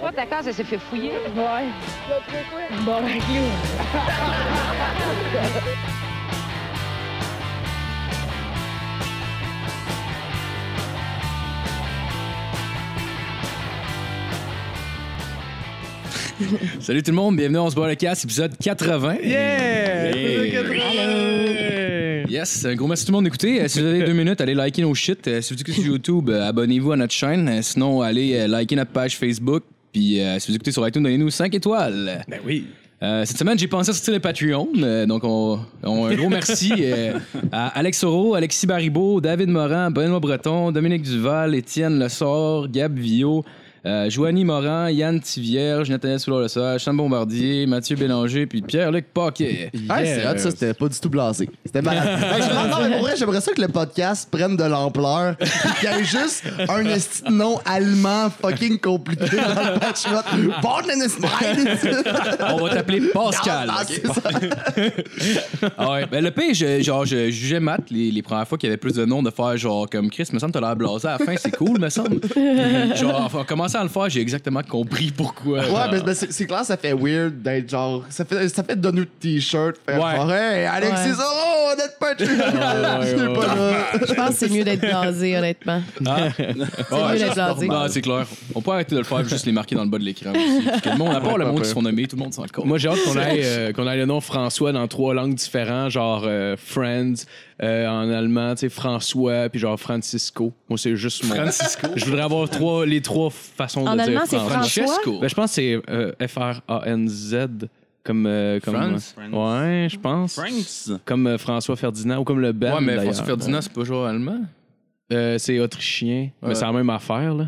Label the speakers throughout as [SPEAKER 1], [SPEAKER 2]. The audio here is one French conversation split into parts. [SPEAKER 1] Toi, ta case, elle s'est fait fouiller.
[SPEAKER 2] Ouais. Bon, ben, clou.
[SPEAKER 3] Salut tout le monde, bienvenue à On se boit le casse, épisode 80.
[SPEAKER 4] Yeah! Yeah!
[SPEAKER 3] Yes, un gros merci tout le monde d'écouter. Euh, si vous avez deux minutes, allez liker nos shit. Euh, si vous écoutez sur YouTube, euh, abonnez-vous à notre chaîne. Euh, sinon, allez euh, liker notre page Facebook. Puis euh, si vous écoutez sur iTunes, donnez-nous 5 étoiles.
[SPEAKER 4] Ben oui.
[SPEAKER 3] Euh, cette semaine, j'ai pensé à sortir le Patreon. euh, donc, on, on- un gros merci euh, à Alex Soro, Alexis Baribeau, David Morin, Benoît Breton, Dominique Duval, Étienne Lessort, Gab Villot, euh, Joanie Morin, Yann Tivierge, Nathaniel Soulard-Lesage, Sam Bombardier, Mathieu Bélanger, puis Pierre-Luc Paquet.
[SPEAKER 5] Ah, c'est
[SPEAKER 3] euh,
[SPEAKER 5] hot, ça, c'était pas du tout blasé. C'était malade. Hey, je- non, mais pour vrai, j'aimerais ça que le podcast prenne de l'ampleur. puis Qu'il y ait juste un esti de nom allemand fucking compliqué dans le patch note. Born
[SPEAKER 3] On va t'appeler Pascal. Ah ouais, ben le pire, je, genre, je jugeais Matt les, les premières fois qu'il y avait plus de noms de faire genre comme Chris, me semble que t'as l'air blasé à la fin, c'est cool, me semble. Puis, genre, enfin, en commençant à le faire, j'ai exactement compris pourquoi.
[SPEAKER 5] Ouais, mais, mais c'est c'est clair, ça fait weird d'être genre. Ça fait, ça fait donner de t-shirt. Faire
[SPEAKER 3] Ouais.
[SPEAKER 5] genre, hey, Alexis,
[SPEAKER 2] Ouais.
[SPEAKER 5] oh, on est pas
[SPEAKER 3] ouais,
[SPEAKER 5] Je
[SPEAKER 3] ouais.
[SPEAKER 5] l'ai pas là.
[SPEAKER 2] Je pense que c'est mieux d'être blasé, honnêtement.
[SPEAKER 3] Ah. Ouais, ça,
[SPEAKER 2] mieux d'être
[SPEAKER 3] c'est
[SPEAKER 2] blasé.
[SPEAKER 3] normal. Non, Bah, c'est clair. On peut arrêter de le faire juste les marquer dans le bas de l'écran aussi. Parce que le monde, à part le monde qui se font nommer, tout le monde s'en compte.
[SPEAKER 4] Moi, j'ai hâte qu'on aille, euh, qu'on aille le nom François dans trois langues différentes, genre euh, Friends euh, en allemand, tu sais, François, puis genre Francisco. Moi, c'est juste mon.
[SPEAKER 3] Francisco.
[SPEAKER 4] Je voudrais avoir trois, les trois façons
[SPEAKER 2] En
[SPEAKER 4] de dire
[SPEAKER 2] allemand, c'est
[SPEAKER 4] François.
[SPEAKER 2] Fran-
[SPEAKER 3] Francesco.
[SPEAKER 4] Ben, je pense que c'est euh, F-R-A-N-Z comme. euh, comme
[SPEAKER 3] Franz?
[SPEAKER 4] Ouais, je pense.
[SPEAKER 6] Franks.
[SPEAKER 4] Comme euh, François Ferdinand ou comme le Ben.
[SPEAKER 3] Ouais, mais
[SPEAKER 4] d'ailleurs.
[SPEAKER 3] François Ferdinand, c'est pas genre allemand.
[SPEAKER 4] Euh, c'est autrichien.
[SPEAKER 3] Ouais.
[SPEAKER 4] Mais c'est la même affaire, là.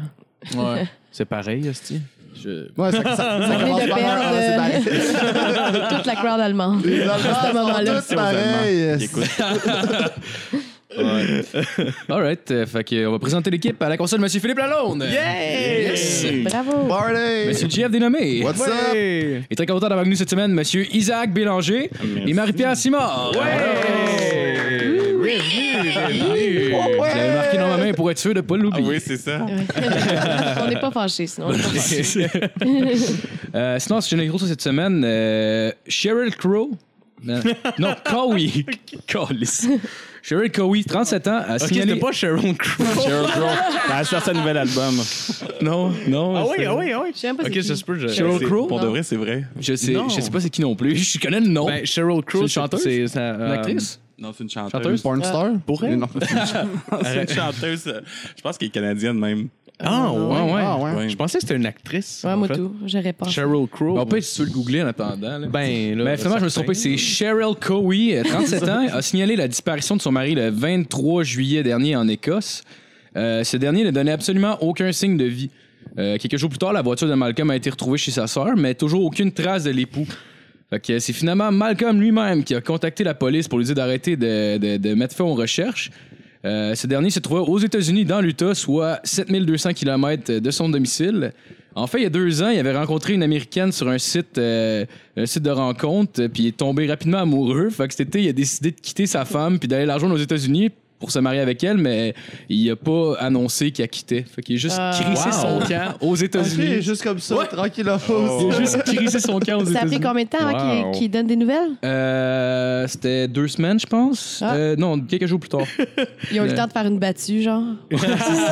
[SPEAKER 3] Ouais.
[SPEAKER 4] C'est pareil, hostie.
[SPEAKER 3] Je...
[SPEAKER 5] Ouais, ça, ça, ça
[SPEAKER 2] On vient
[SPEAKER 5] commence
[SPEAKER 2] de
[SPEAKER 5] par là, c'est pareil.
[SPEAKER 2] perdre euh,
[SPEAKER 3] Ah.
[SPEAKER 2] toute la crowd allemande.
[SPEAKER 5] Les Allemands
[SPEAKER 2] moment-là,
[SPEAKER 5] sont tous pareils.
[SPEAKER 6] Écoute,
[SPEAKER 3] Alright, euh, fait que on va présenter l'équipe à la console Monsieur Philippe Lalonde. Yes!
[SPEAKER 2] Bravo.
[SPEAKER 5] Party!
[SPEAKER 3] Monsieur JF dénommé.
[SPEAKER 5] What's up?
[SPEAKER 4] Ouais.
[SPEAKER 3] Et très content d'avoir avec nous cette semaine Monsieur Isaac Bélanger et Marie-Pierre Simard. Vous avez marqué dans ma main pour être sûr de ne pas
[SPEAKER 6] Ah
[SPEAKER 3] l'oublier.
[SPEAKER 6] oui, c'est ça.
[SPEAKER 2] on n'est pas fâchés, sinon. on est pas fâchés.
[SPEAKER 3] Euh, sinon, si j'ai une grosse cette semaine, euh, Sheryl Crow. Non, non, Cowie. Calice. Sheryl Cowie, 37 ans, a
[SPEAKER 4] Ok,
[SPEAKER 3] signalé...
[SPEAKER 4] c'était pas Sharon Crow.
[SPEAKER 6] Sheryl Crow. Elle a sorti un nouvel album.
[SPEAKER 3] Non, non.
[SPEAKER 4] Ah
[SPEAKER 3] c'est-
[SPEAKER 4] oui, oui.
[SPEAKER 2] Je sais même pas
[SPEAKER 4] Ok,
[SPEAKER 2] c'est
[SPEAKER 4] ça
[SPEAKER 2] qui.
[SPEAKER 4] se peut. je-
[SPEAKER 3] Sheryl
[SPEAKER 6] C'est-
[SPEAKER 3] Crow?
[SPEAKER 6] Pour de
[SPEAKER 2] Non.
[SPEAKER 6] vrai, c'est vrai.
[SPEAKER 3] Je sais,
[SPEAKER 4] Non.
[SPEAKER 3] je sais pas c'est qui non plus. Je connais le nom.
[SPEAKER 4] Ben, Sheryl
[SPEAKER 3] C'est
[SPEAKER 4] Crow,
[SPEAKER 3] une
[SPEAKER 4] c'est-
[SPEAKER 3] chanteuse?
[SPEAKER 4] C'est ça, euh,
[SPEAKER 3] Une actrice?
[SPEAKER 6] Non, c'est une chanteuse.
[SPEAKER 3] Chanteuse?
[SPEAKER 5] Pornstar?
[SPEAKER 4] Pour elle?
[SPEAKER 5] Non, c'est une
[SPEAKER 6] C'est une chanteuse. euh, Je pense qu'elle est canadienne même. Euh,
[SPEAKER 4] Ah, ouais, ouais.
[SPEAKER 5] Ah, ouais.
[SPEAKER 4] Je pensais que c'était une actrice.
[SPEAKER 2] Ouais,
[SPEAKER 4] en
[SPEAKER 2] moi
[SPEAKER 4] fait.
[SPEAKER 2] tout. J'aurais pas.
[SPEAKER 4] Sheryl Crow.
[SPEAKER 3] Bon, ben, on peut si tu veux le googler en attendant. là.
[SPEAKER 4] Ben, là.
[SPEAKER 3] Mais finalement, je me suis trompé. C'est Cheryl Cowie, euh, 37 ans, a signalé la disparition de son mari le 23 juillet dernier en Écosse. Euh, ce dernier ne donnait absolument aucun signe de vie. Euh, quelques jours plus tard, la voiture de Malcolm a été retrouvée chez sa sœur, mais toujours aucune trace de l'époux. Fait que c'est finalement Malcolm lui-même qui a contacté la police pour lui dire d'arrêter de, de- de mettre fin aux recherches. Euh, ce dernier se trouvait aux États-Unis, dans l'Utah, soit 7200 km de son domicile. En fait, il y a deux ans, il avait rencontré une Américaine sur un site, euh, un site de rencontre, euh, puis il est tombé rapidement amoureux. Fait que cet été, il a décidé de quitter sa femme puis d'aller la rejoindre aux États-Unis pour se marier avec elle, mais il a pas annoncé qu'il a quitté. Fait qu'il a juste
[SPEAKER 2] Ah.
[SPEAKER 3] crissé
[SPEAKER 2] Wow.
[SPEAKER 3] son camp aux
[SPEAKER 5] Ok,
[SPEAKER 3] États-Unis.
[SPEAKER 5] juste comme ça,
[SPEAKER 3] Ouais.
[SPEAKER 5] tranquille
[SPEAKER 3] Il
[SPEAKER 5] à
[SPEAKER 4] Oh.
[SPEAKER 5] fausse.
[SPEAKER 3] a juste crissé son camp aux
[SPEAKER 2] Ça a
[SPEAKER 3] États-Unis.
[SPEAKER 2] pris combien de temps avant
[SPEAKER 4] Wow.
[SPEAKER 2] qu'il qu'il donne des nouvelles?
[SPEAKER 3] Euh, c'était deux semaines, je pense.
[SPEAKER 2] Ah.
[SPEAKER 3] Euh, non, quelques jours plus tard.
[SPEAKER 2] Ils ont eu
[SPEAKER 3] Le-
[SPEAKER 2] le temps de faire une battue, genre.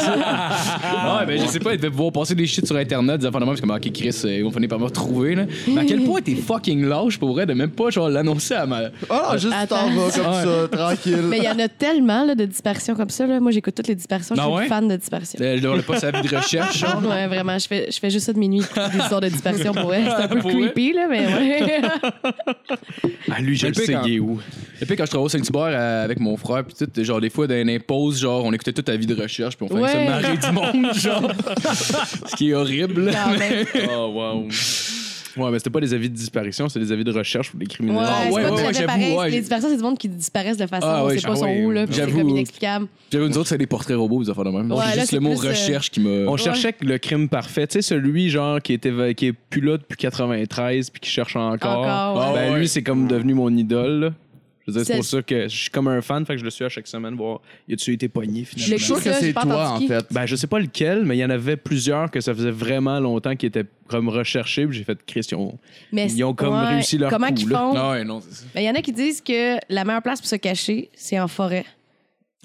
[SPEAKER 3] Ah, ouais, ben, je sais pas, il devait pouvoir passer des shit sur Internet, des affaires de même, parce que, ok, Chris, euh, ils vont finir par me retrouver, là. Mais à quel point t'es fucking lâche pour vrai de même pas, genre, l'annoncer à ma. euh,
[SPEAKER 5] Ah, non, juste tu t'en vas comme ça,
[SPEAKER 2] Mais
[SPEAKER 5] tranquille.
[SPEAKER 2] il y en a tellement là, de disparitions comme ça. Là. Moi, j'écoute toutes les disparitions.
[SPEAKER 3] Ah
[SPEAKER 2] je suis
[SPEAKER 3] ouais?
[SPEAKER 2] une fan de disparitions.
[SPEAKER 3] Euh, Je leur ai pas sa vie de recherche, genre.
[SPEAKER 2] Ouais, vraiment, je fais, je fais juste ça de minuit, écouter des histoires de disparition pour elle. C'est un peu
[SPEAKER 3] Pour vrai?
[SPEAKER 2] creepy, là, mais ouais.
[SPEAKER 4] Ah, lui, je
[SPEAKER 3] Mais le
[SPEAKER 4] le
[SPEAKER 3] pic,
[SPEAKER 4] sais,
[SPEAKER 3] hein.
[SPEAKER 4] il est où?
[SPEAKER 3] Et puis, quand je travaillais au Saint-Hubert euh, avec mon frère, puis tout, genre, des fois, dans une impose, genre, on écoutait toute la vie de recherche, puis on faisait
[SPEAKER 2] Ouais.
[SPEAKER 3] se marrer du monde, genre. Ce qui est horrible.
[SPEAKER 2] Quand même.
[SPEAKER 4] Oh, wow. Ouais, mais c'était pas des avis de disparition, c'est des avis de recherche pour les criminels.
[SPEAKER 2] Ouais,
[SPEAKER 3] Ah,
[SPEAKER 2] c'est
[SPEAKER 3] ouais,
[SPEAKER 2] pas tout
[SPEAKER 3] ouais,
[SPEAKER 2] à
[SPEAKER 3] ouais,
[SPEAKER 2] fait
[SPEAKER 3] j'avoue,
[SPEAKER 2] pareil.
[SPEAKER 3] ouais.
[SPEAKER 2] Les disparitions, c'est du monde qui disparaissent de façon,
[SPEAKER 3] Ah
[SPEAKER 2] on
[SPEAKER 3] ouais,
[SPEAKER 2] sait pas
[SPEAKER 3] ah
[SPEAKER 2] son
[SPEAKER 3] ouais,
[SPEAKER 2] où, là. puis C'est
[SPEAKER 3] j'avoue.
[SPEAKER 2] comme inexplicable.
[SPEAKER 3] J'avais nous autres, c'est des portraits robots, des affaires de même.
[SPEAKER 2] Ouais,
[SPEAKER 3] c'est
[SPEAKER 2] là,
[SPEAKER 3] juste
[SPEAKER 2] c'est
[SPEAKER 3] le mot
[SPEAKER 2] plus, euh,
[SPEAKER 3] recherche qui me.
[SPEAKER 4] On cherchait le crime parfait. Tu sais, celui genre qui, était, va- qui est plus là depuis 93 puis qui cherche encore.
[SPEAKER 2] Encore, ouais.
[SPEAKER 4] Ben,
[SPEAKER 3] Ah ouais.
[SPEAKER 4] lui, c'est comme devenu mon idole. là. Je veux dire, C'est
[SPEAKER 2] C'est-
[SPEAKER 4] pour ça que je suis comme un fan, fait que je le suis à chaque semaine voir y a-tu été pogné finalement.
[SPEAKER 2] Le
[SPEAKER 5] Je suis sûr
[SPEAKER 2] qui,
[SPEAKER 5] que
[SPEAKER 2] là, j'ai
[SPEAKER 5] c'est
[SPEAKER 2] pas
[SPEAKER 5] toi, en
[SPEAKER 2] entendu qui.
[SPEAKER 5] fait.
[SPEAKER 4] Ben, je sais pas lequel, mais il y en avait plusieurs que ça faisait vraiment longtemps qu'ils étaient comme recherchés. Puis j'ai fait Christian.
[SPEAKER 2] Mais
[SPEAKER 4] Ils ont comme
[SPEAKER 2] ouais,
[SPEAKER 4] réussi leur
[SPEAKER 2] Comment
[SPEAKER 4] coup,
[SPEAKER 2] qu'ils
[SPEAKER 4] là.
[SPEAKER 2] font?
[SPEAKER 3] Ah ouais, non, c'est ça.
[SPEAKER 2] Ben, Il y en a qui disent que la meilleure place pour se cacher, c'est en forêt.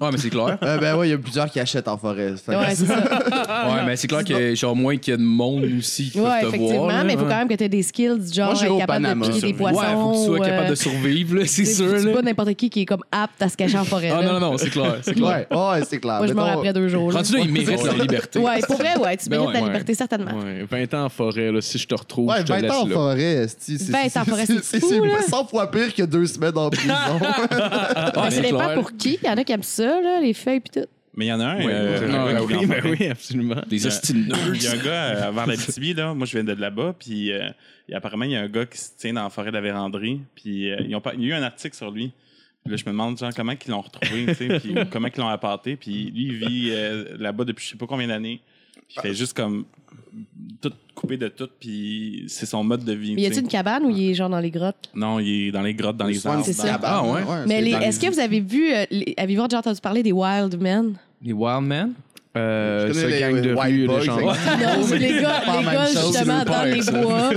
[SPEAKER 3] Ouais, mais c'est clair.
[SPEAKER 5] Euh, ben ouais, il y a plusieurs qui achètent en forêt. Fait que-
[SPEAKER 2] Ouais, c'est ça.
[SPEAKER 3] ouais, mais c'est clair que, genre, moins qu'il y a de monde aussi qui
[SPEAKER 2] Ouais,
[SPEAKER 3] peuvent te
[SPEAKER 2] effectivement,
[SPEAKER 3] voir. là,
[SPEAKER 2] mais il faut
[SPEAKER 3] ouais.
[SPEAKER 2] quand même que tu aies des skills, genre
[SPEAKER 5] Moi, j'irais
[SPEAKER 2] être
[SPEAKER 5] au
[SPEAKER 2] capable
[SPEAKER 5] Panama.
[SPEAKER 2] de piquer des
[SPEAKER 6] Ouais,
[SPEAKER 2] poissons.
[SPEAKER 3] Ouais, faut que tu sois
[SPEAKER 2] ou, euh,
[SPEAKER 3] capable de survivre, là, c'est
[SPEAKER 2] tu sais,
[SPEAKER 3] sûr.
[SPEAKER 2] C'est
[SPEAKER 3] là.
[SPEAKER 2] pas n'importe qui qui est comme apte à se cacher en forêt.
[SPEAKER 3] Ah
[SPEAKER 2] là.
[SPEAKER 3] non, non, non, c'est clair. C'est clair.
[SPEAKER 5] Ouais, ouais, c'est clair.
[SPEAKER 2] Moi, je
[SPEAKER 5] Mettons-
[SPEAKER 2] meurs après deux jours. là.
[SPEAKER 3] Rendu là, ils méritent leur liberté.
[SPEAKER 2] Ouais, pour vrai, ouais, tu
[SPEAKER 3] Ben
[SPEAKER 2] mérites
[SPEAKER 3] ouais,
[SPEAKER 2] la
[SPEAKER 4] ouais.
[SPEAKER 2] liberté, certainement.
[SPEAKER 4] Ouais, 20 ans en forêt, là, si je te retrouve,
[SPEAKER 5] Ouais,
[SPEAKER 4] je te
[SPEAKER 5] 20
[SPEAKER 4] laisse
[SPEAKER 5] ans en
[SPEAKER 4] là.
[SPEAKER 5] forêt, esti, c'est
[SPEAKER 2] 20 ans Ben, en forêt, c'est fou, là.
[SPEAKER 5] c'est 100 fois pire que deux semaines en prison.
[SPEAKER 3] Ah,
[SPEAKER 2] Ben, ça
[SPEAKER 3] c'est
[SPEAKER 2] dépend
[SPEAKER 3] clair.
[SPEAKER 2] pour qui. Il y en a qui aiment ça, là, les feuilles puis tout.
[SPEAKER 6] Mais il y en a un.
[SPEAKER 4] Ouais,
[SPEAKER 6] euh,
[SPEAKER 4] ouais,
[SPEAKER 6] un
[SPEAKER 4] ouais,
[SPEAKER 6] gars qui vit en
[SPEAKER 4] oui, ben
[SPEAKER 6] forêt.
[SPEAKER 4] oui, absolument.
[SPEAKER 3] Des hostiles.
[SPEAKER 6] Il y a un gars euh, vers la BTB, là. Moi, je viens de là-bas. Puis euh, et apparemment, il y a un gars qui se tient dans la forêt de la véranderie. Puis euh, ils ont pas- il y a eu un article sur lui. Puis là, je me demande genre, comment ils l'ont retrouvé, tu sais, puis comment ils l'ont appâté. Puis lui, il vit euh, là-bas depuis je sais pas combien d'années. Puis il fait juste comme tout coupé de tout. Puis c'est son mode de vie.
[SPEAKER 2] Mais y a-t-il
[SPEAKER 6] tu
[SPEAKER 2] une
[SPEAKER 6] sais.
[SPEAKER 2] cabane ou il est genre dans les grottes?
[SPEAKER 6] Non, il est dans les grottes, dans les arbres.
[SPEAKER 2] c'est ça.
[SPEAKER 6] dans-
[SPEAKER 3] Ah, ouais.
[SPEAKER 2] Mais les-
[SPEAKER 5] dans
[SPEAKER 2] est-ce que vous avez vu, euh, les- avez-vous déjà entendu parler des Wild Men?
[SPEAKER 3] Les Wild Men?
[SPEAKER 4] Euh,
[SPEAKER 5] Je connais
[SPEAKER 4] ce
[SPEAKER 5] les
[SPEAKER 4] gang de
[SPEAKER 5] Wild
[SPEAKER 4] rue,
[SPEAKER 5] Boys, hein?
[SPEAKER 4] les gens.
[SPEAKER 5] fait que-
[SPEAKER 2] Non, c'est les gars,
[SPEAKER 5] Oh, pas
[SPEAKER 2] les
[SPEAKER 5] la
[SPEAKER 2] gars
[SPEAKER 5] même chose,
[SPEAKER 2] justement
[SPEAKER 5] c'est
[SPEAKER 2] dans
[SPEAKER 5] pas
[SPEAKER 2] les
[SPEAKER 5] ça.
[SPEAKER 2] bois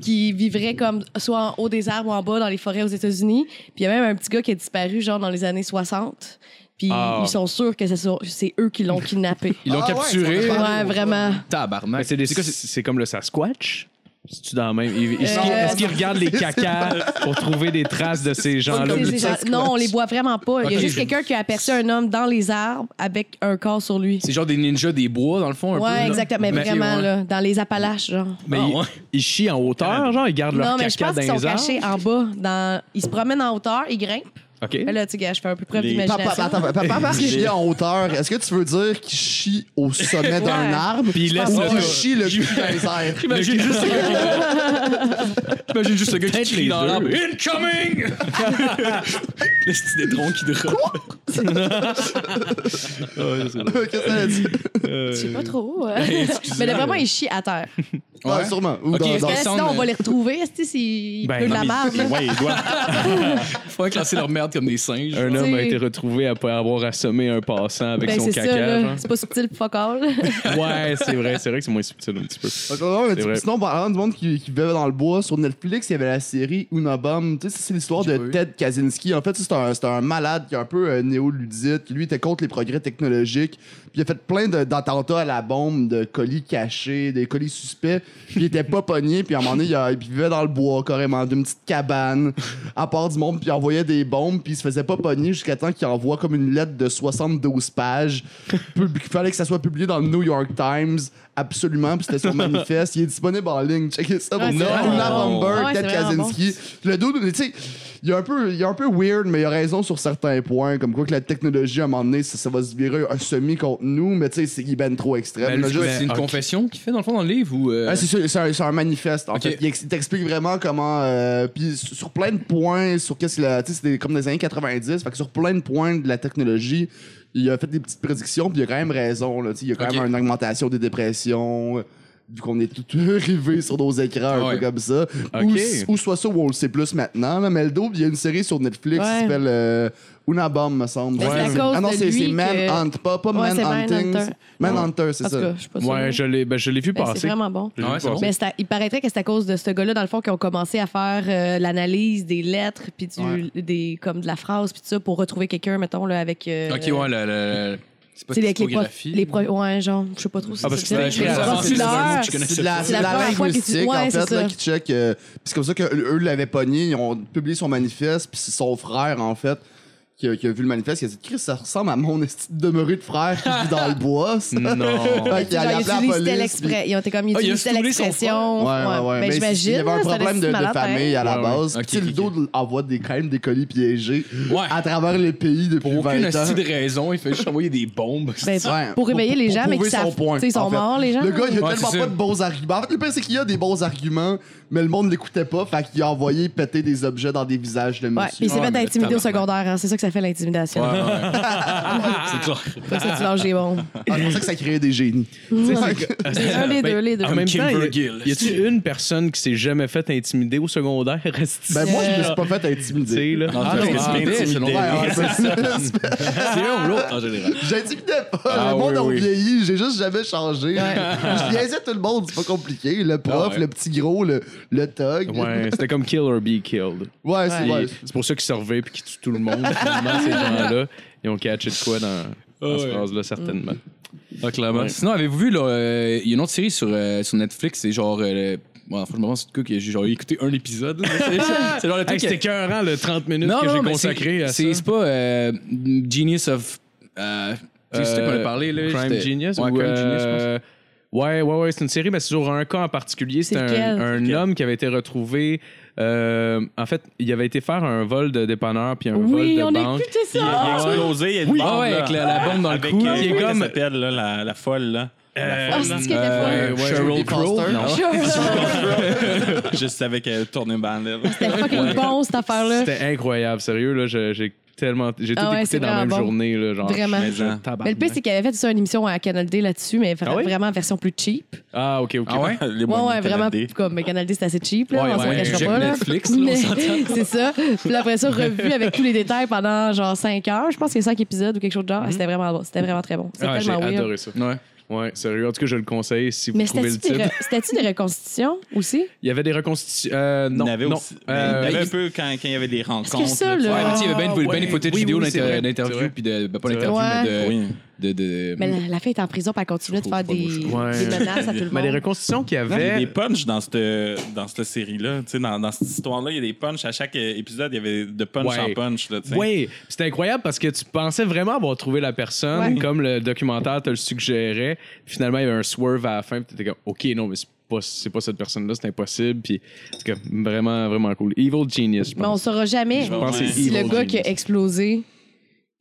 [SPEAKER 2] qui vivraient comme soit en haut des arbres ou en bas dans les forêts aux États-Unis. Puis il y a même un petit gars qui a disparu genre dans les années 60. Puis
[SPEAKER 4] Ah.
[SPEAKER 2] ils sont sûrs que ce sont- c'est eux qui l'ont kidnappé.
[SPEAKER 3] Ils l'ont
[SPEAKER 5] Ah ouais,
[SPEAKER 3] capturé. hein.
[SPEAKER 5] ils sont
[SPEAKER 2] ouais, vraiment.
[SPEAKER 4] Mais
[SPEAKER 3] Tabarnak.
[SPEAKER 4] c'est des- c'est- c'est comme le Sasquatch. C'est-tu dans le même. Est-ce qu'il- est-ce qu'il
[SPEAKER 2] Euh,
[SPEAKER 4] regarde les cacas pour trouver des traces de ces gens-là?
[SPEAKER 2] C'est- c'est genre- non, on les voit vraiment pas. Il y a
[SPEAKER 3] Ok.
[SPEAKER 2] juste quelqu'un qui a aperçu un homme dans les arbres avec un corps sur lui.
[SPEAKER 3] C'est genre des ninjas des bois, dans le fond, un peu.
[SPEAKER 2] Ouais,
[SPEAKER 3] là.
[SPEAKER 2] exactement.
[SPEAKER 3] Mais-
[SPEAKER 2] vraiment,
[SPEAKER 3] ouais.
[SPEAKER 2] là, dans les Appalaches, genre.
[SPEAKER 4] Mais
[SPEAKER 3] Ah,
[SPEAKER 4] ils,
[SPEAKER 3] ouais.
[SPEAKER 4] ils chient en hauteur, genre, ils gardent
[SPEAKER 2] Non,
[SPEAKER 4] leur
[SPEAKER 2] mais je
[SPEAKER 4] caca
[SPEAKER 2] pense
[SPEAKER 4] dans
[SPEAKER 2] qu'ils
[SPEAKER 4] les
[SPEAKER 2] sont
[SPEAKER 4] arbres.
[SPEAKER 2] cachés en bas. Dans... Ils se promènent en hauteur, ils grimpent.
[SPEAKER 4] OK.
[SPEAKER 2] Mais Là, tu sais, gars, je fais un peu preuve
[SPEAKER 6] Les-
[SPEAKER 5] Papa,
[SPEAKER 2] d'imagination.
[SPEAKER 5] attends, papa, papa chie en hauteur. Est-ce que tu veux dire qu'il chie au sommet d'un
[SPEAKER 2] Ouais.
[SPEAKER 5] arbre?
[SPEAKER 4] Puis il
[SPEAKER 5] Je
[SPEAKER 4] laisse
[SPEAKER 5] pense
[SPEAKER 4] le-
[SPEAKER 5] qu'il chie le cul dans les airs.
[SPEAKER 3] Imagine juste le gars qui- Imagine juste le gars qui
[SPEAKER 4] Peut-être
[SPEAKER 3] crie
[SPEAKER 4] les
[SPEAKER 3] dans
[SPEAKER 4] deux.
[SPEAKER 3] l'arbre. Incoming! Le petit détron qui drop.
[SPEAKER 5] Qu'est-ce que t'as dit?
[SPEAKER 2] Je
[SPEAKER 4] Euh,
[SPEAKER 2] sais pas trop.
[SPEAKER 4] ben,
[SPEAKER 2] hein. mais là, vraiment, ils chient à terre.
[SPEAKER 5] Ouais, sûrement. Ou
[SPEAKER 3] Ok,
[SPEAKER 5] dans-
[SPEAKER 3] est-ce
[SPEAKER 5] dans-
[SPEAKER 2] Parce que
[SPEAKER 3] Descendre,
[SPEAKER 2] sinon, on
[SPEAKER 3] euh,
[SPEAKER 2] va les retrouver. est-ce que C'est il
[SPEAKER 4] Ben
[SPEAKER 2] peut de
[SPEAKER 4] non,
[SPEAKER 2] la
[SPEAKER 4] mais-
[SPEAKER 2] marde. là.
[SPEAKER 6] Ouais, il doit.
[SPEAKER 3] Faudrait classer leur merde comme des singes.
[SPEAKER 4] Un homme a
[SPEAKER 2] T'sais-
[SPEAKER 4] été retrouvé après avoir assommé un passant avec
[SPEAKER 2] Ben,
[SPEAKER 4] son
[SPEAKER 2] c'est
[SPEAKER 4] caca.
[SPEAKER 2] ça, là.
[SPEAKER 4] genre.
[SPEAKER 2] C'est pas subtil, fuck all.
[SPEAKER 4] Ouais, c'est vrai, c'est vrai que c'est moins subtil un petit peu.
[SPEAKER 5] Fait qu'on a un petit-
[SPEAKER 4] vrai.
[SPEAKER 5] Sinon, parlant du monde qui, qui vivait dans le bois, sur Netflix, il y avait la série Unabomb. Tu sais, c'est l'histoire de
[SPEAKER 3] pas vu.
[SPEAKER 5] Ted Kaczynski. En fait, c'est un, c'est un malade qui est un peu euh, néo-ludite, qui lui était contre les progrès technologiques. Puis il a fait plein de- d'attentats à la bombe, de colis cachés, des colis suspects. Puis il était pas pogné. Puis à un moment donné, il, a- il vivait dans le bois, carrément, d'une petite cabane, à part du monde. Puis il envoyait des bombes, puis il se faisait pas pogner jusqu'à temps qu'il envoie comme une lettre de 72 pages. Il fallait que ça soit publié dans le New York Times. Absolument, puis c'était sur manifeste. Il est disponible en ligne. Checkez ça.
[SPEAKER 2] Ouais,
[SPEAKER 5] pour
[SPEAKER 2] Ah, c'est
[SPEAKER 5] non,
[SPEAKER 2] vraiment
[SPEAKER 5] Luna
[SPEAKER 2] bon.
[SPEAKER 5] Bomber,
[SPEAKER 2] Ouais,
[SPEAKER 5] Ted
[SPEAKER 2] c'est vraiment
[SPEAKER 5] Kaczynski. Le dude, tu sais, il est un peu, il est un peu weird, mais il a raison sur certains points, comme quoi que la technologie à un moment donné, ça, ça va se virer un semi contre nous, mais tu sais, c'est- il est ben trop
[SPEAKER 3] Ben,
[SPEAKER 5] extrême.
[SPEAKER 3] le-
[SPEAKER 5] Le jeu-
[SPEAKER 3] C'est une
[SPEAKER 4] ok.
[SPEAKER 3] confession qu'il fait, dans le fond, dans le livre ou. euh,
[SPEAKER 5] Ah, c'est ça, c'est un, c'est un manifeste. En
[SPEAKER 3] Ok.
[SPEAKER 5] fait, il ex- il t'explique vraiment comment. euh, puis sur sur plein de points, sur qu'est-ce qu'il a. Tu sais, c'est des- comme des années 90. Fait que sur plein de points de la technologie, il a fait des petites prédictions, puis il a quand même raison. Là, Tu sais, il y a quand
[SPEAKER 3] Ok.
[SPEAKER 5] même une augmentation des dépressions. euh, Vu qu'on est tout arrivé sur nos écrans, un
[SPEAKER 3] Ah Ouais.
[SPEAKER 5] peu comme ça.
[SPEAKER 4] Ok.
[SPEAKER 5] Ou, s- ou soit ça, ou on le sait plus maintenant. Là, mais le double, il y a une série sur Netflix
[SPEAKER 2] Ouais.
[SPEAKER 5] qui s'appelle euh, Unabomb, me semble.
[SPEAKER 2] Mais c'est à cause
[SPEAKER 5] Ah non,
[SPEAKER 2] de
[SPEAKER 5] c'est
[SPEAKER 2] lui
[SPEAKER 5] c'est
[SPEAKER 2] que-
[SPEAKER 5] Manhunt, pas, pas
[SPEAKER 2] Ouais, c'est
[SPEAKER 5] Manhunting.
[SPEAKER 2] Manhunter.
[SPEAKER 5] Manhunter, c'est
[SPEAKER 2] En tout
[SPEAKER 5] ça.
[SPEAKER 2] cas, je suis pas sûre.
[SPEAKER 4] Ouais, je l'ai ben, je l'ai vu
[SPEAKER 2] Ben,
[SPEAKER 4] passer.
[SPEAKER 2] c'est vraiment bon.
[SPEAKER 4] Je l'ai
[SPEAKER 3] Ah
[SPEAKER 4] vu
[SPEAKER 3] ouais, c'est
[SPEAKER 4] passer.
[SPEAKER 3] bon.
[SPEAKER 2] Mais c'est à- il paraîtrait que c'est à cause de ce gars-là, dans le fond, qu'ils ont commencé à faire euh, l'analyse des lettres, puis du, des, comme de la phrase, puis tout ça, pour retrouver quelqu'un, mettons, là, avec. euh,
[SPEAKER 3] Ok, ouais, le. le- C'est pas
[SPEAKER 2] tu sais, avec les pro-
[SPEAKER 3] typographie.
[SPEAKER 2] les pro- Ouais, genre, je sais pas trop si
[SPEAKER 4] Ah, parce que
[SPEAKER 2] ça.
[SPEAKER 4] c'est écrit à l'avance,
[SPEAKER 2] C'est
[SPEAKER 4] c'est un mot que
[SPEAKER 2] leur-
[SPEAKER 3] je connais.
[SPEAKER 5] C'est de la,
[SPEAKER 2] C'est
[SPEAKER 5] c'est de
[SPEAKER 2] la
[SPEAKER 5] la
[SPEAKER 2] première fois qu'ils
[SPEAKER 5] linguistique,
[SPEAKER 2] utilisent- ouais,
[SPEAKER 5] en
[SPEAKER 2] c'est
[SPEAKER 5] fait, là,
[SPEAKER 2] ça.
[SPEAKER 5] qui check. euh, puis c'est comme ça qu'eux l'avaient pogné. Ils ont publié son manifeste. Puis c'est son frère, en fait, qui a, qui a vu le manifeste. Qui a dit Chris, ça ressemble à mon esti de demeuré de frère qui vit dans le bois. ça.
[SPEAKER 4] Non.
[SPEAKER 5] Fait qu'il
[SPEAKER 2] Genre,
[SPEAKER 5] allait appeler
[SPEAKER 2] ils
[SPEAKER 5] la
[SPEAKER 2] utilisaient
[SPEAKER 5] police, puis-
[SPEAKER 2] l'exprès. Ils ont été comme, ils
[SPEAKER 3] Ah, il a
[SPEAKER 2] utilisaient
[SPEAKER 3] saoulé son
[SPEAKER 2] l'expression.
[SPEAKER 5] Ouais, ouais, ouais.
[SPEAKER 2] Ben,
[SPEAKER 5] Mais
[SPEAKER 2] j'imagine.
[SPEAKER 5] Il y avait un
[SPEAKER 2] là, ça
[SPEAKER 5] problème de,
[SPEAKER 2] laisse
[SPEAKER 5] de
[SPEAKER 2] malade, hein.
[SPEAKER 5] famille à la
[SPEAKER 4] Ouais, ouais.
[SPEAKER 5] base.
[SPEAKER 3] Ok,
[SPEAKER 5] Puis tu sais,
[SPEAKER 3] ok,
[SPEAKER 5] le dos envoie des, quand même des colis piégés
[SPEAKER 3] Ouais.
[SPEAKER 5] à travers les pays depuis
[SPEAKER 3] Pour aucune
[SPEAKER 5] 20 ans.
[SPEAKER 3] hostie de raison, il fait juste envoyer des bombes.
[SPEAKER 2] Ben,
[SPEAKER 5] Ouais.
[SPEAKER 2] Pour réveiller les
[SPEAKER 5] pour
[SPEAKER 2] gens, mais
[SPEAKER 5] prouver
[SPEAKER 2] qu'ils savent.
[SPEAKER 5] son point,
[SPEAKER 2] tu sais, Ils
[SPEAKER 5] en
[SPEAKER 2] sont
[SPEAKER 5] fait.
[SPEAKER 2] morts, les gens.
[SPEAKER 5] Le gars, il a
[SPEAKER 3] Ouais,
[SPEAKER 5] tellement
[SPEAKER 3] c'est
[SPEAKER 5] pas
[SPEAKER 3] ça.
[SPEAKER 5] de bons arguments. En fait, le pire, c'est qu'il y a des bons arguments, mais le monde l'écoutait pas. Fait qu'il a envoyé péter des objets dans des visages de
[SPEAKER 2] Ouais,
[SPEAKER 5] monsieur.
[SPEAKER 2] puis il s'est
[SPEAKER 3] Ouais,
[SPEAKER 2] fait
[SPEAKER 3] mais
[SPEAKER 2] intimider au
[SPEAKER 3] tabarnak.
[SPEAKER 2] secondaire, hein, c'est ça que ça fait l'intimidation.
[SPEAKER 3] C'est clair.
[SPEAKER 2] Pas que ça, tu lâches les bombes.
[SPEAKER 5] Ah, c'est pour ça que ça crée des génies.
[SPEAKER 4] Tu sais,
[SPEAKER 2] Ben,
[SPEAKER 4] c'est que-
[SPEAKER 2] C'est un des deux, les deux.
[SPEAKER 4] en même
[SPEAKER 3] Kim
[SPEAKER 4] temps, y a-
[SPEAKER 3] Burgill.
[SPEAKER 4] y a-tu une personne qui s'est jamais faite intimider au secondaire? Reste
[SPEAKER 5] Ben, moi, je me
[SPEAKER 4] là.
[SPEAKER 5] suis pas fait
[SPEAKER 4] Tu sais,
[SPEAKER 5] intimider.
[SPEAKER 4] là.
[SPEAKER 3] Non,
[SPEAKER 4] Ah,
[SPEAKER 3] parce que
[SPEAKER 4] non,
[SPEAKER 3] c'est
[SPEAKER 4] ah,
[SPEAKER 3] bien
[SPEAKER 4] ben,
[SPEAKER 3] intimidé.
[SPEAKER 4] c'est
[SPEAKER 5] Ouais,
[SPEAKER 4] drôle.
[SPEAKER 5] ouais, c'est-
[SPEAKER 3] C'est un ou l'autre en général.
[SPEAKER 5] J'intimidais pas.
[SPEAKER 3] Ah,
[SPEAKER 5] le monde
[SPEAKER 3] oui,
[SPEAKER 5] a
[SPEAKER 3] oui.
[SPEAKER 5] vieilli. J'ai juste jamais changé. je biaisais tout le monde. C'est pas compliqué. Le prof,
[SPEAKER 4] Ah, ouais.
[SPEAKER 5] le petit gros, le, le thug.
[SPEAKER 4] Ouais, c'était comme kill or be killed.
[SPEAKER 5] Ouais, c'est
[SPEAKER 4] Puis
[SPEAKER 5] ouais.
[SPEAKER 4] C'est pour ça qu'ils servaient puis qu'ils tuent tout le monde. Finalement, ces gens-là, ils ont catché de quoi dans, dans cette
[SPEAKER 3] ouais.
[SPEAKER 4] phrase-là, certainement.
[SPEAKER 3] Ah, clairement.
[SPEAKER 4] Ouais.
[SPEAKER 3] Sinon, avez-vous vu, là, euh, il y a une autre série sur, euh, sur Netflix, c'est genre. Euh, bon, en fait, je me demande si c'est le cas que j'ai genre écouté un épisode. là. C'est- c'est genre le
[SPEAKER 4] Hey,
[SPEAKER 3] truc.
[SPEAKER 4] c'était
[SPEAKER 3] que-
[SPEAKER 4] écœurant, le 30 minutes que j'ai
[SPEAKER 3] mais
[SPEAKER 4] consacré
[SPEAKER 3] c'est-
[SPEAKER 4] à ça.
[SPEAKER 3] c'est- C'est pas euh, Genius of. Euh, tu sais, c'est ça qu'on a parlé, là.
[SPEAKER 4] Euh, Crime
[SPEAKER 3] c'était-
[SPEAKER 4] Genius
[SPEAKER 3] Ouais,
[SPEAKER 4] ou,
[SPEAKER 3] Crime Genius, je pense.
[SPEAKER 4] euh, Ouais, ouais, ouais, c'est une série, mais c'est sur un cas en particulier. C'est
[SPEAKER 2] C'est
[SPEAKER 4] un,
[SPEAKER 2] lequel?
[SPEAKER 4] un
[SPEAKER 6] lequel?
[SPEAKER 4] homme qui avait été retrouvé. euh, en fait, il avait été faire un vol de dépanneur puis un
[SPEAKER 2] Oui, on
[SPEAKER 4] vol de banque.
[SPEAKER 2] écoutait
[SPEAKER 6] Il a, il a
[SPEAKER 2] ça.
[SPEAKER 6] explosé, il y a une
[SPEAKER 3] Oui.
[SPEAKER 6] bombe,
[SPEAKER 3] Ah ouais,
[SPEAKER 6] là.
[SPEAKER 3] avec la- la bombe dans le
[SPEAKER 6] Avec,
[SPEAKER 3] cou.
[SPEAKER 6] euh,
[SPEAKER 4] Il est
[SPEAKER 6] comment
[SPEAKER 4] comme-
[SPEAKER 6] elle s'appelle, là, la, la folle, là.
[SPEAKER 2] Ah,
[SPEAKER 6] La
[SPEAKER 2] c'est
[SPEAKER 6] folle,
[SPEAKER 2] ce
[SPEAKER 6] là.
[SPEAKER 2] qu'elle était
[SPEAKER 3] Euh,
[SPEAKER 2] folle.
[SPEAKER 4] Ouais,
[SPEAKER 3] Sheryl
[SPEAKER 5] Jodie
[SPEAKER 3] Crow.
[SPEAKER 5] Foster.
[SPEAKER 3] Non.
[SPEAKER 6] Juste avec euh, Tourneband, là.
[SPEAKER 2] C'était fucking bon, cette affaire-là.
[SPEAKER 4] C'était incroyable, sérieux. Là, je- j'ai tellement, j'ai tout
[SPEAKER 2] Ah ouais,
[SPEAKER 4] écouté
[SPEAKER 2] c'est
[SPEAKER 4] dans la même
[SPEAKER 2] vraiment bon.
[SPEAKER 4] journée, là, genre.
[SPEAKER 2] Vraiment.
[SPEAKER 4] je me disais,
[SPEAKER 6] Mais
[SPEAKER 2] Mais le pire, c'est qu'il avait fait ça une émission à Canal D là-dessus, mais
[SPEAKER 4] Ah oui?
[SPEAKER 2] vraiment en version plus cheap.
[SPEAKER 4] Ah, ok, ok.
[SPEAKER 3] Ah ouais?
[SPEAKER 6] Les
[SPEAKER 2] Ouais,
[SPEAKER 6] moineaux
[SPEAKER 2] ouais, vraiment.
[SPEAKER 6] canadiens.
[SPEAKER 2] Comme Canal D, c'est assez cheap, là.
[SPEAKER 3] Ouais,
[SPEAKER 2] on s'en
[SPEAKER 3] ouais,
[SPEAKER 2] cachera
[SPEAKER 3] check
[SPEAKER 2] pas, là.
[SPEAKER 3] Netflix, là, on
[SPEAKER 2] Mais-
[SPEAKER 3] s'entend.
[SPEAKER 2] c'est ça. Puis après ça, revu avec tous les détails pendant genre 5 heures. Je pense qu'il y a 5 épisodes ou quelque chose de genre. Ah, C'était vraiment bon. C'était vraiment très bon. C'était
[SPEAKER 4] Ah, j'ai
[SPEAKER 2] tellement weird.
[SPEAKER 4] adoré ça.
[SPEAKER 3] Ouais.
[SPEAKER 4] Ouais, sérieux. En tout cas, je le conseille si vous
[SPEAKER 2] Mais
[SPEAKER 4] trouvez le
[SPEAKER 2] c'était-tu
[SPEAKER 4] titre. Euh,
[SPEAKER 2] des, re- c'était-tu des reconstitutions aussi?
[SPEAKER 4] Il y avait des reconstitutions. Euh, non,
[SPEAKER 6] il y en avait
[SPEAKER 4] non.
[SPEAKER 6] aussi-
[SPEAKER 4] Euh,
[SPEAKER 6] il y
[SPEAKER 4] il-
[SPEAKER 6] avait un peu quand, quand il y avait des rencontres.
[SPEAKER 2] ça,
[SPEAKER 6] tu
[SPEAKER 2] là?
[SPEAKER 3] Ouais,
[SPEAKER 6] vois.
[SPEAKER 3] mais tu sais, il y avait bien des- bien des
[SPEAKER 4] ouais.
[SPEAKER 3] footage
[SPEAKER 4] Oui,
[SPEAKER 3] vidéo
[SPEAKER 4] oui, c'est
[SPEAKER 3] d'inter-
[SPEAKER 4] vrai. C'est
[SPEAKER 3] d'interview,
[SPEAKER 4] vrai.
[SPEAKER 3] puis de. ben, Pas
[SPEAKER 4] C'est
[SPEAKER 3] d'interview,
[SPEAKER 2] vrai.
[SPEAKER 3] mais de.
[SPEAKER 6] Oui.
[SPEAKER 3] de, de-
[SPEAKER 2] Mais la, la fille est en prison, puis elle continue de
[SPEAKER 3] Je
[SPEAKER 2] faire
[SPEAKER 3] trouve
[SPEAKER 2] des,
[SPEAKER 4] pas, moi, je-
[SPEAKER 2] des
[SPEAKER 4] Ouais.
[SPEAKER 2] menaces à tout le
[SPEAKER 4] Mais les
[SPEAKER 2] monde.
[SPEAKER 4] reconstitutions qu'il y
[SPEAKER 6] Non, Il y a
[SPEAKER 4] avait.
[SPEAKER 6] des punchs dans cette, dans cette série-là. Tu sais, Dans, dans cette histoire-là, il y a des punchs. À chaque euh, épisode, il y avait de punch
[SPEAKER 4] Ouais.
[SPEAKER 6] en punch. Là, tu sais.
[SPEAKER 4] Oui, c'était incroyable parce que tu pensais vraiment avoir trouvé la personne
[SPEAKER 2] Ouais.
[SPEAKER 4] comme le documentaire te le suggérait. Finalement, il y avait un swerve à la fin. Tu étais comme, OK, non, mais c'est pas, c'est pas cette personne-là, c'est impossible. Puis, en tout cas, vraiment, vraiment cool. Evil Genius, je
[SPEAKER 2] Mais on
[SPEAKER 4] pense.
[SPEAKER 2] saura jamais
[SPEAKER 6] Je pense que c'est
[SPEAKER 2] si le
[SPEAKER 4] evil
[SPEAKER 2] gars qui a
[SPEAKER 4] genius.
[SPEAKER 2] explosé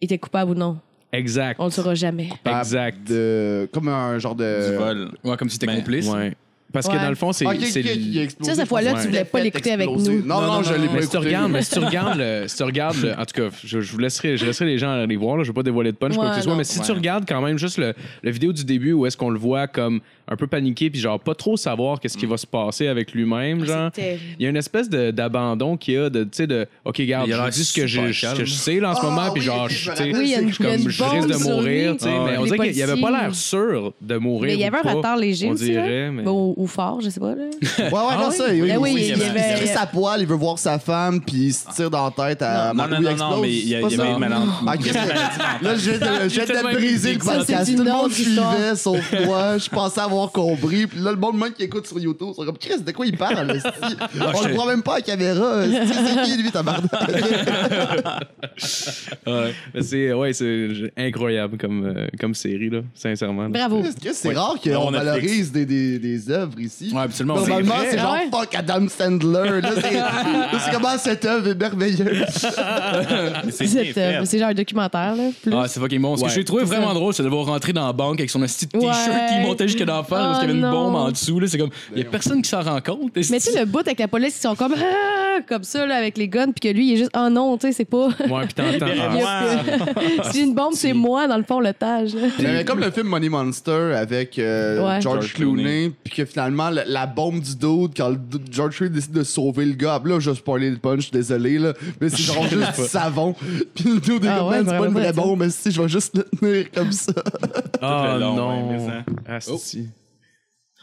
[SPEAKER 2] était coupable ou non.
[SPEAKER 4] Exact.
[SPEAKER 2] On le saura jamais.
[SPEAKER 4] Exact.
[SPEAKER 5] De- Comme un genre de.
[SPEAKER 2] Euh,
[SPEAKER 6] Du vol.
[SPEAKER 3] Ouais, comme si t'étais
[SPEAKER 6] Mais-
[SPEAKER 3] complice.
[SPEAKER 4] Ouais. Parce que
[SPEAKER 2] Ouais.
[SPEAKER 4] dans le fond, c'est.
[SPEAKER 5] Ah, qui-
[SPEAKER 4] c'est-
[SPEAKER 5] qui- qui a explosé,
[SPEAKER 2] Ça, cette
[SPEAKER 5] je
[SPEAKER 2] fois-là,
[SPEAKER 5] pense.
[SPEAKER 4] tu
[SPEAKER 2] voulais pas
[SPEAKER 5] Fait
[SPEAKER 2] l'écouter avec
[SPEAKER 5] exploser.
[SPEAKER 2] nous.
[SPEAKER 5] Non, non, je l'ai pas
[SPEAKER 4] Mais si tu
[SPEAKER 5] écouté.
[SPEAKER 4] regardes, mais si tu regardes, le- si tu regardes le- en tout cas, je, je vous laisserai, je laisserai les gens aller voir. Là, je vais pas dévoiler de punch quoi
[SPEAKER 2] Ouais,
[SPEAKER 4] que ce soit,
[SPEAKER 2] non.
[SPEAKER 4] mais si tu
[SPEAKER 6] Ouais.
[SPEAKER 4] regardes quand même juste le, la vidéo du début où est-ce qu'on le voit comme un peu paniqué puis genre pas trop savoir qu'est-ce
[SPEAKER 2] Mm.
[SPEAKER 4] qui va se passer avec
[SPEAKER 2] Ah,
[SPEAKER 4] lui-même, genre.
[SPEAKER 2] C'était-
[SPEAKER 4] Il y a une espèce de- d'abandon qu'il y a de, tu sais, de, OK, regarde,
[SPEAKER 3] Il a
[SPEAKER 4] je
[SPEAKER 3] l'air
[SPEAKER 4] vous dis ce que,
[SPEAKER 3] super
[SPEAKER 4] je, ce que
[SPEAKER 3] calme.
[SPEAKER 4] je sais là, en ce
[SPEAKER 5] Ah,
[SPEAKER 4] moment,
[SPEAKER 5] oui,
[SPEAKER 4] puis genre,
[SPEAKER 5] ok,
[SPEAKER 4] je,
[SPEAKER 5] je me
[SPEAKER 4] tu sais,
[SPEAKER 5] rappelle,
[SPEAKER 2] Oui, il y a une,
[SPEAKER 4] je suis
[SPEAKER 2] il y a
[SPEAKER 4] comme
[SPEAKER 2] une
[SPEAKER 4] je risque
[SPEAKER 2] bombe
[SPEAKER 4] de
[SPEAKER 2] sur
[SPEAKER 4] mourir,
[SPEAKER 2] lui.
[SPEAKER 4] tu sais,
[SPEAKER 3] Ah,
[SPEAKER 4] mais on
[SPEAKER 2] les
[SPEAKER 4] dirait qu'il y avait pas
[SPEAKER 2] policiers.
[SPEAKER 4] l'air sûr de mourir.
[SPEAKER 2] Mais il y
[SPEAKER 4] ou
[SPEAKER 2] avait un
[SPEAKER 4] pas,
[SPEAKER 2] retard léger
[SPEAKER 4] On
[SPEAKER 2] aussi,
[SPEAKER 4] dirait, mais.
[SPEAKER 2] Bon, Ou, fort, je sais pas. Là.
[SPEAKER 5] Ouais, ouais, non, ça, oui,
[SPEAKER 2] Ben oui,
[SPEAKER 5] oui,
[SPEAKER 2] il y
[SPEAKER 5] il,
[SPEAKER 2] avait-
[SPEAKER 5] se crisse à poil, il veut voir sa femme, puis il se tire dans la tête à
[SPEAKER 6] Non, non, non, non, mais il y, a- il y avait une maladie.
[SPEAKER 5] Ah, Chris, là, je viens de, je viens
[SPEAKER 4] tellement
[SPEAKER 5] de briser le
[SPEAKER 2] impliqué. Ça,
[SPEAKER 5] podcast.
[SPEAKER 2] c'est une
[SPEAKER 5] Tout le
[SPEAKER 2] autre
[SPEAKER 5] monde
[SPEAKER 2] histoire.
[SPEAKER 5] suivait, sauf moi. Je pensais avoir compris. Puis là, le monde, même qui écoute sur YouTube, ils sont comme Chris, de quoi il parle? esti?
[SPEAKER 2] Ah,
[SPEAKER 5] On le voit même pas à la caméra. esti. C'est qui, lui, tabarnak?
[SPEAKER 4] Ouais. Mais c'est, ouais, c'est incroyable comme, euh, comme série, là, sincèrement. là.
[SPEAKER 2] Bravo.
[SPEAKER 5] Chris, c'est rare
[SPEAKER 6] Non, on
[SPEAKER 5] qu'on
[SPEAKER 6] a
[SPEAKER 5] valorise des, des, des œuvres ici.
[SPEAKER 3] Ouais, absolument.
[SPEAKER 5] Normalement, c'est genre
[SPEAKER 2] Ah ouais?
[SPEAKER 5] fuck Adam Sandler. Là, c'est- là, c'est comment cette œuvre est merveilleuse.
[SPEAKER 6] Mais c'est bien
[SPEAKER 2] C'est
[SPEAKER 6] fait.
[SPEAKER 2] euh, c'est genre un documentaire. Là, plus.
[SPEAKER 3] Ah, c'est fucking bon. Ce que
[SPEAKER 4] Ouais.
[SPEAKER 3] j'ai trouvé
[SPEAKER 2] C'est
[SPEAKER 3] vraiment
[SPEAKER 2] ça.
[SPEAKER 3] drôle, c'est de voir rentrer dans la banque avec son petit
[SPEAKER 2] Ouais.
[SPEAKER 3] t-shirt qui montait jusque dans la face
[SPEAKER 2] Ah,
[SPEAKER 3] parce qu'il y avait une
[SPEAKER 2] non.
[SPEAKER 3] bombe en dessous. là. C'est comme, il y a personne qui s'en rend compte.
[SPEAKER 2] Mais tu sais, le bout avec la police, ils sont comme Ah comme ça, là, avec les guns, puis que lui, il est juste oh non, tu sais, c'est pas.
[SPEAKER 4] Ouais, puis t'entends.
[SPEAKER 2] Il y
[SPEAKER 4] Ah,
[SPEAKER 2] a plus- si j'ai une bombe, c'est moi, dans le fond, l'otage. là.
[SPEAKER 5] Mais, mais comme le film Money Monster avec euh,
[SPEAKER 2] Ouais.
[SPEAKER 5] George,
[SPEAKER 6] George
[SPEAKER 5] Clooney,
[SPEAKER 6] Clooney.
[SPEAKER 5] puis que finalement la, la bombe du dude, quand le dude- George Clooney décide de sauver le gars, là je vais spoiler le punch, désolé là, mais c'est genre juste du savon, puis le dude est
[SPEAKER 2] Ah
[SPEAKER 5] comme
[SPEAKER 2] ouais,
[SPEAKER 5] Man, c'est pas une
[SPEAKER 2] vraiment
[SPEAKER 5] vraie
[SPEAKER 2] pas ça.
[SPEAKER 5] bombe, mais si je vais juste le tenir comme ça.
[SPEAKER 4] ah,
[SPEAKER 6] le long, ouais,
[SPEAKER 4] non.
[SPEAKER 6] mais
[SPEAKER 2] hein,
[SPEAKER 6] ça.
[SPEAKER 4] Ah, si.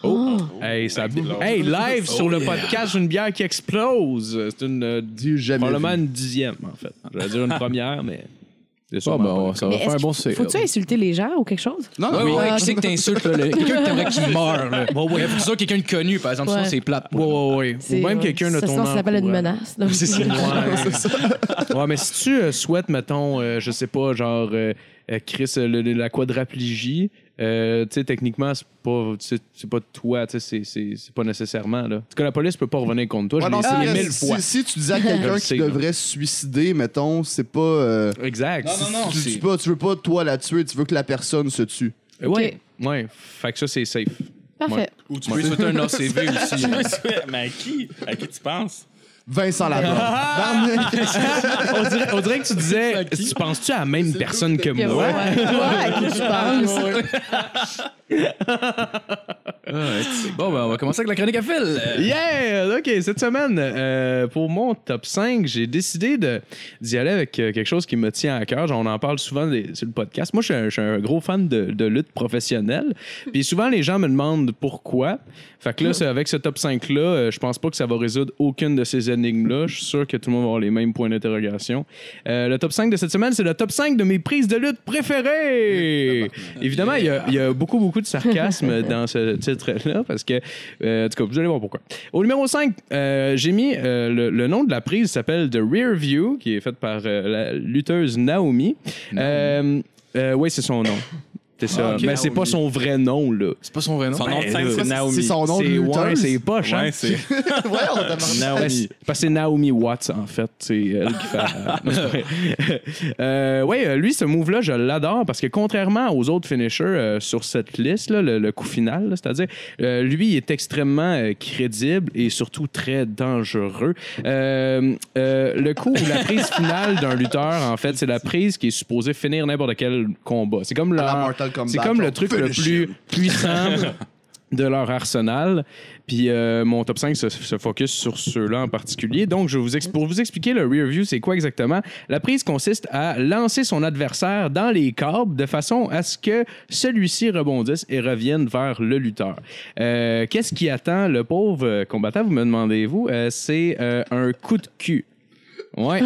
[SPEAKER 4] Oh. Hey, ça bouge. Hey, live sur
[SPEAKER 2] Oh,
[SPEAKER 4] le podcast, une bière qui explose. C'est une. euh,
[SPEAKER 5] Dieu jamais.
[SPEAKER 4] probablement
[SPEAKER 5] vu.
[SPEAKER 4] une dixième, en fait. J'allais dire une première, mais. C'est
[SPEAKER 3] Ah,
[SPEAKER 4] sûrement
[SPEAKER 3] ben,
[SPEAKER 4] pas
[SPEAKER 3] ouais,
[SPEAKER 4] le
[SPEAKER 3] ça
[SPEAKER 2] Mais
[SPEAKER 3] va
[SPEAKER 2] est-ce
[SPEAKER 3] faire un bon
[SPEAKER 2] qu'il-
[SPEAKER 3] série.
[SPEAKER 2] Faut-tu insulter les gens ou quelque chose?
[SPEAKER 5] Non,
[SPEAKER 3] Ouais,
[SPEAKER 5] non,
[SPEAKER 3] ouais,
[SPEAKER 5] mais-
[SPEAKER 3] qui c'est que t'insultes, là? le- Quelqu'un que t'aimerais qu'il meure, là. Ouais, ouais. Pour ça, quelqu'un de connu, par exemple, sinon
[SPEAKER 2] Ouais.
[SPEAKER 3] c'est plate.
[SPEAKER 4] cas. Ouais, ouais, ouais.
[SPEAKER 2] C'est-
[SPEAKER 4] Ou même
[SPEAKER 2] ouais.
[SPEAKER 4] quelqu'un de
[SPEAKER 2] Ça,
[SPEAKER 4] ton
[SPEAKER 2] sinon, ça s'appelle une
[SPEAKER 4] entourage.
[SPEAKER 2] menace. donc.
[SPEAKER 4] C'est ça. Ouais. Ouais, mais si tu euh, souhaites, mettons, euh, je sais pas, genre, euh, euh, Chris, euh, le- le- la quadraplégie, euh, tu sais, techniquement, c'est pas, tu sais, c'est pas toi, tu sais, c'est- c'est c'est pas nécessairement, là. En tout cas, la police peut pas revenir contre toi,
[SPEAKER 5] Ouais,
[SPEAKER 4] je
[SPEAKER 5] non,
[SPEAKER 4] l'ai
[SPEAKER 5] c'est
[SPEAKER 4] essayé
[SPEAKER 5] vrai,
[SPEAKER 4] mille
[SPEAKER 5] si,
[SPEAKER 4] fois.
[SPEAKER 5] si tu dis à
[SPEAKER 4] Je
[SPEAKER 5] quelqu'un
[SPEAKER 4] le
[SPEAKER 5] qui
[SPEAKER 4] sais, là.
[SPEAKER 5] devrait se suicider, mettons, c'est pas. euh,
[SPEAKER 4] Exact.
[SPEAKER 5] si-
[SPEAKER 3] non, non,
[SPEAKER 5] tu,
[SPEAKER 3] c'est-
[SPEAKER 5] tu peux- tu veux pas toi la tuer, tu veux que la personne se tue.
[SPEAKER 4] Euh, Ouais, ouais, fait que ça, c'est safe.
[SPEAKER 2] Parfait.
[SPEAKER 3] Ou tu peux lui souhaiter un ACV aussi.
[SPEAKER 6] Mais à qui? À qui tu penses?
[SPEAKER 5] Vincent Laborde.
[SPEAKER 4] on, dirait, on dirait que tu disais, tu penses-tu à la même personne que
[SPEAKER 2] Que
[SPEAKER 4] moi?
[SPEAKER 2] moi, toi, à qui tu penses?
[SPEAKER 3] Ah, Bon, ben, on va commencer avec la chronique à fil. Euh,
[SPEAKER 4] Yeah! OK, cette semaine, euh, pour mon top 5, j'ai décidé de- d'y aller avec euh, quelque chose qui me tient à cœur. Genre, On en parle souvent des- sur le podcast. Moi, je suis un, je suis un gros fan de, de lutte professionnelle. Puis souvent, les gens me demandent pourquoi. Fait que là, c'est- avec ce top 5-là, euh, je pense pas que ça va résoudre aucune de ces énigmes-là. Je suis sûr que tout le monde va avoir les mêmes points d'interrogation. Euh, le top 5 de cette semaine, c'est le top 5 de mes prises de lutte préférées! Évidemment, il y a- il y, a beaucoup, beaucoup de sarcasme dans ce titre-là, parce que, euh, en tout cas, vous allez voir pourquoi. Au numéro 5, j'ai mis euh, le, le nom de la prise s'appelle The Rear View, qui est faite par euh, la lutteuse Naomi. Euh, euh, oui, c'est son nom. C'est ça.
[SPEAKER 3] Ah, ok,
[SPEAKER 4] Mais c'est pas
[SPEAKER 3] Naomi.
[SPEAKER 4] son vrai nom, là.
[SPEAKER 3] C'est pas son vrai nom.
[SPEAKER 6] Son nom de scène, c'est
[SPEAKER 5] c'est-
[SPEAKER 6] Naomi.
[SPEAKER 5] c'est son nom de
[SPEAKER 4] C'est- ouais,
[SPEAKER 5] lutteuse.
[SPEAKER 4] c'est poche, hein?
[SPEAKER 6] Ouais, c'est
[SPEAKER 5] Ouais, on t'a marqué.
[SPEAKER 4] Ouais, c'est-
[SPEAKER 6] Naomi.
[SPEAKER 4] parce que c'est Naomi Watts, en fait. C'est elle qui fait. euh, ouais, euh, lui, ce move-là, je l'adore parce que contrairement aux autres finishers euh, sur cette liste, là, le, le coup final, là, c'est-à-dire, euh, lui, il est extrêmement euh, crédible et surtout très dangereux. Euh, euh, le coup ou la prise finale d'un lutteur, en fait, c'est la prise qui est supposée finir n'importe quel combat. C'est comme
[SPEAKER 5] À la
[SPEAKER 4] leur-
[SPEAKER 5] Mortal Kombat,
[SPEAKER 4] C'est comme le
[SPEAKER 5] genre,
[SPEAKER 4] truc le
[SPEAKER 5] finish
[SPEAKER 4] plus
[SPEAKER 5] him.
[SPEAKER 4] puissant de leur arsenal. Puis euh, mon top 5 se, se focus sur ceux-là en particulier. Donc, je vous ex- pour vous expliquer le rear view, c'est quoi exactement? La prise consiste à lancer son adversaire dans les câbles de façon à ce que celui-ci rebondisse et revienne vers le lutteur. Euh, Qu'est-ce qui attend le pauvre euh, combattant, vous me demandez-vous? Euh, c'est euh, un coup de cul. Ouais.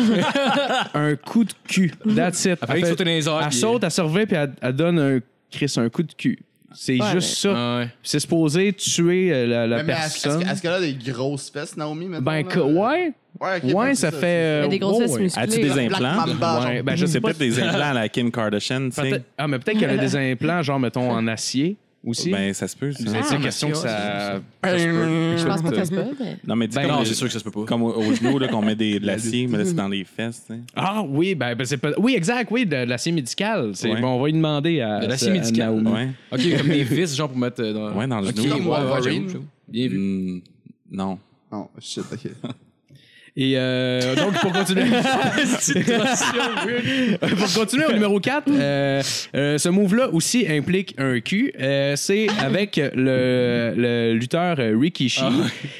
[SPEAKER 4] un coup de cul. That's it.
[SPEAKER 3] Après, il
[SPEAKER 4] Elle
[SPEAKER 3] saute dans les airs,
[SPEAKER 4] elle
[SPEAKER 3] puis-
[SPEAKER 4] saute, elle se revient, puis elle, elle donne un, Chris, un coup de cul. C'est
[SPEAKER 2] Ouais,
[SPEAKER 4] juste ça.
[SPEAKER 3] Ah, ouais.
[SPEAKER 4] C'est supposé tuer euh, la, la
[SPEAKER 5] Mais, mais est-ce
[SPEAKER 4] personne.
[SPEAKER 5] est-ce que- est-ce qu'elle a des grosses fesses, Naomi, maintenant?
[SPEAKER 4] Ben,
[SPEAKER 5] là?
[SPEAKER 4] que- ouais.
[SPEAKER 5] Ouais, ok,
[SPEAKER 4] Ouais,
[SPEAKER 5] ben,
[SPEAKER 4] ça
[SPEAKER 5] c'est
[SPEAKER 4] fait.
[SPEAKER 2] Mais
[SPEAKER 4] euh,
[SPEAKER 2] des grosses
[SPEAKER 4] ouais,
[SPEAKER 2] fesses
[SPEAKER 4] ouais.
[SPEAKER 6] As-tu
[SPEAKER 2] musclées.
[SPEAKER 6] des
[SPEAKER 2] là.
[SPEAKER 5] Black
[SPEAKER 6] implants?
[SPEAKER 5] Mamba, genre.
[SPEAKER 4] Ouais, ben, je sais
[SPEAKER 6] C'est
[SPEAKER 4] pas.
[SPEAKER 6] peut-être des implants à la Kim Kardashian, tu sais.
[SPEAKER 4] peut-être- Ah, mais peut-être qu'elle a des implants, genre, mettons, en acier aussi.
[SPEAKER 6] Ben, ça se peut. ça.
[SPEAKER 4] c'est
[SPEAKER 3] ah,
[SPEAKER 4] une question que
[SPEAKER 3] merci,
[SPEAKER 4] ça.
[SPEAKER 2] Je pense pas que ça se peut, mais...
[SPEAKER 6] Non, mais tu sais,
[SPEAKER 3] Ben
[SPEAKER 6] comme
[SPEAKER 3] non,
[SPEAKER 6] les-
[SPEAKER 3] c'est sûr que ça se peut pas.
[SPEAKER 6] Comme au, au genou, là, qu'on met des, de l'acier, mais là, c'est dans les fesses, tu sais.
[SPEAKER 4] Ah oui, ben, ben, c'est pas. Oui, exact, oui, de, de l'acier médical. C'est-
[SPEAKER 6] Ouais.
[SPEAKER 4] Bon, on va lui demander à.
[SPEAKER 3] De l'acier
[SPEAKER 4] à
[SPEAKER 3] médical.
[SPEAKER 4] Naomi.
[SPEAKER 6] Ouais.
[SPEAKER 3] Ok, comme des vis, genre pour mettre euh, dans.
[SPEAKER 6] Ouais, dans le
[SPEAKER 3] Ok,
[SPEAKER 6] genou.
[SPEAKER 5] Comme
[SPEAKER 3] ouais, ouais,
[SPEAKER 5] Wolverine.
[SPEAKER 3] j'avoue, j'avoue. Bien vu.
[SPEAKER 6] Hmm, non.
[SPEAKER 5] Non, Oh, shit, ok.
[SPEAKER 4] Et euh, donc, pour continuer. pour continuer au numéro 4, ce move-là aussi implique un cul. Euh, c'est avec le, le lutteur euh, Rikishi.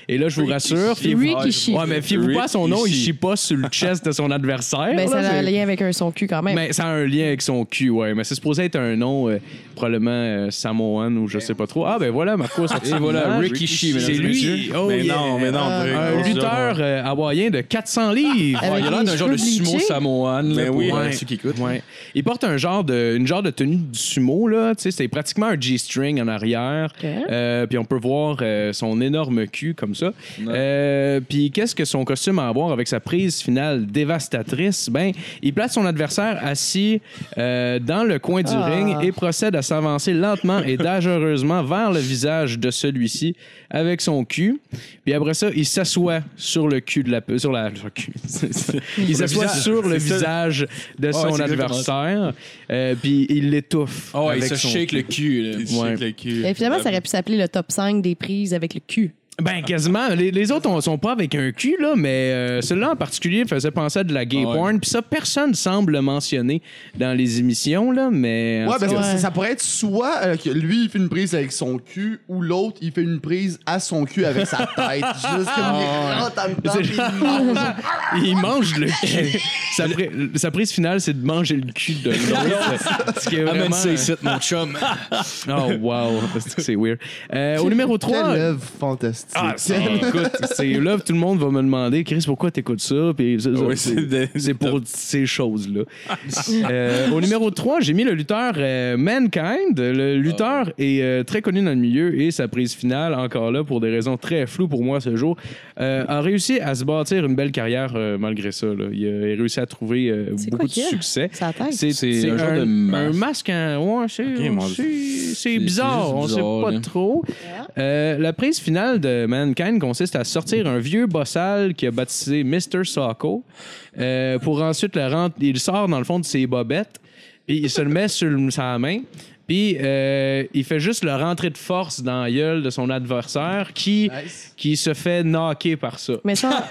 [SPEAKER 4] Et là, je vous rassure. fiez-vous-
[SPEAKER 2] Rikishi.
[SPEAKER 4] Ouais, mais fiez-vous pas à son nom, il
[SPEAKER 6] Rikishi.
[SPEAKER 4] chie pas sur le chest de son adversaire.
[SPEAKER 2] Ben, ça
[SPEAKER 4] là,
[SPEAKER 2] a
[SPEAKER 4] c'est-
[SPEAKER 2] un lien avec un son cul quand même.
[SPEAKER 4] mais ça a un lien avec son cul, ouais. Mais c'est supposé être un nom, euh, probablement euh, Samoan ou je sais pas trop. Ah, ben voilà, Marco, ça
[SPEAKER 3] Et voilà, Rikishi,
[SPEAKER 4] C'est
[SPEAKER 3] mesdames et messieurs.
[SPEAKER 4] Ah, lui. Oh,
[SPEAKER 6] mais
[SPEAKER 4] yeah.
[SPEAKER 6] non, mais non.
[SPEAKER 2] Ah,
[SPEAKER 6] Drake,
[SPEAKER 4] Un
[SPEAKER 6] on se
[SPEAKER 4] lutteur euh, hawaïen de 400 livres.
[SPEAKER 2] Avec
[SPEAKER 3] Ouais, il a l'air
[SPEAKER 2] les
[SPEAKER 3] d'un genre de
[SPEAKER 2] cheveux
[SPEAKER 3] sumo
[SPEAKER 2] bleachés.
[SPEAKER 3] samoan.
[SPEAKER 6] Mais
[SPEAKER 3] là, pour,
[SPEAKER 6] oui.
[SPEAKER 3] euh,
[SPEAKER 4] Ouais.
[SPEAKER 3] ceux qui écoutent.
[SPEAKER 4] Ouais. Il porte un genre de, une genre de tenue du sumo, là. Tu sais, c'est pratiquement un G-string en arrière.
[SPEAKER 2] Ok.
[SPEAKER 4] Euh, puis on peut voir euh, son énorme cul comme ça. Euh, puis qu'est-ce que son costume a à voir avec sa prise finale dévastatrice? Ben, il place son adversaire assis euh, dans le coin du
[SPEAKER 2] Ah.
[SPEAKER 4] ring et procède à s'avancer lentement et dangereusement vers le visage de celui-ci avec son cul. Puis après ça, il s'assoit sur le cul de la... Sur la sur le cul. C'est ça. il s'assoit
[SPEAKER 3] visage.
[SPEAKER 4] sur le
[SPEAKER 3] C'est ça.
[SPEAKER 4] visage de
[SPEAKER 3] ouais,
[SPEAKER 4] son
[SPEAKER 3] c'est exactement
[SPEAKER 4] adversaire, euh, puis il l'étouffe.
[SPEAKER 3] Oh, il
[SPEAKER 4] avec
[SPEAKER 3] se
[SPEAKER 4] son
[SPEAKER 3] shake
[SPEAKER 4] cul.
[SPEAKER 3] le cul. là.
[SPEAKER 6] Il se
[SPEAKER 4] Ouais.
[SPEAKER 6] shake le cul.
[SPEAKER 2] Mais finalement, ça aurait pu s'appeler le top 5 des prises avec le cul.
[SPEAKER 4] Ben, quasiment. Les, les autres on- sont pas avec un cul, là, mais euh, celui-là en particulier faisait penser à de la gay
[SPEAKER 3] Ah Ouais.
[SPEAKER 4] porn, puis ça, personne semble le mentionner dans les émissions, là, mais...
[SPEAKER 5] Ouais, parce que
[SPEAKER 2] Ouais.
[SPEAKER 5] ça- ça pourrait être soit euh, que lui, il fait une prise avec son cul, ou l'autre, il fait une prise à son cul avec sa tête. Juste comme
[SPEAKER 4] Ah,
[SPEAKER 5] il rentre en dedans, puis il mange.
[SPEAKER 4] Il mange le cul. sa, pri- sa prise finale, c'est de manger le cul de l'autre. ce qui est
[SPEAKER 3] Amène
[SPEAKER 4] vraiment...
[SPEAKER 3] Ah, ça ici, mon chum.
[SPEAKER 4] Oh, wow. C'est- C'est weird. Euh, au numéro 3...
[SPEAKER 5] Quelle œuvre fantastique.
[SPEAKER 4] Ah, ça, écoute, c'est là que tout le monde va me demander, Chris, pourquoi t'écoutes ça? Puis ça, ça,
[SPEAKER 6] Oui,
[SPEAKER 4] c'est-
[SPEAKER 6] c'est de-
[SPEAKER 4] c'est pour ces choses-là. Euh, au numéro 3, j'ai mis le lutteur euh, Mankind. Le lutteur est euh, très connu dans le milieu et sa prise finale, encore là, pour des raisons très floues pour moi ce jour, euh, a réussi à se bâtir une belle carrière euh, malgré ça. là. Il a, il a réussi à trouver euh,
[SPEAKER 2] C'est
[SPEAKER 4] beaucoup
[SPEAKER 2] quoi
[SPEAKER 4] de
[SPEAKER 2] qu'il y a?
[SPEAKER 4] succès.
[SPEAKER 2] Ça attaque.
[SPEAKER 4] C'est
[SPEAKER 3] C'est
[SPEAKER 4] c'est
[SPEAKER 3] un genre de
[SPEAKER 4] un
[SPEAKER 3] masque.
[SPEAKER 4] masque en- ouais, c'est
[SPEAKER 6] Ok, mon Dieu.
[SPEAKER 4] c'est- c'est
[SPEAKER 3] juste
[SPEAKER 4] bizarre, on sait
[SPEAKER 3] bizarre,
[SPEAKER 4] pas
[SPEAKER 3] là.
[SPEAKER 4] trop. Euh, la prise finale de Mankind consiste à sortir un vieux bossal qui a baptisé Mr. Socko euh, pour ensuite le rentrer. Il sort dans le fond de ses bobettes et il se le met sur le- sa main. Puis euh, il fait juste le rentrer de force dans la gueule de son adversaire qui,
[SPEAKER 5] Nice.
[SPEAKER 4] qui se fait knocker par ça.
[SPEAKER 3] Oh,
[SPEAKER 2] Mais ça.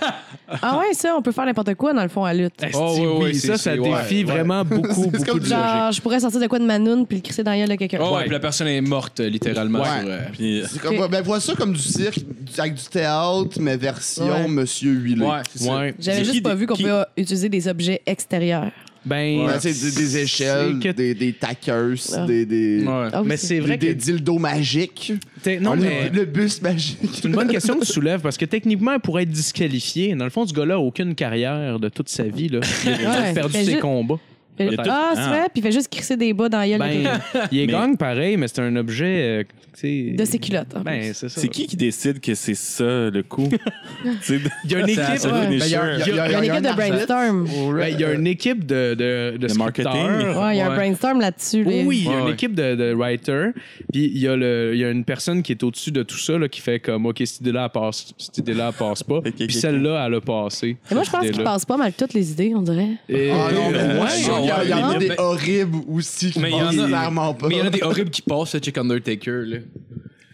[SPEAKER 2] ah ouais, ça, on peut faire n'importe quoi dans le fond à la lutte.
[SPEAKER 4] Esti,
[SPEAKER 3] Oh, oui, oui,
[SPEAKER 4] oui,
[SPEAKER 3] c'est-
[SPEAKER 4] ça, ça
[SPEAKER 3] c'est- ouais,
[SPEAKER 4] défie
[SPEAKER 5] ouais.
[SPEAKER 4] vraiment beaucoup, beaucoup
[SPEAKER 5] comme
[SPEAKER 4] de
[SPEAKER 5] ça.
[SPEAKER 4] logique.
[SPEAKER 2] Genre, je pourrais sortir de quoi de Manoun puis le crisser dans la gueule de quelqu'un.
[SPEAKER 3] Oh, ouais, puis la personne est morte, euh, littéralement.
[SPEAKER 5] Ouais.
[SPEAKER 3] sur, euh,
[SPEAKER 6] Puis, euh,
[SPEAKER 5] C'est comme,
[SPEAKER 2] Ok.
[SPEAKER 5] ben, vois ça comme du cirque, du- avec du théâtre, mais version
[SPEAKER 2] Ouais.
[SPEAKER 5] Monsieur Huilé.
[SPEAKER 3] Ouais, c'est ça.
[SPEAKER 4] Ouais.
[SPEAKER 2] J'avais
[SPEAKER 6] C'est
[SPEAKER 2] juste
[SPEAKER 6] qui
[SPEAKER 2] pas
[SPEAKER 6] des-
[SPEAKER 2] vu qu'on
[SPEAKER 6] qui-
[SPEAKER 2] peut euh, utiliser des objets extérieurs.
[SPEAKER 4] Ben,
[SPEAKER 5] Ben, c'est des, des échelles,
[SPEAKER 4] c'est que-
[SPEAKER 5] des, des taqueuses,
[SPEAKER 2] Ah.
[SPEAKER 5] des, des,
[SPEAKER 3] Ouais.
[SPEAKER 2] Ah oui,
[SPEAKER 4] Mais c'est vrai
[SPEAKER 5] des
[SPEAKER 4] que.
[SPEAKER 5] dildos magiques.
[SPEAKER 4] t'es- Non,
[SPEAKER 5] Ah, le-
[SPEAKER 4] mais.
[SPEAKER 5] le, bus magique.
[SPEAKER 4] C'est une bonne question que tu soulèves parce que techniquement, pour être disqualifié, dans le fond, ce gars-là a aucune carrière de toute sa vie. Là. Il a juste
[SPEAKER 2] Ouais.
[SPEAKER 4] perdu
[SPEAKER 2] Fait
[SPEAKER 4] ses
[SPEAKER 2] juste-
[SPEAKER 4] combats.
[SPEAKER 2] Fait-
[SPEAKER 6] peut-être.
[SPEAKER 2] Ah, c'est
[SPEAKER 6] Ah.
[SPEAKER 2] vrai, puis il fait juste crisser des bas dans la gueule de
[SPEAKER 4] Ben,
[SPEAKER 2] quelqu'un.
[SPEAKER 4] il est
[SPEAKER 6] Mais-
[SPEAKER 4] gang pareil, mais c'est un objet. euh, tu sais-
[SPEAKER 2] de ses culottes. en plus.
[SPEAKER 4] Ben, c'est ça.
[SPEAKER 6] c'est qui qui décide que c'est ça le coup?
[SPEAKER 4] Il y a une
[SPEAKER 6] Ça-
[SPEAKER 4] équipe.
[SPEAKER 6] ça
[SPEAKER 4] ouais.
[SPEAKER 6] donne des
[SPEAKER 5] Ben, y a-
[SPEAKER 6] shirts.
[SPEAKER 5] y a- y a- y a
[SPEAKER 2] Il y a
[SPEAKER 5] un
[SPEAKER 2] des gars de
[SPEAKER 5] arbitre.
[SPEAKER 2] brainstorm.
[SPEAKER 4] Ben, il y a une équipe de, de, de
[SPEAKER 6] De marketing.
[SPEAKER 4] scripteurs.
[SPEAKER 2] Ouais, il y a un
[SPEAKER 4] Ouais.
[SPEAKER 2] brainstorm là-dessus.
[SPEAKER 4] Oui,
[SPEAKER 2] là.
[SPEAKER 4] Oh oui, il y a
[SPEAKER 3] Ouais,
[SPEAKER 4] une
[SPEAKER 3] ouais.
[SPEAKER 4] équipe de, de writers, puis il y, a le- il y a une personne qui est au-dessus de tout ça, là, qui fait comme, OK, cette idée-là, elle passe, cette idée-là, elle passe pas, puis
[SPEAKER 6] ok,
[SPEAKER 4] celle-là, elle a passé.
[SPEAKER 2] Et moi, je pense qu'il
[SPEAKER 4] Idée-là.
[SPEAKER 2] passe pas mal toutes les idées, on dirait.
[SPEAKER 4] Et-
[SPEAKER 5] Ah non, mais
[SPEAKER 4] Ouais,
[SPEAKER 5] moi, je suis sûr qu'il y a- il y en a
[SPEAKER 3] ouais.
[SPEAKER 5] des
[SPEAKER 3] Mais-
[SPEAKER 5] horribles aussi qui
[SPEAKER 3] Mais il y en
[SPEAKER 5] passent
[SPEAKER 3] a-
[SPEAKER 5] clairement pas.
[SPEAKER 3] Mais il y en a des horribles qui passent, le Chick Undertaker. Là.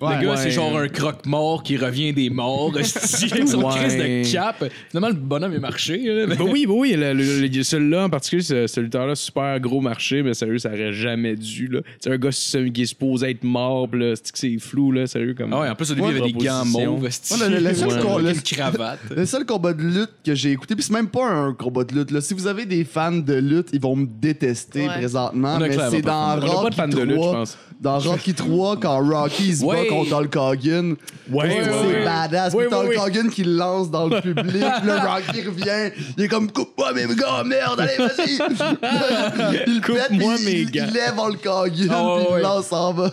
[SPEAKER 5] Ouais.
[SPEAKER 3] le gars,
[SPEAKER 4] Ouais.
[SPEAKER 3] c'est genre un croque-mort qui revient des morts, esti, avec son
[SPEAKER 4] Ouais.
[SPEAKER 3] crise de cap. Finalement, le bonhomme est marché. là, mais-
[SPEAKER 4] Ben oui, ben oui, le- le- le- celui-là en particulier, ce, ce lutteur-là, super gros marché, mais sérieux, ça aurait jamais dû. là. C'est un gars qui qui est supposé être mort, puis là, c'est que c'est flou, là, sérieux. Comme...
[SPEAKER 3] Ah ouais, en plus, au début,
[SPEAKER 5] Ouais,
[SPEAKER 3] il y avait des gants
[SPEAKER 4] proposition.
[SPEAKER 3] mauves. esti,
[SPEAKER 5] Ouais, le- le- le seul
[SPEAKER 3] avec
[SPEAKER 5] qu'on-
[SPEAKER 3] une
[SPEAKER 5] le-
[SPEAKER 3] cravate.
[SPEAKER 5] Le seul combat de lutte que j'ai écouté, puis c'est même pas un combat de lutte. Là. Si vous avez des fans de lutte, ils vont me détester
[SPEAKER 2] Ouais.
[SPEAKER 5] présentement.
[SPEAKER 3] On a
[SPEAKER 5] Mais
[SPEAKER 3] clairement
[SPEAKER 5] c'est
[SPEAKER 3] pas
[SPEAKER 5] dans
[SPEAKER 4] On n'a pas de
[SPEAKER 5] Rocky
[SPEAKER 4] fan de
[SPEAKER 5] 3,
[SPEAKER 4] lutte, je pense.
[SPEAKER 5] dans Rocky 3, quand Rocky se
[SPEAKER 3] Ouais.
[SPEAKER 5] bat contre Hulk Hogan.
[SPEAKER 4] Ouais,
[SPEAKER 5] c'est
[SPEAKER 3] ouais.
[SPEAKER 5] badass.
[SPEAKER 3] Ouais,
[SPEAKER 5] Puis
[SPEAKER 3] ouais,
[SPEAKER 5] Hulk
[SPEAKER 3] ouais.
[SPEAKER 5] Hogan qui le lance dans le public. le Rocky revient. Il est comme coupe-moi mes gars, merde, allez vas-y. il coupe
[SPEAKER 4] Coupe-moi mes gars.
[SPEAKER 5] Il lève Hulk Hogan
[SPEAKER 3] Ah, ouais,
[SPEAKER 5] puis il
[SPEAKER 3] ouais.
[SPEAKER 5] le lance en bas.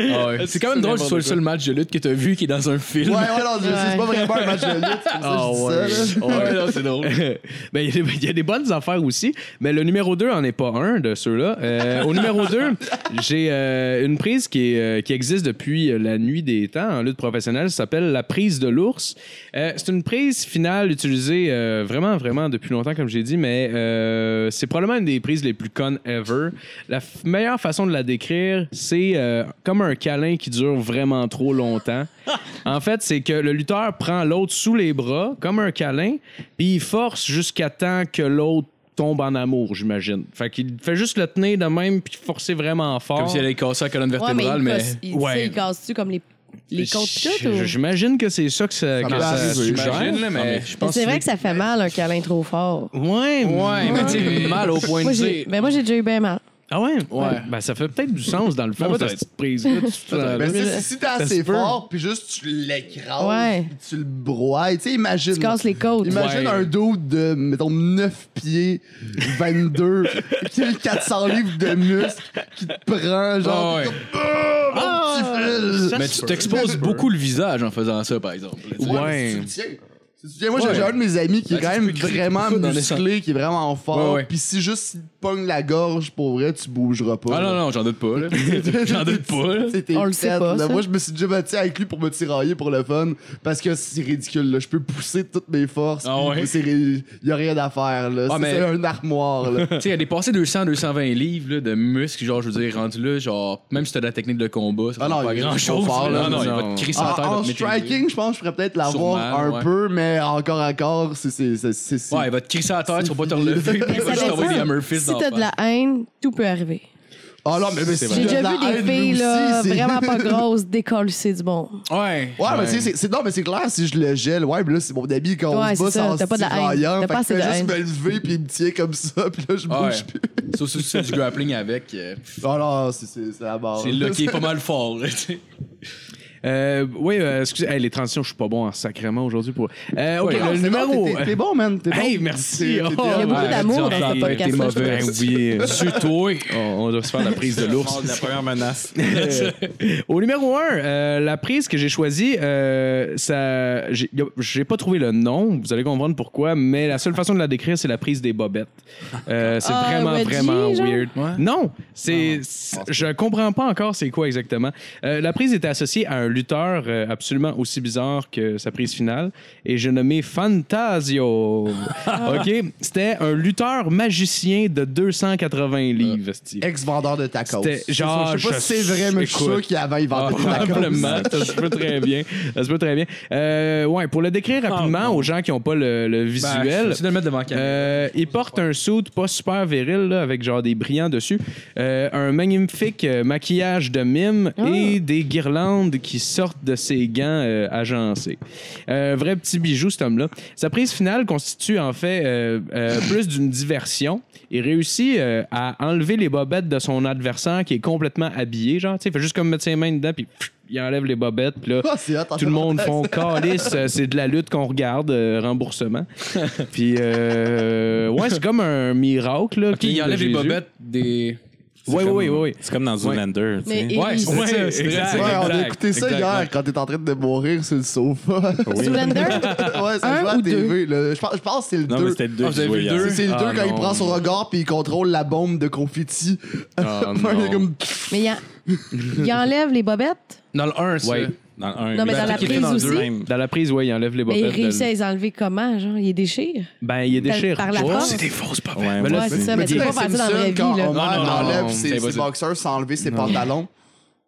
[SPEAKER 3] Ah ouais. C'est quand même drôle que ce soit le seul match de lutte que t'as vu qui est dans un film.
[SPEAKER 5] ouais, ouais, non, c'est c'est pas vraiment un match de lutte. c'est pour ça que je dis ça, là.
[SPEAKER 3] Ah, Ouais, non, c'est drôle.
[SPEAKER 4] ben, il y, a des- il y a des bonnes affaires aussi, mais le numéro 2 en est pas un de ceux-là. Euh, au numéro 2, j'ai euh, une prise qui, est, euh, qui existe depuis euh, la nuit des temps en lutte professionnelle. Ça s'appelle la prise de l'ours. Euh, c'est une prise finale utilisée euh, vraiment, vraiment depuis longtemps, comme j'ai dit, mais euh, c'est probablement une des prises les plus connes ever. La f- meilleure façon de la décrire, c'est euh, comme un câlin qui dure vraiment trop longtemps. En fait, c'est que le lutteur prend l'autre sous les bras, comme un câlin, puis il force jusqu'à temps que l'autre tombe en amour, j'imagine. Fait qu'il fait juste le tenir de même, puis forcer vraiment fort.
[SPEAKER 3] Comme si elle allait casser la colonne
[SPEAKER 2] Ouais, mais
[SPEAKER 3] vertébrale,
[SPEAKER 2] il
[SPEAKER 3] mais. euh,
[SPEAKER 2] casse- il,
[SPEAKER 4] ouais.
[SPEAKER 2] tu sais, il casse-tu comme les, les côtes pis tout?
[SPEAKER 4] J-
[SPEAKER 2] ou-
[SPEAKER 4] J'imagine que c'est ça que ça, que
[SPEAKER 5] peut
[SPEAKER 4] ça
[SPEAKER 5] arriver,
[SPEAKER 4] suggère.
[SPEAKER 3] J'imagine, là, mais je
[SPEAKER 2] Mais
[SPEAKER 3] pense
[SPEAKER 2] C'est vrai que ça fait mal, un câlin trop fort.
[SPEAKER 4] Ouais,
[SPEAKER 3] Ouais, mais tu sais, mal au point de
[SPEAKER 2] Moi, j'ai
[SPEAKER 3] dire.
[SPEAKER 2] ben, moi, j'ai déjà eu bien mal.
[SPEAKER 4] Ah ouais?
[SPEAKER 3] Ouais.
[SPEAKER 4] Ben, ça fait peut-être du sens dans le fond,
[SPEAKER 3] Ben,
[SPEAKER 4] cette
[SPEAKER 3] peut-être.
[SPEAKER 4] petite prise-là. Tu- tu-
[SPEAKER 5] Mais
[SPEAKER 4] tu-
[SPEAKER 5] c'est- si, t'es
[SPEAKER 4] se
[SPEAKER 5] assez
[SPEAKER 4] peut.
[SPEAKER 5] fort, puis juste tu l'écrases,
[SPEAKER 2] Ouais.
[SPEAKER 5] puis tu le broies. Tu sais, imagine.
[SPEAKER 2] Tu casses les côtes.
[SPEAKER 5] Imagine
[SPEAKER 4] Ouais.
[SPEAKER 5] un dos de, mettons, 9 pieds, 22, qui a 400 livres de muscles, qui te prend,
[SPEAKER 3] Ah
[SPEAKER 5] genre,
[SPEAKER 3] ouais.
[SPEAKER 5] comme, Ah, mon petit fil!
[SPEAKER 4] ça
[SPEAKER 3] Mais
[SPEAKER 4] se
[SPEAKER 3] tu
[SPEAKER 4] peut.
[SPEAKER 3] t'exposes beaucoup le visage en faisant ça, par exemple.
[SPEAKER 5] Ouais,
[SPEAKER 4] Ouais.
[SPEAKER 5] mais tu le tiens. Tu le tiens. Moi,
[SPEAKER 3] Ouais.
[SPEAKER 5] j'ai j'ai un de mes amis qui est
[SPEAKER 3] Ouais,
[SPEAKER 5] quand
[SPEAKER 3] tu
[SPEAKER 5] même
[SPEAKER 3] peux crier
[SPEAKER 5] vraiment
[SPEAKER 3] dans les
[SPEAKER 5] musclé, qui est vraiment fort.
[SPEAKER 3] Ouais, ouais.
[SPEAKER 5] Puis si juste il te pogne la gorge, pour vrai, tu bougeras pas.
[SPEAKER 3] Ah
[SPEAKER 5] là.
[SPEAKER 3] non, non, j'en doute pas. là. J'en doute pas. là.
[SPEAKER 5] C'était
[SPEAKER 2] On le
[SPEAKER 5] fait,
[SPEAKER 2] sait pas,
[SPEAKER 5] là.
[SPEAKER 2] ça.
[SPEAKER 5] Moi, je me suis déjà battu avec lui pour me tirailler pour le fun parce que c'est ridicule. Là. Je peux pousser de toutes mes forces.
[SPEAKER 3] Ah
[SPEAKER 5] puis
[SPEAKER 3] ouais?
[SPEAKER 5] c'est ri- Il y a rien à faire. Là.
[SPEAKER 3] Ah,
[SPEAKER 5] c'est
[SPEAKER 3] mais-
[SPEAKER 5] c'est un armoire. Là.
[SPEAKER 3] Tu sais, elle dépassait 200, 220 livres là, de muscles, genre, je veux dire, rendu là, genre, même si t'as de la technique de combat, ça
[SPEAKER 5] Ah
[SPEAKER 3] fait
[SPEAKER 5] non,
[SPEAKER 3] pas
[SPEAKER 5] il est
[SPEAKER 3] grand chose.
[SPEAKER 5] trop fort, là,
[SPEAKER 3] non, non, il va
[SPEAKER 4] non.
[SPEAKER 3] te crisser
[SPEAKER 5] En-
[SPEAKER 3] la terre.
[SPEAKER 5] en
[SPEAKER 3] va te mettre une grippe.
[SPEAKER 5] striking, je pense que je pourrais peut-être l'avoir
[SPEAKER 3] Sûrement,
[SPEAKER 5] un
[SPEAKER 3] ouais.
[SPEAKER 5] peu, mais encore, encore, c'est. c'est, c'est, c'est, c'est-
[SPEAKER 3] Ouais, il va te crisser la terre, tu vas pas te relever.
[SPEAKER 5] Mais
[SPEAKER 3] Tu
[SPEAKER 5] ça
[SPEAKER 3] vas
[SPEAKER 5] fait
[SPEAKER 3] t'envoyer des hammer fists
[SPEAKER 2] si
[SPEAKER 3] dans
[SPEAKER 2] t'as de la haine, tout peut arriver.
[SPEAKER 5] Ah non, mais, mais si
[SPEAKER 2] J'ai
[SPEAKER 5] tu
[SPEAKER 2] déjà
[SPEAKER 5] donnes
[SPEAKER 2] vu
[SPEAKER 5] la
[SPEAKER 2] des
[SPEAKER 5] haine, lui
[SPEAKER 2] filles là,
[SPEAKER 5] aussi, c'est-
[SPEAKER 2] vraiment pas grosses décollisser du bon.
[SPEAKER 3] Ouais.
[SPEAKER 5] Ouais, mais c'est, c'est, c'est- non, mais c'est clair, si je le gèle, ouais, mais là, c'est mon ami quand
[SPEAKER 2] Ouais,
[SPEAKER 5] on se bat,
[SPEAKER 2] c'est ça,
[SPEAKER 5] c'est
[SPEAKER 2] t'as pas de la haine,
[SPEAKER 5] tiraillant,
[SPEAKER 2] t'as
[SPEAKER 5] fait
[SPEAKER 2] pas
[SPEAKER 5] que
[SPEAKER 2] assez
[SPEAKER 5] je
[SPEAKER 2] de
[SPEAKER 5] fais
[SPEAKER 2] haine.
[SPEAKER 5] juste me lever, puis il me tient comme ça, puis là, je
[SPEAKER 3] Ouais.
[SPEAKER 5] bouge plus.
[SPEAKER 3] Ça aussi, c'est du grappling avec. euh,
[SPEAKER 5] Ah non, c'est, c'est, c'est la barre.
[SPEAKER 3] C'est là qui est pas mal fort, là, tu sais.
[SPEAKER 4] Euh, oui, euh, excusez, Hey, les transitions, je suis pas bon en sacrement aujourd'hui pour. Euh, ok,
[SPEAKER 3] Ouais,
[SPEAKER 5] Non,
[SPEAKER 4] le
[SPEAKER 5] c'est- non,
[SPEAKER 4] numéro.
[SPEAKER 5] T'es, t'es- t'es bon, man. T'es
[SPEAKER 4] Hey,
[SPEAKER 5] bon.
[SPEAKER 4] merci.
[SPEAKER 5] T'es- t'es-
[SPEAKER 4] Oh,
[SPEAKER 2] Il y a beaucoup
[SPEAKER 3] Ouais,
[SPEAKER 2] d'amour
[SPEAKER 3] dis
[SPEAKER 2] dans ce
[SPEAKER 3] encore, t'es
[SPEAKER 2] podcast-là. je
[SPEAKER 3] mauvais.
[SPEAKER 2] pense.
[SPEAKER 4] Ben oui. Ben,
[SPEAKER 3] toi.
[SPEAKER 4] on, on doit se faire la prise de l'ours.
[SPEAKER 6] La première menace.
[SPEAKER 4] Au numéro 1, la prise que j'ai choisie, euh, ça, j'ai y a- j'ai pas trouvé le nom, vous allez comprendre pourquoi, mais la seule façon de la décrire, c'est la prise des bobettes. Euh, c'est
[SPEAKER 2] Ah,
[SPEAKER 4] vraiment,
[SPEAKER 2] Reggie,
[SPEAKER 4] vraiment
[SPEAKER 2] genre?
[SPEAKER 4] weird.
[SPEAKER 3] Ouais.
[SPEAKER 4] Non, c'est, c'est- je comprends pas encore c'est quoi exactement. Euh, la prise était associée à un lutteur euh, absolument aussi bizarre que sa prise finale et j'ai nommé Fantasio.
[SPEAKER 2] Ah.
[SPEAKER 4] OK? C'était un lutteur magicien de 280 livres. esti.
[SPEAKER 5] Ex-vendeur de tacos.
[SPEAKER 4] C'était
[SPEAKER 5] C'est
[SPEAKER 4] genre,
[SPEAKER 5] sûr, Je sais pas
[SPEAKER 4] je-
[SPEAKER 5] si c'est vrai, mais je suis sûr
[SPEAKER 4] écoute.
[SPEAKER 5] qu'il avant, il
[SPEAKER 4] Ah,
[SPEAKER 5] vendait des tacos.
[SPEAKER 4] probablement, ça se peut très bien. Ça se peut très bien. Euh, ouais, pour le décrire rapidement aux gens qui n'ont pas le, le visuel,
[SPEAKER 3] Tu de le mettre devant la caméra.
[SPEAKER 4] euh, il porte un suit pas super viril, là, avec genre des brillants dessus, euh, un magnifique euh, maquillage de mime et des guirlandes qui sortent de ses gants euh, agencés. Euh, vrai petit bijou, cet homme-là. Sa prise finale constitue en fait euh, euh, plus d'une diversion. Il réussit euh, à enlever les bobettes de son adversaire qui est complètement habillé, genre, tu sais, il fait juste comme mettre ses mains dedans, puis pff, il enlève les bobettes, puis là,
[SPEAKER 5] Ah, c'est hot, en
[SPEAKER 4] tout le monde font calice, euh, c'est de la lutte qu'on regarde, euh, remboursement. Puis, euh, ouais, c'est comme un miracle. Là,
[SPEAKER 3] OK, il enlève les bobettes des...
[SPEAKER 4] Oui, oui, oui. oui.
[SPEAKER 6] C'est comme dans Zoolander. tu
[SPEAKER 2] Mais-
[SPEAKER 6] sais.
[SPEAKER 2] et-
[SPEAKER 3] Ouais, c'est
[SPEAKER 2] Ouais,
[SPEAKER 3] ça, c'est
[SPEAKER 4] exact.
[SPEAKER 5] Ouais,
[SPEAKER 3] vrai.
[SPEAKER 5] on a
[SPEAKER 4] Exact,
[SPEAKER 5] écouté ça
[SPEAKER 4] exact,
[SPEAKER 5] hier
[SPEAKER 4] ouais.
[SPEAKER 5] quand t'es en train de mourir sur le sofa.
[SPEAKER 2] Zoolander?
[SPEAKER 5] ouais, ça
[SPEAKER 2] Un
[SPEAKER 5] joue à
[SPEAKER 2] ou
[SPEAKER 5] la TV. là. Je pense, je pense que c'est le
[SPEAKER 6] Non, mais
[SPEAKER 5] 2.
[SPEAKER 6] c'était le deux
[SPEAKER 3] Ah,
[SPEAKER 6] qui
[SPEAKER 3] vous avez
[SPEAKER 6] jouait
[SPEAKER 3] vu le
[SPEAKER 6] hier.
[SPEAKER 3] deux?
[SPEAKER 5] C'est c'est le 2
[SPEAKER 4] Ah,
[SPEAKER 5] quand il
[SPEAKER 4] non.
[SPEAKER 5] prend son regard puis il contrôle la bombe de confetti.
[SPEAKER 4] Ah,
[SPEAKER 5] Ouais, il est
[SPEAKER 4] non.
[SPEAKER 5] comme-
[SPEAKER 2] Mais il, en- il enlève les bobettes,
[SPEAKER 3] Dans le 1, ça.
[SPEAKER 4] Ouais.
[SPEAKER 6] Dans un,
[SPEAKER 2] Non, mais
[SPEAKER 6] oui.
[SPEAKER 2] dans la
[SPEAKER 6] Peut-être qu'il est
[SPEAKER 2] prise
[SPEAKER 6] dans le
[SPEAKER 2] aussi.
[SPEAKER 6] même.
[SPEAKER 4] Dans la prise, ouais, il enlève
[SPEAKER 2] mais
[SPEAKER 4] les bobettes.
[SPEAKER 2] il
[SPEAKER 4] de-
[SPEAKER 2] réussit à les enlever comment, genre? Il les déchire?
[SPEAKER 4] Ben, il est
[SPEAKER 2] Par-
[SPEAKER 4] déchiré.
[SPEAKER 2] par la force? C'est des
[SPEAKER 4] fausses bobettes.
[SPEAKER 6] Ouais,
[SPEAKER 4] Mais Ben, là,
[SPEAKER 2] Ouais, c'est ça, mais c'est
[SPEAKER 5] Tu sais,
[SPEAKER 2] pas facile dans la vraie vie,
[SPEAKER 5] quand
[SPEAKER 2] là.
[SPEAKER 5] Homer
[SPEAKER 3] Non, non, non,
[SPEAKER 5] enlève
[SPEAKER 4] non, c'est
[SPEAKER 5] ses, ses
[SPEAKER 4] impossible.
[SPEAKER 5] boxeurs sans enlever ses pantalons,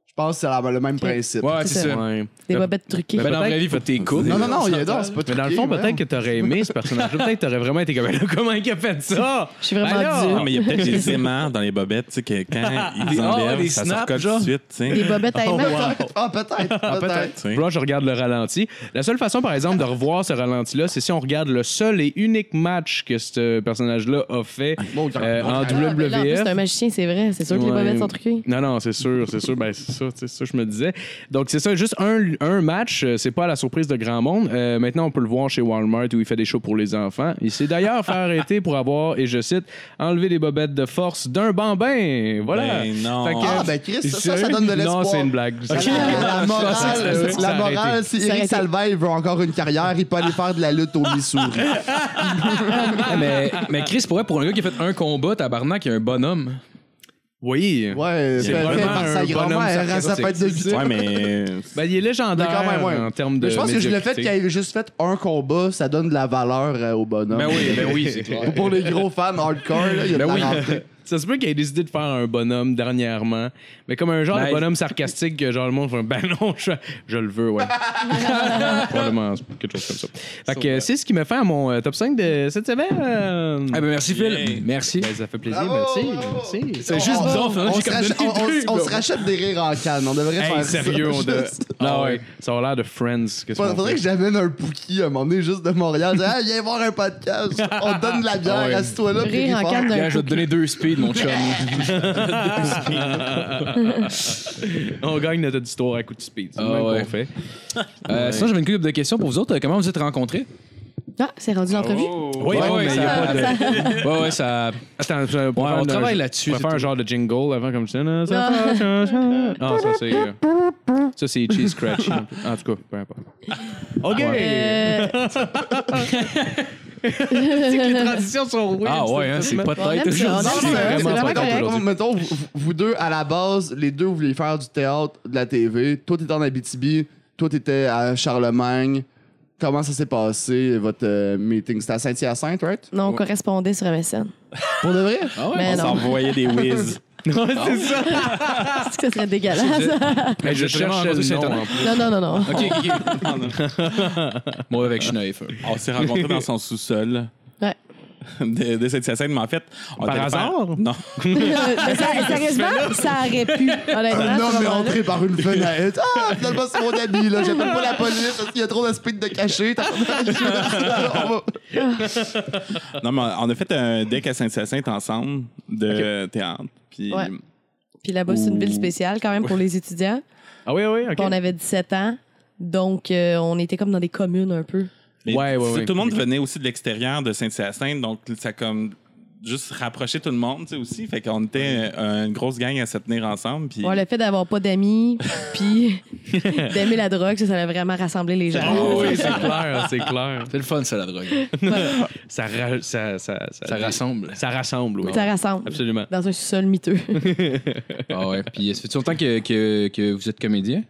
[SPEAKER 5] je pense que c'est la- le même principe.
[SPEAKER 3] Ouais, c'est
[SPEAKER 2] C'est
[SPEAKER 3] ça.
[SPEAKER 4] Ouais.
[SPEAKER 2] Des bobettes truquées.
[SPEAKER 3] Ben, dans la
[SPEAKER 4] peut-être-
[SPEAKER 3] vraie vie, faut que t'es cool.
[SPEAKER 5] Non, non, non, il est dans, c'est pas
[SPEAKER 4] Mais dans le fond, peut-être que t'aurais aimé ce personnage. Peut-être t'aurais vraiment été comme, là, comment il a fait ça?
[SPEAKER 2] Je suis vraiment
[SPEAKER 4] Alors?
[SPEAKER 2] dure.
[SPEAKER 6] Ben Non, mais il y a peut-être des aimants dans les bobettes, tu sais, que quand
[SPEAKER 3] Des-
[SPEAKER 6] ils
[SPEAKER 3] oh,
[SPEAKER 6] enlèvent,
[SPEAKER 3] des
[SPEAKER 6] ça se
[SPEAKER 3] snaps,
[SPEAKER 6] recolle tout
[SPEAKER 3] genre.
[SPEAKER 6] de suite, tu sais.
[SPEAKER 2] Des bobettes à aimer.
[SPEAKER 5] Ah, peut-être, peut-être.
[SPEAKER 6] Tu sais.
[SPEAKER 4] Là, je regarde le ralenti. La seule façon, par exemple, de revoir ce ralenti-là, c'est si on regarde le seul et unique match que ce personnage-là a fait
[SPEAKER 5] Bon, quand-
[SPEAKER 4] euh, en
[SPEAKER 2] Ah, mais là, en plus,
[SPEAKER 4] WWF.
[SPEAKER 2] C'est un magicien, c'est vrai. C'est sûr que les
[SPEAKER 4] Ouais.
[SPEAKER 2] bobettes sont truquées.
[SPEAKER 4] Non, non, c'est sûr, c'est sûr. Ben, c'est ça, c'est ça, je me disais. Donc, c'est ça, juste un, un match, euh, c'est pas à la surprise de grand monde. Euh, maintenant, on peut le voir chez Walmart où il fait des shows pour les enfants. Il s'est d'ailleurs fait arrêter pour avoir, et je cite, enlevé les bobettes de force d'un bambin. Voilà.
[SPEAKER 6] Ben non.
[SPEAKER 4] Fait que-
[SPEAKER 5] Ah, ben, Chris, ça, ça, ça donne de l'espoir.
[SPEAKER 4] Non, c'est une blague.
[SPEAKER 5] La- La, la morale,
[SPEAKER 4] Ça, ça,
[SPEAKER 5] la
[SPEAKER 4] ça,
[SPEAKER 5] morale,
[SPEAKER 4] arrêtez.
[SPEAKER 5] si
[SPEAKER 2] Ça,
[SPEAKER 5] Eric
[SPEAKER 2] arrêtez.
[SPEAKER 5] Salvaille veut encore une carrière, il peut aller faire de la lutte au Missouri.
[SPEAKER 3] Ah, mais, mais Chris, pour, vrai, pour un gars qui a fait un combat, tabarnak, il y a un bonhomme.
[SPEAKER 4] Oui.
[SPEAKER 5] Ouais, fait,
[SPEAKER 4] vraiment
[SPEAKER 5] fait par
[SPEAKER 4] un
[SPEAKER 5] sa grand-mère hein,
[SPEAKER 4] bonhomme
[SPEAKER 5] à sa fête de huit ans.
[SPEAKER 6] Ouais, mais.
[SPEAKER 4] Ben, il est légendaire
[SPEAKER 5] Mais quand même, ouais.
[SPEAKER 4] en termes de.
[SPEAKER 5] Mais je pense que je le fait
[SPEAKER 4] médiocrité.
[SPEAKER 5] qu'il ait juste fait un combat, ça donne de la valeur euh, au bonhomme.
[SPEAKER 3] Ben oui, ben oui, c'est clair.
[SPEAKER 5] Pour- Pour les gros fans hardcore, là, il y a de la
[SPEAKER 4] Ben oui.
[SPEAKER 5] rentrée.
[SPEAKER 4] Ça se peut qu'il ait décidé de faire un bonhomme dernièrement, mais comme un genre
[SPEAKER 3] Ben,
[SPEAKER 4] de bonhomme sarcastique que genre le monde fait ben non, je, je le veux, ouais. Probablement quelque chose comme ça. Fait que euh, c'est ce qui me fait à mon euh, top 5 de cette semaine. Euh,
[SPEAKER 3] Ah, ben merci, Phil.
[SPEAKER 6] Yeah.
[SPEAKER 3] Merci.
[SPEAKER 4] ben, ça fait plaisir,
[SPEAKER 5] Bravo,
[SPEAKER 4] merci,
[SPEAKER 5] bravo.
[SPEAKER 4] merci.
[SPEAKER 3] C'est juste
[SPEAKER 5] On-
[SPEAKER 3] bizarre, finalement,
[SPEAKER 5] on
[SPEAKER 3] j'ai
[SPEAKER 5] se
[SPEAKER 3] comme
[SPEAKER 5] rachète-
[SPEAKER 3] donné
[SPEAKER 5] on-
[SPEAKER 3] le
[SPEAKER 5] on- on
[SPEAKER 3] truc,
[SPEAKER 5] se rachète des rires en canne. On devrait
[SPEAKER 4] Hey,
[SPEAKER 5] faire
[SPEAKER 4] sérieux,
[SPEAKER 5] ça.
[SPEAKER 4] on de...
[SPEAKER 5] Juste- euh,
[SPEAKER 4] Ah ouais, ça a l'air de Friends. Qu'est-ce qu'on
[SPEAKER 5] Faudrait
[SPEAKER 4] fait?
[SPEAKER 5] que j'amène un Pookie à un moment donné juste de Montréal. Je dis, ah, viens voir un podcast. On te donne de la bière,
[SPEAKER 4] Ah ouais.
[SPEAKER 5] assis-toi là. puis
[SPEAKER 2] Rire en
[SPEAKER 5] fort.
[SPEAKER 2] canne d'un
[SPEAKER 3] Gars, je vais te donner deux speeds, mon chum. Euh,
[SPEAKER 4] On gagne notre histoire à coup de speed. C'est le
[SPEAKER 3] Ah
[SPEAKER 4] même
[SPEAKER 3] ouais.
[SPEAKER 4] qu'on fait.
[SPEAKER 3] Euh, Sinon, j'avais une couple de questions pour vous autres. Comment vous êtes rencontrés?
[SPEAKER 2] Ah, c'est rendu l'entrevue.
[SPEAKER 4] Oui,
[SPEAKER 3] Ouais,
[SPEAKER 4] oui,
[SPEAKER 3] ouais,
[SPEAKER 4] mais il n'y a
[SPEAKER 3] ça-
[SPEAKER 4] pas de...
[SPEAKER 3] Ouais, ouais, ça.
[SPEAKER 4] Attends, je- on
[SPEAKER 3] on travaille là-dessus,
[SPEAKER 4] On
[SPEAKER 3] c'est
[SPEAKER 4] faire un
[SPEAKER 3] tout.
[SPEAKER 4] genre de jingle avant comme ça. là. Ça, ça, ça, ça. Ah, ça c'est. euh, Ça c'est cheese scratch. En tout cas, peu importe. Ok.
[SPEAKER 2] Euh,
[SPEAKER 4] Les transitions sont weird.
[SPEAKER 3] Ah ouais, hein, c'est pas
[SPEAKER 2] On aime
[SPEAKER 3] tête.
[SPEAKER 2] ça, on
[SPEAKER 5] Non,
[SPEAKER 2] aime ça. hein,
[SPEAKER 5] mais
[SPEAKER 4] vraiment
[SPEAKER 5] c'est vraiment
[SPEAKER 4] pas
[SPEAKER 5] correct.
[SPEAKER 4] aujourd'hui.
[SPEAKER 5] Mettons, vous, vous deux, à la base, les deux voulaient faire du théâtre, de la TV. Toi, t'étais en Abitibi. Toi, t'étais à Charlemagne. Comment ça s'est passé, votre euh, meeting? C'était à Saint-Hyacinthe, right?
[SPEAKER 2] Non, on correspondait sur MSN.
[SPEAKER 5] Pour de vrai?
[SPEAKER 4] Ah
[SPEAKER 3] Ah
[SPEAKER 2] mais
[SPEAKER 6] On
[SPEAKER 2] non,
[SPEAKER 6] s'envoyait des whiz.
[SPEAKER 4] c'est ça.
[SPEAKER 2] c'est que ça serait dégueulasse.
[SPEAKER 4] Mais je cherche le nom. en plus.
[SPEAKER 2] non, non, non, non.
[SPEAKER 3] Ok, ok. Moi, avec Schneif.
[SPEAKER 6] On s'est rencontrés dans son sous-sol
[SPEAKER 2] Ouais.
[SPEAKER 6] de, de cette scène, mais en fait. On
[SPEAKER 4] Par
[SPEAKER 6] était le faire-
[SPEAKER 4] hasard?
[SPEAKER 6] Non.
[SPEAKER 2] Mais ça- sérieusement, ça aurait pu, honnêtement.
[SPEAKER 5] Un
[SPEAKER 2] à ce
[SPEAKER 5] homme est
[SPEAKER 2] moment-là.
[SPEAKER 5] entré par une fenêtre. Ah, finalement, c'est mon ami, là. J'appelle pas la police parce qu'il y a trop de speed de cachet. T'as- On va-
[SPEAKER 6] Non, mais on a fait un deck à Saint-Hyacinthe ensemble de théâtre. Puis
[SPEAKER 2] Ouais. Puis là-bas, c'est une ville spéciale quand même pour les étudiants.
[SPEAKER 4] Ah oui, oui,
[SPEAKER 2] Puis On
[SPEAKER 4] ok.
[SPEAKER 2] avait 17 ans, donc euh, on était comme dans des communes un peu.
[SPEAKER 6] Mais
[SPEAKER 4] Ouais, ouais,
[SPEAKER 6] tu sais,
[SPEAKER 4] ouais.
[SPEAKER 6] Tout le monde venait aussi de l'extérieur de Saint-Hyacinthe, donc ça comme juste rapprochait tout le monde, tu sais, aussi. Fait qu'on était euh, une grosse gang à se tenir ensemble. Puis
[SPEAKER 2] Ouais, le fait d'avoir pas d'amis, puis d'aimer la drogue, ça, ça a vraiment rassemblé les gens.
[SPEAKER 4] Ah oui, c'est clair, c'est clair.
[SPEAKER 3] C'est le fun, ça, la drogue.
[SPEAKER 4] Ça, ra- ça, ça, ça,
[SPEAKER 3] Ça rassemble.
[SPEAKER 4] ça rassemble, oui.
[SPEAKER 2] Ça rassemble.
[SPEAKER 4] Absolument.
[SPEAKER 2] Dans un sol miteux.
[SPEAKER 3] Ah ouais. Puis, ça fait-tu longtemps que, que, que vous êtes comédien?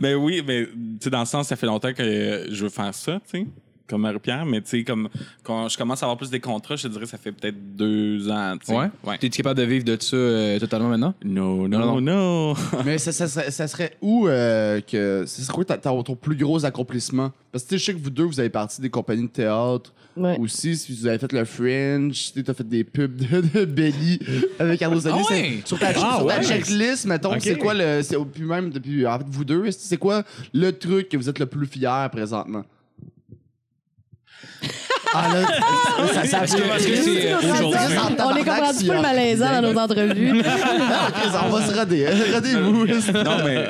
[SPEAKER 6] Mais oui, mais tu sais, dans le sens, ça fait longtemps que euh, je veux faire ça, tu sais, comme Marie-Pierre, mais tu sais, comme quand je commence à avoir plus des contrats, je te dirais, ça fait peut-être deux ans, tu sais.
[SPEAKER 3] Ouais?
[SPEAKER 6] Ouais.
[SPEAKER 3] T'es-tu capable de vivre de ça euh, totalement maintenant?
[SPEAKER 6] Non, non, non.
[SPEAKER 5] Mais ça, ça serait- ça serait où euh, que. Ça serait quoi ta- ta- ton plus gros accomplissement? Parce que tu sais, je sais que vous deux, vous avez parti des compagnies de théâtre
[SPEAKER 2] Ouais.
[SPEAKER 5] aussi. Si vous avez fait le Fringe, tu as fait des pubs de, de Belly avec Carlos Denis.
[SPEAKER 3] Ah
[SPEAKER 5] c'est-
[SPEAKER 3] ouais?
[SPEAKER 5] Sur ta,
[SPEAKER 4] Ah
[SPEAKER 5] sur ta
[SPEAKER 4] ouais?
[SPEAKER 5] checklist, mettons,
[SPEAKER 4] Ok.
[SPEAKER 5] c'est quoi le. c'est- Puis même depuis. En fait, vous deux, est-ce que c'est quoi le truc que vous êtes le plus fier présentement? ah là, ça, ça,
[SPEAKER 3] Est-ce que- est-ce que c'est, euh,
[SPEAKER 5] ça-
[SPEAKER 3] aujourd'hui?
[SPEAKER 5] ça- ça-
[SPEAKER 2] On est comme rendu peu malaisant dans nos entrevues.
[SPEAKER 5] on va se rader. Radez-vous.
[SPEAKER 6] non, mais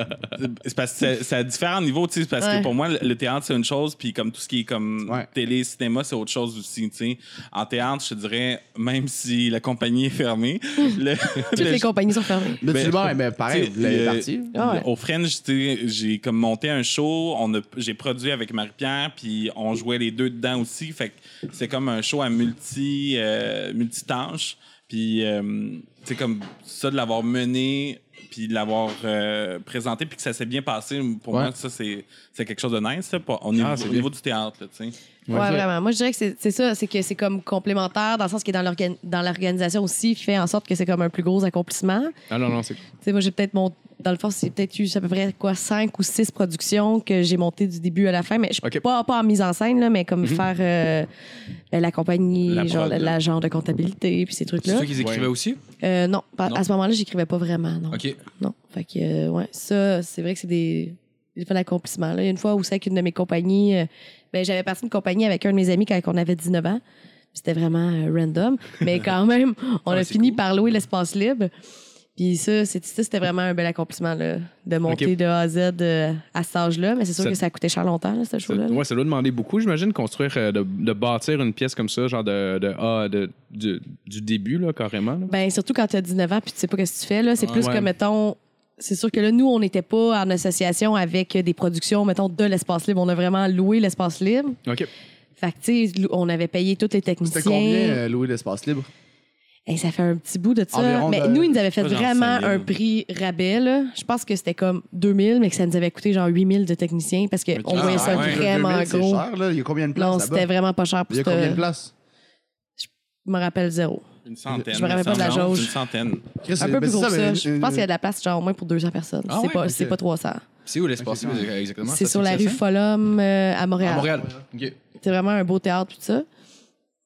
[SPEAKER 6] c'est parce que c'est- c'est à différents niveaux, tu sais, parce
[SPEAKER 2] Ouais.
[SPEAKER 6] que pour moi, le, le théâtre, c'est une chose, puis comme tout ce qui est comme
[SPEAKER 5] Ouais.
[SPEAKER 6] télé, cinéma, c'est autre chose aussi, tu sais. En théâtre, je te dirais, même si la compagnie est fermée, le-
[SPEAKER 2] Toutes
[SPEAKER 6] le-
[SPEAKER 2] les compagnies sont fermées.
[SPEAKER 5] Mais
[SPEAKER 6] Ben,
[SPEAKER 5] tu le vois, mais
[SPEAKER 6] tu
[SPEAKER 5] pareil,
[SPEAKER 6] sais,
[SPEAKER 5] vous l'avez
[SPEAKER 6] le-
[SPEAKER 5] parti.
[SPEAKER 2] Ah ouais.
[SPEAKER 6] Au Fringe, tu sais, j'ai comme monté un show, on a- j'ai produit avec Marie-Pierre, puis on jouait les deux dedans aussi. Fait que c'est comme un show à multi, euh, multitâches. Puis euh, c'est comme ça de l'avoir mené, puis de l'avoir euh, présenté, puis que ça s'est bien passé. Pour
[SPEAKER 5] Ouais.
[SPEAKER 6] moi, ça c'est c'est quelque chose de nice. Là, pour- au
[SPEAKER 2] Ah,
[SPEAKER 6] niveau,
[SPEAKER 4] c'est
[SPEAKER 6] au
[SPEAKER 4] bien.
[SPEAKER 6] niveau du théâtre, là, tu sais.
[SPEAKER 2] Ouais, vraiment. Moi, je dirais que c'est c'est ça, c'est que c'est comme complémentaire dans le sens qui est dans l'organ- dans l'organisation aussi, qui fait en sorte que c'est comme un plus gros accomplissement.
[SPEAKER 4] Ah non, non, c'est.
[SPEAKER 2] Tu sais, moi, j'ai peut-être mon. Dans le fond, c'est peut-être eu à peu près quoi, cinq ou six productions que j'ai montées du début à la fin. Mais je
[SPEAKER 4] Ok.
[SPEAKER 2] pas, pas en mise en scène, là, mais comme faire euh, ben, la compagnie,
[SPEAKER 6] La
[SPEAKER 2] genre,
[SPEAKER 6] prod,
[SPEAKER 2] la,
[SPEAKER 6] là.
[SPEAKER 2] genre de comptabilité, puis
[SPEAKER 3] C'est
[SPEAKER 2] ces trucs-là.
[SPEAKER 3] ça qu'ils écrivaient
[SPEAKER 4] Ouais.
[SPEAKER 3] aussi?
[SPEAKER 2] Euh, non, pas-
[SPEAKER 3] Non.
[SPEAKER 2] à ce moment-là, j'écrivais pas vraiment. Non.
[SPEAKER 3] OK.
[SPEAKER 2] Non. Fait que, euh, ouais, ça, c'est vrai que c'est des, des fun accomplissements. Là. Il y a une fois où c'est avec une de mes compagnies, euh, ben, j'avais parti une compagnie avec un de mes amis quand on avait 19 ans. Puis C'était vraiment euh, random. Mais quand même, on
[SPEAKER 3] Ouais,
[SPEAKER 2] a
[SPEAKER 3] c'est
[SPEAKER 2] fini
[SPEAKER 3] cool.
[SPEAKER 2] par louer l'espace libre. Puis ça, c'est- ça, c'était vraiment un bel accomplissement là, de monter de A à Z euh, à cet âge-là. Mais c'est sûr
[SPEAKER 4] Ça-
[SPEAKER 2] que ça a coûté cher longtemps, là, ce
[SPEAKER 4] Ça,
[SPEAKER 2] show-là. là.
[SPEAKER 4] ouais, ça doit demander beaucoup, j'imagine, construire, euh, de, de bâtir une pièce comme ça, genre de, de, ah, de- du- du début, là, carrément. là.
[SPEAKER 2] Ben, surtout quand tu as 19 ans puis tu sais pas ce que tu fais, là. C'est
[SPEAKER 3] Ouais.
[SPEAKER 2] plus
[SPEAKER 4] Ouais.
[SPEAKER 2] que, mettons, c'est sûr que là, nous, on n'était pas en association avec des productions, mettons, de l'espace libre. On a vraiment loué l'espace libre.
[SPEAKER 4] OK.
[SPEAKER 2] Fait que, tu sais, on avait payé tous les techniciens.
[SPEAKER 5] C'était combien, euh, Louis, l'espace libre?
[SPEAKER 2] Hey, ça fait un petit bout de ça.
[SPEAKER 5] Environ
[SPEAKER 2] mais
[SPEAKER 5] de-
[SPEAKER 2] nous, ils nous avaient fait
[SPEAKER 6] Pas genre
[SPEAKER 2] vraiment
[SPEAKER 6] 5 000.
[SPEAKER 2] un prix rabais. là. Je pense que c'était comme 2000, mais que ça nous avait coûté genre 8000 de techniciens parce qu'on
[SPEAKER 6] Ah,
[SPEAKER 2] voyait ça
[SPEAKER 3] ouais.
[SPEAKER 2] vraiment
[SPEAKER 5] 2000, C'est
[SPEAKER 2] gros.
[SPEAKER 5] cher, là. Il y a combien de places?
[SPEAKER 2] Non,
[SPEAKER 5] là-bas?
[SPEAKER 2] c'était vraiment pas cher pour
[SPEAKER 5] Il y a
[SPEAKER 2] ce-
[SPEAKER 5] combien de places?
[SPEAKER 2] Je me rappelle zéro.
[SPEAKER 6] Une centaine.
[SPEAKER 2] Je me rappelle
[SPEAKER 6] une
[SPEAKER 2] pas de la
[SPEAKER 6] centaine,
[SPEAKER 2] jauge.
[SPEAKER 6] Une centaine.
[SPEAKER 5] Chris,
[SPEAKER 2] Un
[SPEAKER 5] mais
[SPEAKER 2] peu
[SPEAKER 5] c'est
[SPEAKER 2] plus gros que
[SPEAKER 5] mais
[SPEAKER 2] ça.
[SPEAKER 5] une-
[SPEAKER 2] Je
[SPEAKER 5] une-
[SPEAKER 2] pense qu'il y a de la place, genre au moins pour 200 personnes.
[SPEAKER 3] Ah
[SPEAKER 2] c'est
[SPEAKER 3] ouais,
[SPEAKER 2] pas,
[SPEAKER 3] ok.
[SPEAKER 2] c'est pas 300.
[SPEAKER 3] C'est où l'espace
[SPEAKER 5] Ok,
[SPEAKER 3] libre exactement?
[SPEAKER 2] C'est
[SPEAKER 3] Ça,
[SPEAKER 2] sur la
[SPEAKER 3] que
[SPEAKER 2] rue
[SPEAKER 3] ça?
[SPEAKER 2] Folum euh, à
[SPEAKER 3] À
[SPEAKER 2] Montréal.
[SPEAKER 3] Montréal. OK.
[SPEAKER 2] C'est vraiment un beau théâtre, tout ça.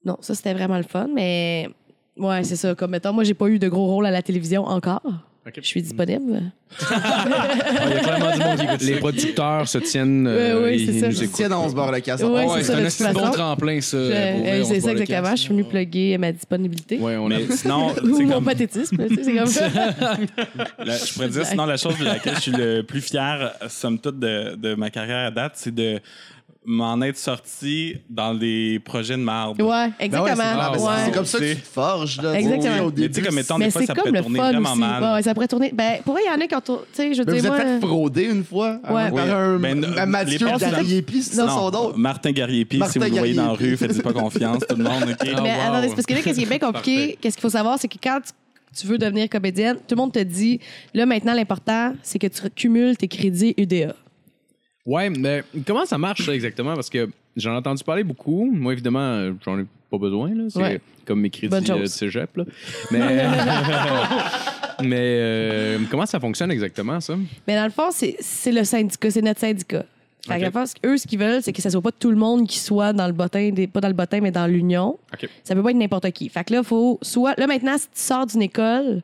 [SPEAKER 2] Non, ça, c'était vraiment le fun, mais ouais, c'est ça. Comme mettons, moi, j'ai pas eu de gros rôle à la télévision encore.
[SPEAKER 4] Ok.
[SPEAKER 2] Je suis disponible.
[SPEAKER 3] Ah, Il y a clairement du monde qui écoute
[SPEAKER 4] Les
[SPEAKER 3] ça.
[SPEAKER 4] producteurs se tiennent. euh,
[SPEAKER 2] Ouais, ouais,
[SPEAKER 4] ils-
[SPEAKER 2] c'est
[SPEAKER 4] ils
[SPEAKER 2] ça.
[SPEAKER 4] nous
[SPEAKER 5] Tiens,
[SPEAKER 4] écoutent.
[SPEAKER 5] Tiens, on se barre la casse.
[SPEAKER 2] Ouais,
[SPEAKER 5] On-
[SPEAKER 2] c'est
[SPEAKER 3] Ah Ouais,
[SPEAKER 2] ça,
[SPEAKER 3] c'est un
[SPEAKER 2] de
[SPEAKER 3] assez
[SPEAKER 2] toute
[SPEAKER 3] bon
[SPEAKER 2] façon.
[SPEAKER 3] tremplin, ça.
[SPEAKER 2] Je-
[SPEAKER 3] pour vrai,
[SPEAKER 2] euh,
[SPEAKER 3] on
[SPEAKER 2] c'est
[SPEAKER 3] se
[SPEAKER 2] ça
[SPEAKER 3] voit le
[SPEAKER 2] exactement.
[SPEAKER 3] cas.
[SPEAKER 2] Je suis venue plugger ma disponibilité.
[SPEAKER 4] Ouais, on a-
[SPEAKER 6] Mais sinon,
[SPEAKER 2] Ou
[SPEAKER 6] c'est
[SPEAKER 2] mon
[SPEAKER 6] comme-
[SPEAKER 2] pathétisme, tu sais, c'est comme ça.
[SPEAKER 6] La- je pourrais dire,
[SPEAKER 2] Exact.
[SPEAKER 6] sinon, la chose de laquelle je suis le plus fier, euh, somme toute, de, de ma carrière à date, c'est de m'en être sorti dans des projets de marde.
[SPEAKER 5] Ben
[SPEAKER 2] Ouais,
[SPEAKER 5] ouais, c'est-
[SPEAKER 2] exactement.
[SPEAKER 5] ah, ben,
[SPEAKER 2] ouais.
[SPEAKER 5] C'est c'est comme ça que tu te forges, là.
[SPEAKER 2] Exactement.
[SPEAKER 5] au
[SPEAKER 6] Mais
[SPEAKER 5] début.
[SPEAKER 6] tu sais, comme étant des
[SPEAKER 2] Mais
[SPEAKER 6] fois,
[SPEAKER 2] c'est
[SPEAKER 6] ça
[SPEAKER 2] comme
[SPEAKER 6] peut
[SPEAKER 2] le
[SPEAKER 6] tourner
[SPEAKER 2] fun
[SPEAKER 6] vraiment
[SPEAKER 2] aussi.
[SPEAKER 6] mal.
[SPEAKER 2] Ouais, ouais, ça pourrait tourner. Ben, pour vrai, il y en a quand on. Tu sais, je veux
[SPEAKER 5] Mais Ben,
[SPEAKER 2] dire,
[SPEAKER 5] vous êtes
[SPEAKER 2] moi.
[SPEAKER 5] fait frauder une fois
[SPEAKER 2] Ouais.
[SPEAKER 5] hein, par un
[SPEAKER 6] Ben,
[SPEAKER 5] un
[SPEAKER 6] euh,
[SPEAKER 5] Mathieu
[SPEAKER 6] les personnes-
[SPEAKER 5] Darriépi, c'est ça son nom.
[SPEAKER 6] Martin Garriépi, si
[SPEAKER 5] Martin
[SPEAKER 6] vous le voyez dans la
[SPEAKER 5] Garriépi.
[SPEAKER 6] rue, faites pas confiance, tout le monde. ok?
[SPEAKER 2] Mais
[SPEAKER 4] wow.
[SPEAKER 2] attendez, c'est parce que là, qu'est-ce qui est bien compliqué,
[SPEAKER 4] Parfait.
[SPEAKER 2] qu'est-ce qu'il faut savoir, c'est que quand tu- tu veux devenir comédienne, tout le monde te dit, là, maintenant, l'important, c'est que tu cumules tes crédits UDA.
[SPEAKER 4] Ouais, mais comment ça marche ça exactement? Parce que j'en ai entendu parler beaucoup. Moi, évidemment, euh, j'en ai pas besoin. Là. C'est
[SPEAKER 2] Ouais.
[SPEAKER 4] comme mes crédits
[SPEAKER 2] Bonne chose.
[SPEAKER 4] euh, de cégep. Là. Mais, mais euh, comment ça fonctionne exactement, ça?
[SPEAKER 2] Mais dans le fond, c'est c'est le syndicat, c'est notre syndicat. Fait que
[SPEAKER 4] Ok.
[SPEAKER 2] dans le fond, ce qu'eux, ce qu'ils veulent, c'est que ça soit pas tout le monde qui soit dans le bottin, des, pas dans le bottin, mais dans l'union.
[SPEAKER 4] OK.
[SPEAKER 2] Ça peut pas être n'importe qui. Fait que là, faut soit. Là, maintenant, si tu sors d'une école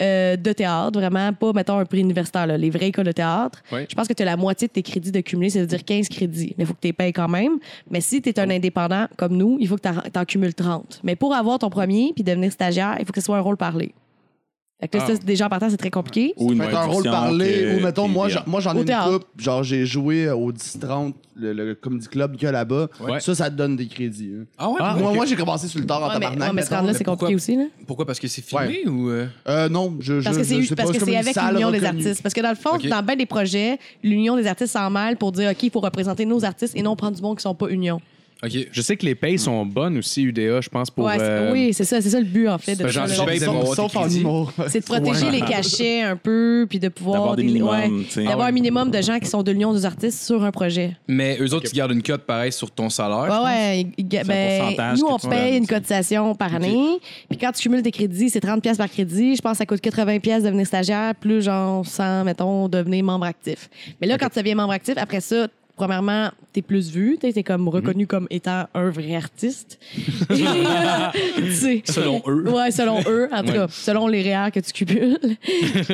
[SPEAKER 2] euh, de théâtre, vraiment, pas, mettons, un prix universitaire, là, les vraies écoles de théâtre,
[SPEAKER 4] Ouais.
[SPEAKER 2] je pense que tu as la moitié de tes crédits de cumuler, c'est-à-dire 15 crédits. Mais il faut que tu les payes quand même. Mais si tu es un indépendant comme nous, il faut que tu en cumules 30. Mais pour avoir ton premier puis devenir stagiaire, il faut que ce soit un rôle parlé. Fait que là,
[SPEAKER 4] Ah.
[SPEAKER 2] ça, c'est déjà en partant, c'est très compliqué.
[SPEAKER 6] Ou une
[SPEAKER 5] Faites un rôle
[SPEAKER 6] production
[SPEAKER 5] parlé,
[SPEAKER 6] que- euh,
[SPEAKER 5] ou mettons,
[SPEAKER 6] qui-
[SPEAKER 5] moi, j'en- moi j'en ai
[SPEAKER 2] Au
[SPEAKER 5] une
[SPEAKER 2] théâtre.
[SPEAKER 5] coupe. Genre, j'ai joué au 10-30, le, le comedy club qu'il y a là-bas.
[SPEAKER 4] Ouais.
[SPEAKER 5] Ça, ça te donne des crédits. hein.
[SPEAKER 3] Ah ouais?
[SPEAKER 5] moi,
[SPEAKER 3] pourquoi-
[SPEAKER 5] moi, j'ai commencé sur le tard en
[SPEAKER 2] Ouais, mais,
[SPEAKER 5] tabarnak.
[SPEAKER 2] ouais, mais ce
[SPEAKER 5] mettons,
[SPEAKER 2] là
[SPEAKER 5] mais-
[SPEAKER 2] c'est
[SPEAKER 3] pourquoi-
[SPEAKER 2] compliqué aussi. Là.
[SPEAKER 3] Pourquoi? Parce que c'est filmé ou... euh?
[SPEAKER 5] Euh, non, je
[SPEAKER 2] Parce que
[SPEAKER 5] je- je sais
[SPEAKER 2] c'est parce
[SPEAKER 5] pas,
[SPEAKER 2] que
[SPEAKER 5] comme
[SPEAKER 2] c'est
[SPEAKER 5] une
[SPEAKER 2] avec
[SPEAKER 5] salle
[SPEAKER 2] l'union des
[SPEAKER 5] reconnue.
[SPEAKER 2] artistes. Parce que dans le fond,
[SPEAKER 3] Ok.
[SPEAKER 2] dans bien des projets, l'union des artistes s'en mêle pour dire OK, il faut représenter nos artistes et non prendre du monde qui sont pas union.
[SPEAKER 3] OK.
[SPEAKER 4] Je sais que les payes sont bonnes aussi, UDA, je pense, pour.
[SPEAKER 2] Ouais, c'est-
[SPEAKER 4] euh,
[SPEAKER 2] Oui, c'est ça, c'est ça le but, en fait.
[SPEAKER 4] ben,
[SPEAKER 2] De
[SPEAKER 4] j'en
[SPEAKER 2] faire
[SPEAKER 4] suis
[SPEAKER 2] le-
[SPEAKER 3] Ah, bien
[SPEAKER 5] Sauf-
[SPEAKER 3] avoir
[SPEAKER 5] Euh, Sauf
[SPEAKER 3] des
[SPEAKER 5] en
[SPEAKER 3] crédits.
[SPEAKER 5] humour.
[SPEAKER 2] c'est de protéger
[SPEAKER 6] Ouais.
[SPEAKER 2] les cachets un peu, puis de pouvoir
[SPEAKER 6] D'avoir des minimums,
[SPEAKER 2] ouais,
[SPEAKER 6] tu sais.
[SPEAKER 2] d'avoir
[SPEAKER 6] Ah
[SPEAKER 2] un
[SPEAKER 6] ouais.
[SPEAKER 2] minimum de gens qui sont de l'union des artistes sur un projet.
[SPEAKER 3] Mais eux autres, ils gardent une cote pareille sur ton salaire.
[SPEAKER 2] Ouais, ouais, il- il-
[SPEAKER 6] un
[SPEAKER 2] ben,
[SPEAKER 6] pourcentage
[SPEAKER 2] nous,
[SPEAKER 6] que
[SPEAKER 2] on
[SPEAKER 6] tu
[SPEAKER 2] paye
[SPEAKER 6] donnes,
[SPEAKER 2] une
[SPEAKER 6] tu sais.
[SPEAKER 2] cotisation par année. Puis quand tu cumules des crédits, c'est 30$ piastres par crédit. Je pense que ça coûte 80$ piastres de devenir stagiaire, plus genre 100, mettons, devenir membre actif. Mais là, quand tu deviens membre actif, après ça, premièrement, t'es plus vu, t'es t'es
[SPEAKER 6] Mhm.
[SPEAKER 2] comme reconnu comme étant un vrai artiste. selon
[SPEAKER 3] eux.
[SPEAKER 2] Ouais, selon eux, en tout
[SPEAKER 3] Ouais.
[SPEAKER 2] cas, selon les réels que tu cumules.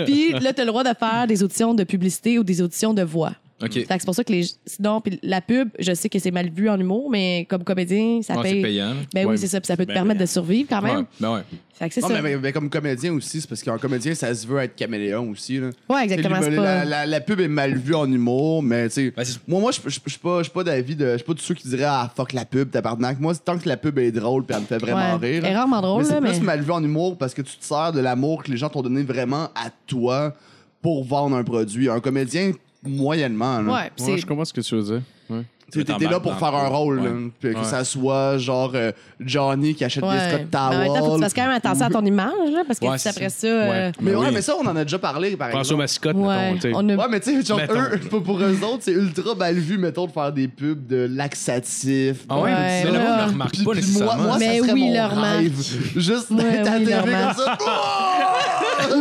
[SPEAKER 2] Puis là, t'as le droit de faire des auditions de publicité ou des auditions de voix.
[SPEAKER 3] OK.
[SPEAKER 2] Fait que c'est pour ça que les. Sinon, puis la pub, je sais que c'est mal vu en humour, mais comme comédien, ça
[SPEAKER 3] Non, c'est
[SPEAKER 2] paye.
[SPEAKER 3] payant.
[SPEAKER 2] Ben
[SPEAKER 4] Ouais.
[SPEAKER 2] oui, c'est ça. Puis ça peut te
[SPEAKER 6] Ben
[SPEAKER 2] permettre
[SPEAKER 6] payant.
[SPEAKER 2] de survivre quand même.
[SPEAKER 3] Ouais, ben ouais.
[SPEAKER 2] Fait que c'est
[SPEAKER 5] Non,
[SPEAKER 2] ça.
[SPEAKER 5] mais, mais- mais comme comédien aussi, c'est parce qu'en comédien, ça se veut être caméléon aussi. Là.
[SPEAKER 2] Ouais,
[SPEAKER 5] Tu
[SPEAKER 2] exactement.
[SPEAKER 5] sais,
[SPEAKER 2] C'est
[SPEAKER 5] l'humor-
[SPEAKER 2] pas...
[SPEAKER 5] La, la- la pub est mal vue en humour, mais tu sais.
[SPEAKER 3] Ben, c'est-
[SPEAKER 5] moi, moi je je- je suis pas, je suis pas d'avis de. Je suis pas de ceux qui diraient Ah, fuck la pub, tabarnak. Moi, c'est tant que la pub est drôle puis elle me fait vraiment
[SPEAKER 2] Ouais.
[SPEAKER 5] rire.
[SPEAKER 2] Elle est rarement drôle,
[SPEAKER 5] mais c'est
[SPEAKER 2] là, mais-
[SPEAKER 5] plus mal vu en humour parce que tu te sers de l'amour que les gens t'ont donné vraiment à toi pour vendre un produit. Un comédien, moyennement. Là.
[SPEAKER 2] Ouais, puis
[SPEAKER 4] ouais,
[SPEAKER 2] c'est-
[SPEAKER 4] je comprends ce que tu veux dire. Ouais.
[SPEAKER 5] Tu sais, T'étais là pour faire un rôle, là. Puis que ça soit genre euh, Johnny qui achète
[SPEAKER 2] ouais.
[SPEAKER 5] des Scott
[SPEAKER 2] Mais en même temps, faut que tu
[SPEAKER 5] Towel.
[SPEAKER 2] fasses quand même attention à ton image, là, parce que
[SPEAKER 3] Ouais,
[SPEAKER 2] si après ça.
[SPEAKER 4] Ouais.
[SPEAKER 2] euh,
[SPEAKER 5] Mais ouais,
[SPEAKER 4] oui.
[SPEAKER 5] mais ça, on en a déjà parlé, par
[SPEAKER 4] François
[SPEAKER 5] exemple.
[SPEAKER 4] Mascotte,
[SPEAKER 2] Ouais,
[SPEAKER 4] mettons. tu sais.
[SPEAKER 2] on a-
[SPEAKER 5] Ouais, mais tu sais, genre,
[SPEAKER 4] Mettons.
[SPEAKER 5] eux, pour, pour eux autres, c'est ultra mal vu, mettons, de faire des pubs de laxatifs.
[SPEAKER 3] Ah ouais,
[SPEAKER 2] Ouais,
[SPEAKER 3] mais le monde
[SPEAKER 2] ouais.
[SPEAKER 3] ne le remarque
[SPEAKER 5] Puis-
[SPEAKER 3] pas
[SPEAKER 5] puis
[SPEAKER 3] nécessairement.
[SPEAKER 5] Moi, moi
[SPEAKER 2] Mais
[SPEAKER 5] ça serait
[SPEAKER 2] oui,
[SPEAKER 5] mon
[SPEAKER 2] leur
[SPEAKER 5] rêve. Juste
[SPEAKER 2] Ouais,
[SPEAKER 5] d'être à
[SPEAKER 2] oui,
[SPEAKER 5] la
[SPEAKER 2] leur
[SPEAKER 5] télé
[SPEAKER 2] marque.
[SPEAKER 5] comme ça. Oh!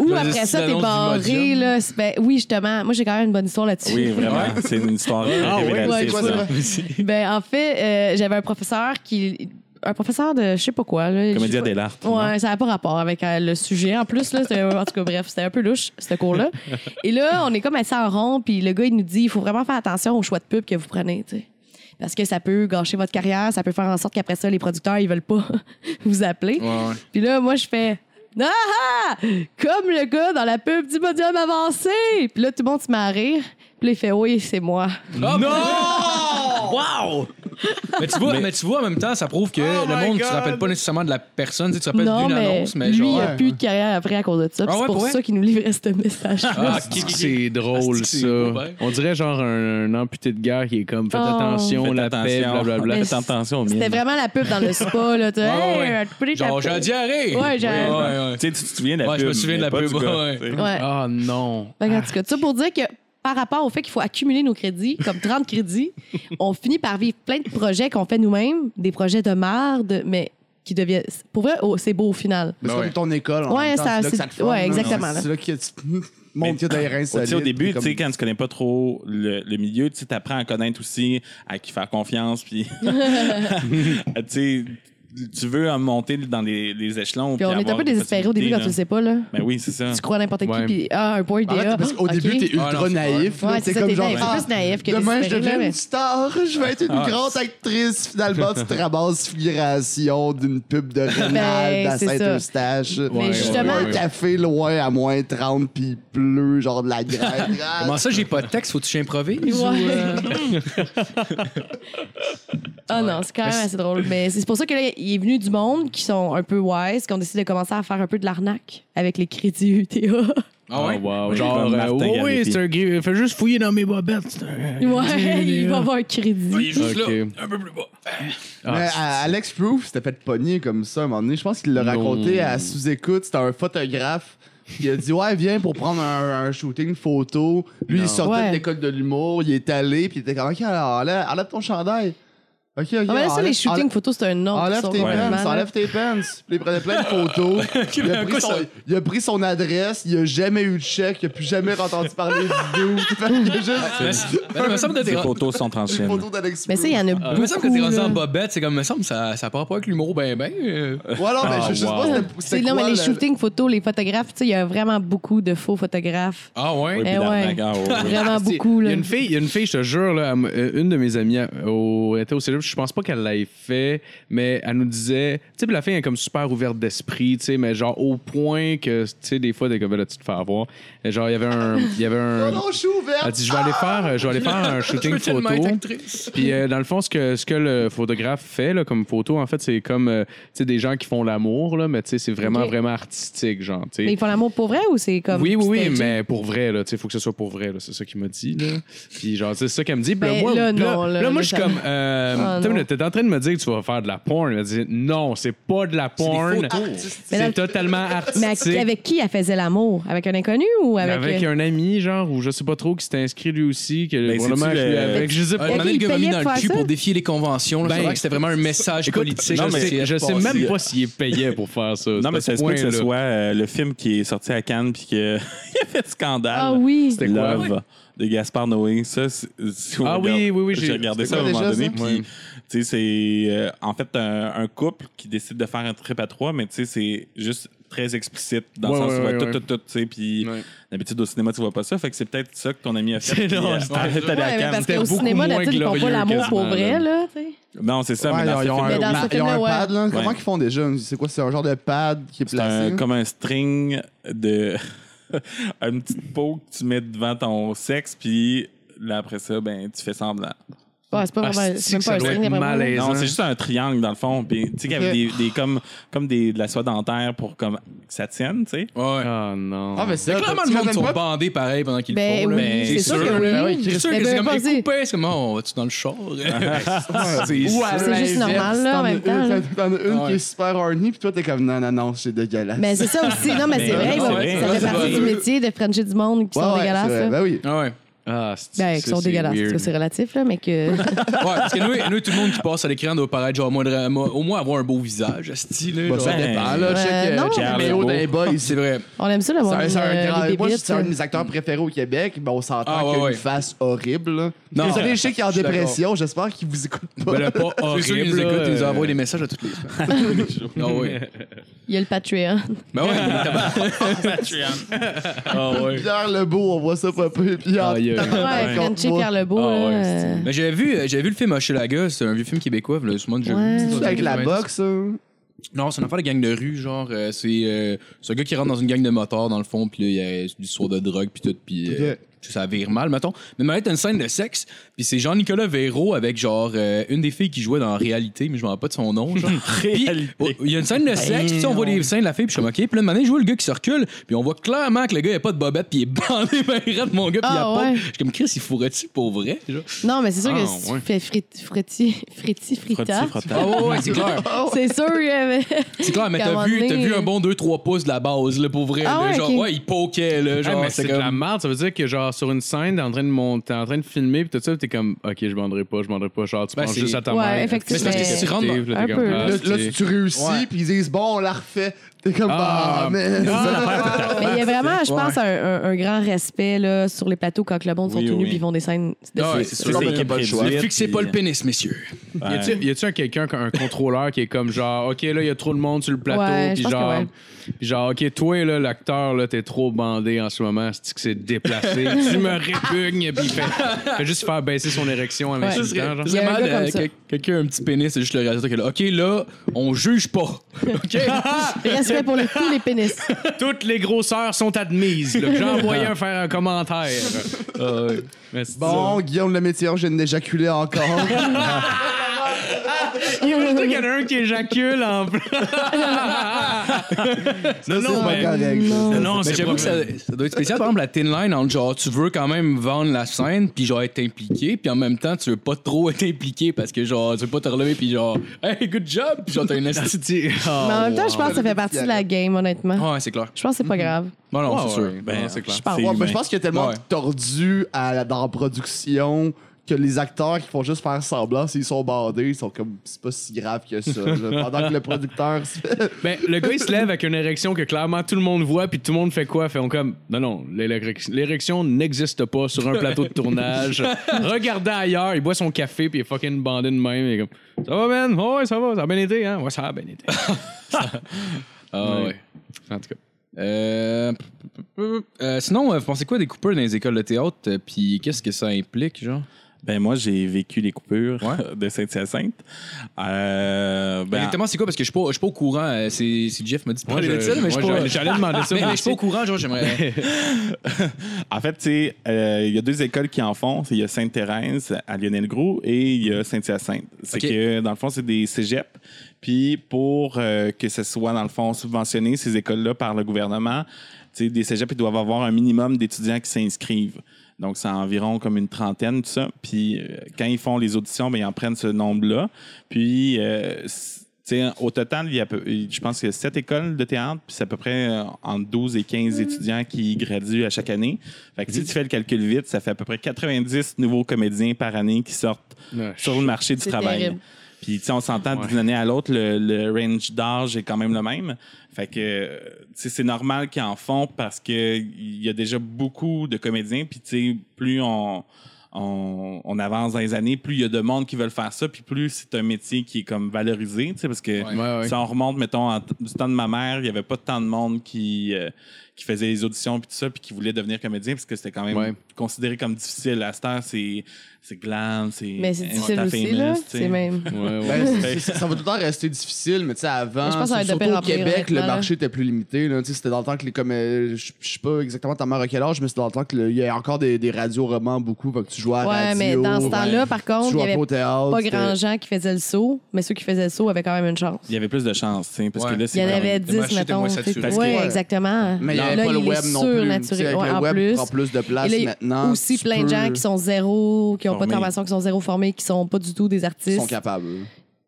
[SPEAKER 2] Ou
[SPEAKER 3] Dans
[SPEAKER 2] après
[SPEAKER 3] les
[SPEAKER 2] ça, t'es
[SPEAKER 3] salons du
[SPEAKER 2] barré,
[SPEAKER 3] Modium.
[SPEAKER 2] là. c'est- Ben, oui, justement. Moi, j'ai quand même une bonne histoire là-dessus.
[SPEAKER 6] Oui, vraiment. C'est une histoire révélatrice.
[SPEAKER 5] ouais,
[SPEAKER 6] là.
[SPEAKER 2] Ben, en fait, euh, j'avais un professeur qui. Un professeur de je sais pas quoi. Là,
[SPEAKER 6] Comédien
[SPEAKER 2] Je sais
[SPEAKER 6] des
[SPEAKER 2] pas-
[SPEAKER 6] lartes. non?
[SPEAKER 2] Ouais, ça n'a pas rapport avec euh, le sujet. En plus, là, c'était- en tout cas, bref, c'était un peu louche, ce cours-là. Et là, on est comme assis en rond, puis le gars, il nous dit il faut vraiment faire attention aux choix de pub que vous prenez, tu sais. Parce que ça peut gâcher votre carrière, ça peut faire en sorte qu'après ça, les producteurs, ils veulent pas vous appeler.
[SPEAKER 3] Ouais, ouais.
[SPEAKER 2] Puis là, moi, je fais. Ah ah! Comme le gars dans la pub du Modium avancé! Puis là, tout le monde se met à rire. Puis là, il fait Oui, c'est moi.
[SPEAKER 3] non! wow! Ah, Mais tu, vois, mais... tu vois, en même temps, ça prouve que
[SPEAKER 4] Oh
[SPEAKER 3] le
[SPEAKER 4] my
[SPEAKER 3] monde, tu te
[SPEAKER 4] God!
[SPEAKER 3] rappelles pas nécessairement de la personne. Tu, sais, tu te rappelles
[SPEAKER 2] non,
[SPEAKER 3] d'une
[SPEAKER 2] mais
[SPEAKER 3] annonce, mais
[SPEAKER 2] lui,
[SPEAKER 3] genre.
[SPEAKER 2] il a plus de carrière après à cause de ça.
[SPEAKER 3] Ah
[SPEAKER 2] Puis
[SPEAKER 3] ouais,
[SPEAKER 2] c'est
[SPEAKER 3] pour
[SPEAKER 2] pour
[SPEAKER 3] vrai?
[SPEAKER 2] ça qu'il nous livrait ce message.
[SPEAKER 3] Ah,
[SPEAKER 4] Asti
[SPEAKER 3] ok,
[SPEAKER 4] que
[SPEAKER 3] ok, ok.
[SPEAKER 4] C'est drôle,
[SPEAKER 3] Asti que c'est beau,
[SPEAKER 4] ça.
[SPEAKER 3] ben.
[SPEAKER 4] On dirait genre un, un amputé de guerre qui est comme Faites
[SPEAKER 2] Oh.
[SPEAKER 4] attention,
[SPEAKER 6] Faites
[SPEAKER 4] la paix,
[SPEAKER 6] attention.
[SPEAKER 4] blablabla.
[SPEAKER 2] Mais
[SPEAKER 6] Faites attention aux
[SPEAKER 2] C'était
[SPEAKER 6] mines.
[SPEAKER 2] vraiment la pub dans le spa, là. Tu
[SPEAKER 3] Ouais,
[SPEAKER 2] hey,
[SPEAKER 3] ouais.
[SPEAKER 2] un petit
[SPEAKER 3] Genre, hein?
[SPEAKER 2] tapis.
[SPEAKER 3] j'ai un diarrhée!
[SPEAKER 2] Ouais, j'ai un-
[SPEAKER 3] ouais, ouais.
[SPEAKER 6] Tu sais, tu te souviens de la
[SPEAKER 3] Ouais, je
[SPEAKER 6] pub.
[SPEAKER 3] me souviens de
[SPEAKER 6] mais
[SPEAKER 3] la
[SPEAKER 6] pas
[SPEAKER 3] pub,
[SPEAKER 6] du gars,
[SPEAKER 3] ouais.
[SPEAKER 6] tu sais.
[SPEAKER 2] Ouais.
[SPEAKER 4] Ah non.
[SPEAKER 2] Fait que, en tout cas, ça pour dire que par rapport au fait qu'il faut accumuler nos crédits, comme 30 crédits, on finit par vivre plein de projets qu'on fait nous-mêmes, des projets de merde, mais qui deviennent. Pour vrai, oh, c'est beau au final.
[SPEAKER 5] Mais c'est
[SPEAKER 3] Ouais.
[SPEAKER 5] comme ton école. en
[SPEAKER 2] Ouais,
[SPEAKER 5] même temps,
[SPEAKER 2] ça-
[SPEAKER 5] c'est là que
[SPEAKER 2] c'est-
[SPEAKER 5] ça te forme,
[SPEAKER 2] ouais,
[SPEAKER 5] là.
[SPEAKER 2] exactement,
[SPEAKER 5] C'est là que tu montres que t'as les reins
[SPEAKER 6] Tu sais,
[SPEAKER 5] solides,
[SPEAKER 6] au début,
[SPEAKER 5] puis comme-
[SPEAKER 6] tu sais, quand tu connais pas trop le, le milieu, tu apprends à connaître aussi, à qui faire confiance, puis tu sais, tu veux euh, monter dans les, les échelons.
[SPEAKER 2] Puis on est un peu désespéré au début quand tu le sais pas, là.
[SPEAKER 6] Mais Ben oui, c'est ça.
[SPEAKER 2] Tu crois à n'importe qui,
[SPEAKER 4] Ouais.
[SPEAKER 2] puis ah, un point
[SPEAKER 5] En fait,
[SPEAKER 2] idéal.
[SPEAKER 5] parce qu'au début, t'es
[SPEAKER 3] Ah, non,
[SPEAKER 5] ultra
[SPEAKER 3] c'est vrai.
[SPEAKER 5] naïf. là.
[SPEAKER 2] Ouais, c'est ça, t'es naïf.
[SPEAKER 5] ah,
[SPEAKER 2] C'est plus naïf que
[SPEAKER 5] Demain, je
[SPEAKER 2] désespéré, là,
[SPEAKER 5] deviens
[SPEAKER 2] mais-
[SPEAKER 5] une star, je vais être une
[SPEAKER 6] Ah.
[SPEAKER 5] grande actrice. Finalement, tu te ramasses figuration d'une pub de Rénal
[SPEAKER 2] Ben,
[SPEAKER 5] à
[SPEAKER 2] c'est ça.
[SPEAKER 5] Saint-Eustache.
[SPEAKER 2] Mais justement-
[SPEAKER 5] Un café loin à moins 30, puis il pleut, genre de la grêle. Ah.
[SPEAKER 3] Comment ça, j'ai pas de texte? Faut-tu que j'improvise?
[SPEAKER 2] Ouais.
[SPEAKER 3] ou, euh?
[SPEAKER 2] Ah non, c'est quand même assez drôle. Mais c'est pour ça que là, il est venu du monde qui sont un peu wise, qu'on décide de commencer à faire un peu de l'arnaque avec les crédits UTA.
[SPEAKER 3] Ah ouais?
[SPEAKER 4] Oh, wow.
[SPEAKER 6] Oui,
[SPEAKER 4] Genre,
[SPEAKER 6] comme
[SPEAKER 4] euh,
[SPEAKER 6] Martin
[SPEAKER 4] oh, oui,
[SPEAKER 6] Garipi.
[SPEAKER 4] c'est un gris. Fais juste fouiller dans mes bobettes. c'est un-
[SPEAKER 2] Ouais, il va avoir un
[SPEAKER 3] Il est
[SPEAKER 2] crédit.
[SPEAKER 3] juste
[SPEAKER 4] Ok.
[SPEAKER 3] là, un peu plus bas.
[SPEAKER 5] Mais
[SPEAKER 4] Ah,
[SPEAKER 5] à- Alex Proof s'était fait pogner comme ça à un moment donné. Je pense qu'il l'a raconté à sous-écoute. C'était un photographe. Il a dit Ouais, viens pour prendre un, un shooting photo. Lui, il sortait
[SPEAKER 2] Ouais.
[SPEAKER 5] de l'école de l'humour. Il est allé. Puis il était comme Ok, alors enlève, enlève ton chandail. Ok, ok.
[SPEAKER 2] Ah, mais là, ça,
[SPEAKER 5] enlève-
[SPEAKER 2] les shootings
[SPEAKER 5] enlève-
[SPEAKER 2] photos, c'est un autre.
[SPEAKER 5] Enlève
[SPEAKER 2] sont
[SPEAKER 5] tes
[SPEAKER 2] vraiment,
[SPEAKER 5] pants,
[SPEAKER 2] là.
[SPEAKER 5] enlève tes pants. Puis il prenait plein de photos. il, a pris son, il a pris son adresse, il a jamais eu de chèque, il a plus jamais entendu parler du vidéo. Il a
[SPEAKER 3] Mais
[SPEAKER 5] juste
[SPEAKER 3] Ben, mais il me semble que
[SPEAKER 6] Les
[SPEAKER 3] t'es rendu-
[SPEAKER 6] photos sont en
[SPEAKER 5] une
[SPEAKER 6] chaîne.
[SPEAKER 5] photo d'Alex
[SPEAKER 2] Mais ça, il y en
[SPEAKER 4] Ah,
[SPEAKER 2] a beaucoup.
[SPEAKER 3] il me semble que t'es rendu
[SPEAKER 2] là.
[SPEAKER 3] en bobette. C'est comme, il me semble, que ça ça part pas avec l'humour, ben, ben. euh.
[SPEAKER 5] Proof. Ouais, non, mais
[SPEAKER 6] Ah,
[SPEAKER 5] ben, je, je sais
[SPEAKER 6] wow.
[SPEAKER 5] pas c'était-
[SPEAKER 2] C'est
[SPEAKER 5] c'était
[SPEAKER 2] non,
[SPEAKER 5] quoi,
[SPEAKER 2] mais les
[SPEAKER 5] le-
[SPEAKER 2] shootings photos, les photographes, tu sais, il y a vraiment beaucoup de faux photographes.
[SPEAKER 3] Ah ouais?
[SPEAKER 6] Oui, puis
[SPEAKER 2] Eh
[SPEAKER 6] l'arnaque,
[SPEAKER 2] ouais.
[SPEAKER 6] ah, oui, oui.
[SPEAKER 2] Vraiment
[SPEAKER 4] Asti,
[SPEAKER 2] beaucoup,
[SPEAKER 4] Il y
[SPEAKER 2] là.
[SPEAKER 4] a une fille, il y a une fille, je te jure, là, elle m- euh, une de mes amies euh, au- était au cégep, je pense pas qu'elle l'ait fait, mais elle nous disait, tu sais, puis la fille elle est comme super ouverte d'esprit, tu sais, mais genre au point que, tu sais, des fois, t'es comme, là, tu te fais avoir. Et genre, il y avait un. Il y avait un
[SPEAKER 5] Oh non, je suis ouverte!
[SPEAKER 4] elle dit, je vais aller faire, euh, je vais aller faire un shooting photo. Puis euh, dans le fond, ce que, ce que le photographe fait là, comme photo, en fait, c'est comme euh, tu sais, des gens qui font l'amour, là, mais tu sais, c'est vraiment,
[SPEAKER 2] Ok.
[SPEAKER 4] vraiment artistique, genre. tu sais.
[SPEAKER 2] Mais ils font l'amour pour vrai ou c'est comme.
[SPEAKER 4] oui, oui, oui,
[SPEAKER 2] stagé?
[SPEAKER 4] mais pour vrai, là, tu sais, faut que ce soit pour vrai, là, c'est ça qu'il m'a dit, là. Puis genre, c'est ça qu'elle me dit. Puis
[SPEAKER 2] Ben,
[SPEAKER 4] moi,
[SPEAKER 2] là,
[SPEAKER 4] puis
[SPEAKER 2] non, là,
[SPEAKER 4] là,
[SPEAKER 2] là,
[SPEAKER 4] moi, je suis
[SPEAKER 2] ça-
[SPEAKER 4] comme, euh,
[SPEAKER 2] Ah,
[SPEAKER 4] attends une
[SPEAKER 2] non.
[SPEAKER 4] minute, t'es en train de me dire que tu vas faire de la porn. Elle m'a dit, non, c'est pas de la porn.
[SPEAKER 5] Artistique.
[SPEAKER 2] Mais
[SPEAKER 4] C'est
[SPEAKER 2] dans-
[SPEAKER 4] totalement artistique.
[SPEAKER 2] Mais avec, avec qui elle faisait l'amour? Avec un inconnu ou avec.
[SPEAKER 4] Avec,
[SPEAKER 2] euh,
[SPEAKER 4] un ami, genre, ou je sais pas trop, qui s'était inscrit lui aussi, que le
[SPEAKER 6] Ben,
[SPEAKER 4] probablement
[SPEAKER 6] c'est-tu
[SPEAKER 4] je lui
[SPEAKER 6] le- Ah,
[SPEAKER 4] avec. Je sais
[SPEAKER 3] Un
[SPEAKER 4] pas.
[SPEAKER 2] Ok,
[SPEAKER 3] moment donné, Ah, le
[SPEAKER 2] il
[SPEAKER 3] gars m'a mis
[SPEAKER 2] payait
[SPEAKER 3] dans
[SPEAKER 2] pour
[SPEAKER 3] le
[SPEAKER 2] faire
[SPEAKER 3] cul
[SPEAKER 2] ça?
[SPEAKER 3] pour défier les conventions. là.
[SPEAKER 4] Ben,
[SPEAKER 3] c'est vrai que c'était vraiment un message
[SPEAKER 4] Écoute,
[SPEAKER 3] politique.
[SPEAKER 4] je,
[SPEAKER 6] non, mais
[SPEAKER 4] sais, je sais
[SPEAKER 6] passé.
[SPEAKER 4] même pas s'il est payé pour faire ça.
[SPEAKER 6] Non,
[SPEAKER 4] à
[SPEAKER 6] mais
[SPEAKER 4] ce
[SPEAKER 6] ça se peut que ce
[SPEAKER 4] point-là.
[SPEAKER 6] soit euh, le film qui est sorti à Cannes puis qu'il y a fait scandale.
[SPEAKER 2] Ah oui.
[SPEAKER 4] C'était quoi?
[SPEAKER 6] Love de Gaspard Noé. Ça, c'est- c'est-
[SPEAKER 4] Ah oui, oui, oui,
[SPEAKER 6] j'ai
[SPEAKER 4] j'ai-
[SPEAKER 6] regardé
[SPEAKER 5] c'était
[SPEAKER 6] ça à un
[SPEAKER 5] quoi
[SPEAKER 6] moment
[SPEAKER 5] déjà,
[SPEAKER 6] donné.
[SPEAKER 5] ça?
[SPEAKER 6] Puis, tu sais, c'est euh, en fait un, un couple qui décide de faire un trip à trois, mais tu sais, c'est juste très explicite dans le
[SPEAKER 4] Ouais,
[SPEAKER 6] sens où
[SPEAKER 4] ouais,
[SPEAKER 6] on voit
[SPEAKER 4] ouais,
[SPEAKER 6] tout,
[SPEAKER 4] ouais.
[SPEAKER 6] tout, tout, tu sais. Puis,
[SPEAKER 4] Ouais.
[SPEAKER 6] d'habitude, au cinéma, tu vois pas ça. Fait que c'est peut-être ça que ton ami a fait.
[SPEAKER 4] C'est
[SPEAKER 6] puis,
[SPEAKER 4] non,
[SPEAKER 6] euh,
[SPEAKER 4] c'est-
[SPEAKER 6] t'arrêtes
[SPEAKER 2] Ouais,
[SPEAKER 6] d'aller à
[SPEAKER 2] mais
[SPEAKER 6] Cannes.
[SPEAKER 2] parce
[SPEAKER 4] c'était
[SPEAKER 2] qu'au
[SPEAKER 4] beaucoup
[SPEAKER 2] cinéma,
[SPEAKER 4] moins
[SPEAKER 2] d'habitude, ils font pas
[SPEAKER 4] glorieux
[SPEAKER 2] l'amour pour
[SPEAKER 6] quasiment,
[SPEAKER 2] vrai,
[SPEAKER 6] là.
[SPEAKER 2] là. tu sais.
[SPEAKER 6] Non, c'est ça,
[SPEAKER 5] Ouais,
[SPEAKER 6] mais dans
[SPEAKER 5] ils
[SPEAKER 6] ce
[SPEAKER 5] ont un,
[SPEAKER 2] Mais
[SPEAKER 6] film-là,
[SPEAKER 2] dans ce
[SPEAKER 5] ils ont un
[SPEAKER 2] film-là,
[SPEAKER 5] pad, là. Comment
[SPEAKER 6] Ouais.
[SPEAKER 5] ils font déjà? C'est quoi? C'est un genre de pad qui est
[SPEAKER 6] C'est un-
[SPEAKER 5] placé?
[SPEAKER 6] comme un string de. une petite peau que tu mets devant ton sexe, puis là, après ça, ben, tu fais semblant.
[SPEAKER 2] Ouais, c'est pas
[SPEAKER 4] Ah,
[SPEAKER 2] vraiment.
[SPEAKER 4] c'est
[SPEAKER 2] C'est même
[SPEAKER 4] que
[SPEAKER 2] pas
[SPEAKER 4] ça
[SPEAKER 2] un
[SPEAKER 4] doit
[SPEAKER 2] string,
[SPEAKER 4] être
[SPEAKER 2] il y a vraiment-
[SPEAKER 4] malaisant.
[SPEAKER 6] Non, c'est juste un triangle dans le fond. Puis, tu sais, qu'il y avait des, des- comme, comme des, de la soie dentaire pour comme, que ça tienne, tu sais.
[SPEAKER 3] Ouais.
[SPEAKER 4] Ah non.
[SPEAKER 5] Ah, mais c'est
[SPEAKER 3] C'est
[SPEAKER 5] là,
[SPEAKER 3] clairement
[SPEAKER 5] tu
[SPEAKER 3] le monde
[SPEAKER 5] imagines
[SPEAKER 3] sont
[SPEAKER 5] pas-
[SPEAKER 3] bandés pareil pendant qu'ils le
[SPEAKER 2] Ben
[SPEAKER 3] font. là.
[SPEAKER 2] oui,
[SPEAKER 3] Mais
[SPEAKER 2] c'est sûr que
[SPEAKER 3] là.
[SPEAKER 2] oui.
[SPEAKER 3] C'est sûr que
[SPEAKER 2] Ben,
[SPEAKER 3] c'est
[SPEAKER 2] ben,
[SPEAKER 3] comme
[SPEAKER 2] vas-y.
[SPEAKER 3] coupé. C'est comme, on va-tu dans le char?
[SPEAKER 5] Ou à
[SPEAKER 2] C'est juste
[SPEAKER 5] l'inverse,
[SPEAKER 2] normal, là,
[SPEAKER 5] t'en
[SPEAKER 2] en
[SPEAKER 5] as
[SPEAKER 2] même
[SPEAKER 5] une-
[SPEAKER 2] temps, là.
[SPEAKER 5] T'en as une
[SPEAKER 3] Ouais.
[SPEAKER 5] qui est super horny, puis toi, t'es comme, non, non, non, c'est dégueulasse.
[SPEAKER 2] Mais c'est ça aussi. Non, mais c'est
[SPEAKER 6] Mais
[SPEAKER 2] vrai.
[SPEAKER 6] non,
[SPEAKER 2] ouais,
[SPEAKER 6] c'est vrai.
[SPEAKER 2] Ça
[SPEAKER 3] Ouais,
[SPEAKER 2] fait
[SPEAKER 3] c'est
[SPEAKER 2] partie du
[SPEAKER 3] vrai.
[SPEAKER 2] métier de Frencher du monde qui
[SPEAKER 5] Ouais,
[SPEAKER 2] sont
[SPEAKER 5] ouais,
[SPEAKER 2] dégueulasses,
[SPEAKER 5] c'est vrai.
[SPEAKER 2] là.
[SPEAKER 5] Ben oui.
[SPEAKER 3] Ah ouais.
[SPEAKER 4] Ah, c'est-
[SPEAKER 2] Ben, qui
[SPEAKER 4] ça,
[SPEAKER 2] sont
[SPEAKER 4] c'est
[SPEAKER 2] dégueulasses, parce
[SPEAKER 4] weird.
[SPEAKER 2] que c'est relatif, là, mais que.
[SPEAKER 3] Ouais, parce que nous, nous, tout le monde qui passe à l'écran doit paraître genre, moi, de- moi, au moins avoir un beau visage, esti, là,
[SPEAKER 5] Bah,
[SPEAKER 3] genre.
[SPEAKER 5] ça
[SPEAKER 6] Ouais.
[SPEAKER 5] dépend, là. Je
[SPEAKER 2] Euh,
[SPEAKER 5] sais que
[SPEAKER 2] non,
[SPEAKER 5] Jack
[SPEAKER 6] mais-
[SPEAKER 5] Mayo d'un boy,
[SPEAKER 3] ben, C'est
[SPEAKER 5] c'est
[SPEAKER 3] vrai.
[SPEAKER 2] On aime ça, le voir.
[SPEAKER 5] c'est un
[SPEAKER 2] euh, les
[SPEAKER 5] grand. Moi,
[SPEAKER 2] bébites,
[SPEAKER 5] c'est un de mes acteurs préférés au Québec. Ben, on s'entend
[SPEAKER 3] Ah, ouais,
[SPEAKER 5] qu'il a
[SPEAKER 3] ouais.
[SPEAKER 5] une face horrible. là.
[SPEAKER 3] Non.
[SPEAKER 5] Désolé, je sais qu'il est en
[SPEAKER 3] Je suis
[SPEAKER 5] dépression. J'espère qu'il vous écoute pas.
[SPEAKER 4] Ben, le pas
[SPEAKER 3] C'est sûr qu'ils
[SPEAKER 4] horrible.
[SPEAKER 3] nous écoutent, ils nous
[SPEAKER 4] là,
[SPEAKER 3] envoient des messages à toutes les semaines. Ah ouais.
[SPEAKER 2] Il y a le Patreon.
[SPEAKER 3] Ben ouais, tabarnak.
[SPEAKER 4] Ah, ouais.
[SPEAKER 5] Pierre Lebeau, on voit ça popper. Puis en
[SPEAKER 4] Aïe, aïe.
[SPEAKER 2] Ouais, Frenchie Pierre Lebeau,
[SPEAKER 4] Ah,
[SPEAKER 2] là.
[SPEAKER 4] ouais,
[SPEAKER 2] euh,
[SPEAKER 3] Mais j'avais vu, euh, j'avais vu le film Hochelaga, c'est un vieux film québécois, là, sûrement déjà vu.
[SPEAKER 2] Ouais. C'est
[SPEAKER 5] C'est avec la boxe, hein?
[SPEAKER 3] Non, c'est une affaire de gang de rue, genre, euh, c'est euh, c'est un gars qui rentre dans une gang de motards, dans le fond, puis là, il y a du soir de drogue, puis tout, puis euh,
[SPEAKER 5] Ok.
[SPEAKER 3] ça vire mal, mettons. Mais maintenant, t'as une scène de sexe, puis c'est Jean-Nicolas Véro avec, genre, euh, une des filles qui jouait dans Réalité, mais je me rappelle pas de son nom, genre. Puis,
[SPEAKER 6] Réalité.
[SPEAKER 3] oh, il y a une scène de sexe, puis on voit les scènes de la fille, puis je suis comme, OK, puis là, maintenant, je vois le gars qui se recule, puis on voit clairement que le gars, il a pas de bobette, puis il est bandé, ben, raide, mon gars, puis il
[SPEAKER 2] Ah,
[SPEAKER 3] a pas.
[SPEAKER 2] ouais.
[SPEAKER 3] Je suis comme, Chris, il fourrait-tu pour vrai, genre?
[SPEAKER 2] Non, mais c'est sûr
[SPEAKER 3] Ah,
[SPEAKER 2] que si tu
[SPEAKER 3] ouais.
[SPEAKER 2] fais frit- fritti, fritti, frita.
[SPEAKER 6] Frotti, frotta.
[SPEAKER 3] Ah ouais, ouais, c'est clair.
[SPEAKER 2] C'est sûr, euh, mais-
[SPEAKER 3] C'est clair, mais
[SPEAKER 2] Qu'à un
[SPEAKER 3] t'as
[SPEAKER 2] moment
[SPEAKER 3] vu, t'as
[SPEAKER 2] donné,
[SPEAKER 3] vu
[SPEAKER 2] euh,
[SPEAKER 3] un bon 2-3 pouces de la base, là, pour vrai.
[SPEAKER 2] Ah
[SPEAKER 3] là,
[SPEAKER 2] ouais,
[SPEAKER 3] genre,
[SPEAKER 2] ok.
[SPEAKER 3] ouais, il poquait, là.
[SPEAKER 4] Hey,
[SPEAKER 3] Genre,
[SPEAKER 4] mais
[SPEAKER 3] c'est
[SPEAKER 4] c'est
[SPEAKER 3] comme.
[SPEAKER 4] de la merde, ça veut dire que genre sur une scène, t'es en train de monter, t'es en train de filmer puis tout ça, puis t'es comme ok, je banderai pas, je banderai pas, genre tu
[SPEAKER 3] Ben,
[SPEAKER 4] penses
[SPEAKER 3] c'est-
[SPEAKER 4] juste à ta
[SPEAKER 2] Ouais,
[SPEAKER 4] mère.
[SPEAKER 2] effectivement.
[SPEAKER 3] Mais c'est parce que si tu rentres dans-
[SPEAKER 4] Puis là, t'es
[SPEAKER 2] Un
[SPEAKER 4] comme,
[SPEAKER 2] peu.
[SPEAKER 4] ah,
[SPEAKER 5] Là,
[SPEAKER 4] c'est-
[SPEAKER 5] là, si tu réussis,
[SPEAKER 3] Ouais.
[SPEAKER 5] puis ils disent, bon, on la refait. T'es comme,
[SPEAKER 4] Ah.
[SPEAKER 5] ah, mais.
[SPEAKER 2] mais il y a vraiment, je pense, un, un- un grand respect là, sur les plateaux quand le monde sont
[SPEAKER 6] Oui,
[SPEAKER 2] tout nus
[SPEAKER 6] oui.
[SPEAKER 2] et ils font des scènes de
[SPEAKER 3] Ah ouais,
[SPEAKER 2] sexe.
[SPEAKER 3] c'est
[SPEAKER 6] Tu sais,
[SPEAKER 3] sûr.
[SPEAKER 6] c'est équipe
[SPEAKER 5] pas le choix.
[SPEAKER 3] Ne
[SPEAKER 6] réduite,
[SPEAKER 3] fixez
[SPEAKER 6] puis-
[SPEAKER 3] pas le pénis, messieurs.
[SPEAKER 6] Ouais.
[SPEAKER 4] Y a-tu- Y a-tu un quelqu'un, un contrôleur qui est comme genre, OK, là, il y a trop de monde sur le plateau,
[SPEAKER 2] Ouais, je
[SPEAKER 4] puis
[SPEAKER 2] pense que
[SPEAKER 4] genre,
[SPEAKER 2] ouais.
[SPEAKER 4] puis genre, OK, toi, là, l'acteur, là, t'es trop bandé en ce moment, c'est que c'est déplacé, tu me répugnes, puis il fait, fait juste faire baisser son érection à
[SPEAKER 2] Ouais.
[SPEAKER 3] Ce
[SPEAKER 4] l'instant.
[SPEAKER 3] serait,
[SPEAKER 4] genre.
[SPEAKER 3] ce
[SPEAKER 2] Il y
[SPEAKER 3] serait
[SPEAKER 2] a un
[SPEAKER 3] mal
[SPEAKER 2] gars
[SPEAKER 3] euh,
[SPEAKER 2] comme ça.
[SPEAKER 3] que- quelqu'un a un petit pénis, c'est juste le réalisateur qui est là. OK, là, on juge pas. OK?
[SPEAKER 2] Respect pour les- tous les pénis.
[SPEAKER 4] Toutes les grosseurs sont admises, là. J'ai envoyé un faire un commentaire. Mais c'est ça.
[SPEAKER 5] Bon, Guillaume le métier, je viens d'éjaculer encore.
[SPEAKER 4] Il y en a un qui éjacule en plus. non,
[SPEAKER 5] C'est
[SPEAKER 4] non,
[SPEAKER 5] pas
[SPEAKER 4] mais-
[SPEAKER 5] correct. ça.
[SPEAKER 2] Non.
[SPEAKER 4] non,
[SPEAKER 3] Mais
[SPEAKER 4] c'est
[SPEAKER 3] Ben, j'avoue
[SPEAKER 4] pas
[SPEAKER 3] que ça, ça doit être spécial, par exemple, la thin line, entre genre, tu veux quand même vendre la scène, puis genre être impliqué, puis en même temps, tu veux pas trop être impliqué parce que genre, tu veux pas te relever, puis genre, hey, good job, puis genre, t'as une esti.
[SPEAKER 2] Mais en même temps, je pense que ça fait partie de la game, honnêtement.
[SPEAKER 3] Ah Ouais, c'est clair.
[SPEAKER 2] Je pense que c'est pas grave.
[SPEAKER 3] Bon, non, c'est sûr.
[SPEAKER 6] Ben,
[SPEAKER 4] c'est clair.
[SPEAKER 6] je pense-
[SPEAKER 2] Ouais,
[SPEAKER 5] Ouais,
[SPEAKER 6] c'est
[SPEAKER 5] mais
[SPEAKER 6] humain.
[SPEAKER 5] je pense qu'il y a tellement
[SPEAKER 3] Ouais.
[SPEAKER 5] de tordu à, dans la production que les acteurs qui font juste faire semblant, s'ils sont bandés, ils sont comme c'est pas si grave que ça. là. Pendant que le producteur se fait.
[SPEAKER 4] Ben, le gars, il se lève avec une érection que clairement tout le monde voit, puis tout le monde fait quoi? Fait on comme, non, non, l'érec- l'érection n'existe pas sur un plateau de tournage. Regardez ailleurs, il boit son café, puis il est fucking bandé de même. Il est comme, ça va, man? Oh, ouais, ça va, ça a bien été, hein? Ouais, ça a bien été.
[SPEAKER 3] Ah, ouais.
[SPEAKER 4] En tout cas.
[SPEAKER 3] Euh, euh, sinon, euh, vous pensez quoi des coupeurs dans les écoles de théâtre? euh, Puis qu'est-ce que ça implique, genre?
[SPEAKER 6] Ben moi, j'ai vécu les coupures
[SPEAKER 3] Ouais.
[SPEAKER 6] de Saint-Hyacinthe. Euh, ben,
[SPEAKER 3] Exactement, c'est quoi? Parce que je suis pas, je suis pas au courant. euh, C'est c'est Jeff m'a dit de parler de ça, mais je suis pas.
[SPEAKER 4] moi, j'allais demander ça.
[SPEAKER 3] mais-
[SPEAKER 4] moi
[SPEAKER 3] mais je suis pas au
[SPEAKER 4] aussi.
[SPEAKER 3] courant, genre, j'aimerais.
[SPEAKER 6] en fait, tu sais, euh, il y a deux écoles qui en font. Il y a Sainte-Thérèse à Lionel Groux et il y a Saint-Hyacinthe. C'est
[SPEAKER 3] OK.
[SPEAKER 6] que, euh, dans le fond, c'est des cégeps. Puis pour euh, que ce soit, dans le fond, subventionné, ces écoles-là, par le gouvernement, tu sais, des cégeps, ils doivent avoir un minimum d'étudiants qui s'inscrivent. Donc, c'est environ comme une trentaine, tout ça. Puis, euh, quand ils font les auditions, ben, ils en prennent ce nombre-là. Puis, euh, c- tu sais, au total, il y a, à peu- je pense qu'il y a sept écoles de théâtre, puis c'est à peu près euh, entre 12 et 15 étudiants qui graduent à chaque année. Fait que si tu fais le calcul vite, ça fait à peu près 90 nouveaux comédiens par année qui sortent
[SPEAKER 4] Ouais.
[SPEAKER 6] sur le marché du
[SPEAKER 2] C'est
[SPEAKER 6] travail.
[SPEAKER 2] terrible.
[SPEAKER 6] Puis, tu sais, on s'entend d'une année à l'autre, le, le range d'âge est quand même le même. Fait que, euh, tu sais, c'est normal qu'ils en font parce qu'il y a déjà beaucoup de comédiens. Puis, tu sais, plus on, on, on avance dans les années, plus il y a de monde qui veulent faire ça. Puis, plus c'est un métier qui est comme valorisé, tu sais, parce que
[SPEAKER 4] Ouais, ouais.
[SPEAKER 6] si on remonte, mettons, en t- du temps de ma mère, il n'y avait pas tant de monde qui, euh, qui faisait les auditions puis tout ça, puis qui voulait devenir comédien, parce que c'était quand même
[SPEAKER 4] Ouais.
[SPEAKER 6] considéré comme difficile. À cette heure, c'est c'est glam, c'est.
[SPEAKER 2] Mais c'est difficile
[SPEAKER 6] Insta
[SPEAKER 2] aussi,
[SPEAKER 6] famous,
[SPEAKER 2] là.
[SPEAKER 6] tu sais.
[SPEAKER 2] C'est même.
[SPEAKER 4] Ouais, ouais.
[SPEAKER 5] Ben, c'est- c'est- ça va tout le temps rester difficile, mais tu sais, avant,
[SPEAKER 2] Mais je pense que ça va être de
[SPEAKER 5] surtout
[SPEAKER 2] pire en
[SPEAKER 5] au
[SPEAKER 2] pire,
[SPEAKER 5] Québec, le
[SPEAKER 2] honnêtement, là.
[SPEAKER 5] marché était plus limité. là. Tu sais, C'était dans le temps que les comé- Je je sais pas exactement ta mère à quel âge, mais c'était dans le temps qu'il y a encore des, des radios romans beaucoup. Fait que tu jouais à la
[SPEAKER 2] Ouais,
[SPEAKER 5] radio.
[SPEAKER 2] mais dans ce temps-là, par
[SPEAKER 5] tu
[SPEAKER 2] contre, il y
[SPEAKER 5] jouais
[SPEAKER 2] avait
[SPEAKER 5] pas au théâtre.
[SPEAKER 2] pas
[SPEAKER 5] c'était-
[SPEAKER 2] grand gens qui faisaient le saut, mais ceux qui faisaient le saut avaient quand même une chance.
[SPEAKER 6] Il y avait plus de chance, tu sais, parce
[SPEAKER 3] Ouais.
[SPEAKER 6] que là,
[SPEAKER 2] Il y
[SPEAKER 6] c'est
[SPEAKER 2] en
[SPEAKER 6] quand
[SPEAKER 2] avait
[SPEAKER 6] même-
[SPEAKER 3] le marché était
[SPEAKER 2] 10, mettons.
[SPEAKER 3] moins saturé.
[SPEAKER 2] T'sais,
[SPEAKER 6] Parce que-
[SPEAKER 2] ouais,
[SPEAKER 5] ouais.
[SPEAKER 2] exactement.
[SPEAKER 5] Mais il n'y
[SPEAKER 2] Là,
[SPEAKER 5] avait pas le
[SPEAKER 2] il est
[SPEAKER 5] web non plus.
[SPEAKER 2] surnaturé.
[SPEAKER 5] Tu sais, Avec
[SPEAKER 2] Ouais,
[SPEAKER 5] le
[SPEAKER 2] en
[SPEAKER 5] web,
[SPEAKER 2] plus.
[SPEAKER 5] tu prends plus de place
[SPEAKER 2] Et là, il y a
[SPEAKER 5] maintenant.
[SPEAKER 2] aussi
[SPEAKER 5] tu
[SPEAKER 2] plein de
[SPEAKER 5] peux-
[SPEAKER 2] gens qui sont zéro, qui n'ont pas de
[SPEAKER 6] Formés.
[SPEAKER 2] formation, qui sont zéro formés, qui sont pas du tout des
[SPEAKER 5] Ils
[SPEAKER 2] artistes,
[SPEAKER 5] sont capables. eux.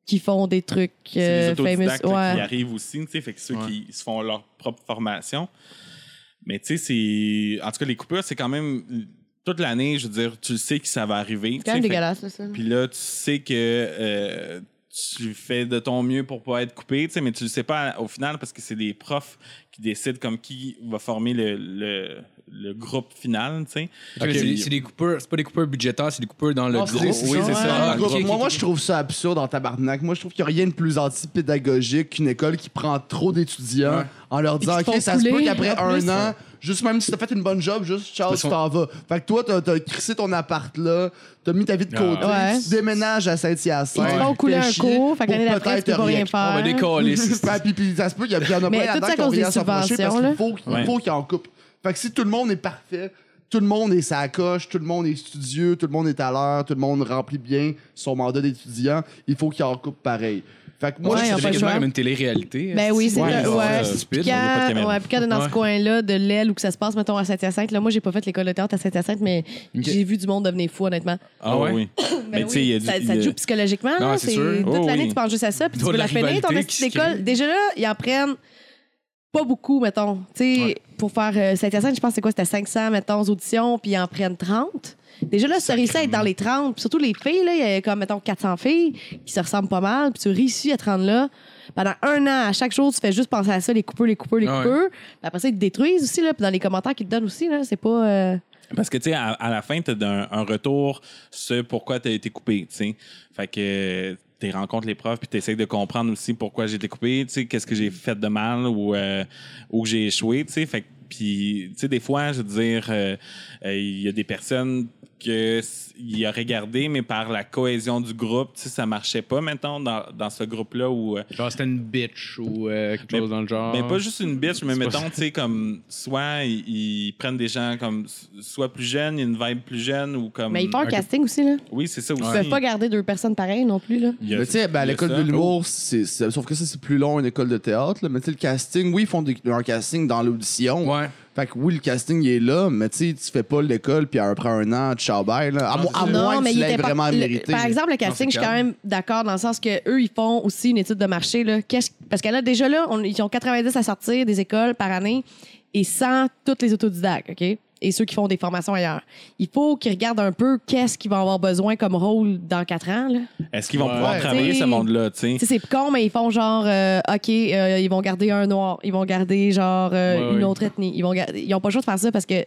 [SPEAKER 2] qui font des trucs
[SPEAKER 6] C'est
[SPEAKER 2] euh,
[SPEAKER 6] les
[SPEAKER 2] famous.
[SPEAKER 6] autodidactes là, qui
[SPEAKER 2] Ouais.
[SPEAKER 6] arrivent aussi, tu sais, fait que ceux
[SPEAKER 4] Ouais.
[SPEAKER 6] qui se font leur propre formation. Mais tu sais, c'est. En tout cas, les coupures, c'est quand même. Toute l'année, je veux dire, tu le sais que ça va arriver.
[SPEAKER 2] C'est quand même
[SPEAKER 6] tu sais, fait que-
[SPEAKER 2] dégueulasse, là, ça.
[SPEAKER 6] Puis là, tu sais que euh, tu fais de ton mieux pour pas être coupé, tu sais, mais tu le sais pas au final parce que c'est des profs qui décident comme qui va former le, le, le groupe final, tu sais.
[SPEAKER 3] Ok, mais c'est- C'est des coupeurs, c'est pas des coupeurs budgétaires, c'est des coupeurs dans le
[SPEAKER 5] Non,
[SPEAKER 3] groupe.
[SPEAKER 5] c'est- c'est ça, ouais,
[SPEAKER 3] Ah,
[SPEAKER 5] le
[SPEAKER 3] ok,
[SPEAKER 5] groupe.
[SPEAKER 3] ok,
[SPEAKER 5] Moi,
[SPEAKER 3] ok.
[SPEAKER 5] moi, je trouve ça absurde en tabarnak. Moi, je trouve qu'il n'y a rien de plus anti-pédagogique qu'une école qui prend trop d'étudiants
[SPEAKER 3] Ouais.
[SPEAKER 5] en leur disant,
[SPEAKER 2] qui te
[SPEAKER 5] OK,
[SPEAKER 2] font
[SPEAKER 5] ça se peut
[SPEAKER 2] couler,
[SPEAKER 5] qu'après
[SPEAKER 2] en
[SPEAKER 5] un
[SPEAKER 2] plus.
[SPEAKER 5] an, juste même si t'as fait une bonne job, juste ciao,
[SPEAKER 3] Parce
[SPEAKER 5] tu t'en vas. Fait que toi, t'as t'as crissé ton appart là, t'as mis ta vie de côté,
[SPEAKER 2] Ah. Ouais.
[SPEAKER 5] tu déménages à
[SPEAKER 2] Ils
[SPEAKER 5] Saint-Hyacinthe.
[SPEAKER 2] te font
[SPEAKER 5] tu
[SPEAKER 2] couler
[SPEAKER 5] fais
[SPEAKER 2] un
[SPEAKER 5] chier
[SPEAKER 2] cours, fait que
[SPEAKER 5] pour
[SPEAKER 2] l'année d'après, tu
[SPEAKER 5] peut-être
[SPEAKER 2] peux pas rien
[SPEAKER 5] rien.
[SPEAKER 3] On va
[SPEAKER 2] faire.
[SPEAKER 6] Oh,
[SPEAKER 3] décoller.
[SPEAKER 5] Puis, Bah, puis, puis ça se peut, il y, a- il y en a
[SPEAKER 2] Mais
[SPEAKER 5] plein
[SPEAKER 2] tout
[SPEAKER 5] là-dedans
[SPEAKER 2] ça à
[SPEAKER 5] qui ont
[SPEAKER 2] cause
[SPEAKER 5] rien
[SPEAKER 2] des
[SPEAKER 5] à s'approcher parce
[SPEAKER 2] subventions, là.
[SPEAKER 5] qu'il faut, qu'il
[SPEAKER 6] Ouais.
[SPEAKER 5] faut qu'ils en coupent. Fait que si tout le monde est parfait, tout le monde est sa coche, tout le monde est studieux, tout le monde est à l'heure, tout le monde remplit bien son mandat d'étudiant, il faut qu'il en coupe pareil. Fait que moi,
[SPEAKER 2] Ouais,
[SPEAKER 5] je
[SPEAKER 2] on
[SPEAKER 3] C'est
[SPEAKER 2] pas le
[SPEAKER 3] quasiment
[SPEAKER 2] choix.
[SPEAKER 3] comme une télé-réalité. hein.
[SPEAKER 2] Ben oui, c'est
[SPEAKER 5] Ouais,
[SPEAKER 2] vrai.
[SPEAKER 5] c'est
[SPEAKER 2] ouais.
[SPEAKER 6] ça,
[SPEAKER 2] Puis
[SPEAKER 3] stupide,
[SPEAKER 6] on a pas de
[SPEAKER 2] quand,
[SPEAKER 6] caméra.
[SPEAKER 2] ouais, puis quand t'es dans ce
[SPEAKER 3] Ouais.
[SPEAKER 2] coin-là de l'aile où que ça se passe, mettons à Saint-Hyacinthe, là, moi, j'ai pas fait l'école de théâtre à Saint-Hyacinthe, mais j'ai vu du monde devenir fou, honnêtement.
[SPEAKER 3] Ah ouais?
[SPEAKER 6] oui.
[SPEAKER 2] Ben
[SPEAKER 6] Mais tu sais, il y a
[SPEAKER 2] oui,
[SPEAKER 6] du-
[SPEAKER 2] ça,
[SPEAKER 6] il y
[SPEAKER 2] ça
[SPEAKER 6] a-
[SPEAKER 2] te joue psychologiquement.
[SPEAKER 3] Non,
[SPEAKER 2] là.
[SPEAKER 3] c'est
[SPEAKER 2] C'est-
[SPEAKER 3] sûr.
[SPEAKER 2] Toute
[SPEAKER 6] Oh
[SPEAKER 2] l'année,
[SPEAKER 6] oui.
[SPEAKER 2] tu penses juste à ça, puis
[SPEAKER 3] Il doit
[SPEAKER 2] tu veux
[SPEAKER 3] de
[SPEAKER 2] la
[SPEAKER 3] la
[SPEAKER 2] finir, ton
[SPEAKER 3] rivalité
[SPEAKER 2] petite
[SPEAKER 3] qui se crée.
[SPEAKER 2] école. Déjà là, ils en prennent pas beaucoup, mettons. Tu sais, pour faire euh, Saint-Hyacinthe, je pense que c'est quoi? C'était 500, mettons, aux auditions, puis ils en prennent 30. Déjà là, si tu réussis à être dans les 30, puis surtout les filles, là, il y a comme, mettons, 400 filles qui se ressemblent pas mal, puis tu réussis à te rendre là. Pendant un an, à chaque jour, tu fais juste penser à ça, les coupeurs, les coupeurs, les
[SPEAKER 3] Ah ouais.
[SPEAKER 2] coupeurs. Puis Après ça, ils te détruisent aussi, là, puis dans les commentaires qu'ils te donnent aussi, là, c'est pas... euh,
[SPEAKER 6] Parce que, tu sais, à, à la fin, tu as un, un retour sur pourquoi tu as été coupé, tu sais. Fait que tu rencontres les profs, puis tu essaies de comprendre aussi pourquoi j'ai été coupé, tu sais, qu'est-ce que j'ai fait de mal ou euh, où j'ai échoué, tu sais. Fait que, puis, tu sais, des fois, je veux dire, euh, euh, il y a des personnes qu'il a regardé, mais par la cohésion du groupe, tu sais, ça marchait pas, maintenant dans, dans ce groupe-là où... euh,
[SPEAKER 4] Genre, c'était une bitch ou euh, quelque
[SPEAKER 6] Mais-
[SPEAKER 4] chose dans le genre.
[SPEAKER 6] mais pas juste une bitch, mais
[SPEAKER 4] C'est pas
[SPEAKER 6] mettons, tu sais, comme, soit ils, ils prennent des gens comme, soit plus jeunes, une vibe plus jeune, ou comme.
[SPEAKER 2] Mais ils font un
[SPEAKER 6] Ok.
[SPEAKER 2] casting aussi, là.
[SPEAKER 6] Oui, c'est ça aussi.
[SPEAKER 2] Ils peuvent pas garder deux personnes pareilles non plus, là.
[SPEAKER 6] Il y a-
[SPEAKER 5] Mais tu sais, ben, à
[SPEAKER 6] il y a
[SPEAKER 5] l'école
[SPEAKER 6] ça.
[SPEAKER 5] de l'humour, c'est- c'est- sauf que ça, c'est plus long, une école de théâtre. là. Mais tu sais, le casting, oui, ils font des- un casting dans l'audition.
[SPEAKER 3] Ouais.
[SPEAKER 5] Fait que oui, le casting, il est là, mais tu sais, tu fais pas l'école, puis après un an, tu chambelles. là. À, mo- à moins que tu
[SPEAKER 2] il
[SPEAKER 5] l'aies
[SPEAKER 2] était pas-
[SPEAKER 5] vraiment
[SPEAKER 2] le-
[SPEAKER 5] mérité.
[SPEAKER 2] Par exemple, le casting,
[SPEAKER 3] c'est
[SPEAKER 2] je suis quand
[SPEAKER 3] calme.
[SPEAKER 2] même d'accord dans le sens que eux, ils font aussi une étude de marché. Là. Qu'est-ce- Parce que là, déjà, là, on- ils ont 90 à sortir des écoles par année et sans toutes les autodidactes, OK? Et ceux qui font des formations ailleurs. Il faut qu'ils regardent un peu qu'est-ce qu'ils vont avoir besoin comme rôle dans quatre ans. Là.
[SPEAKER 6] Est-ce qu'ils vont
[SPEAKER 4] Ouais.
[SPEAKER 6] pouvoir
[SPEAKER 5] Ouais.
[SPEAKER 6] travailler
[SPEAKER 2] T'sais-
[SPEAKER 6] ce monde-là, tu sais?
[SPEAKER 2] Tu sais, c'est con, mais ils font genre, euh, OK, euh, ils vont garder un noir, ils vont garder genre euh,
[SPEAKER 4] Ouais,
[SPEAKER 2] une
[SPEAKER 4] ouais.
[SPEAKER 2] autre ethnie. Ils, vont gar- ils ont pas le choix de faire ça parce que
[SPEAKER 3] Ouais,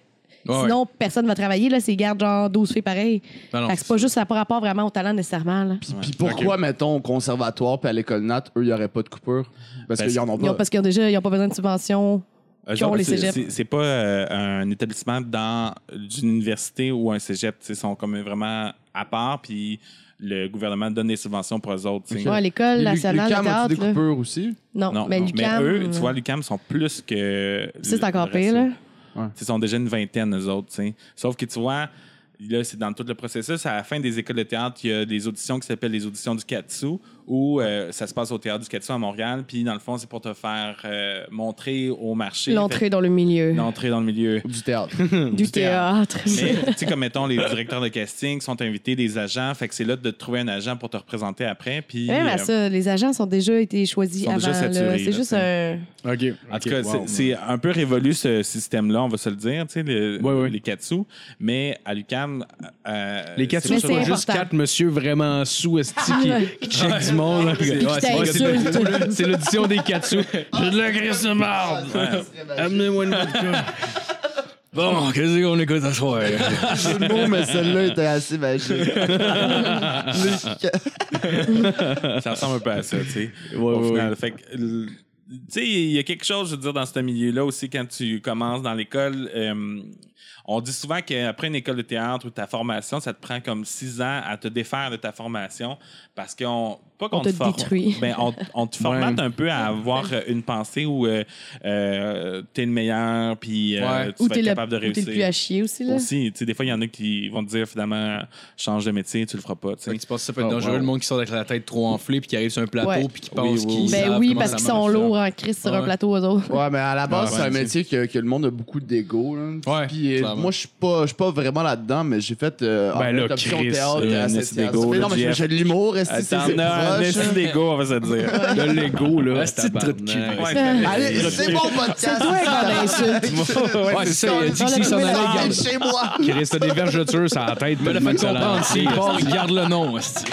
[SPEAKER 2] sinon, personne va travailler. Là, s'ils gardent genre 12 filles pareilles.
[SPEAKER 3] Non, non,
[SPEAKER 2] Fait que c'est pas juste, ça n'a pas rapport vraiment au talent nécessairement. Là.
[SPEAKER 5] Puis pourquoi, mettons, au conservatoire puis à l'école nat, eux, il n'y aurait pas de coupure? Parce
[SPEAKER 6] Parce-
[SPEAKER 5] qu'ils en ont
[SPEAKER 2] Ils ont-
[SPEAKER 5] pas.
[SPEAKER 2] parce qu'ils ont déjà ils ont pas besoin de subvention
[SPEAKER 6] Euh,
[SPEAKER 2] Qui ont les
[SPEAKER 6] c'est-
[SPEAKER 2] cégeps.
[SPEAKER 6] c'est- C'est pas euh, un établissement dans d'une université ou un cégep. tu sais, Ils sont comme vraiment à part, puis le gouvernement donne des subventions pour eux autres. tu sais.
[SPEAKER 2] Ouais, l'école
[SPEAKER 5] Les-
[SPEAKER 2] nationale
[SPEAKER 5] les CAM
[SPEAKER 2] de
[SPEAKER 5] ont des
[SPEAKER 2] hein, théâtre. là.
[SPEAKER 5] coupures aussi.
[SPEAKER 2] Non,
[SPEAKER 6] Non,
[SPEAKER 2] mais
[SPEAKER 6] mais,
[SPEAKER 2] l'UQAM. euh,
[SPEAKER 6] eux, tu vois, l'UCAM sont plus que.
[SPEAKER 2] Ça, c'est
[SPEAKER 6] le-
[SPEAKER 2] encore
[SPEAKER 6] le ratio.
[SPEAKER 2] pire, là.
[SPEAKER 6] Ils sont déjà une vingtaine, eux autres. tu sais. Sauf que tu vois, là, c'est dans tout le processus. À la fin des écoles de théâtre, il y a des auditions qui s'appellent les auditions du Katsu, où euh, ça se passe au théâtre du Katsu à Montréal. Puis, dans le fond, c'est pour te faire euh, montrer au marché.
[SPEAKER 2] L'entrée dans le milieu
[SPEAKER 6] Fait- l'entrée dans le milieu.
[SPEAKER 5] Du théâtre.
[SPEAKER 2] du théâtre.
[SPEAKER 6] Mais, tu sais, comme mettons, les directeurs de casting sont invités, les agents. Fait que c'est là de trouver un agent pour te représenter après. Puis,
[SPEAKER 2] Même à
[SPEAKER 6] euh,
[SPEAKER 2] ça, les agents sont déjà été choisis
[SPEAKER 6] sont
[SPEAKER 2] avant.
[SPEAKER 6] déjà
[SPEAKER 2] là.
[SPEAKER 6] saturés,
[SPEAKER 2] C'est
[SPEAKER 6] là,
[SPEAKER 2] juste
[SPEAKER 6] tu
[SPEAKER 2] un.
[SPEAKER 4] OK.
[SPEAKER 6] En tout cas, c'est- c'est un peu révolu ce système-là, on va se le dire, tu sais, le-
[SPEAKER 4] Ouais, ouais.
[SPEAKER 6] les katsu. Mais à l'UCAM, euh,
[SPEAKER 4] Les quatre sous,
[SPEAKER 2] Mais
[SPEAKER 4] c'est
[SPEAKER 2] c'est
[SPEAKER 4] pas juste
[SPEAKER 2] important.
[SPEAKER 4] quatre monsieur vraiment sous esti qui, qui check du monde. là, puis-
[SPEAKER 2] Puis
[SPEAKER 4] Ouais,
[SPEAKER 2] qui
[SPEAKER 4] c'est- ouais, c'est-
[SPEAKER 2] t'insulte.
[SPEAKER 4] c'est l'audition des quatre sous. J'ai de la graisse de marde. Amenez-moi une vodka.
[SPEAKER 3] Bon, qu'est-ce qu'on écoute ce soir?
[SPEAKER 5] Jeu de mots, mais celle-là était assez magique. Le-
[SPEAKER 6] ça ressemble un peu à ça, tu sais.
[SPEAKER 4] ouais,
[SPEAKER 6] au
[SPEAKER 4] ouais.
[SPEAKER 6] final. Fait que, l- tu sais, il y a quelque chose, je veux dire, dans ce milieu-là aussi, quand tu commences dans l'école. euh, on dit souvent qu'après une école de théâtre ou ta formation, ça te prend comme six ans à te défaire de ta formation parce qu'on. Pas qu'on
[SPEAKER 2] te
[SPEAKER 6] forme-
[SPEAKER 2] détruit.
[SPEAKER 6] ben, on, on te formate un peu à avoir euh, une pensée où euh, euh, t'es le meilleur, puis euh,
[SPEAKER 3] Ouais.
[SPEAKER 6] tu
[SPEAKER 2] Ou
[SPEAKER 6] vas
[SPEAKER 2] t'es
[SPEAKER 6] être
[SPEAKER 2] le,
[SPEAKER 6] capable de
[SPEAKER 2] ou t'es
[SPEAKER 6] réussir
[SPEAKER 2] le plus à chier aussi, là.
[SPEAKER 6] aussi. Tu sais, des fois, il y en a qui vont te dire finalement, change de métier, tu le feras pas. tu sais.
[SPEAKER 3] Tu penses que ça peut être
[SPEAKER 4] Oh,
[SPEAKER 3] dangereux,
[SPEAKER 4] wow.
[SPEAKER 3] le monde qui sort avec la tête trop enflée puis qui arrive sur un plateau
[SPEAKER 2] Ouais.
[SPEAKER 3] puis qui pense
[SPEAKER 6] oui,
[SPEAKER 3] qu'ils
[SPEAKER 6] oui.
[SPEAKER 2] Ben
[SPEAKER 3] savent
[SPEAKER 2] oui,
[SPEAKER 3] comment
[SPEAKER 2] parce
[SPEAKER 3] ça
[SPEAKER 2] qu'ils
[SPEAKER 3] marche,
[SPEAKER 2] sont
[SPEAKER 3] ça.
[SPEAKER 2] lourds en crise sur
[SPEAKER 3] Ouais.
[SPEAKER 2] un plateau aux autres.
[SPEAKER 5] Ouais, mais à la base,
[SPEAKER 6] Ah,
[SPEAKER 5] c'est un
[SPEAKER 6] ouais,
[SPEAKER 5] métier que, que le monde a beaucoup d'ego. là.
[SPEAKER 3] Ouais,
[SPEAKER 5] Puis, euh,
[SPEAKER 3] clairement.
[SPEAKER 5] moi, je suis pas, je suis pas vraiment là-dedans, mais j'ai fait euh, en
[SPEAKER 4] Ben
[SPEAKER 5] fait,
[SPEAKER 4] là,
[SPEAKER 5] option
[SPEAKER 4] Chris,
[SPEAKER 5] théâtre
[SPEAKER 6] euh,
[SPEAKER 5] à
[SPEAKER 6] un
[SPEAKER 5] cette
[SPEAKER 6] esti d'ego,
[SPEAKER 5] Mais non,
[SPEAKER 6] le
[SPEAKER 5] mais j'ai-
[SPEAKER 6] Jeff.
[SPEAKER 5] j'ai de l'humour, est-ce que c'est
[SPEAKER 6] Ah, T'en as un
[SPEAKER 5] proche,
[SPEAKER 6] esti
[SPEAKER 5] hein?
[SPEAKER 6] d'égo, on va se le dire.
[SPEAKER 4] De l'ego, là.
[SPEAKER 3] Un petit trou de cul.
[SPEAKER 4] tabarnak.
[SPEAKER 6] Ouais,
[SPEAKER 5] Allez, c'est mon podcast. C'est toi
[SPEAKER 3] Ouais, c'est ça, il a dit que s'il s'en allait, garde.
[SPEAKER 5] chez moi.
[SPEAKER 4] Chris, t'as des vergetures sur la tête.
[SPEAKER 3] Mais le
[SPEAKER 4] tellement
[SPEAKER 3] fait de
[SPEAKER 4] que ça
[SPEAKER 3] comprendre,
[SPEAKER 4] l'enlève.
[SPEAKER 3] s'il part, il garde le nom. esti.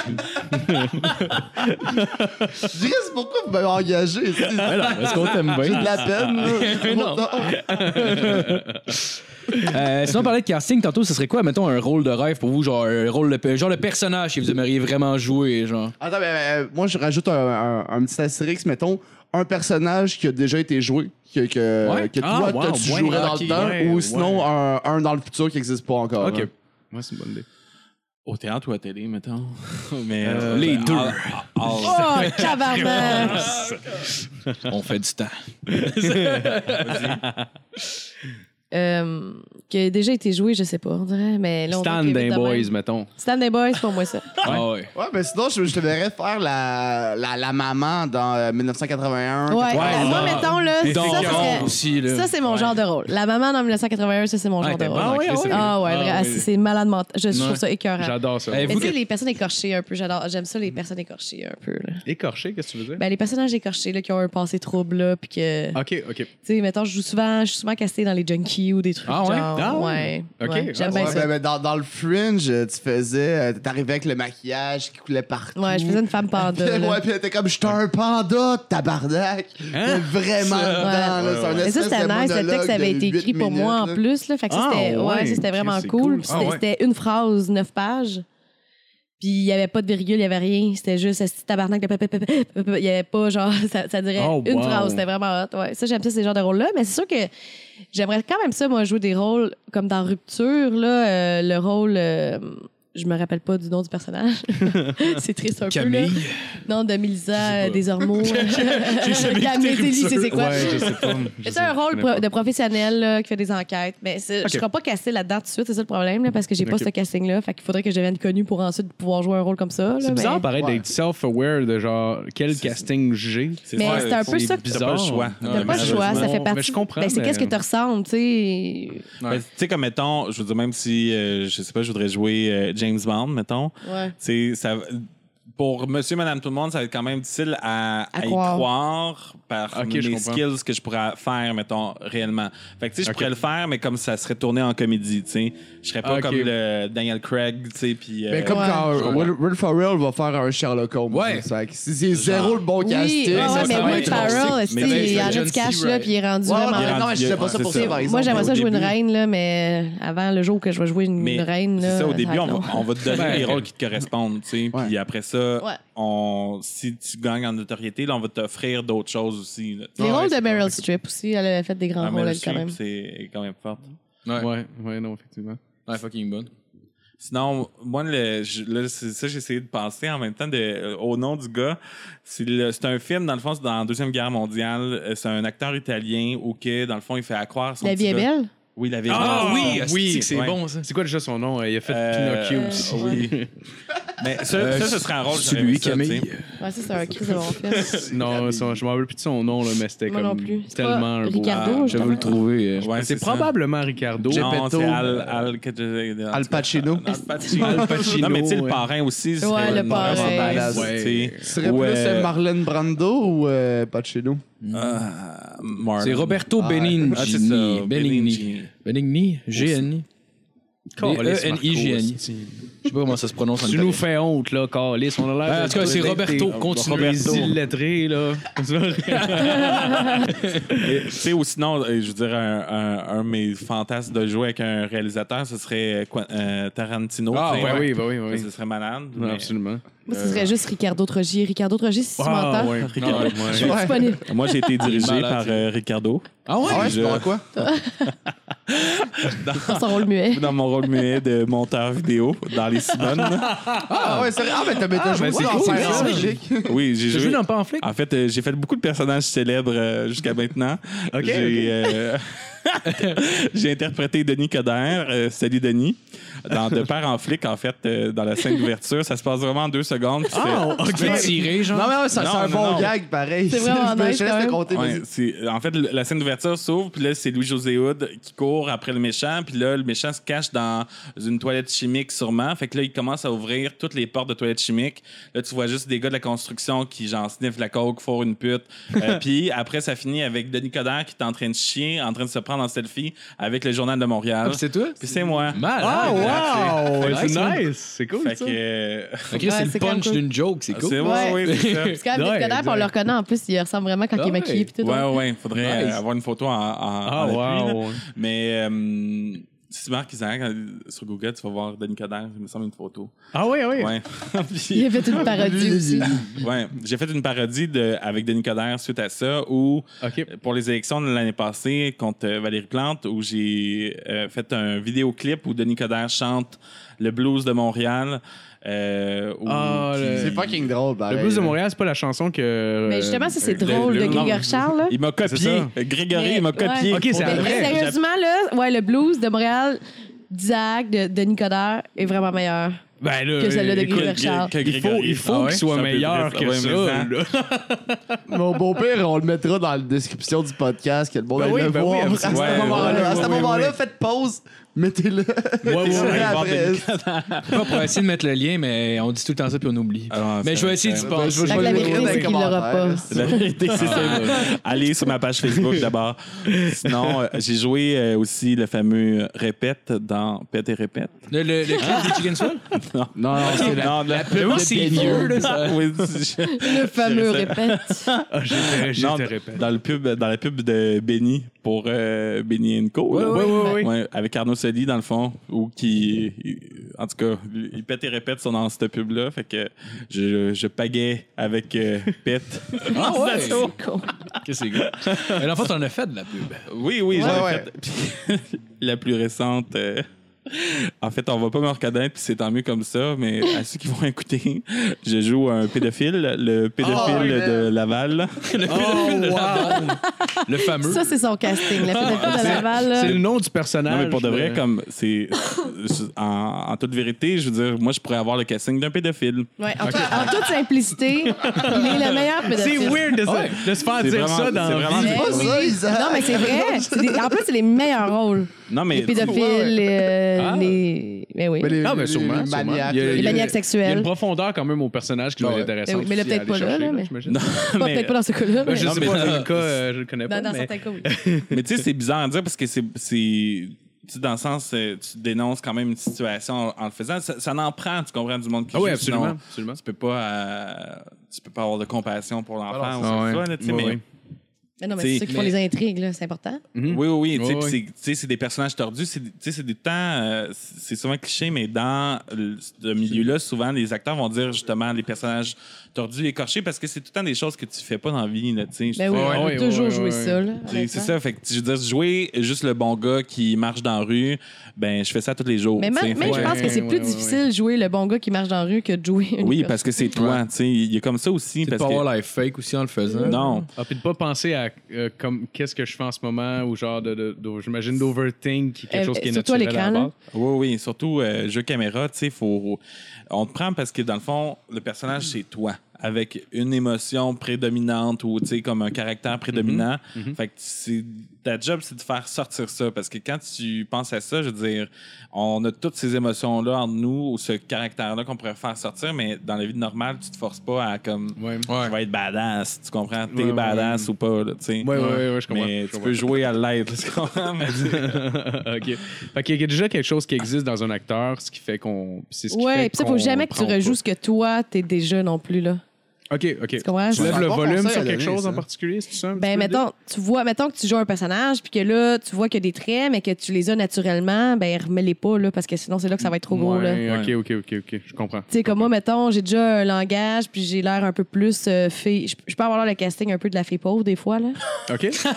[SPEAKER 5] Je dirais, c'est pourquoi vous m'avez engagé. c'est-
[SPEAKER 4] Ouais, non, parce qu'on t'aime
[SPEAKER 5] J'ai
[SPEAKER 4] bien.
[SPEAKER 5] de la peine. là.
[SPEAKER 4] ah,
[SPEAKER 5] C'est
[SPEAKER 3] Non.
[SPEAKER 5] pourtant-
[SPEAKER 3] Euh, sinon, on parlait de casting tantôt, ce serait quoi, mettons, un rôle de rêve pour vous, genre un rôle de pe- genre le personnage que vous aimeriez vraiment jouer, genre.
[SPEAKER 5] Attends, mais, mais, euh, moi, je rajoute un, un- un petit astérix, mettons, un personnage qui a déjà été joué, que, que,
[SPEAKER 3] Ouais.
[SPEAKER 5] que toi,
[SPEAKER 4] Ah,
[SPEAKER 5] toi,
[SPEAKER 4] wow,
[SPEAKER 5] tu
[SPEAKER 4] ouais,
[SPEAKER 5] jouerais dans
[SPEAKER 4] ok,
[SPEAKER 5] le temps,
[SPEAKER 4] ouais,
[SPEAKER 5] ou
[SPEAKER 4] ouais.
[SPEAKER 5] sinon un, un dans le futur qui n'existe pas encore.
[SPEAKER 4] OK.
[SPEAKER 5] hein.
[SPEAKER 4] Ouais, c'est une bonne idée.
[SPEAKER 6] Au théâtre ou à télé, mettons. Mais, ah,
[SPEAKER 4] Euh,
[SPEAKER 3] les deux.
[SPEAKER 6] all- all-
[SPEAKER 2] Oh, tabarnak!
[SPEAKER 3] On fait du temps.
[SPEAKER 2] Euh, qui a déjà été joué, je sais pas, on dirait. Mais là, on
[SPEAKER 4] Stand
[SPEAKER 2] des
[SPEAKER 4] d'un boys, mettons.
[SPEAKER 2] Stand des boys, pour moi, ça.
[SPEAKER 3] Ah ouais.
[SPEAKER 5] Ouais, mais sinon, je, je te verrais faire la, la, la maman dans euh, 1981.
[SPEAKER 2] Ouais.
[SPEAKER 3] ouais.
[SPEAKER 2] moi, mettons, là, ça,
[SPEAKER 3] Dans
[SPEAKER 2] ça, serait-
[SPEAKER 3] aussi, là.
[SPEAKER 2] ça, c'est mon genre de rôle. La maman dans 1981, ça, c'est mon genre de rôle.
[SPEAKER 4] Ah, ouais, ouais.
[SPEAKER 2] Ah ouais, vrai, ah, c'est c'est malade mental. Je, je
[SPEAKER 3] Ouais.
[SPEAKER 2] trouve ça écœurant.
[SPEAKER 4] J'adore ça.
[SPEAKER 3] Eh,
[SPEAKER 2] Mais
[SPEAKER 3] vous-
[SPEAKER 2] tu sais, les personnes écorchées un peu, j'adore. J'aime ça, les personnes écorchées un peu. là.
[SPEAKER 4] Écorché, qu'est-ce que tu veux dire?
[SPEAKER 2] Ben, les personnages écorchés là, qui ont un passé trouble, là, puis que.
[SPEAKER 4] OK, OK.
[SPEAKER 2] Tu sais, mettons, je joue souvent, je suis souvent castée dans les junkies ou des trucs.
[SPEAKER 3] Ah ouais?
[SPEAKER 2] Genre,
[SPEAKER 4] Ah ouais.
[SPEAKER 2] ouais.
[SPEAKER 4] Ok.
[SPEAKER 2] Ouais, J'aime
[SPEAKER 5] Ouais,
[SPEAKER 2] bien ça.
[SPEAKER 5] ben, ben, dans, dans le fringe, euh, tu faisais. euh, T'arrivais avec le maquillage qui coulait partout.
[SPEAKER 2] Ouais, je faisais une femme
[SPEAKER 5] Puis,
[SPEAKER 2] panda. là.
[SPEAKER 5] ouais, puis elle était comme, j'étais un panda, tabarnak. T'es Vraiment dedans, là. C'est un
[SPEAKER 2] Mais Hein? ça,
[SPEAKER 5] espèce de
[SPEAKER 2] c'était nice. Le
[SPEAKER 5] monologue
[SPEAKER 2] texte avait
[SPEAKER 5] de
[SPEAKER 2] été
[SPEAKER 5] huit
[SPEAKER 2] écrit pour moi en
[SPEAKER 5] minutes, là.
[SPEAKER 2] plus. Là. Fait que ça,
[SPEAKER 4] Ah,
[SPEAKER 2] c'était, ouais,
[SPEAKER 4] ouais.
[SPEAKER 2] ça, c'était vraiment
[SPEAKER 4] C'est
[SPEAKER 2] cool.
[SPEAKER 4] cool.
[SPEAKER 2] Puis
[SPEAKER 4] Ah,
[SPEAKER 2] c'était,
[SPEAKER 4] ouais.
[SPEAKER 2] c'était une phrase, neuf pages. Puis il n'y avait pas de virgule, il n'y avait rien. C'était juste ce tabarnak de pa- pa- pa- pa- pa- pa- Il n'y avait pas, genre, ça, ça dirait
[SPEAKER 4] Oh,
[SPEAKER 2] une
[SPEAKER 4] wow.
[SPEAKER 2] phrase. C'était vraiment hot. Ouais. Ça, j'aime ça, ces genres de rôles-là. Mais c'est sûr que j'aimerais quand même ça, moi, jouer des rôles comme dans Rupture, là, euh, le rôle. euh, je me rappelle pas du nom du personnage. c'est triste un peu.
[SPEAKER 3] Camille.
[SPEAKER 2] Là. Non, de euh, Milisa
[SPEAKER 3] pas.
[SPEAKER 2] Desormeaux. Camille Zélie, c'est c'est quoi?
[SPEAKER 4] Ouais, je sais pas. je
[SPEAKER 2] C'est
[SPEAKER 4] sais-
[SPEAKER 2] un
[SPEAKER 4] je
[SPEAKER 2] rôle
[SPEAKER 4] connais
[SPEAKER 2] pro-
[SPEAKER 4] pas.
[SPEAKER 2] de professionnel là, qui fait des enquêtes. Mais c'est- je ne serai pas castée là-dedans tout de suite, c'est ça le problème, là, parce que j'ai pas
[SPEAKER 4] Ok.
[SPEAKER 2] ce casting-là. Fait qu'il faudrait que je devienne connue pour ensuite pouvoir jouer un rôle comme ça. là,
[SPEAKER 4] C'est
[SPEAKER 2] mais-
[SPEAKER 4] bizarre, pareil,
[SPEAKER 5] Ouais.
[SPEAKER 4] d'être self-aware de genre quel
[SPEAKER 6] C'est-
[SPEAKER 4] casting j'ai.
[SPEAKER 2] Mais
[SPEAKER 6] ça,
[SPEAKER 2] c'est un peu ça que-
[SPEAKER 6] T'as pas le choix.
[SPEAKER 4] T'as
[SPEAKER 6] Ouais,
[SPEAKER 2] T'as pas le choix, ça
[SPEAKER 4] malheureusement.
[SPEAKER 2] fait partie.
[SPEAKER 4] Mais je comprends,
[SPEAKER 2] Ben, c'est
[SPEAKER 4] mais-
[SPEAKER 2] qu'est-ce que tu ressembles, tu sais.
[SPEAKER 3] Ouais.
[SPEAKER 6] Ben, Tu sais, comme mettons, je veux dire, même si, euh, je sais pas, je voudrais jouer euh, James Bond, mettons, tu
[SPEAKER 2] Ouais.
[SPEAKER 6] sais, ça. Pour monsieur, madame, tout le monde, ça va être quand même difficile à,
[SPEAKER 2] À
[SPEAKER 6] à y
[SPEAKER 2] croire.
[SPEAKER 6] croire par
[SPEAKER 4] Ok, je
[SPEAKER 6] les
[SPEAKER 4] comprends.
[SPEAKER 6] skills que je pourrais faire, mettons, réellement. Fait que, tu sais, je
[SPEAKER 4] Ok.
[SPEAKER 6] pourrais le faire, mais comme ça serait tourné en comédie, tu sais. Je serais pas
[SPEAKER 4] Ok.
[SPEAKER 6] comme le Daniel Craig, tu sais, puis... euh,
[SPEAKER 5] Mais comme
[SPEAKER 2] Ouais.
[SPEAKER 5] quand
[SPEAKER 6] Ouais.
[SPEAKER 5] Will, Will Ferrell va faire un Sherlock Holmes.
[SPEAKER 3] Ouais.
[SPEAKER 5] C'est c'est- c'est zéro le bon
[SPEAKER 2] Oui,
[SPEAKER 5] casting.
[SPEAKER 2] ouais,
[SPEAKER 3] ça,
[SPEAKER 2] ouais,
[SPEAKER 3] ça
[SPEAKER 2] mais
[SPEAKER 3] va
[SPEAKER 2] Will
[SPEAKER 3] être
[SPEAKER 2] Farrell,
[SPEAKER 3] drastique.
[SPEAKER 2] est-ce
[SPEAKER 6] Mais
[SPEAKER 2] qu'il-
[SPEAKER 6] ben,
[SPEAKER 2] il
[SPEAKER 6] c'est
[SPEAKER 2] a
[SPEAKER 3] John
[SPEAKER 2] du
[SPEAKER 3] C.
[SPEAKER 2] cash, là,
[SPEAKER 3] Reilly.
[SPEAKER 2] puis il est rendu
[SPEAKER 5] Ouais, ouais,
[SPEAKER 2] vraiment.
[SPEAKER 5] mais
[SPEAKER 6] rendu-
[SPEAKER 5] non, mais je sais pas
[SPEAKER 6] Ouais,
[SPEAKER 5] ça pour
[SPEAKER 6] c'est
[SPEAKER 5] ça,
[SPEAKER 6] ça.
[SPEAKER 5] par exemple.
[SPEAKER 2] Moi, j'aimerais
[SPEAKER 6] au
[SPEAKER 2] ça jouer une
[SPEAKER 6] début-
[SPEAKER 2] reine, là, mais avant le jour que je vais jouer une,
[SPEAKER 6] Mais
[SPEAKER 2] une reine. euh,
[SPEAKER 6] c'est
[SPEAKER 2] là,
[SPEAKER 6] ça, au début,
[SPEAKER 2] va
[SPEAKER 6] on
[SPEAKER 2] être long.
[SPEAKER 6] va, on va te donner
[SPEAKER 4] Ouais.
[SPEAKER 6] les rôles qui te correspondent, tu sais.
[SPEAKER 5] Ouais.
[SPEAKER 6] Puis après ça, là,
[SPEAKER 2] Ouais.
[SPEAKER 6] on, si tu gagnes en notoriété, là, on va t'offrir d'autres choses aussi. là.
[SPEAKER 2] Les
[SPEAKER 6] Ah, Ouais,
[SPEAKER 2] rôles de
[SPEAKER 6] c'est
[SPEAKER 2] Meryl
[SPEAKER 6] correct.
[SPEAKER 2] Streep aussi, elle a fait des grands
[SPEAKER 6] Ah,
[SPEAKER 2] rôles,
[SPEAKER 6] Meryl
[SPEAKER 2] elle, quand
[SPEAKER 6] Streep,
[SPEAKER 2] même.
[SPEAKER 6] C'est quand même forte.
[SPEAKER 3] Ouais. ouais.
[SPEAKER 4] Ouais, ouais, non, effectivement.
[SPEAKER 3] fucking bonne.
[SPEAKER 6] Sinon, moi, le, je- là, c'est ça, j'ai essayé de penser en même temps de, euh, au nom du gars. C'est le- c'est un film, dans le fond, c'est dans la Deuxième Guerre mondiale. Euh, C'est un acteur italien au quai. Dans le fond, il fait accroire son
[SPEAKER 2] La
[SPEAKER 6] petit
[SPEAKER 2] vie est
[SPEAKER 6] gars.
[SPEAKER 2] belle.
[SPEAKER 6] Oui, La vie est
[SPEAKER 3] Ah,
[SPEAKER 6] belle.
[SPEAKER 3] oui, asti que c'est
[SPEAKER 6] ouais.
[SPEAKER 3] bon, ça.
[SPEAKER 4] C'est quoi déjà son nom? Il a fait
[SPEAKER 6] Euh,
[SPEAKER 4] Pinocchio aussi.
[SPEAKER 6] oui. Mais ça,
[SPEAKER 3] Euh,
[SPEAKER 6] ça, ce serait un rôle. j'aurais aimé
[SPEAKER 3] Celui
[SPEAKER 6] ça,
[SPEAKER 3] Camille.
[SPEAKER 6] tu sais.
[SPEAKER 2] Ouais, ça, c'est un crise de bon film.
[SPEAKER 4] Non, son- je m'en rappelle plus de son nom, là, mais c'était
[SPEAKER 2] Moi
[SPEAKER 4] comme
[SPEAKER 2] non plus. C'est pas
[SPEAKER 4] tellement un beau.
[SPEAKER 2] Ricardo,
[SPEAKER 4] Ah,
[SPEAKER 2] je
[SPEAKER 3] Je vais vous le trouver. euh, je-
[SPEAKER 6] Ouais,
[SPEAKER 4] C'est
[SPEAKER 6] ça.
[SPEAKER 4] probablement Ricardo.
[SPEAKER 5] J'ai-
[SPEAKER 6] Non,
[SPEAKER 5] Gepetto.
[SPEAKER 6] c'est Al, Al, que-
[SPEAKER 5] Al Pacino.
[SPEAKER 2] Ah,
[SPEAKER 6] Al Pacino.
[SPEAKER 4] Al Pacino,
[SPEAKER 6] Non, mais tu sais, le
[SPEAKER 4] ouais.
[SPEAKER 6] parrain aussi. ce
[SPEAKER 2] Ouais,
[SPEAKER 6] serait
[SPEAKER 2] le
[SPEAKER 6] vraiment
[SPEAKER 2] parrain.
[SPEAKER 6] balèze,
[SPEAKER 5] Ouais.
[SPEAKER 6] tu sais.
[SPEAKER 5] Ce serait
[SPEAKER 6] Ouais.
[SPEAKER 5] plus euh, Marlon Brando ou euh, Pacino?
[SPEAKER 6] Ah, Marlon.
[SPEAKER 3] C'est Roberto
[SPEAKER 5] Ah,
[SPEAKER 3] Benigni.
[SPEAKER 6] ah, c'est ça,
[SPEAKER 3] Benigni. Benigni. G-N-I. E
[SPEAKER 4] euh,
[SPEAKER 3] B-E-N-I-G-N-I. Je sais pas comment ça se prononce en
[SPEAKER 4] Tu
[SPEAKER 3] italien.
[SPEAKER 4] nous fais honte, là, Carlis. On a l'air.
[SPEAKER 3] Ben, en
[SPEAKER 4] de-
[SPEAKER 3] tout cas, c'est
[SPEAKER 4] d'être
[SPEAKER 3] Roberto.
[SPEAKER 4] des-
[SPEAKER 3] Continue.
[SPEAKER 4] Roberto.
[SPEAKER 3] Roberto.
[SPEAKER 4] illettrés, là.
[SPEAKER 6] Et, Tu sais, ou sinon, euh, je veux dire, un, un, un de mes fantasmes de jouer avec un réalisateur, ce serait euh, Qua- euh, Tarantino.
[SPEAKER 4] Ah,
[SPEAKER 6] tu sais.
[SPEAKER 4] ben oui, ben oui, ben
[SPEAKER 6] Ça,
[SPEAKER 4] oui.
[SPEAKER 6] Ce serait malade.
[SPEAKER 4] Non,
[SPEAKER 6] mais-
[SPEAKER 4] Absolument.
[SPEAKER 2] Moi, ce serait juste Ricardo Trogi. Ricardo Trogi, si tu
[SPEAKER 4] Ah,
[SPEAKER 2] m'entends,
[SPEAKER 4] ouais.
[SPEAKER 6] Ricardo.
[SPEAKER 4] Ouais, ouais.
[SPEAKER 2] je suis disponible.
[SPEAKER 6] Moi, j'ai été dirigé
[SPEAKER 3] Malade,
[SPEAKER 6] par
[SPEAKER 3] c'est-
[SPEAKER 6] euh, Ricardo
[SPEAKER 3] Ah
[SPEAKER 5] Ah ouais,
[SPEAKER 3] ouais?
[SPEAKER 5] je... quoi?
[SPEAKER 2] Dans son rôle muet.
[SPEAKER 6] dans mon rôle muet de monteur vidéo dans Les Simones.
[SPEAKER 5] Ah ouais, sérieux? Ah, ben t'as t'as joué
[SPEAKER 4] ben, c'est
[SPEAKER 5] dans
[SPEAKER 4] cool,
[SPEAKER 5] Ferrari,
[SPEAKER 2] hein.
[SPEAKER 4] ça.
[SPEAKER 5] Magique.
[SPEAKER 6] Oui, j'ai
[SPEAKER 4] Tu
[SPEAKER 6] joué.
[SPEAKER 4] joues dans Pamphlet?
[SPEAKER 6] En fait, euh, j'ai fait beaucoup de personnages célèbres euh, jusqu'à maintenant.
[SPEAKER 4] Ok,
[SPEAKER 6] J'ai,
[SPEAKER 4] ok.
[SPEAKER 6] euh, j'ai interprété Denis Coderre. euh, salut Denis. Dans De père en flic, en fait, euh, dans la scène d'ouverture, ça se passe vraiment en deux secondes. puis
[SPEAKER 4] Ah,
[SPEAKER 6] c'est-
[SPEAKER 3] Tu peux tirer, genre?
[SPEAKER 5] Non, mais ouais, Ah, ça-
[SPEAKER 6] Ah, Non,
[SPEAKER 5] c'est un
[SPEAKER 6] non,
[SPEAKER 5] bon
[SPEAKER 6] non.
[SPEAKER 5] gag, pareil.
[SPEAKER 2] C'est vraiment
[SPEAKER 5] Je te-
[SPEAKER 2] nice,
[SPEAKER 5] Je te
[SPEAKER 2] quand
[SPEAKER 5] laisse
[SPEAKER 2] même.
[SPEAKER 5] te compter,
[SPEAKER 6] Ouais,
[SPEAKER 5] vas-y.
[SPEAKER 6] c'est- en fait, le- la scène d'ouverture s'ouvre, puis là, c'est Louis-José Hood qui court après le méchant, puis là, le méchant se cache dans une toilette chimique, sûrement. Fait que là, il commence à ouvrir toutes les portes de toilettes chimiques. Là, tu vois juste des gars de la construction qui, genre, sniffent la coke, font une pute. Euh, puis après, ça finit avec Denis Coderre qui est en train de chier, en train de se prendre en selfie avec le Journal de Montréal.
[SPEAKER 3] Ah, c'est toi?
[SPEAKER 6] puis c'est moi.
[SPEAKER 3] Mal. hein?
[SPEAKER 4] wow!
[SPEAKER 3] Ah, C'est nice,
[SPEAKER 4] Ah,
[SPEAKER 3] hein?
[SPEAKER 4] C'est nice! C'est cool,
[SPEAKER 6] Fait
[SPEAKER 4] ça.
[SPEAKER 6] que. euh,
[SPEAKER 3] Ok,
[SPEAKER 2] Ouais,
[SPEAKER 3] c'est le
[SPEAKER 2] c'est quand même
[SPEAKER 3] punch
[SPEAKER 2] cool.
[SPEAKER 3] d'une joke,
[SPEAKER 4] Ah,
[SPEAKER 3] c'est
[SPEAKER 6] c'est
[SPEAKER 3] cool.
[SPEAKER 6] moi,
[SPEAKER 2] Ouais.
[SPEAKER 6] oui, c'est ça.
[SPEAKER 2] Parce que quand
[SPEAKER 4] Ouais,
[SPEAKER 2] Nick Coderre, on le
[SPEAKER 4] exact.
[SPEAKER 2] reconnaît en plus, il ressemble vraiment quand il
[SPEAKER 3] Ouais.
[SPEAKER 2] est maquillé. Puis tout,
[SPEAKER 6] Ouais,
[SPEAKER 2] hein.
[SPEAKER 6] ouais, faudrait
[SPEAKER 3] Nice.
[SPEAKER 6] euh, avoir une photo en, en, en
[SPEAKER 4] Ah,
[SPEAKER 6] appui, là.
[SPEAKER 4] wow!
[SPEAKER 6] Mais euh, si tu marques Isaac euh, sur Google, tu vas voir Denis Coderre, il me semble une photo.
[SPEAKER 4] Ah, oui, oui.
[SPEAKER 6] Ouais.
[SPEAKER 2] Il
[SPEAKER 6] Puis,
[SPEAKER 2] a fait une parodie aussi.
[SPEAKER 6] ouais, j'ai fait une parodie de, avec Denis Coderre suite à ça où
[SPEAKER 4] OK.
[SPEAKER 6] pour les élections de l'année passée contre euh, Valérie Plante où j'ai euh, fait un vidéoclip où Denis Coderre chante le blues de Montréal. euh, où-
[SPEAKER 4] Ah,
[SPEAKER 6] qui-
[SPEAKER 4] le-
[SPEAKER 5] C'est fucking drôle, pareil.
[SPEAKER 4] Le Blues de Montréal, c'est pas la chanson que. euh,
[SPEAKER 2] Mais justement, ça, c'est
[SPEAKER 6] le-
[SPEAKER 2] drôle
[SPEAKER 6] le-
[SPEAKER 2] de
[SPEAKER 6] non.
[SPEAKER 2] Gregor Charles. là.
[SPEAKER 6] Il m'a copié.
[SPEAKER 4] ça.
[SPEAKER 6] Grégory,
[SPEAKER 2] Mais-
[SPEAKER 6] il m'a
[SPEAKER 2] ouais.
[SPEAKER 6] copié.
[SPEAKER 4] Ok, c'est
[SPEAKER 6] Pour
[SPEAKER 2] Mais
[SPEAKER 6] de
[SPEAKER 4] vrai.
[SPEAKER 6] vrai, j'app-
[SPEAKER 2] sérieusement, là, ouais, le blues de Montréal d'Isaac, de Denis Coderre, est vraiment meilleur
[SPEAKER 4] Ben là,
[SPEAKER 2] que celle-là de
[SPEAKER 4] écoute,
[SPEAKER 2] Grégory Charles.
[SPEAKER 6] que- que
[SPEAKER 4] il faut,
[SPEAKER 6] Grégory.
[SPEAKER 4] il faut
[SPEAKER 6] Ah ouais?
[SPEAKER 4] qu'il soit
[SPEAKER 6] C'est un peu
[SPEAKER 4] meilleur
[SPEAKER 6] triste,
[SPEAKER 4] que
[SPEAKER 6] ouais,
[SPEAKER 4] ça.
[SPEAKER 6] mais
[SPEAKER 4] là.
[SPEAKER 5] Mon beau-père, on le mettra dans la description du podcast, que le monde
[SPEAKER 4] Ben
[SPEAKER 5] aille
[SPEAKER 4] oui,
[SPEAKER 5] le
[SPEAKER 4] ben oui,
[SPEAKER 5] voir. à ce
[SPEAKER 4] absolument.
[SPEAKER 6] Ouais,
[SPEAKER 5] moment-là, à
[SPEAKER 4] ouais,
[SPEAKER 5] ce
[SPEAKER 4] ouais,
[SPEAKER 5] moment-là,
[SPEAKER 4] ouais.
[SPEAKER 5] faites pause, mettez-le.
[SPEAKER 4] ouais,
[SPEAKER 5] Mettez-le
[SPEAKER 4] ouais,
[SPEAKER 5] après.
[SPEAKER 3] Pas pour essayer de mettre le lien, mais on dit tout le temps ça puis on oublie.
[SPEAKER 6] Alors,
[SPEAKER 3] Mais
[SPEAKER 6] c'est-
[SPEAKER 3] je vais essayer
[SPEAKER 6] c'est-
[SPEAKER 3] d'y
[SPEAKER 5] Ben,
[SPEAKER 3] penser.
[SPEAKER 2] Fait que la
[SPEAKER 5] le
[SPEAKER 2] vérité,
[SPEAKER 5] mettre dans les
[SPEAKER 2] c'est qu'il l'aura
[SPEAKER 5] commentaires,
[SPEAKER 2] pas.
[SPEAKER 5] c'est-
[SPEAKER 6] La vérité, c'est ça. Allez sur ma page Facebook d'abord. Sinon, euh, j'ai joué euh, aussi le fameux répète dans Pète et répète.
[SPEAKER 3] Le, le, le clip des Chicken Soul?
[SPEAKER 5] Non, non, c'est la-
[SPEAKER 6] non, la
[SPEAKER 3] Mais
[SPEAKER 6] pub
[SPEAKER 3] oui,
[SPEAKER 6] de
[SPEAKER 3] c'est
[SPEAKER 6] Denis.
[SPEAKER 3] vieux, là, ça.
[SPEAKER 6] Oui, je-
[SPEAKER 2] Le fameux
[SPEAKER 6] Je sais.
[SPEAKER 2] répète.
[SPEAKER 4] Ah, je te- je
[SPEAKER 6] non,
[SPEAKER 4] te répète.
[SPEAKER 6] dans, le pub, dans la pub de Benny pour euh, Benny Co. là.
[SPEAKER 4] Oui, oui, oui.
[SPEAKER 6] Ouais, avec Arnaud Soli, dans le fond, ou qui. il- En tout cas, il pète et répète sont dans cette pub-là. Fait que je, je pagais avec euh, Pète.
[SPEAKER 3] Ah ouais!
[SPEAKER 2] C'est con.
[SPEAKER 3] Que c'est good. Mais l'enfant, t'en as fait de la pub.
[SPEAKER 6] Oui, oui,
[SPEAKER 5] Ouais,
[SPEAKER 6] j'en ai
[SPEAKER 5] ouais.
[SPEAKER 6] fait. Puis, la plus récente. euh, En fait, on va pas me reconnaître, puis c'est tant mieux comme ça, mais à ceux qui vont écouter, je joue un pédophile, le pédophile
[SPEAKER 5] Oh, oui,
[SPEAKER 6] de Laval.
[SPEAKER 3] Le fameux.
[SPEAKER 2] Ça, c'est son casting. La pédophile de Laval, Ah, là.
[SPEAKER 4] C'est le nom du
[SPEAKER 6] Non,
[SPEAKER 4] personnage.
[SPEAKER 6] mais pour de vrai,
[SPEAKER 4] euh,
[SPEAKER 6] comme c'est. en, en toute vérité, je veux dire, moi, je pourrais avoir le casting d'un pédophile.
[SPEAKER 2] Ouais, en, tout- en toute simplicité, il est le meilleur
[SPEAKER 4] C'est
[SPEAKER 2] pédophile.
[SPEAKER 4] weird de, se-
[SPEAKER 3] Ouais.
[SPEAKER 4] de se faire
[SPEAKER 6] C'est
[SPEAKER 4] dire
[SPEAKER 6] vraiment-
[SPEAKER 4] ça
[SPEAKER 6] c'est
[SPEAKER 4] dans la
[SPEAKER 6] vraiment-
[SPEAKER 4] vie.
[SPEAKER 5] C'est pas
[SPEAKER 2] Ah, Oui.
[SPEAKER 5] ça, Isaac.
[SPEAKER 2] Non, mais c'est vrai. C'est des- En plus, c'est les meilleurs rôles.
[SPEAKER 6] Non, mais.
[SPEAKER 2] Les pédophiles, euh, les. Mais oui.
[SPEAKER 5] Mais les-
[SPEAKER 4] Non, mais sûrement,
[SPEAKER 5] Les
[SPEAKER 4] sûrement.
[SPEAKER 5] maniaques.
[SPEAKER 4] Il y a-
[SPEAKER 5] là,
[SPEAKER 4] il y a-
[SPEAKER 2] les
[SPEAKER 5] il y a-
[SPEAKER 2] maniaques
[SPEAKER 4] Il y a une
[SPEAKER 2] sexuels.
[SPEAKER 4] profondeur quand même au personnage qui va
[SPEAKER 5] Ouais.
[SPEAKER 4] être intéressant.
[SPEAKER 2] Mais oui, mais là,
[SPEAKER 4] aussi à
[SPEAKER 2] peut-être pas
[SPEAKER 4] aller
[SPEAKER 2] là,
[SPEAKER 4] chercher,
[SPEAKER 2] mais-
[SPEAKER 4] j'imagine.
[SPEAKER 2] Pas-
[SPEAKER 6] mais-
[SPEAKER 2] Peut-être pas dans ce cas-là.
[SPEAKER 4] Ben, Je
[SPEAKER 2] mais-
[SPEAKER 4] sais
[SPEAKER 6] mais-
[SPEAKER 4] pas, c'est le cas, euh, je le connais pas.
[SPEAKER 2] Dans, dans
[SPEAKER 4] mais-
[SPEAKER 2] certains cas, oui.
[SPEAKER 6] Mais tu sais, c'est bizarre à dire parce que c'est. c'est- Tu sais, dans le sens, euh, tu dénonces quand même une situation en, en le faisant. Ça, ça en prend, tu comprends, du monde qui
[SPEAKER 4] Ah oui,
[SPEAKER 6] joue, sinon-
[SPEAKER 4] absolument. absolument.
[SPEAKER 6] tu peux pas euh, tu peux pas avoir de compassion pour l'enfant ou quoi
[SPEAKER 4] Ah
[SPEAKER 6] que
[SPEAKER 4] ouais.
[SPEAKER 6] ce soit, là, tu sais,
[SPEAKER 4] Ouais,
[SPEAKER 6] mais
[SPEAKER 4] ouais.
[SPEAKER 2] Mais non, mais
[SPEAKER 6] T'sais,
[SPEAKER 2] c'est ceux qui font
[SPEAKER 3] mais-
[SPEAKER 2] les intrigues, là, c'est important.
[SPEAKER 4] Mhm.
[SPEAKER 6] Oui, oui, oui. tu sais,
[SPEAKER 3] Oui,
[SPEAKER 6] puis
[SPEAKER 3] oui.
[SPEAKER 6] c'est- tu sais, C'est des personnages tordus. C'est des- tu sais, c'est des temps. euh, c'est souvent cliché, mais dans le- ce milieu-là, souvent, les acteurs vont dire justement les personnages tordus, écorchés, parce que c'est tout le temps des choses que tu fais pas dans la vie. Là, tu sais.
[SPEAKER 2] Ben oui,
[SPEAKER 3] Ouais,
[SPEAKER 2] on
[SPEAKER 3] ouais,
[SPEAKER 2] peut toujours
[SPEAKER 3] ouais,
[SPEAKER 2] jouer
[SPEAKER 3] ouais,
[SPEAKER 2] ça, là.
[SPEAKER 6] C'est- C'est
[SPEAKER 2] honnêtement.
[SPEAKER 6] ça, fait que je veux dire, jouer juste le bon gars qui marche dans la rue, ben je fais ça tous les jours.
[SPEAKER 2] Mais
[SPEAKER 6] tu sais.
[SPEAKER 2] même, même,
[SPEAKER 6] Fait
[SPEAKER 2] je
[SPEAKER 6] que-
[SPEAKER 2] pense que c'est
[SPEAKER 4] ouais,
[SPEAKER 2] plus
[SPEAKER 4] ouais,
[SPEAKER 2] difficile de jouer le bon gars qui marche dans la rue que de jouer une
[SPEAKER 6] Oui,
[SPEAKER 2] personne.
[SPEAKER 6] parce que c'est toi, tu sais, il y a comme ça aussi.
[SPEAKER 3] C'est
[SPEAKER 6] Parce
[SPEAKER 3] pas
[SPEAKER 6] que...
[SPEAKER 3] avoir l'air fake aussi en le faisant.
[SPEAKER 6] Non,
[SPEAKER 4] Ah, puis de pas penser à euh, comme qu'est-ce que je fais en ce moment ou genre de, de- de- j'imagine d'overthink quelque
[SPEAKER 2] Euh,
[SPEAKER 4] chose qui est
[SPEAKER 2] surtout à
[SPEAKER 4] naturel à la
[SPEAKER 2] l'écran,
[SPEAKER 4] base.
[SPEAKER 6] oui, oui, surtout euh, jeu caméra, tu sais, faut... on te prend parce que dans le fond, le personnage, c'est toi, avec une émotion prédominante ou, tu sais, comme un caractère prédominant.
[SPEAKER 4] Mhm,
[SPEAKER 6] Fait que c'est- ta job, c'est de faire sortir ça, parce que quand tu penses à ça, je veux dire, on a toutes ces émotions-là en nous, ou ce caractère-là qu'on pourrait faire sortir, mais dans la vie normale, tu te forces pas à, comme,
[SPEAKER 4] Ouais.
[SPEAKER 3] Ouais.
[SPEAKER 6] tu vas être badass, tu comprends? T'es
[SPEAKER 4] Ouais, ouais.
[SPEAKER 6] badass ou pas, là, tu sais.
[SPEAKER 4] Ouais, ouais, ouais, ouais, je comprends.
[SPEAKER 6] Mais
[SPEAKER 4] Je
[SPEAKER 6] tu
[SPEAKER 4] comprends.
[SPEAKER 6] peux jouer à l'être, tu comprends? Mais tu-
[SPEAKER 4] OK. Fait qu'il y a déjà quelque chose qui existe dans un acteur, ce qui fait qu'on. c'est Ce qui
[SPEAKER 2] Ouais,
[SPEAKER 4] fait
[SPEAKER 2] puis ça,
[SPEAKER 4] qu'on
[SPEAKER 2] faut jamais que tu
[SPEAKER 4] prend pas.
[SPEAKER 2] rejoues ce que toi, t'es déjà non plus, là.
[SPEAKER 4] OK, OK. Tu
[SPEAKER 2] comprends?
[SPEAKER 5] C'est
[SPEAKER 4] lèves
[SPEAKER 5] un
[SPEAKER 4] le
[SPEAKER 5] bon
[SPEAKER 4] volume
[SPEAKER 5] conseil
[SPEAKER 4] sur
[SPEAKER 5] à
[SPEAKER 4] quelque
[SPEAKER 5] donner,
[SPEAKER 4] chose en
[SPEAKER 5] ça.
[SPEAKER 4] particulier, c'est ça? un petit
[SPEAKER 2] Ben,
[SPEAKER 4] peu
[SPEAKER 2] mettons, tu vois, mettons que tu joues un personnage, puis que là, tu vois qu'il y a des traits, mais que tu les as naturellement, ben, remets-les pas, là, parce que sinon, c'est là que ça va être trop
[SPEAKER 4] l'idée?
[SPEAKER 2] gros, là.
[SPEAKER 4] Ouais, OK, OK, OK, OK. Je comprends.
[SPEAKER 2] Tu sais, comme moi, mettons, j'ai déjà un langage, puis j'ai l'air un peu plus euh, fée. Je je peux avoir l'air le casting un peu de la fée pauvre, des fois, là.
[SPEAKER 4] OK?
[SPEAKER 6] C'est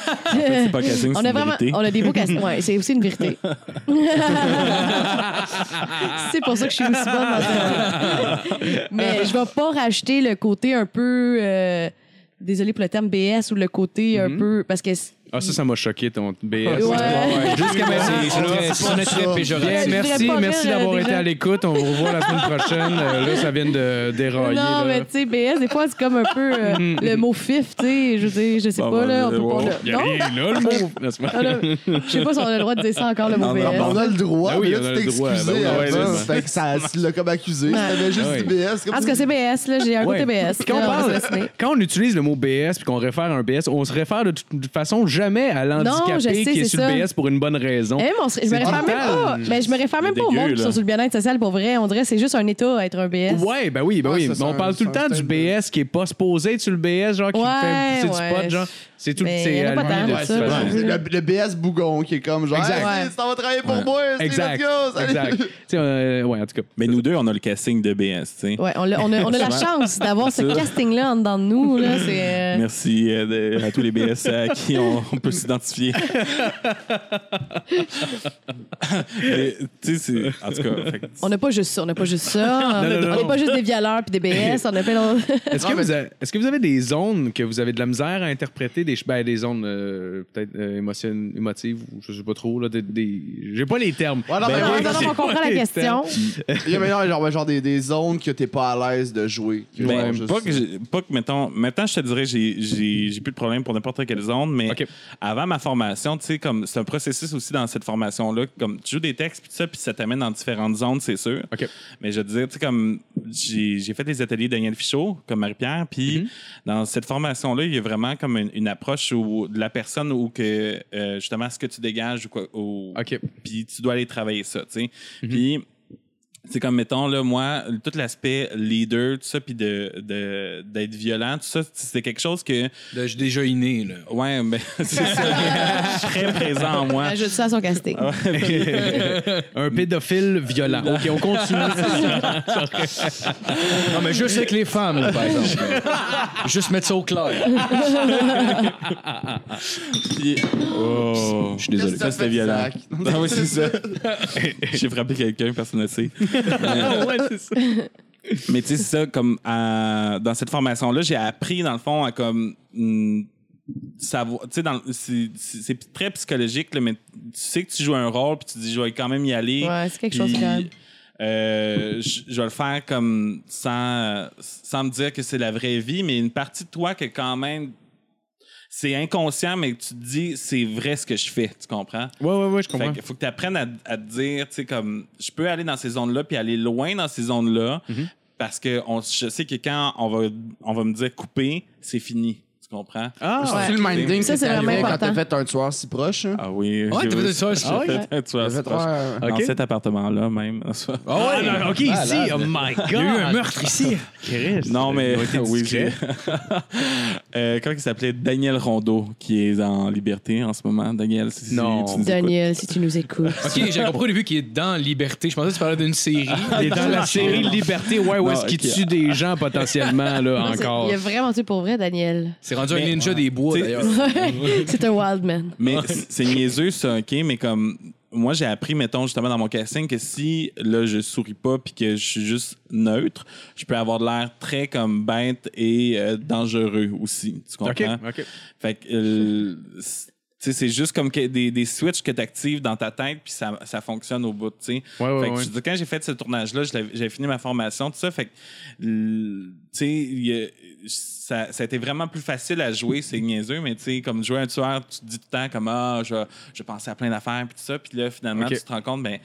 [SPEAKER 6] pas casting,
[SPEAKER 2] on
[SPEAKER 6] c'est
[SPEAKER 2] a
[SPEAKER 6] une
[SPEAKER 2] vraiment,
[SPEAKER 6] vérité.
[SPEAKER 2] on a des beaux castings. Ouais, c'est aussi une vérité. c'est pour ça que je suis aussi bonne. dans ce- Mais je vais pas racheter le côté un peu. euh, désolé pour le terme BS ou le côté un peu parce que c'est-
[SPEAKER 4] Ah, ça, ça m'a choqué, ton BS.
[SPEAKER 2] Ouais.
[SPEAKER 4] Jusqu'à maintenant.
[SPEAKER 3] C'est très- c'est très
[SPEAKER 2] Je
[SPEAKER 4] Bien,
[SPEAKER 3] péjoratif.
[SPEAKER 2] voudrais
[SPEAKER 4] merci,
[SPEAKER 2] pas
[SPEAKER 4] merci
[SPEAKER 2] rire, euh,
[SPEAKER 4] d'avoir
[SPEAKER 2] des
[SPEAKER 4] été
[SPEAKER 2] gens.
[SPEAKER 4] à l'écoute. On vous revoit la semaine prochaine. Euh, Là, ça vient de
[SPEAKER 2] non,
[SPEAKER 4] dérailler. là.
[SPEAKER 2] mais tu sais, BS, des fois, c'est comme un peu euh, le mot fif, tu sais. Je veux dire, je sais
[SPEAKER 4] Bah
[SPEAKER 6] Bon,
[SPEAKER 2] pas,
[SPEAKER 6] ben,
[SPEAKER 2] là, on peut
[SPEAKER 6] wow.
[SPEAKER 2] pas.
[SPEAKER 4] Il y
[SPEAKER 2] le-
[SPEAKER 4] a
[SPEAKER 2] Non,
[SPEAKER 4] rien là, le mot. n'est-ce pas?
[SPEAKER 2] non, non, je sais pas si on a le droit de dire ça encore, le mot
[SPEAKER 6] Non, non,
[SPEAKER 2] BS.
[SPEAKER 6] non,
[SPEAKER 5] On a le droit,
[SPEAKER 4] Ben oui,
[SPEAKER 5] mais là,
[SPEAKER 4] on a
[SPEAKER 5] tu
[SPEAKER 4] le
[SPEAKER 5] t'es
[SPEAKER 4] droit,
[SPEAKER 5] excusé
[SPEAKER 4] ben oui,
[SPEAKER 5] avant,
[SPEAKER 4] ouais,
[SPEAKER 5] fait que ça tu l'as comme accusé.
[SPEAKER 2] Ouais.
[SPEAKER 5] Ça avait juste du
[SPEAKER 4] Ouais.
[SPEAKER 5] BS.
[SPEAKER 2] En tout cas, c'est BS, là, j'ai un
[SPEAKER 4] Ouais.
[SPEAKER 2] côté BS.
[SPEAKER 4] Quand on,
[SPEAKER 2] là, va
[SPEAKER 4] parle-
[SPEAKER 2] se dessiner.
[SPEAKER 4] quand on utilise le mot BS puis qu'on réfère à un BS, on se réfère de toute façon jamais à
[SPEAKER 2] Non, je sais,
[SPEAKER 4] l'handicapé qui est
[SPEAKER 2] c'est
[SPEAKER 4] sur
[SPEAKER 2] ça.
[SPEAKER 4] le BS pour une bonne raison.
[SPEAKER 2] Eh, mais on se- je me
[SPEAKER 4] C'est
[SPEAKER 2] réfère même
[SPEAKER 4] brutal.
[SPEAKER 2] pas. Mais je me réfère même
[SPEAKER 6] C'est
[SPEAKER 2] pas au
[SPEAKER 6] dégueu,
[SPEAKER 2] monde qui
[SPEAKER 6] là.
[SPEAKER 2] sont sur le bien-être social pour vrai. On dirait que c'est juste un état à être un BS.
[SPEAKER 4] Ouais, ben oui, ben
[SPEAKER 5] Ouais,
[SPEAKER 4] oui.
[SPEAKER 5] ça, c'est
[SPEAKER 4] Mais
[SPEAKER 5] un-
[SPEAKER 4] on parle tout le
[SPEAKER 5] c'est un
[SPEAKER 4] temps du
[SPEAKER 5] statement.
[SPEAKER 4] BS qui est pas supposé être sur le BS, genre qui
[SPEAKER 2] Ouais,
[SPEAKER 4] fait pousser du
[SPEAKER 2] ouais.
[SPEAKER 4] pot, genre. C'est tout.
[SPEAKER 2] Mais
[SPEAKER 4] c'est
[SPEAKER 2] y en a
[SPEAKER 4] à
[SPEAKER 2] pas
[SPEAKER 4] lui
[SPEAKER 2] tant
[SPEAKER 4] de
[SPEAKER 2] que
[SPEAKER 4] se
[SPEAKER 2] ça,
[SPEAKER 4] faire-
[SPEAKER 2] là.
[SPEAKER 5] Ouais, c'est le, le BS bougon qui est comme genre,
[SPEAKER 4] Exact.
[SPEAKER 5] hey, tu t'en vas travailler pour moi, c'est
[SPEAKER 4] Exact.
[SPEAKER 5] let's go.
[SPEAKER 4] Exact. Tu sais, euh, ouais, en tout cas.
[SPEAKER 6] Mais nous deux, on a le casting de BS, tu sais.
[SPEAKER 2] Ouais, on, l'a- on a, on a la chance d'avoir ce casting-là en dedans de nous. Là, c'est, euh,
[SPEAKER 6] Merci euh, de- à tous les BS à qui on, on peut s'identifier. Mais, tu sais, c'est- en tout cas, fait que-
[SPEAKER 2] on n'a pas juste ça, on n'a pas juste ça.
[SPEAKER 4] Non, non,
[SPEAKER 2] on n'est
[SPEAKER 4] non. Ben
[SPEAKER 2] pas juste des violeurs puis des BS, on a plein d'autres.
[SPEAKER 4] Est-ce que, vous avez- est-ce que vous avez des zones que vous avez de la misère à interpréter, des, ch- ben, des zones euh, peut-être euh, émotion- émotives, ou je sais pas trop, là, des, des- j'ai pas les termes.
[SPEAKER 5] Ouais, non,
[SPEAKER 4] Ben
[SPEAKER 5] mais
[SPEAKER 2] Non,
[SPEAKER 4] oui,
[SPEAKER 2] non, non,
[SPEAKER 4] j'ai
[SPEAKER 2] on comprend
[SPEAKER 4] pas
[SPEAKER 2] la
[SPEAKER 4] les
[SPEAKER 2] question.
[SPEAKER 4] termes.
[SPEAKER 5] Il y a maintenant genre, ouais, genre des, des zones que t'es pas à l'aise de jouer. Que
[SPEAKER 6] Ben,
[SPEAKER 5] genre, juste-
[SPEAKER 6] pas, que j'ai- pas que, mettons, maintenant, je te dirais, j'ai- j'ai j'ai plus de problème pour n'importe quelle zone, mais
[SPEAKER 4] Ok.
[SPEAKER 6] avant ma formation, tu sais, comme c'est un processus aussi dans cette formation-là, comme tu joues des textes, puis tout ça, puis ça t'amène dans différentes zones, c'est sûr.
[SPEAKER 4] OK.
[SPEAKER 6] Mais je veux dire, tu sais, comme j'ai j'ai fait des ateliers de Daniel Fichot, comme Marie-Pierre, puis dans cette formation-là, il y a vraiment comme une, une approche où, de la personne ou que, euh, justement, ce que tu dégages ou quoi, ou-
[SPEAKER 4] OK.
[SPEAKER 6] puis tu dois aller travailler ça, tu sais. Puis c'est comme mettons là moi tout l'aspect leader tout ça puis de de- d'être violent tout ça c'est quelque chose que
[SPEAKER 3] Là, j'ai déjà inné, là.
[SPEAKER 6] ouais ben c'est ça très présent en moi
[SPEAKER 2] Ajoute Ben, ça à son casting.
[SPEAKER 4] Ah Un pédophile violent. OK, on continue.
[SPEAKER 3] Non, mais juste avec les femmes, là, par exemple. juste mettre ça au clair.
[SPEAKER 6] Puis- oh. je suis
[SPEAKER 5] Qu'est-ce
[SPEAKER 6] désolé
[SPEAKER 5] que
[SPEAKER 6] ça
[SPEAKER 5] t'as
[SPEAKER 6] c'était
[SPEAKER 5] fait,
[SPEAKER 6] violent
[SPEAKER 5] Isaac?
[SPEAKER 6] non oui c'est ça j'ai frappé quelqu'un personne ne sait
[SPEAKER 4] Ah ouais, c'est ça.
[SPEAKER 6] Mais tu sais, c'est ça, comme à- dans cette formation-là, j'ai appris, dans le fond, à comme. hum, savoir- tu sais, dans le- c'est- c'est c'est très psychologique, là, mais tu sais que tu joues un rôle, puis tu dis, je vais quand même y aller.
[SPEAKER 2] Ouais, c'est quelque
[SPEAKER 6] Puis,
[SPEAKER 2] chose quand même.
[SPEAKER 6] euh, je je vais le faire comme sans, sans me dire que c'est la vraie vie, mais une partie de toi que quand même. C'est inconscient, mais tu te dis, c'est vrai ce que je fais, tu comprends?
[SPEAKER 4] Ouais, ouais, ouais, je comprends.
[SPEAKER 6] Fait que faut que tu apprennes à, à te dire, tu sais, comme, je peux aller dans ces zones-là, puis aller loin dans ces zones-là, parce que on, je sais que quand on va, on va me dire couper, c'est fini. Tu comprends?
[SPEAKER 4] Ah,
[SPEAKER 5] C'est
[SPEAKER 2] Ouais.
[SPEAKER 5] le minding
[SPEAKER 2] Ça, c'est
[SPEAKER 5] qui t'arrivait
[SPEAKER 2] vraiment
[SPEAKER 5] quand t'as
[SPEAKER 2] important.
[SPEAKER 5] fait un tueur si proche. hein.
[SPEAKER 6] Ah oui.
[SPEAKER 3] Ouais,
[SPEAKER 6] j'ai-
[SPEAKER 3] t'as fait ça,
[SPEAKER 6] j'ai
[SPEAKER 3] ah ouais?
[SPEAKER 6] fait un tueur
[SPEAKER 5] T'as fait,
[SPEAKER 6] sur proche.
[SPEAKER 5] ouais, ouais.
[SPEAKER 6] Dans
[SPEAKER 4] Ok.
[SPEAKER 6] cet appartement-là, même.
[SPEAKER 4] Ah, non, ok, ici, oh my god.
[SPEAKER 3] Il y a eu un meurtre ici.
[SPEAKER 4] Christ.
[SPEAKER 6] Non, mais
[SPEAKER 4] Ils ont été
[SPEAKER 6] oui,
[SPEAKER 4] discrets.
[SPEAKER 6] j'ai- Euh, Quand il s'appelait Daniel Rondeau, qui est en liberté en ce moment. Daniel, si, si
[SPEAKER 4] Non.
[SPEAKER 6] tu nous écoutes.
[SPEAKER 2] Daniel, si tu nous écoutes.
[SPEAKER 3] Ok, j'ai compris au début qu'il est dans Liberté. Je pensais que tu parlais d'une série.
[SPEAKER 4] Il est dans la série Liberté, ouais, où
[SPEAKER 6] Non,
[SPEAKER 4] est-ce qu'il
[SPEAKER 6] ok.
[SPEAKER 4] tue des gens potentiellement, là,
[SPEAKER 2] Non, c'est-
[SPEAKER 4] encore.
[SPEAKER 2] Il a vraiment tué pour vrai, Daniel.
[SPEAKER 3] C'est rendu un ninja des bois,
[SPEAKER 6] T'sais,
[SPEAKER 3] d'ailleurs.
[SPEAKER 2] Ouais, c'est un wild man.
[SPEAKER 6] Mais c'est c'est niaiseux, ça, OK? Mais comme, moi, j'ai appris, mettons, justement, dans mon casting, que si, là, je souris pas puis que je suis juste neutre, je peux avoir de l'air très, comme, bête et euh, dangereux aussi. Tu comprends?
[SPEAKER 4] Ok, ok.
[SPEAKER 6] Fait que, euh, c'est- tu sais, c'est juste comme que des, des switches que tu actives dans ta tête, puis ça, ça fonctionne au bout, tu sais.
[SPEAKER 4] Ouais, ouais,
[SPEAKER 6] Fait que
[SPEAKER 4] ouais.
[SPEAKER 6] je veux dire, quand j'ai fait ce tournage-là, je l'avais- j'avais fini ma formation, tout ça. Fait que, l- tu sais, il y a- ça, ça a été vraiment plus facile à jouer, c'est niaiseux, mais tu sais, comme jouer un tueur, tu te dis tout le temps comme, ah, je, je pensais à plein d'affaires, puis tout ça. Puis là, finalement,
[SPEAKER 4] Ok.
[SPEAKER 6] tu te rends compte, ben,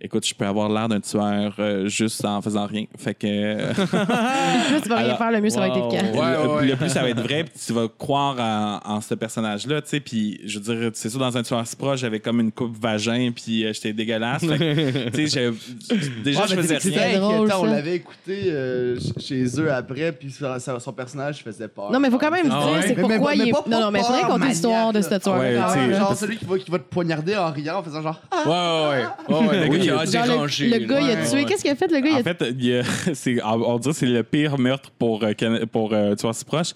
[SPEAKER 6] écoute, je peux avoir l'air d'un tueur euh, juste en faisant rien. Fait que. euh,
[SPEAKER 2] Plus tu vas rien
[SPEAKER 6] Alors,
[SPEAKER 2] faire, le mieux, ça va être
[SPEAKER 4] wow.
[SPEAKER 2] efficace.
[SPEAKER 3] Ouais,
[SPEAKER 6] le,
[SPEAKER 3] ouais, ouais.
[SPEAKER 6] le plus ça va être vrai, puis tu vas croire en, en ce personnage-là, tu sais. Puis, je veux dire, c'est ça, dans un tueur si proche, j'avais comme une coupe vagin, puis euh, j'étais dégueulasse. Fait que, tu sais, j'ai- déjà,
[SPEAKER 5] Ouais,
[SPEAKER 6] je
[SPEAKER 5] Ah, mais
[SPEAKER 6] faisais
[SPEAKER 5] tu sais que
[SPEAKER 6] rien.
[SPEAKER 5] c'était
[SPEAKER 2] rien.
[SPEAKER 5] inquiétant,
[SPEAKER 2] Drôle, ça.
[SPEAKER 5] On l'avait écouté euh, ch- chez eux après, puis son, son personnage faisait peur.
[SPEAKER 2] Non, mais il faut quand même
[SPEAKER 4] Ah
[SPEAKER 2] dire,
[SPEAKER 4] ouais?
[SPEAKER 2] c'est
[SPEAKER 5] Mais- mais
[SPEAKER 2] pourquoi
[SPEAKER 5] pas-
[SPEAKER 2] il
[SPEAKER 5] mais
[SPEAKER 2] est.
[SPEAKER 5] pas-
[SPEAKER 2] non, non, mais
[SPEAKER 5] pas
[SPEAKER 2] faudrait qu'on
[SPEAKER 5] maniaque,
[SPEAKER 2] l'histoire de
[SPEAKER 5] là.
[SPEAKER 2] ce tueur
[SPEAKER 6] Ouais,
[SPEAKER 5] Ah
[SPEAKER 2] quand
[SPEAKER 5] ouais,
[SPEAKER 2] même.
[SPEAKER 6] t'sais,
[SPEAKER 5] genre celui qui va, qui va te poignarder en riant en faisant genre Ah,
[SPEAKER 3] Ouais, ouais, ouais. Ouais, ouais, le gars,
[SPEAKER 6] Oui.
[SPEAKER 3] il a
[SPEAKER 2] Genre, le-
[SPEAKER 3] dérangé.
[SPEAKER 2] le, gars, il a
[SPEAKER 5] Ouais,
[SPEAKER 2] tué.
[SPEAKER 5] ouais.
[SPEAKER 2] Qu'est-ce qu'il a fait, le gars? il
[SPEAKER 6] En
[SPEAKER 2] a-
[SPEAKER 6] fait, il y a- c'est, on on dirait que c'est le pire meurtre pour, euh, Can- pour euh, Tueur si proche.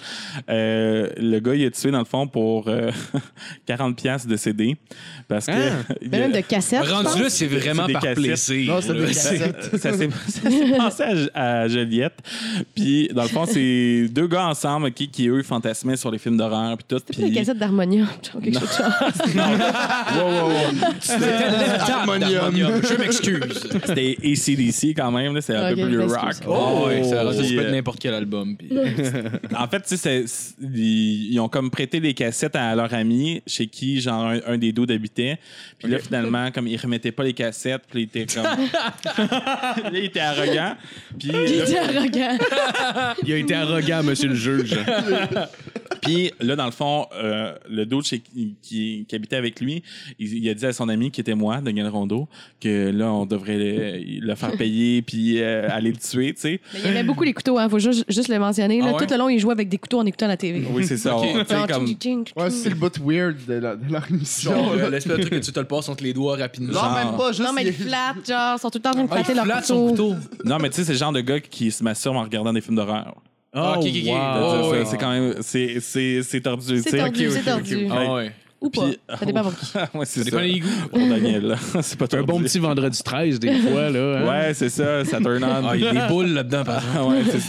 [SPEAKER 6] Euh, le gars, il est tué, dans le fond, pour euh, 40 piastres de CD. Parce que...
[SPEAKER 4] Hein?
[SPEAKER 6] il y
[SPEAKER 2] Mais
[SPEAKER 6] a-
[SPEAKER 2] Ah. Ben, même de cassette. je pense.
[SPEAKER 3] Rendu là, c'est vraiment
[SPEAKER 6] C'est des
[SPEAKER 3] par
[SPEAKER 6] cassettes.
[SPEAKER 3] plaisir.
[SPEAKER 5] Non, c'est des
[SPEAKER 3] là.
[SPEAKER 5] cassettes.
[SPEAKER 6] C'est- ça s'est ça s'est passé à J- à, Joliette. Puis, dans le fond, c'est deux gars ensemble ok, qui, eux, fantasmaient sur les films d'horreur. Puis tout.
[SPEAKER 2] C'est
[SPEAKER 6] Puis,
[SPEAKER 2] pas des cassettes d'harmonium, genre quelque chose. de genre.
[SPEAKER 3] C'était l'étape
[SPEAKER 5] Harmonium.
[SPEAKER 3] d'harmonium. Je m'excuse.
[SPEAKER 6] c'était ACDC quand même. là, C'est un
[SPEAKER 2] Ok,
[SPEAKER 6] peu plus
[SPEAKER 2] je
[SPEAKER 6] rock.
[SPEAKER 2] m'excuse.
[SPEAKER 3] Oh, ouais, ça
[SPEAKER 6] Puis,
[SPEAKER 3] respecte
[SPEAKER 6] euh,
[SPEAKER 3] n'importe quel album. puis-
[SPEAKER 6] En fait, tu sais, c'est- c'est- ils, ils ont comme prêté des cassettes à leur ami, chez qui, genre, un, un des deux habitait. Puis là, finalement, comme ils remettaient pas les cassettes, puis ils étaient comme. là, ils étaient arrogants. Puis,
[SPEAKER 2] Il
[SPEAKER 6] là,
[SPEAKER 2] était arrogant.
[SPEAKER 4] Il a été arrogant, monsieur le juge.
[SPEAKER 6] puis là, dans le fond, euh, le dos chez, qui, qui, qui habitait avec lui, il, il a dit à son ami, qui était moi, Daniel Rondeau, que là, on devrait le, le faire payer, puis euh, aller le tuer, tu sais.
[SPEAKER 2] Mais il aimait beaucoup les couteaux, hein. Faut juste, juste le mentionner. là.
[SPEAKER 3] Ah ouais?
[SPEAKER 2] Tout le long, il jouait avec des couteaux en écoutant la TV.
[SPEAKER 6] Oui, c'est ça.
[SPEAKER 3] Ok.
[SPEAKER 6] on- tu sais,
[SPEAKER 2] Genre,
[SPEAKER 6] comme-
[SPEAKER 2] tching, tching, tching,
[SPEAKER 5] Ouais, c'est le bout weird de, la- de leur émission.
[SPEAKER 3] Genre,
[SPEAKER 5] là.
[SPEAKER 3] euh, l'espèce de truc que tu te le passes entre les doigts rapidement.
[SPEAKER 5] non,
[SPEAKER 6] genre-
[SPEAKER 5] même pas, juste.
[SPEAKER 2] Non, mais ils flattent, genre, ils sont tout le temps en train de
[SPEAKER 3] Ah, il
[SPEAKER 2] flatter leur
[SPEAKER 3] flatte son couteau.
[SPEAKER 6] Non, mais tu sais, c'est le genre de gars qui se masturbe en regardant des films d'horreur.
[SPEAKER 4] Oh,
[SPEAKER 3] ok, ok, ok.
[SPEAKER 6] Je veux
[SPEAKER 4] wow.
[SPEAKER 6] dire,
[SPEAKER 3] ouais.
[SPEAKER 6] ça, C'est quand même. C'est, c'est, c'est tordu.
[SPEAKER 2] C'est tordu, c'est tordu.
[SPEAKER 3] Ah ouais.
[SPEAKER 2] Ou pas.
[SPEAKER 6] Puis-
[SPEAKER 2] Ça dépend pour qui.
[SPEAKER 6] ouais, c'est
[SPEAKER 3] Ça dépend
[SPEAKER 6] ça.
[SPEAKER 3] des goûts.
[SPEAKER 6] Pour Daniel, là. c'est pas
[SPEAKER 4] C'est un
[SPEAKER 6] tordu.
[SPEAKER 4] bon petit vendredi 13, des fois, là. hein.
[SPEAKER 6] Ouais, c'est ça. Ça turn on.
[SPEAKER 3] Ah, il y a des boules là-dedans, par exemple.
[SPEAKER 6] Ah ouais, c'est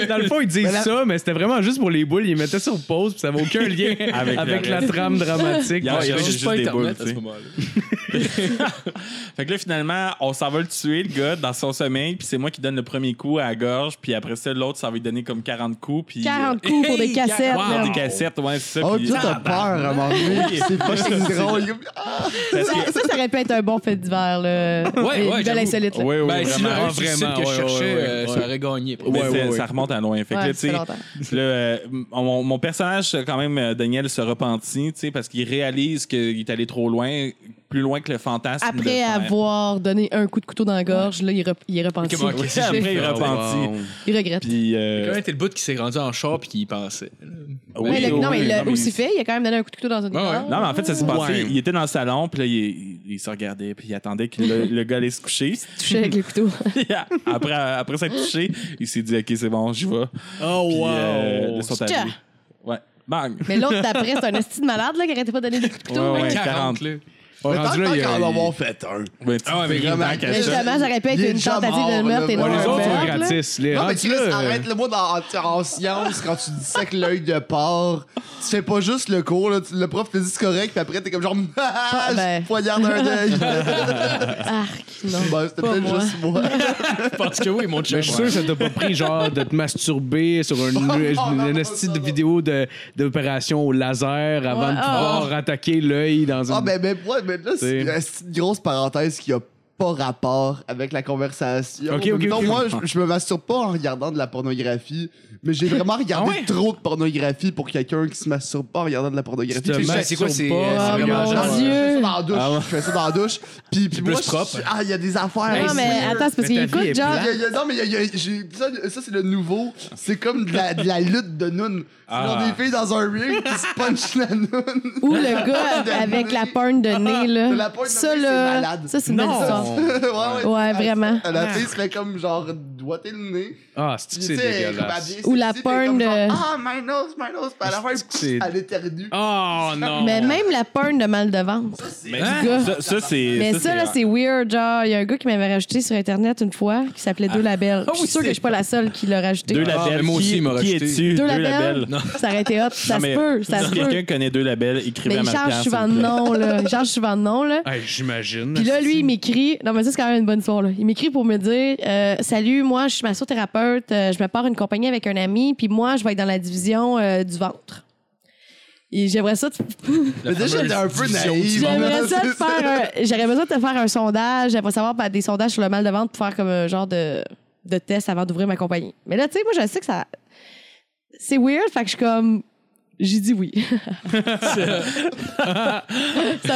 [SPEAKER 6] ça.
[SPEAKER 4] Dans le fond, ils disent
[SPEAKER 5] Mais la-
[SPEAKER 4] ça, mais c'était vraiment juste pour les boules. Ils mettaient sur pause, puis ça n'avait aucun lien avec,
[SPEAKER 6] Avec le
[SPEAKER 4] la
[SPEAKER 6] reste.
[SPEAKER 4] trame dramatique.
[SPEAKER 6] Il y a-
[SPEAKER 4] Ouais,
[SPEAKER 6] il y a
[SPEAKER 3] J'avais
[SPEAKER 6] juste
[SPEAKER 3] juste pas
[SPEAKER 6] des
[SPEAKER 3] Internet
[SPEAKER 6] boules,
[SPEAKER 3] à
[SPEAKER 6] tu
[SPEAKER 3] ce
[SPEAKER 6] sais.
[SPEAKER 3] moment-là.
[SPEAKER 6] Fait que là, finalement, on s'en va le tuer, le gars, dans son sommeil. Puis c'est moi qui donne le premier coup à la gorge. Puis après ça, l'autre, ça va lui donner comme 40 coups. Puis,
[SPEAKER 2] 40 coups pour des cassettes.
[SPEAKER 6] Wow,
[SPEAKER 2] là.
[SPEAKER 6] des cassettes, ouais, c'est ça.
[SPEAKER 5] Oh,
[SPEAKER 6] puis-
[SPEAKER 5] tout a peur à un moment donné. C'est pas si drôle.
[SPEAKER 6] Parce que-
[SPEAKER 2] Ça, ça, ça aurait pu être un bon fait d'hiver, là.
[SPEAKER 3] Ouais,
[SPEAKER 2] Une
[SPEAKER 3] ouais,
[SPEAKER 2] belle
[SPEAKER 3] j'avoue.
[SPEAKER 2] insolite, là.
[SPEAKER 6] Ouais, ouais,
[SPEAKER 3] Ben, si
[SPEAKER 4] vraiment, Ah,
[SPEAKER 3] le suicide que
[SPEAKER 4] vraiment,
[SPEAKER 3] je
[SPEAKER 4] ouais,
[SPEAKER 3] cherchais,
[SPEAKER 4] ouais,
[SPEAKER 3] euh,
[SPEAKER 4] ouais.
[SPEAKER 3] ça aurait gagné.
[SPEAKER 6] Mais
[SPEAKER 4] Ouais,
[SPEAKER 6] c'est-
[SPEAKER 4] ouais, ouais.
[SPEAKER 6] ça remonte à loin. Fait que
[SPEAKER 2] Ouais,
[SPEAKER 6] là,
[SPEAKER 2] ça fait
[SPEAKER 6] tu sais,
[SPEAKER 2] longtemps.
[SPEAKER 6] Puis là, euh, mon, mon personnage, quand même, euh, Daniel se repentit, tu sais, parce qu'il réalise qu'il est allé trop loin, plus loin que le fantasme. de
[SPEAKER 2] Après
[SPEAKER 6] faire.
[SPEAKER 2] avoir donné un coup de couteau dans la gorge, là, il, rep- il est repenti.
[SPEAKER 3] Comment-
[SPEAKER 6] Ouais, après,
[SPEAKER 4] Ah,
[SPEAKER 6] il repentit.
[SPEAKER 2] Il regrette.
[SPEAKER 6] Puis,
[SPEAKER 3] Quand
[SPEAKER 6] euh,
[SPEAKER 3] même, t'es le bout qui s'est rendu en char puis qui y pensait.
[SPEAKER 6] oui,
[SPEAKER 2] Mais le- non,
[SPEAKER 6] oui,
[SPEAKER 2] mais il l'a
[SPEAKER 6] non, mais-
[SPEAKER 2] aussi fait. Il a quand même donné un coup de couteau dans une
[SPEAKER 3] Ouais, ouais.
[SPEAKER 2] gorge.
[SPEAKER 6] Non, mais en fait, ça s'est passé.
[SPEAKER 4] Ouais.
[SPEAKER 6] Il était dans le salon, puis là, il, il- il se regardait, puis il attendait que le, le gars allait se coucher.
[SPEAKER 2] Touché avec le couteau.
[SPEAKER 6] Puis après, après s'être touché, il s'est dit, OK, c'est bon, j'y vais.
[SPEAKER 4] Oh,
[SPEAKER 6] Puis,
[SPEAKER 4] wow.
[SPEAKER 6] euh, ils sont allés.
[SPEAKER 2] Tcha!
[SPEAKER 6] Ouais. Bang!
[SPEAKER 2] Mais l'autre d'après, c'est un esti de malade, là, qui arrêtait pas de donner des coups de couteau.
[SPEAKER 6] Ouais, ouais.
[SPEAKER 2] là.
[SPEAKER 6] 40.
[SPEAKER 3] là.
[SPEAKER 4] Oh,
[SPEAKER 5] Mais tant
[SPEAKER 4] rendu là, il y a-
[SPEAKER 5] qu'en avoir fait un.
[SPEAKER 6] Ouais, tu-
[SPEAKER 3] Ah ouais, mais
[SPEAKER 5] Vraiment,
[SPEAKER 3] il-
[SPEAKER 2] Mais justement, ça aurait pu
[SPEAKER 5] Il est
[SPEAKER 2] être une
[SPEAKER 5] déjà
[SPEAKER 2] tentative
[SPEAKER 5] mort,
[SPEAKER 2] de meurtre
[SPEAKER 5] là.
[SPEAKER 2] et
[SPEAKER 5] Ouais,
[SPEAKER 2] non
[SPEAKER 4] Ouais, les
[SPEAKER 2] un
[SPEAKER 4] autres sont
[SPEAKER 2] meurtre, là.
[SPEAKER 4] gratis. Les
[SPEAKER 5] Non, mais
[SPEAKER 4] rendus
[SPEAKER 5] Chris,
[SPEAKER 4] là, euh,
[SPEAKER 5] arrête-le-moi dans, en, en science, quand tu dissèques l'œil de porc, tu fais pas juste le cours, là, tu- le prof te dit c'est correct, puis après t'es comme genre, ah,
[SPEAKER 2] ben.
[SPEAKER 5] je poignarde un œil.
[SPEAKER 2] Arc, non.
[SPEAKER 5] Bon, Ben, c'était
[SPEAKER 2] Pas
[SPEAKER 5] peut-être
[SPEAKER 2] moi.
[SPEAKER 5] juste moi.
[SPEAKER 3] Parce que oui, mon chum.
[SPEAKER 4] Mais je suis sûr que ça t'a pas pris, genre, de te masturber sur une,
[SPEAKER 5] non,
[SPEAKER 4] une,
[SPEAKER 5] non,
[SPEAKER 4] une
[SPEAKER 5] non,
[SPEAKER 4] hostie
[SPEAKER 5] non,
[SPEAKER 4] de
[SPEAKER 5] non.
[SPEAKER 4] vidéo de- d'opération au laser avant
[SPEAKER 2] Ouais, ah.
[SPEAKER 4] de pouvoir attaquer l'œil dans une.
[SPEAKER 5] Ah, ben, ben, ouais, mais là, c'est
[SPEAKER 4] T'sais.
[SPEAKER 5] une petite grosse parenthèse qui a pas rapport avec la conversation.
[SPEAKER 4] Ok, ok,
[SPEAKER 5] Non,
[SPEAKER 4] ok.
[SPEAKER 5] moi, je, je me masturbe pas en regardant de la pornographie, mais j'ai vraiment regardé
[SPEAKER 3] Ah ouais?
[SPEAKER 5] trop de pornographie pour quelqu'un qui se masturbe pas en regardant de la pornographie.
[SPEAKER 4] Tu te
[SPEAKER 5] Je fais-
[SPEAKER 3] sais, c'est quoi, c'est-
[SPEAKER 4] masturbes pas,
[SPEAKER 3] c'est vraiment
[SPEAKER 2] Ah, mon
[SPEAKER 3] genre-
[SPEAKER 5] je fais ça
[SPEAKER 2] Dieu!
[SPEAKER 5] dans la douche.
[SPEAKER 3] Ah ouais.
[SPEAKER 5] Je fais ça dans la douche. Puis, puis
[SPEAKER 3] plus
[SPEAKER 5] moi, je-
[SPEAKER 3] propre.
[SPEAKER 5] Ah, il y a des affaires.
[SPEAKER 2] Non,
[SPEAKER 5] c'est
[SPEAKER 2] mais
[SPEAKER 5] weird.
[SPEAKER 2] attends, c'est parce
[SPEAKER 4] Mais
[SPEAKER 2] qu'il
[SPEAKER 4] ta vie
[SPEAKER 2] écoute,
[SPEAKER 4] est
[SPEAKER 2] genre.
[SPEAKER 5] Il y a- il y a- non, mais il y a- j'ai- ça, ça, c'est le nouveau. C'est comme de la, de la lutte de noon. C'est
[SPEAKER 6] Ah.
[SPEAKER 5] genre des filles dans un ring qui se punchent la noon.
[SPEAKER 2] Ou le gars avec la pointe de nez, là.
[SPEAKER 5] De la pointe de
[SPEAKER 2] ça,
[SPEAKER 5] nez, c'est
[SPEAKER 2] là.
[SPEAKER 5] malade. Ah,
[SPEAKER 2] Ça, c'est une belle
[SPEAKER 4] Non.
[SPEAKER 2] histoire.
[SPEAKER 5] ouais,
[SPEAKER 2] Ouais, vraiment.
[SPEAKER 5] La fille se fait comme genre doiter le nez.
[SPEAKER 4] Ah, c'est
[SPEAKER 5] Puis,
[SPEAKER 4] que c'est
[SPEAKER 5] tu sais, elle est comme
[SPEAKER 4] dégueulasse.
[SPEAKER 5] habillée
[SPEAKER 2] Ou la
[SPEAKER 5] sexy, puis elle est comme
[SPEAKER 2] porn
[SPEAKER 5] genre,
[SPEAKER 2] de-
[SPEAKER 5] Ah, my nose, my nose. Puis à la fin,
[SPEAKER 4] Est-ce que c'est-
[SPEAKER 5] elle éternue.
[SPEAKER 6] Ah,
[SPEAKER 4] Oh non!
[SPEAKER 2] Mais même la pointe de mal de ventre.
[SPEAKER 6] Mais
[SPEAKER 3] Hein?
[SPEAKER 2] gars.
[SPEAKER 6] ça, ça, c'est.
[SPEAKER 2] Mais ça, là, c'est weird. Genre, il y a un gars qui m'avait rajouté sur Internet une fois qui
[SPEAKER 6] Ah.
[SPEAKER 2] s'appelait Deux Labels. Je suis sûre que je suis pas la seule qui l'a rajouté.
[SPEAKER 6] Deux
[SPEAKER 3] Ah, mais
[SPEAKER 6] labels.
[SPEAKER 3] moi aussi,
[SPEAKER 6] Qui-
[SPEAKER 3] il m'a
[SPEAKER 6] Qui
[SPEAKER 3] rajouté.
[SPEAKER 6] es-tu?
[SPEAKER 2] Deux labels. Ça aurait été hot. Ça
[SPEAKER 6] Non,
[SPEAKER 2] se
[SPEAKER 6] mais
[SPEAKER 2] peut. Ça
[SPEAKER 6] si
[SPEAKER 2] se peut.
[SPEAKER 6] quelqu'un connaît deux labels, écrivez
[SPEAKER 2] Mais
[SPEAKER 6] à
[SPEAKER 2] il
[SPEAKER 6] ma place.
[SPEAKER 2] change
[SPEAKER 6] s'il
[SPEAKER 2] souvent
[SPEAKER 6] vous
[SPEAKER 2] de
[SPEAKER 6] plaît.
[SPEAKER 2] nom, là. Il change souvent de nom, là.
[SPEAKER 4] Hey, J'imagine.
[SPEAKER 2] Puis là, lui, il m'écrit. Non, mais ça, c'est quand même une bonne histoire. Là. Il m'écrit pour me dire euh, Salut, moi, je suis massothérapeute. euh, je me pars une compagnie avec un ami. Puis moi, je vais être dans la division euh, du ventre. Et j'aimerais ça, te-
[SPEAKER 5] Mais déjà, elle est un peu
[SPEAKER 4] division
[SPEAKER 5] naïve.
[SPEAKER 2] j'aimerais ça te faire un- j'aurais besoin de te faire un sondage. J'aimerais savoir bah, des sondages sur le mal de ventre pour faire comme un genre de, de test avant d'ouvrir ma compagnie. Mais là, tu sais, moi, je sais que ça. C'est weird. Fait que je suis comme. J'ai dit oui. ça,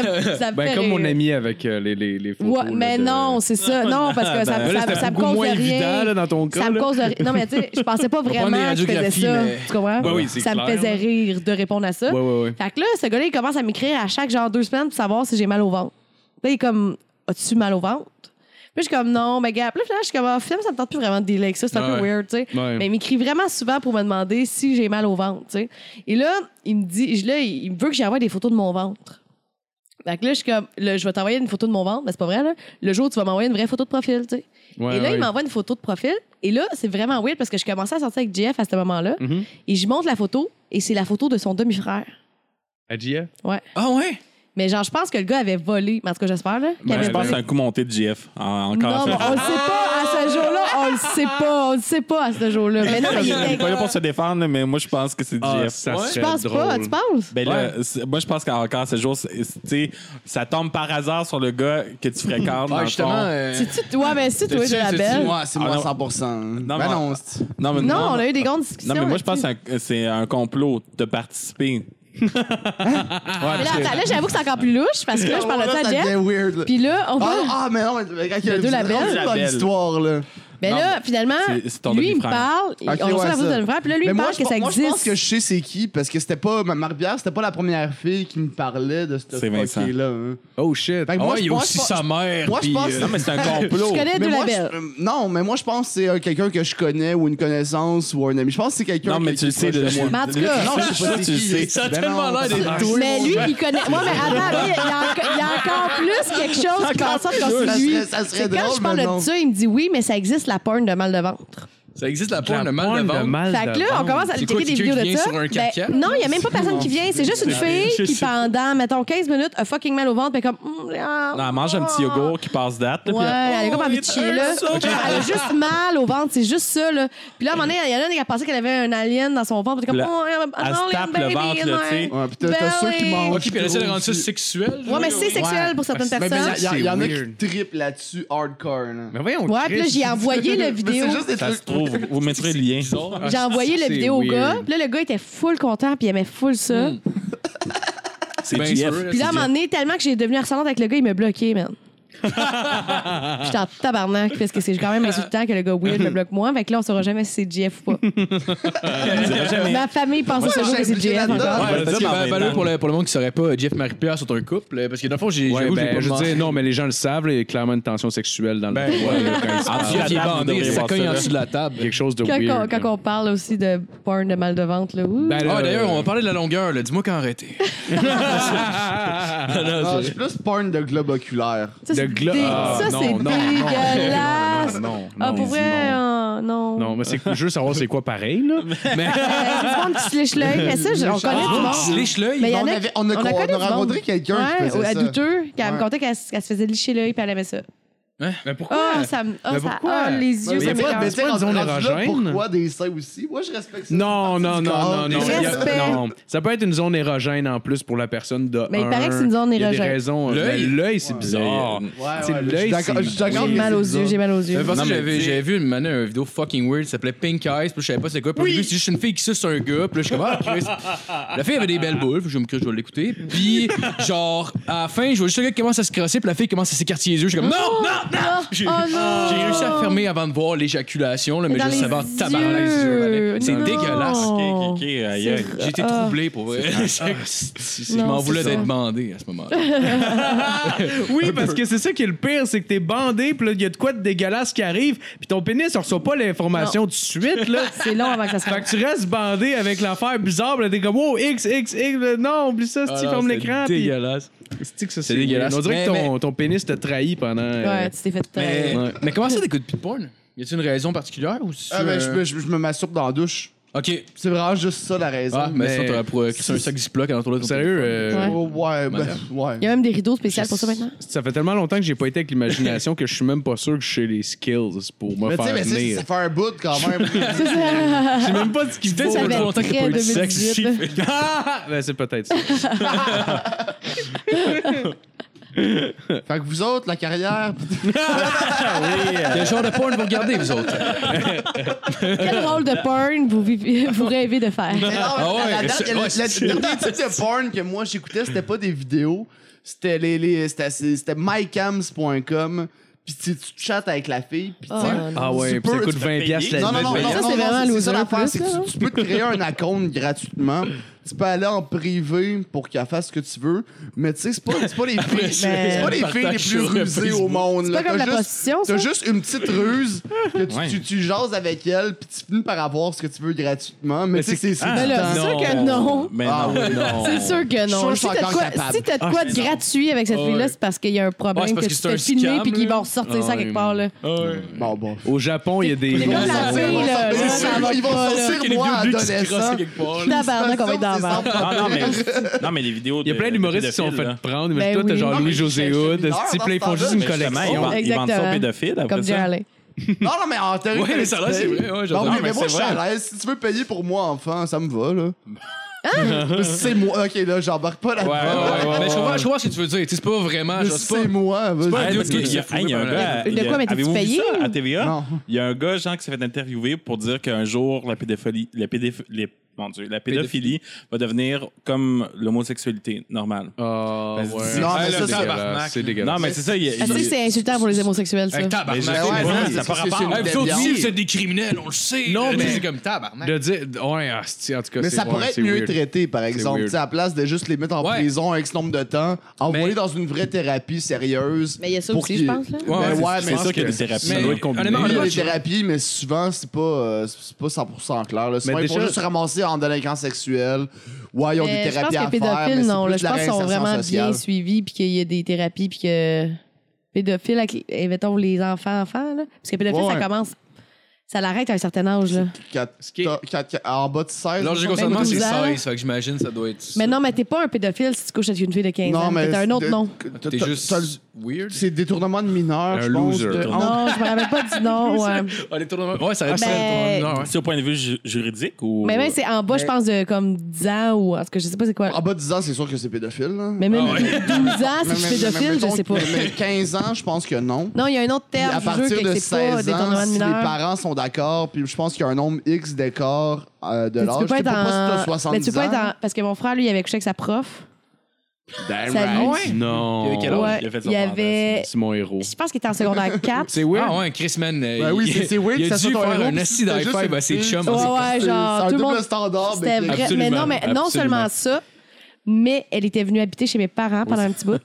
[SPEAKER 2] me- ça me
[SPEAKER 4] Ben,
[SPEAKER 2] fait
[SPEAKER 4] comme mon
[SPEAKER 2] rire.
[SPEAKER 4] ami avec euh, les, les, les photos.
[SPEAKER 2] Ouais, mais non, c'est ça. Non, parce que ça,
[SPEAKER 4] ça,
[SPEAKER 2] ça, ça, me
[SPEAKER 4] Ben, beaucoup
[SPEAKER 2] cause
[SPEAKER 4] moins
[SPEAKER 2] rien.
[SPEAKER 4] évident là, dans ton cas.
[SPEAKER 2] ça me
[SPEAKER 4] là.
[SPEAKER 2] cause de ri- Non, mais tu sais, je pensais pas vraiment
[SPEAKER 3] des
[SPEAKER 2] que je faisais
[SPEAKER 3] radiographies,
[SPEAKER 2] ça.
[SPEAKER 3] mais-
[SPEAKER 2] Tu comprends?
[SPEAKER 4] Ben oui, c'est
[SPEAKER 2] ça me
[SPEAKER 4] clair,
[SPEAKER 2] faisait
[SPEAKER 4] là.
[SPEAKER 2] rire de répondre à ça.
[SPEAKER 4] Ouais, ouais, ouais.
[SPEAKER 2] Fait que là, ce gars-là, il commence à m'écrire à chaque genre deux semaines pour savoir si j'ai mal au ventre. Là, il est comme, as-tu mal au ventre? Puis je suis comme, non, mais gars. Puis là, finalement, je suis comme, Ah, finalement, ça me tente plus vraiment de dealer avec ça. C'est un peu
[SPEAKER 4] Ouais.
[SPEAKER 2] weird, tu sais.
[SPEAKER 4] Ouais.
[SPEAKER 2] Mais il m'écrit vraiment souvent pour me demander si j'ai mal au ventre, tu sais. Et là, il me dit, je- là, il il veut que j'envoie des photos de mon ventre. Fait que là, je suis comme, là, je vais t'envoyer une photo de mon ventre, mais c'est pas vrai, là. Le jour où tu vas m'envoyer une vraie photo de profil, tu sais.
[SPEAKER 4] Ouais,
[SPEAKER 2] et là,
[SPEAKER 4] ouais.
[SPEAKER 2] il m'envoie une photo de profil. Et là, c'est vraiment weird parce que je commençais à sortir avec Jeff à ce moment-là.
[SPEAKER 4] Mhm.
[SPEAKER 2] Et je montre la photo et c'est la photo de son demi-frère.
[SPEAKER 4] Adjia?
[SPEAKER 3] Ah ouais?
[SPEAKER 2] Mais genre, je pense que le gars avait volé. Mais En tout cas, j'espère, là. qu'il
[SPEAKER 6] Ben,
[SPEAKER 2] avait
[SPEAKER 6] je pense que
[SPEAKER 2] volé.
[SPEAKER 6] c'est un coup monté de GF. Ah,
[SPEAKER 2] Non,
[SPEAKER 6] Encore
[SPEAKER 2] mais
[SPEAKER 6] ça.
[SPEAKER 2] on le sait pas à ce jour-là. On le sait pas. On le sait pas à ce jour-là. Mais non, mais il
[SPEAKER 6] On est
[SPEAKER 2] était.
[SPEAKER 6] pas là pour se défendre, là, mais moi, je pense que c'est du
[SPEAKER 4] Ah,
[SPEAKER 6] GF.
[SPEAKER 4] ça
[SPEAKER 3] Ouais.
[SPEAKER 4] serait
[SPEAKER 2] Je pense
[SPEAKER 4] drôle.
[SPEAKER 2] pas. Tu penses?
[SPEAKER 6] Ben là, c'est- moi, je pense qu'encore ce jour, c'est- c'est- tu sais, ça tombe par hasard sur le gars que tu fréquentes. dans
[SPEAKER 3] Ah,
[SPEAKER 6] le
[SPEAKER 3] justement.
[SPEAKER 6] fond.
[SPEAKER 3] euh,
[SPEAKER 2] C'est-tu toi, mais c'est ben, toi,
[SPEAKER 3] C'est-tu-
[SPEAKER 2] de la
[SPEAKER 3] c'est-tu
[SPEAKER 2] belle?
[SPEAKER 5] Moi, c'est
[SPEAKER 6] Ah,
[SPEAKER 5] moi
[SPEAKER 6] non.
[SPEAKER 5] 100%.
[SPEAKER 6] Non,
[SPEAKER 5] ben
[SPEAKER 6] mais-
[SPEAKER 5] non, c'est-
[SPEAKER 6] Non, mais,
[SPEAKER 2] Non,
[SPEAKER 6] non,
[SPEAKER 2] on a eu des grandes discussions.
[SPEAKER 6] non, mais moi, je pense que c'est un-
[SPEAKER 2] là-dessus.
[SPEAKER 6] c'est un complot de participer.
[SPEAKER 2] Mais là, attends, là, j'avoue que c'est encore plus louche parce que là, je parle de
[SPEAKER 5] Oh, Là,
[SPEAKER 2] ça à
[SPEAKER 5] ça
[SPEAKER 2] Jeff.
[SPEAKER 5] devient weird. là.
[SPEAKER 2] Puis là, on
[SPEAKER 5] Ah,
[SPEAKER 2] va.
[SPEAKER 5] ah, mais non, mais- mais quand il y a
[SPEAKER 2] Les deux
[SPEAKER 5] c'est
[SPEAKER 2] labels.
[SPEAKER 5] rendu dans
[SPEAKER 6] Labels.
[SPEAKER 5] l'histoire, là.
[SPEAKER 2] Mais
[SPEAKER 6] Non,
[SPEAKER 2] ben là, finalement,
[SPEAKER 6] c'est- c'est ton
[SPEAKER 2] lui, il me
[SPEAKER 6] demi-frère.
[SPEAKER 2] parle. il-
[SPEAKER 5] ah, Ok,
[SPEAKER 2] On reçoit
[SPEAKER 5] ouais,
[SPEAKER 2] la photo
[SPEAKER 5] ça.
[SPEAKER 2] de demi-frère. Puis là, lui,
[SPEAKER 5] Mais
[SPEAKER 2] il me
[SPEAKER 5] moi,
[SPEAKER 2] parle
[SPEAKER 5] je
[SPEAKER 2] que
[SPEAKER 5] pense-
[SPEAKER 2] ça
[SPEAKER 5] moi, je pense que
[SPEAKER 2] existe.
[SPEAKER 5] je sais c'est qui, parce que c'était pas. Ma Marie-Pierre, c'était pas la première fille qui me parlait de ce
[SPEAKER 6] C'est Vincent.
[SPEAKER 5] fucké-là. hein.
[SPEAKER 4] Oh
[SPEAKER 5] Fait
[SPEAKER 4] shit.
[SPEAKER 5] que moi,
[SPEAKER 3] Ah ouais,
[SPEAKER 5] je
[SPEAKER 3] il y a
[SPEAKER 5] pense-
[SPEAKER 3] aussi
[SPEAKER 5] je pense-
[SPEAKER 3] sa mère.
[SPEAKER 5] moi, je
[SPEAKER 3] puis,
[SPEAKER 5] pense-
[SPEAKER 3] euh,
[SPEAKER 6] Non, mais c'est un complot.
[SPEAKER 2] Je connais
[SPEAKER 5] Mais
[SPEAKER 2] deux
[SPEAKER 5] moi,
[SPEAKER 2] labels.
[SPEAKER 5] je- euh, non, mais moi, je pense que c'est euh, quelqu'un que je connais ou une connaissance ou un ami. Je pense que c'est quelqu'un
[SPEAKER 6] Non, mais
[SPEAKER 5] qui-
[SPEAKER 6] tu le
[SPEAKER 5] qui
[SPEAKER 6] sais,
[SPEAKER 5] est proche
[SPEAKER 6] le-
[SPEAKER 5] de moi.
[SPEAKER 2] Mais en tout cas,
[SPEAKER 5] Non, je sais pas
[SPEAKER 6] Ça,
[SPEAKER 5] c'est
[SPEAKER 6] tu le
[SPEAKER 5] qui.
[SPEAKER 6] sais.
[SPEAKER 3] Ça a
[SPEAKER 5] Ben
[SPEAKER 3] tellement
[SPEAKER 5] non,
[SPEAKER 3] l'air d'être
[SPEAKER 5] ça-
[SPEAKER 3] doué.
[SPEAKER 2] Ah, Mais lui, il connaît. Moi, mais attends, mais il y a encore- il y a encore plus quelque chose qui fait en sorte
[SPEAKER 5] Ça
[SPEAKER 2] qu'on se lui.
[SPEAKER 5] serait- ça serait
[SPEAKER 2] C'est quand
[SPEAKER 5] drôle,
[SPEAKER 2] je parle
[SPEAKER 5] mais non.
[SPEAKER 2] de ça, il me dit oui, mais ça existe la porn de mal de ventre.
[SPEAKER 3] Ça existe la
[SPEAKER 4] La
[SPEAKER 3] porn, le mal de
[SPEAKER 4] pointe
[SPEAKER 3] ventre.
[SPEAKER 2] Fait que là, on commence à
[SPEAKER 3] C'est
[SPEAKER 2] checker
[SPEAKER 3] quoi,
[SPEAKER 2] des
[SPEAKER 3] quelqu'un
[SPEAKER 2] vidéos
[SPEAKER 3] qui
[SPEAKER 2] de
[SPEAKER 3] vient
[SPEAKER 2] ça. Ben,
[SPEAKER 3] sur un caca?
[SPEAKER 2] non, il n'y a même pas personne qui vient. C'est juste une fille
[SPEAKER 4] Je
[SPEAKER 2] qui,
[SPEAKER 4] sais pas.
[SPEAKER 2] pendant, mettons, 15 minutes, a fucking mal au ventre, puis comme. hum, ah,
[SPEAKER 6] Non, elle mange un petit yogourt qui passe date. là,
[SPEAKER 2] Ouais,
[SPEAKER 6] puis Oh,
[SPEAKER 2] elle a comme envie de chier, là. Elle a juste mal au ventre, c'est juste ça, là. Puis là, à un moment donné, il y en a un qui a pensé qu'elle avait un alien dans son ventre, puis comme.
[SPEAKER 6] Là,
[SPEAKER 2] oh,
[SPEAKER 6] elle se
[SPEAKER 2] oh,
[SPEAKER 6] tape
[SPEAKER 2] baby, Ben
[SPEAKER 6] le ventre, là, tu sais.
[SPEAKER 2] ouais.
[SPEAKER 5] Ouais, puis t'as- t'as ceux qui
[SPEAKER 2] Belly.
[SPEAKER 5] mangent.
[SPEAKER 3] Ok, puis elle essaie de rendre ça sexuel.
[SPEAKER 2] Ouais, mais c'est sexuel pour certaines
[SPEAKER 5] Mais- mais
[SPEAKER 2] personnes.
[SPEAKER 5] Il y a- il y en a
[SPEAKER 4] C'est
[SPEAKER 5] qui
[SPEAKER 4] weird.
[SPEAKER 5] trippent là-dessus hardcore. là.
[SPEAKER 4] Mais voyons.
[SPEAKER 2] Ouais, puis là,
[SPEAKER 4] Chris.
[SPEAKER 2] j'ai envoyé la vidéo.
[SPEAKER 5] Mais c'est juste des
[SPEAKER 6] Ça
[SPEAKER 5] trucs-
[SPEAKER 6] se trouve, vous mettrez le lien.
[SPEAKER 4] Ah,
[SPEAKER 2] J'ai envoyé la
[SPEAKER 4] c'est
[SPEAKER 2] vidéo au
[SPEAKER 4] weird. Hmm.
[SPEAKER 2] gars. Puis là, le gars était full content, puis il aimait full ça.
[SPEAKER 3] Mm.
[SPEAKER 6] C'est
[SPEAKER 3] bien
[SPEAKER 6] GF.
[SPEAKER 3] sûr,
[SPEAKER 2] Puis là, à un moment donné, tellement que j'ai devenu harcelante avec le gars, il me bloquait, man. J'étais en tabarnak, parce que c'est quand même insultant que le gars weird me bloque moi. Fait que là, on saura jamais si c'est GF ou pas. Ma famille pense toujours que c'est
[SPEAKER 5] j'ai oublié
[SPEAKER 2] GF encore.
[SPEAKER 5] là-dedans.
[SPEAKER 3] Ouais,
[SPEAKER 6] Ouais,
[SPEAKER 3] parce
[SPEAKER 6] ça,
[SPEAKER 3] que,
[SPEAKER 6] dans
[SPEAKER 3] ben,
[SPEAKER 6] vingt
[SPEAKER 3] ben,
[SPEAKER 6] ans.
[SPEAKER 3] pour, le, pour le monde qui saurait pas, Jeff Marie-Pierre sont un couple. Parce que dans le fond, j'ai
[SPEAKER 4] Ouais,
[SPEAKER 3] j'avoue, j'ai
[SPEAKER 4] ben,
[SPEAKER 3] pas
[SPEAKER 4] je veux
[SPEAKER 3] remarqué.
[SPEAKER 4] dire, non, mais les gens le savent, là, il y a clairement une tension sexuelle dans le
[SPEAKER 6] Ben, ouais,
[SPEAKER 4] là, quand ils se
[SPEAKER 6] En
[SPEAKER 3] Ah,
[SPEAKER 6] dessous
[SPEAKER 4] parlent.
[SPEAKER 6] de la
[SPEAKER 3] qui est
[SPEAKER 6] table, on
[SPEAKER 3] bandé,
[SPEAKER 6] devrait
[SPEAKER 3] ça
[SPEAKER 6] voir
[SPEAKER 3] cogne
[SPEAKER 6] ça,
[SPEAKER 3] en
[SPEAKER 6] là.
[SPEAKER 3] dessous de la table.
[SPEAKER 4] quelque chose de
[SPEAKER 2] Quand,
[SPEAKER 4] weird.
[SPEAKER 2] on, quand on parle aussi de porn de mal de ventre, là, ouh.
[SPEAKER 4] Ben, là,
[SPEAKER 3] Ah, d'ailleurs, on va parler de la longueur. là. Dis-moi quand arrêter.
[SPEAKER 4] euh,
[SPEAKER 5] Ah, je suis plus porn de globe oculaire.
[SPEAKER 2] ça, c'est
[SPEAKER 4] le gla-
[SPEAKER 2] dé-
[SPEAKER 4] Ah,
[SPEAKER 2] ça,
[SPEAKER 4] non,
[SPEAKER 2] c'est
[SPEAKER 4] non, non, non,
[SPEAKER 2] dégueulasse.
[SPEAKER 4] non, non,
[SPEAKER 2] Ah,
[SPEAKER 4] non,
[SPEAKER 2] pour vrai, euh, non.
[SPEAKER 4] Non, mais c'est je veux savoir c'est quoi pareil, là. Mais
[SPEAKER 2] Euh, C'est du monde qui se lèche l'œil, mais ça, je- on connaît du monde.
[SPEAKER 3] se lèche Ah, l'œil.
[SPEAKER 2] Mais il y en
[SPEAKER 5] on,
[SPEAKER 2] a
[SPEAKER 5] avait,
[SPEAKER 2] qui-
[SPEAKER 5] on a,
[SPEAKER 2] on a
[SPEAKER 5] on a
[SPEAKER 2] connu du
[SPEAKER 5] rencontré
[SPEAKER 2] monde.
[SPEAKER 5] quelqu'un qui
[SPEAKER 2] ouais,
[SPEAKER 5] faisait
[SPEAKER 2] à
[SPEAKER 5] ça.
[SPEAKER 2] douteux, qui
[SPEAKER 5] Ouais.
[SPEAKER 2] me contait qu'elle s- qu'elle se faisait licher l'œil puis elle aimait ça.
[SPEAKER 4] Mais pourquoi?
[SPEAKER 2] Ah, ça me. ah,
[SPEAKER 4] Mais
[SPEAKER 2] ça
[SPEAKER 4] pourquoi?
[SPEAKER 2] ah, les
[SPEAKER 5] Ouais, mais
[SPEAKER 2] yeux, ça
[SPEAKER 5] y a pas de
[SPEAKER 4] m'énerve.
[SPEAKER 2] m'écarte.
[SPEAKER 5] métier
[SPEAKER 4] C'est pas une zone
[SPEAKER 5] rendu là,
[SPEAKER 4] érogène.
[SPEAKER 5] Pourquoi des seins aussi? Moi, je respecte ça.
[SPEAKER 4] Non,
[SPEAKER 5] C'est
[SPEAKER 4] non,
[SPEAKER 5] partie du corps,
[SPEAKER 4] non, non, non,
[SPEAKER 5] des-
[SPEAKER 4] il y a-
[SPEAKER 2] Respect.
[SPEAKER 4] non. Ça peut être une zone érogène en plus pour la personne de.
[SPEAKER 2] Mais il
[SPEAKER 4] un.
[SPEAKER 2] paraît que c'est une zone
[SPEAKER 4] Il y a des
[SPEAKER 2] érogène.
[SPEAKER 4] raisons.
[SPEAKER 3] L'œil?
[SPEAKER 4] L'œil, l'œil, c'est
[SPEAKER 5] Ouais.
[SPEAKER 4] bizarre.
[SPEAKER 3] L'œil,
[SPEAKER 5] Ouais,
[SPEAKER 4] C'est
[SPEAKER 5] ouais,
[SPEAKER 4] l'œil,
[SPEAKER 5] je suis d'accord-
[SPEAKER 4] c'est-
[SPEAKER 5] Je suis d'accord.
[SPEAKER 2] J'ai
[SPEAKER 5] mais
[SPEAKER 2] mal
[SPEAKER 5] c'est
[SPEAKER 2] aux
[SPEAKER 5] bizarre.
[SPEAKER 2] yeux, j'ai mal aux yeux.
[SPEAKER 3] Mais parce que
[SPEAKER 6] Non, mais
[SPEAKER 3] j'avais
[SPEAKER 6] dis-
[SPEAKER 3] j'avais vu une manée, une vidéo fucking weird, ça s'appelait Pink Eyes, puis je savais pas c'était quoi. Puis au début, c'est juste une fille qui suce un gars, puis là, je suis comme, ah, Chris. La fille avait des belles boules, puis je me crie, je vais l'écouter. Puis, genre, à la fin, je vois juste le gars qui commence à se crosser, puis la fille commence à s'écarter les yeux. Je suis comme, non, non, non! J'ai
[SPEAKER 2] oh non!
[SPEAKER 3] j'ai réussi à fermer avant de voir l'éjaculation, là, mais
[SPEAKER 2] Dans
[SPEAKER 3] je
[SPEAKER 2] les
[SPEAKER 3] savais en
[SPEAKER 2] yeux.
[SPEAKER 3] tabarnak. les yeux, là. C'est
[SPEAKER 2] Non.
[SPEAKER 3] dégueulasse.
[SPEAKER 6] Ok, ok, ok, aïe, aïe.
[SPEAKER 2] C'est-
[SPEAKER 3] J'ai été
[SPEAKER 2] Ah.
[SPEAKER 3] troublé pour vrai. Je
[SPEAKER 2] Non,
[SPEAKER 3] m'en
[SPEAKER 2] c'est
[SPEAKER 3] voulais
[SPEAKER 2] ça.
[SPEAKER 3] d'être bandé à ce moment-là.
[SPEAKER 4] Oui, parce que c'est ça qui est le pire, c'est que t'es bandé, puis là, il y a de quoi de dégueulasse qui arrive, puis ton pénis, il reçoit pas l'information tout de suite, là.
[SPEAKER 2] C'est long avant que ça se
[SPEAKER 4] Fait
[SPEAKER 2] fasse.
[SPEAKER 4] que tu restes bandé avec l'affaire bizarre, puis là, t'es comme, oh, X, X, X, là, non, oublie ça,
[SPEAKER 3] Ah
[SPEAKER 4] si tu
[SPEAKER 3] non,
[SPEAKER 4] fermes
[SPEAKER 3] c'est
[SPEAKER 4] l'écran, puis.
[SPEAKER 3] dégueulasse.
[SPEAKER 4] C'est que ça,
[SPEAKER 3] C'est
[SPEAKER 4] c'est
[SPEAKER 3] dégueulasse.
[SPEAKER 4] On dirait que
[SPEAKER 3] Mais-
[SPEAKER 4] ton, ton pénis te trahit pendant. euh,
[SPEAKER 2] Ouais, tu t'es fait.
[SPEAKER 3] Mais,
[SPEAKER 2] euh,
[SPEAKER 3] mais comment ça, t'écoutes plus de porn? Y a-t-il une raison particulière ou si
[SPEAKER 5] Ah, ben, je
[SPEAKER 3] euh,
[SPEAKER 5] me- je je me masturbe dans la douche.
[SPEAKER 3] Ok.
[SPEAKER 5] C'est vraiment juste ça la raison.
[SPEAKER 3] Ah, mais, ça,
[SPEAKER 4] mais-
[SPEAKER 3] t'aurais pour crisser un sac Ziploc à l'entour de ton
[SPEAKER 4] Sérieux,
[SPEAKER 3] téléphone.
[SPEAKER 4] euh,
[SPEAKER 2] Ouais.
[SPEAKER 5] Oh, ouais, ben,
[SPEAKER 3] Madame.
[SPEAKER 5] ouais.
[SPEAKER 2] Il y a même des rideaux spéciaux pour ça maintenant?
[SPEAKER 4] Ça fait tellement longtemps que j'ai pas été avec l'imagination que je suis même pas sûr que j'ai les skills pour me
[SPEAKER 5] Mais tu sais,
[SPEAKER 4] faire
[SPEAKER 5] mais c'est-
[SPEAKER 4] venir.
[SPEAKER 5] ça fait un bout quand même.
[SPEAKER 2] C'est ça.
[SPEAKER 4] J'ai même pas de ce qu'il
[SPEAKER 2] Ça
[SPEAKER 4] faut,
[SPEAKER 2] fait
[SPEAKER 4] là.
[SPEAKER 3] longtemps qu'il y a pas eu de
[SPEAKER 2] très
[SPEAKER 3] sexe ici.
[SPEAKER 2] 2018.
[SPEAKER 4] Ah! Ben, c'est peut-être ça.
[SPEAKER 5] fait que vous autres, la carrière.
[SPEAKER 3] Quel genre de porn vous regardez, vous autres?
[SPEAKER 5] Ah
[SPEAKER 2] Quel rôle de porn vous, vivez- vous rêvez de faire?
[SPEAKER 5] Ah
[SPEAKER 3] ouais,
[SPEAKER 5] la, date-
[SPEAKER 3] c'est-
[SPEAKER 5] la-
[SPEAKER 3] ouais,
[SPEAKER 5] la-
[SPEAKER 3] c'est-
[SPEAKER 5] le dernier type de porn que moi j'écoutais, c'était pas des vidéos, c'était les, les c'était, c'était mycams.com. Puis tu, tu chattes avec la fille, puis tu sais,
[SPEAKER 2] Ah,
[SPEAKER 4] Ah ouais,
[SPEAKER 5] Tu
[SPEAKER 4] puis ça
[SPEAKER 5] peux-
[SPEAKER 4] coûte
[SPEAKER 5] tu
[SPEAKER 4] 20
[SPEAKER 6] peux
[SPEAKER 4] piastres la
[SPEAKER 6] payer.
[SPEAKER 5] Non, non, non,
[SPEAKER 4] la-
[SPEAKER 5] non,
[SPEAKER 2] Ça,
[SPEAKER 5] non,
[SPEAKER 2] c'est
[SPEAKER 5] non,
[SPEAKER 2] vraiment
[SPEAKER 5] c'est- c'est
[SPEAKER 2] loser
[SPEAKER 5] ça l'affaire,
[SPEAKER 2] plus,
[SPEAKER 5] c'est que
[SPEAKER 2] là.
[SPEAKER 5] tu, tu peux te créer un account gratuitement. Tu peux aller en privé pour qu'elle fasse ce que tu veux, mais tu sais, c'est pas, c'est pas les filles, c'est pas les,
[SPEAKER 3] partage
[SPEAKER 5] filles les plus
[SPEAKER 3] sur
[SPEAKER 5] rusées
[SPEAKER 3] Facebook.
[SPEAKER 5] au monde.
[SPEAKER 2] C'est
[SPEAKER 5] là.
[SPEAKER 2] pas comme
[SPEAKER 5] T'as juste-
[SPEAKER 2] la prostitution, ça?
[SPEAKER 5] T'as juste une petite ruse que tu,
[SPEAKER 6] Ouais.
[SPEAKER 5] tu, tu jases avec elle, puis tu finis par avoir ce que tu veux gratuitement, mais,
[SPEAKER 4] Mais
[SPEAKER 5] tu sais, c'est
[SPEAKER 4] c'est-
[SPEAKER 5] c'est
[SPEAKER 6] Ah,
[SPEAKER 2] Ben là, c'est sûr que non.
[SPEAKER 6] Mais
[SPEAKER 5] Ah
[SPEAKER 6] non,
[SPEAKER 5] ouais,
[SPEAKER 6] non.
[SPEAKER 2] C'est
[SPEAKER 5] sûr
[SPEAKER 2] sûr que
[SPEAKER 5] que
[SPEAKER 2] non.
[SPEAKER 5] je suis
[SPEAKER 2] Si t'as de
[SPEAKER 5] encore
[SPEAKER 2] quoi,
[SPEAKER 5] capable.
[SPEAKER 2] si t'as de quoi de gratuit avec cette
[SPEAKER 3] Ah ouais.
[SPEAKER 2] fille-là, c'est parce qu'il y a un
[SPEAKER 3] Ah,
[SPEAKER 2] problème
[SPEAKER 3] c'est parce
[SPEAKER 2] que
[SPEAKER 3] que
[SPEAKER 2] tu
[SPEAKER 3] c'est
[SPEAKER 2] t'es
[SPEAKER 3] un
[SPEAKER 2] filmé
[SPEAKER 3] scam,
[SPEAKER 2] puis qu'ils
[SPEAKER 3] là.
[SPEAKER 2] vont ressortir ça
[SPEAKER 3] Ah,
[SPEAKER 2] quelque
[SPEAKER 3] oui.
[SPEAKER 2] part. Là.
[SPEAKER 5] Bon, bon.
[SPEAKER 4] Au Japon, il y a des.
[SPEAKER 5] Ils
[SPEAKER 2] C'est pour
[SPEAKER 5] vont
[SPEAKER 2] la
[SPEAKER 5] sortir-
[SPEAKER 2] fille,
[SPEAKER 5] ils
[SPEAKER 2] là.
[SPEAKER 5] vont
[SPEAKER 2] Ouais,
[SPEAKER 5] sortir-
[SPEAKER 2] ça va
[SPEAKER 5] ils vont
[SPEAKER 2] pas, là.
[SPEAKER 5] sortir moi, adolescent.
[SPEAKER 2] Tabarnak, on va être dans la merde.
[SPEAKER 6] Ah, non, mais, non, mais les vidéos.
[SPEAKER 4] Il y a
[SPEAKER 6] de-
[SPEAKER 4] plein d'humoristes
[SPEAKER 6] de
[SPEAKER 4] qui sont
[SPEAKER 6] Euh, pédophiles,
[SPEAKER 4] fait
[SPEAKER 6] là.
[SPEAKER 4] prendre.
[SPEAKER 2] Ben
[SPEAKER 4] Mais
[SPEAKER 2] oui.
[SPEAKER 4] toi, t'as
[SPEAKER 2] Non, mais
[SPEAKER 4] genre Louis
[SPEAKER 5] c'est-
[SPEAKER 4] José
[SPEAKER 5] c'est
[SPEAKER 4] Hood,
[SPEAKER 5] mineur,
[SPEAKER 4] ce
[SPEAKER 5] dans
[SPEAKER 4] type
[SPEAKER 5] ce
[SPEAKER 4] ils font
[SPEAKER 5] temps-là.
[SPEAKER 4] juste une
[SPEAKER 5] Mais
[SPEAKER 6] Justement,
[SPEAKER 4] collection.
[SPEAKER 6] ils vendent- ils vendent ça
[SPEAKER 2] Exactement.
[SPEAKER 6] aux pédophiles après
[SPEAKER 2] Comme
[SPEAKER 6] ça.
[SPEAKER 2] Jerry.
[SPEAKER 5] Non, non, mais en théorie.
[SPEAKER 3] Ouais, ça a l'air, c'est vrai, ouais, j'adore.
[SPEAKER 5] Non, mais,
[SPEAKER 6] Non, mais
[SPEAKER 5] moi,
[SPEAKER 6] c'est
[SPEAKER 5] je suis à l'aise. Si tu veux payer pour moi, enfant, ça me va, là. Mais c'est moi. Ok, là, j'embarque pas
[SPEAKER 3] Ouais,
[SPEAKER 5] là-dedans.
[SPEAKER 3] ouais, ouais. Mais je comprends, je comprends ce que tu veux dire. Tu sais, C'est pas vraiment.
[SPEAKER 5] Mais
[SPEAKER 3] genre,
[SPEAKER 5] c'est
[SPEAKER 3] C'est Ah, pas.
[SPEAKER 5] moi. vas-y.
[SPEAKER 3] pas-
[SPEAKER 6] Hey, parce que
[SPEAKER 3] Dude,
[SPEAKER 6] il y a-
[SPEAKER 3] c'est fou,
[SPEAKER 6] hey, Ah, il y a un
[SPEAKER 3] mais
[SPEAKER 6] gars.
[SPEAKER 2] de
[SPEAKER 6] il y a-
[SPEAKER 2] quoi, mais t'es-tu
[SPEAKER 6] avez-vous vu
[SPEAKER 2] payé,
[SPEAKER 6] ça
[SPEAKER 2] ou?
[SPEAKER 6] à TVA?
[SPEAKER 5] Non.
[SPEAKER 6] Il y a un gars, genre, qui s'est fait interviewer pour dire qu'un jour, la pédophilie, la pédophilie, les- mon Dieu, la pédophilie va devenir comme l'homosexualité normale.
[SPEAKER 4] Ah,
[SPEAKER 6] Ben,
[SPEAKER 4] ouais.
[SPEAKER 6] c'est-
[SPEAKER 5] Non, mais
[SPEAKER 4] Ah,
[SPEAKER 5] ça,
[SPEAKER 4] là,
[SPEAKER 5] c'est
[SPEAKER 3] tabarnak.
[SPEAKER 4] C'est dégueulasse.
[SPEAKER 6] Non, mais c'est ça. Il,
[SPEAKER 2] Ah, ça,
[SPEAKER 6] il-
[SPEAKER 2] c'est insultant pour les homosexuels, ça.
[SPEAKER 3] Hey,
[SPEAKER 4] Ah, Mais
[SPEAKER 3] tabarnak.
[SPEAKER 4] c'est-
[SPEAKER 3] c'est vrai.
[SPEAKER 5] Ouais, non,
[SPEAKER 6] ça
[SPEAKER 5] c'est
[SPEAKER 6] par
[SPEAKER 5] parce que
[SPEAKER 6] rapport.
[SPEAKER 5] c'est une
[SPEAKER 3] Hey, Ah, vous autres
[SPEAKER 5] déviance.
[SPEAKER 3] aussi, vous êtes des criminels, on le sait.
[SPEAKER 4] Non,
[SPEAKER 3] là.
[SPEAKER 4] mais-
[SPEAKER 3] C'est comme tabarnak.
[SPEAKER 4] De dire. Ouais, asti, en tout cas.
[SPEAKER 5] Mais
[SPEAKER 4] c'est-
[SPEAKER 5] ça
[SPEAKER 4] ouais,
[SPEAKER 5] pourrait être
[SPEAKER 4] c'est
[SPEAKER 5] mieux
[SPEAKER 4] weird.
[SPEAKER 5] traité, par exemple.
[SPEAKER 4] weird.
[SPEAKER 5] Tu sais, à la place de juste les mettre en
[SPEAKER 3] Ouais.
[SPEAKER 5] prison un X nombre de temps, envoyer dans une vraie thérapie sérieuse.
[SPEAKER 2] Mais il y a ça
[SPEAKER 5] pour
[SPEAKER 2] aussi,
[SPEAKER 5] qu'ils-
[SPEAKER 2] je pense, là.
[SPEAKER 5] Ben
[SPEAKER 3] Ouais,
[SPEAKER 5] ouais,
[SPEAKER 6] c'est
[SPEAKER 5] mais
[SPEAKER 6] ça
[SPEAKER 5] c'est-
[SPEAKER 6] qu'il y a des thérapies.
[SPEAKER 4] Ça
[SPEAKER 3] Mais-
[SPEAKER 4] doit être combiné.
[SPEAKER 3] honnêtement,
[SPEAKER 5] Il y a
[SPEAKER 3] honnêtement,
[SPEAKER 5] des
[SPEAKER 3] je-
[SPEAKER 5] thérapies, mais souvent, c'est pas, euh, c'est pas 100% clair. Là. Souvent,
[SPEAKER 4] Mais
[SPEAKER 5] ils vont
[SPEAKER 4] déjà-
[SPEAKER 5] juste se ramasser en délinquant sexuel. Ouais, ils ont
[SPEAKER 2] Mais
[SPEAKER 5] des
[SPEAKER 2] Euh, je
[SPEAKER 5] thérapies à
[SPEAKER 2] pense que les
[SPEAKER 5] faire, mais
[SPEAKER 2] pédophiles, non. là,
[SPEAKER 5] c'est
[SPEAKER 2] je pense
[SPEAKER 5] plus
[SPEAKER 2] qu'ils
[SPEAKER 5] de la
[SPEAKER 2] sont vraiment
[SPEAKER 5] réinsertion sociale.
[SPEAKER 2] bien suivis puis qu'il y a des thérapies puis que. Pédophiles, avec, eh, mettons, les enfants-enfants, là. Parce que pédophile,
[SPEAKER 5] Ouais.
[SPEAKER 2] ça commence. Ça l'arrête à un certain âge, là.
[SPEAKER 5] Quatre-
[SPEAKER 4] Ce qui est-
[SPEAKER 5] quatre- quatre- quatre- en bas de 16.
[SPEAKER 3] L'âge du
[SPEAKER 5] mettons.
[SPEAKER 3] consentement, c'est
[SPEAKER 2] 12 ans.
[SPEAKER 3] 16. Fait que j'imagine, ça doit être.
[SPEAKER 2] Mais non, mais t'es pas un pédophile si tu couches avec une fille de 15 ans. T'es un autre
[SPEAKER 5] de-
[SPEAKER 2] nom.
[SPEAKER 5] t'as-
[SPEAKER 3] T'es
[SPEAKER 5] t'as-
[SPEAKER 3] juste
[SPEAKER 5] t'as-
[SPEAKER 3] weird.
[SPEAKER 5] C'est détournement de mineur,
[SPEAKER 4] Un
[SPEAKER 5] je pense.
[SPEAKER 4] loser,
[SPEAKER 5] de-
[SPEAKER 4] toi.
[SPEAKER 5] entre-
[SPEAKER 2] Non, je me rappelle pas du nom. ouais.
[SPEAKER 3] Ah, les tournois. Ouais, ça reste
[SPEAKER 2] Ben-
[SPEAKER 3] ça, les tournois. Ouais.
[SPEAKER 6] C'est au point de vue ju- juridique ou.
[SPEAKER 2] Mais même, c'est en bas, je pense, de comme 10 ans ou. En tout cas, je sais pas c'est quoi.
[SPEAKER 5] En bas de 10 Ah, bah, ans, c'est sûr que c'est pédophile. hein. là.
[SPEAKER 2] Mais même
[SPEAKER 3] Ah ouais.
[SPEAKER 2] 12 ans,
[SPEAKER 5] Mais- mais-
[SPEAKER 2] si tu fais
[SPEAKER 5] mais-
[SPEAKER 2] pédophile, je
[SPEAKER 5] mettons-
[SPEAKER 2] sais pas.
[SPEAKER 5] mais- mais 15 ans, je pense que non.
[SPEAKER 2] Non, il y a un autre
[SPEAKER 5] Puis
[SPEAKER 2] terme
[SPEAKER 5] à
[SPEAKER 2] qui jure
[SPEAKER 5] partir de
[SPEAKER 2] que c'est pas
[SPEAKER 5] 16
[SPEAKER 2] des
[SPEAKER 5] ans,
[SPEAKER 2] tournois de
[SPEAKER 5] si les
[SPEAKER 2] mineurs.
[SPEAKER 5] parents sont d'accord, puis je pense qu'il y a un nombre X d'écart euh, de
[SPEAKER 2] Mais
[SPEAKER 5] l'âge.
[SPEAKER 2] tu peux pas
[SPEAKER 5] Je sais
[SPEAKER 2] être
[SPEAKER 5] pas si t'as
[SPEAKER 2] en.
[SPEAKER 5] 70
[SPEAKER 2] mais tu peux pas
[SPEAKER 5] ans.
[SPEAKER 2] être en. Parce que mon frère, lui, il avait couché avec sa prof.
[SPEAKER 5] Damn
[SPEAKER 2] Ça
[SPEAKER 5] right.
[SPEAKER 2] lui-
[SPEAKER 4] Non.
[SPEAKER 3] Il y avait quel âge?
[SPEAKER 2] Ouais,
[SPEAKER 6] il a fait son
[SPEAKER 2] il y avait.
[SPEAKER 4] C'est mon héros.
[SPEAKER 2] Je pense qu'il était en secondaire 4.
[SPEAKER 4] C'est weird.
[SPEAKER 3] Ah ouais, Chris Man.
[SPEAKER 5] Ben oui, c'est- c'est weird
[SPEAKER 3] Il
[SPEAKER 5] que
[SPEAKER 3] a
[SPEAKER 5] ça
[SPEAKER 3] dû
[SPEAKER 5] soit ton
[SPEAKER 3] faire
[SPEAKER 5] héros,
[SPEAKER 3] un
[SPEAKER 5] puis
[SPEAKER 3] assis
[SPEAKER 5] c'était
[SPEAKER 3] high
[SPEAKER 5] juste
[SPEAKER 3] five
[SPEAKER 5] une
[SPEAKER 3] à ses
[SPEAKER 5] fille.
[SPEAKER 3] chums.
[SPEAKER 2] Ouais,
[SPEAKER 3] C'est-
[SPEAKER 2] ouais,
[SPEAKER 5] C'est
[SPEAKER 2] genre.
[SPEAKER 5] un
[SPEAKER 2] tout le
[SPEAKER 5] double
[SPEAKER 2] monde...
[SPEAKER 5] standard.
[SPEAKER 2] C'était
[SPEAKER 5] mais-
[SPEAKER 2] vrai. Mais non, mais non
[SPEAKER 4] Absolument.
[SPEAKER 2] seulement ça, mais elle était venue habiter chez mes parents pendant un petit bout.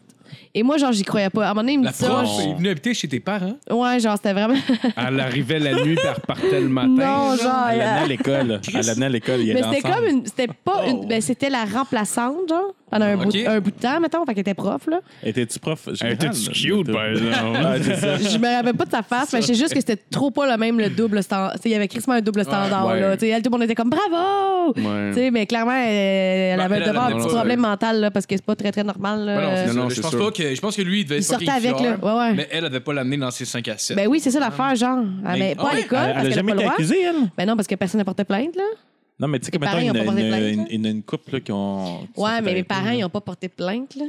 [SPEAKER 2] Et moi, genre, j'y croyais pas. À un moment donné, il me
[SPEAKER 3] La
[SPEAKER 2] dit ça.
[SPEAKER 3] proche est venue habiter chez tes parents.
[SPEAKER 2] Ouais, genre, c'était vraiment.
[SPEAKER 4] Elle arrivait la nuit, puis elle repartait le matin.
[SPEAKER 2] non, genre. euh,
[SPEAKER 6] Elle
[SPEAKER 2] elle-
[SPEAKER 6] amenait à l'école. Elle amenait à l'école. il
[SPEAKER 2] Mais
[SPEAKER 6] était
[SPEAKER 2] c'était
[SPEAKER 6] ensemble.
[SPEAKER 2] comme une. C'était pas une. Ben, c'était la remplaçante, genre. pendant un, bout,
[SPEAKER 3] Ok.
[SPEAKER 2] un bout de temps, mettons, fait qu'elle était prof, là.
[SPEAKER 6] Étais-tu prof? général?
[SPEAKER 4] Étais-tu cute,
[SPEAKER 6] ben,
[SPEAKER 4] par exemple?
[SPEAKER 6] Ouais, c'est ça.
[SPEAKER 2] Je me rappelle pas de sa face, mais je sais juste que c'était trop pas le même le double standard. Tu sais, Il y avait crissement un double standard.
[SPEAKER 4] ouais.
[SPEAKER 2] Là. Tu sais, Elle, tout le monde était comme bravo! Tu sais, Mais clairement, elle, elle
[SPEAKER 3] Ben,
[SPEAKER 2] avait
[SPEAKER 3] elle, elle
[SPEAKER 2] devant un
[SPEAKER 3] avait
[SPEAKER 2] petit
[SPEAKER 3] pas-
[SPEAKER 2] problème mental là, parce que c'est pas très très normal. là.
[SPEAKER 3] Ben non, c'est-
[SPEAKER 4] non, non,
[SPEAKER 3] je
[SPEAKER 4] c'est
[SPEAKER 3] pense
[SPEAKER 4] sûr.
[SPEAKER 3] pas que je pense que lui il devait
[SPEAKER 2] Il
[SPEAKER 3] être
[SPEAKER 2] sortait
[SPEAKER 3] fucking
[SPEAKER 2] avec,
[SPEAKER 3] fier,
[SPEAKER 2] là. Ouais, ouais.
[SPEAKER 3] Mais elle elle devait pas l'amener dans ses 5 à 7.
[SPEAKER 2] Ben oui, c'est ça l'affaire, genre. Elle,
[SPEAKER 6] Mais-
[SPEAKER 2] mais pas
[SPEAKER 3] Ah
[SPEAKER 2] à
[SPEAKER 3] ouais,
[SPEAKER 2] l'école,
[SPEAKER 6] Elle-
[SPEAKER 2] parce
[SPEAKER 6] Elle a
[SPEAKER 2] qu'elle
[SPEAKER 6] jamais
[SPEAKER 2] n'a pas
[SPEAKER 6] été
[SPEAKER 2] le droit.
[SPEAKER 6] accusée, elle?
[SPEAKER 2] Ben non, parce que personne n'a porté plainte, là.
[SPEAKER 6] Non, mais tu sais,
[SPEAKER 2] Tes
[SPEAKER 6] comme mettons,
[SPEAKER 2] parents, ils ont
[SPEAKER 6] il y
[SPEAKER 2] pas
[SPEAKER 6] en
[SPEAKER 2] porté
[SPEAKER 6] a
[SPEAKER 2] plainte,
[SPEAKER 6] une-
[SPEAKER 2] hein?
[SPEAKER 6] une- une couple là, qui ont. qui sont
[SPEAKER 2] Ouais, mais mes
[SPEAKER 6] peut-être-
[SPEAKER 2] parents, ils n'ont pas porté plainte, là.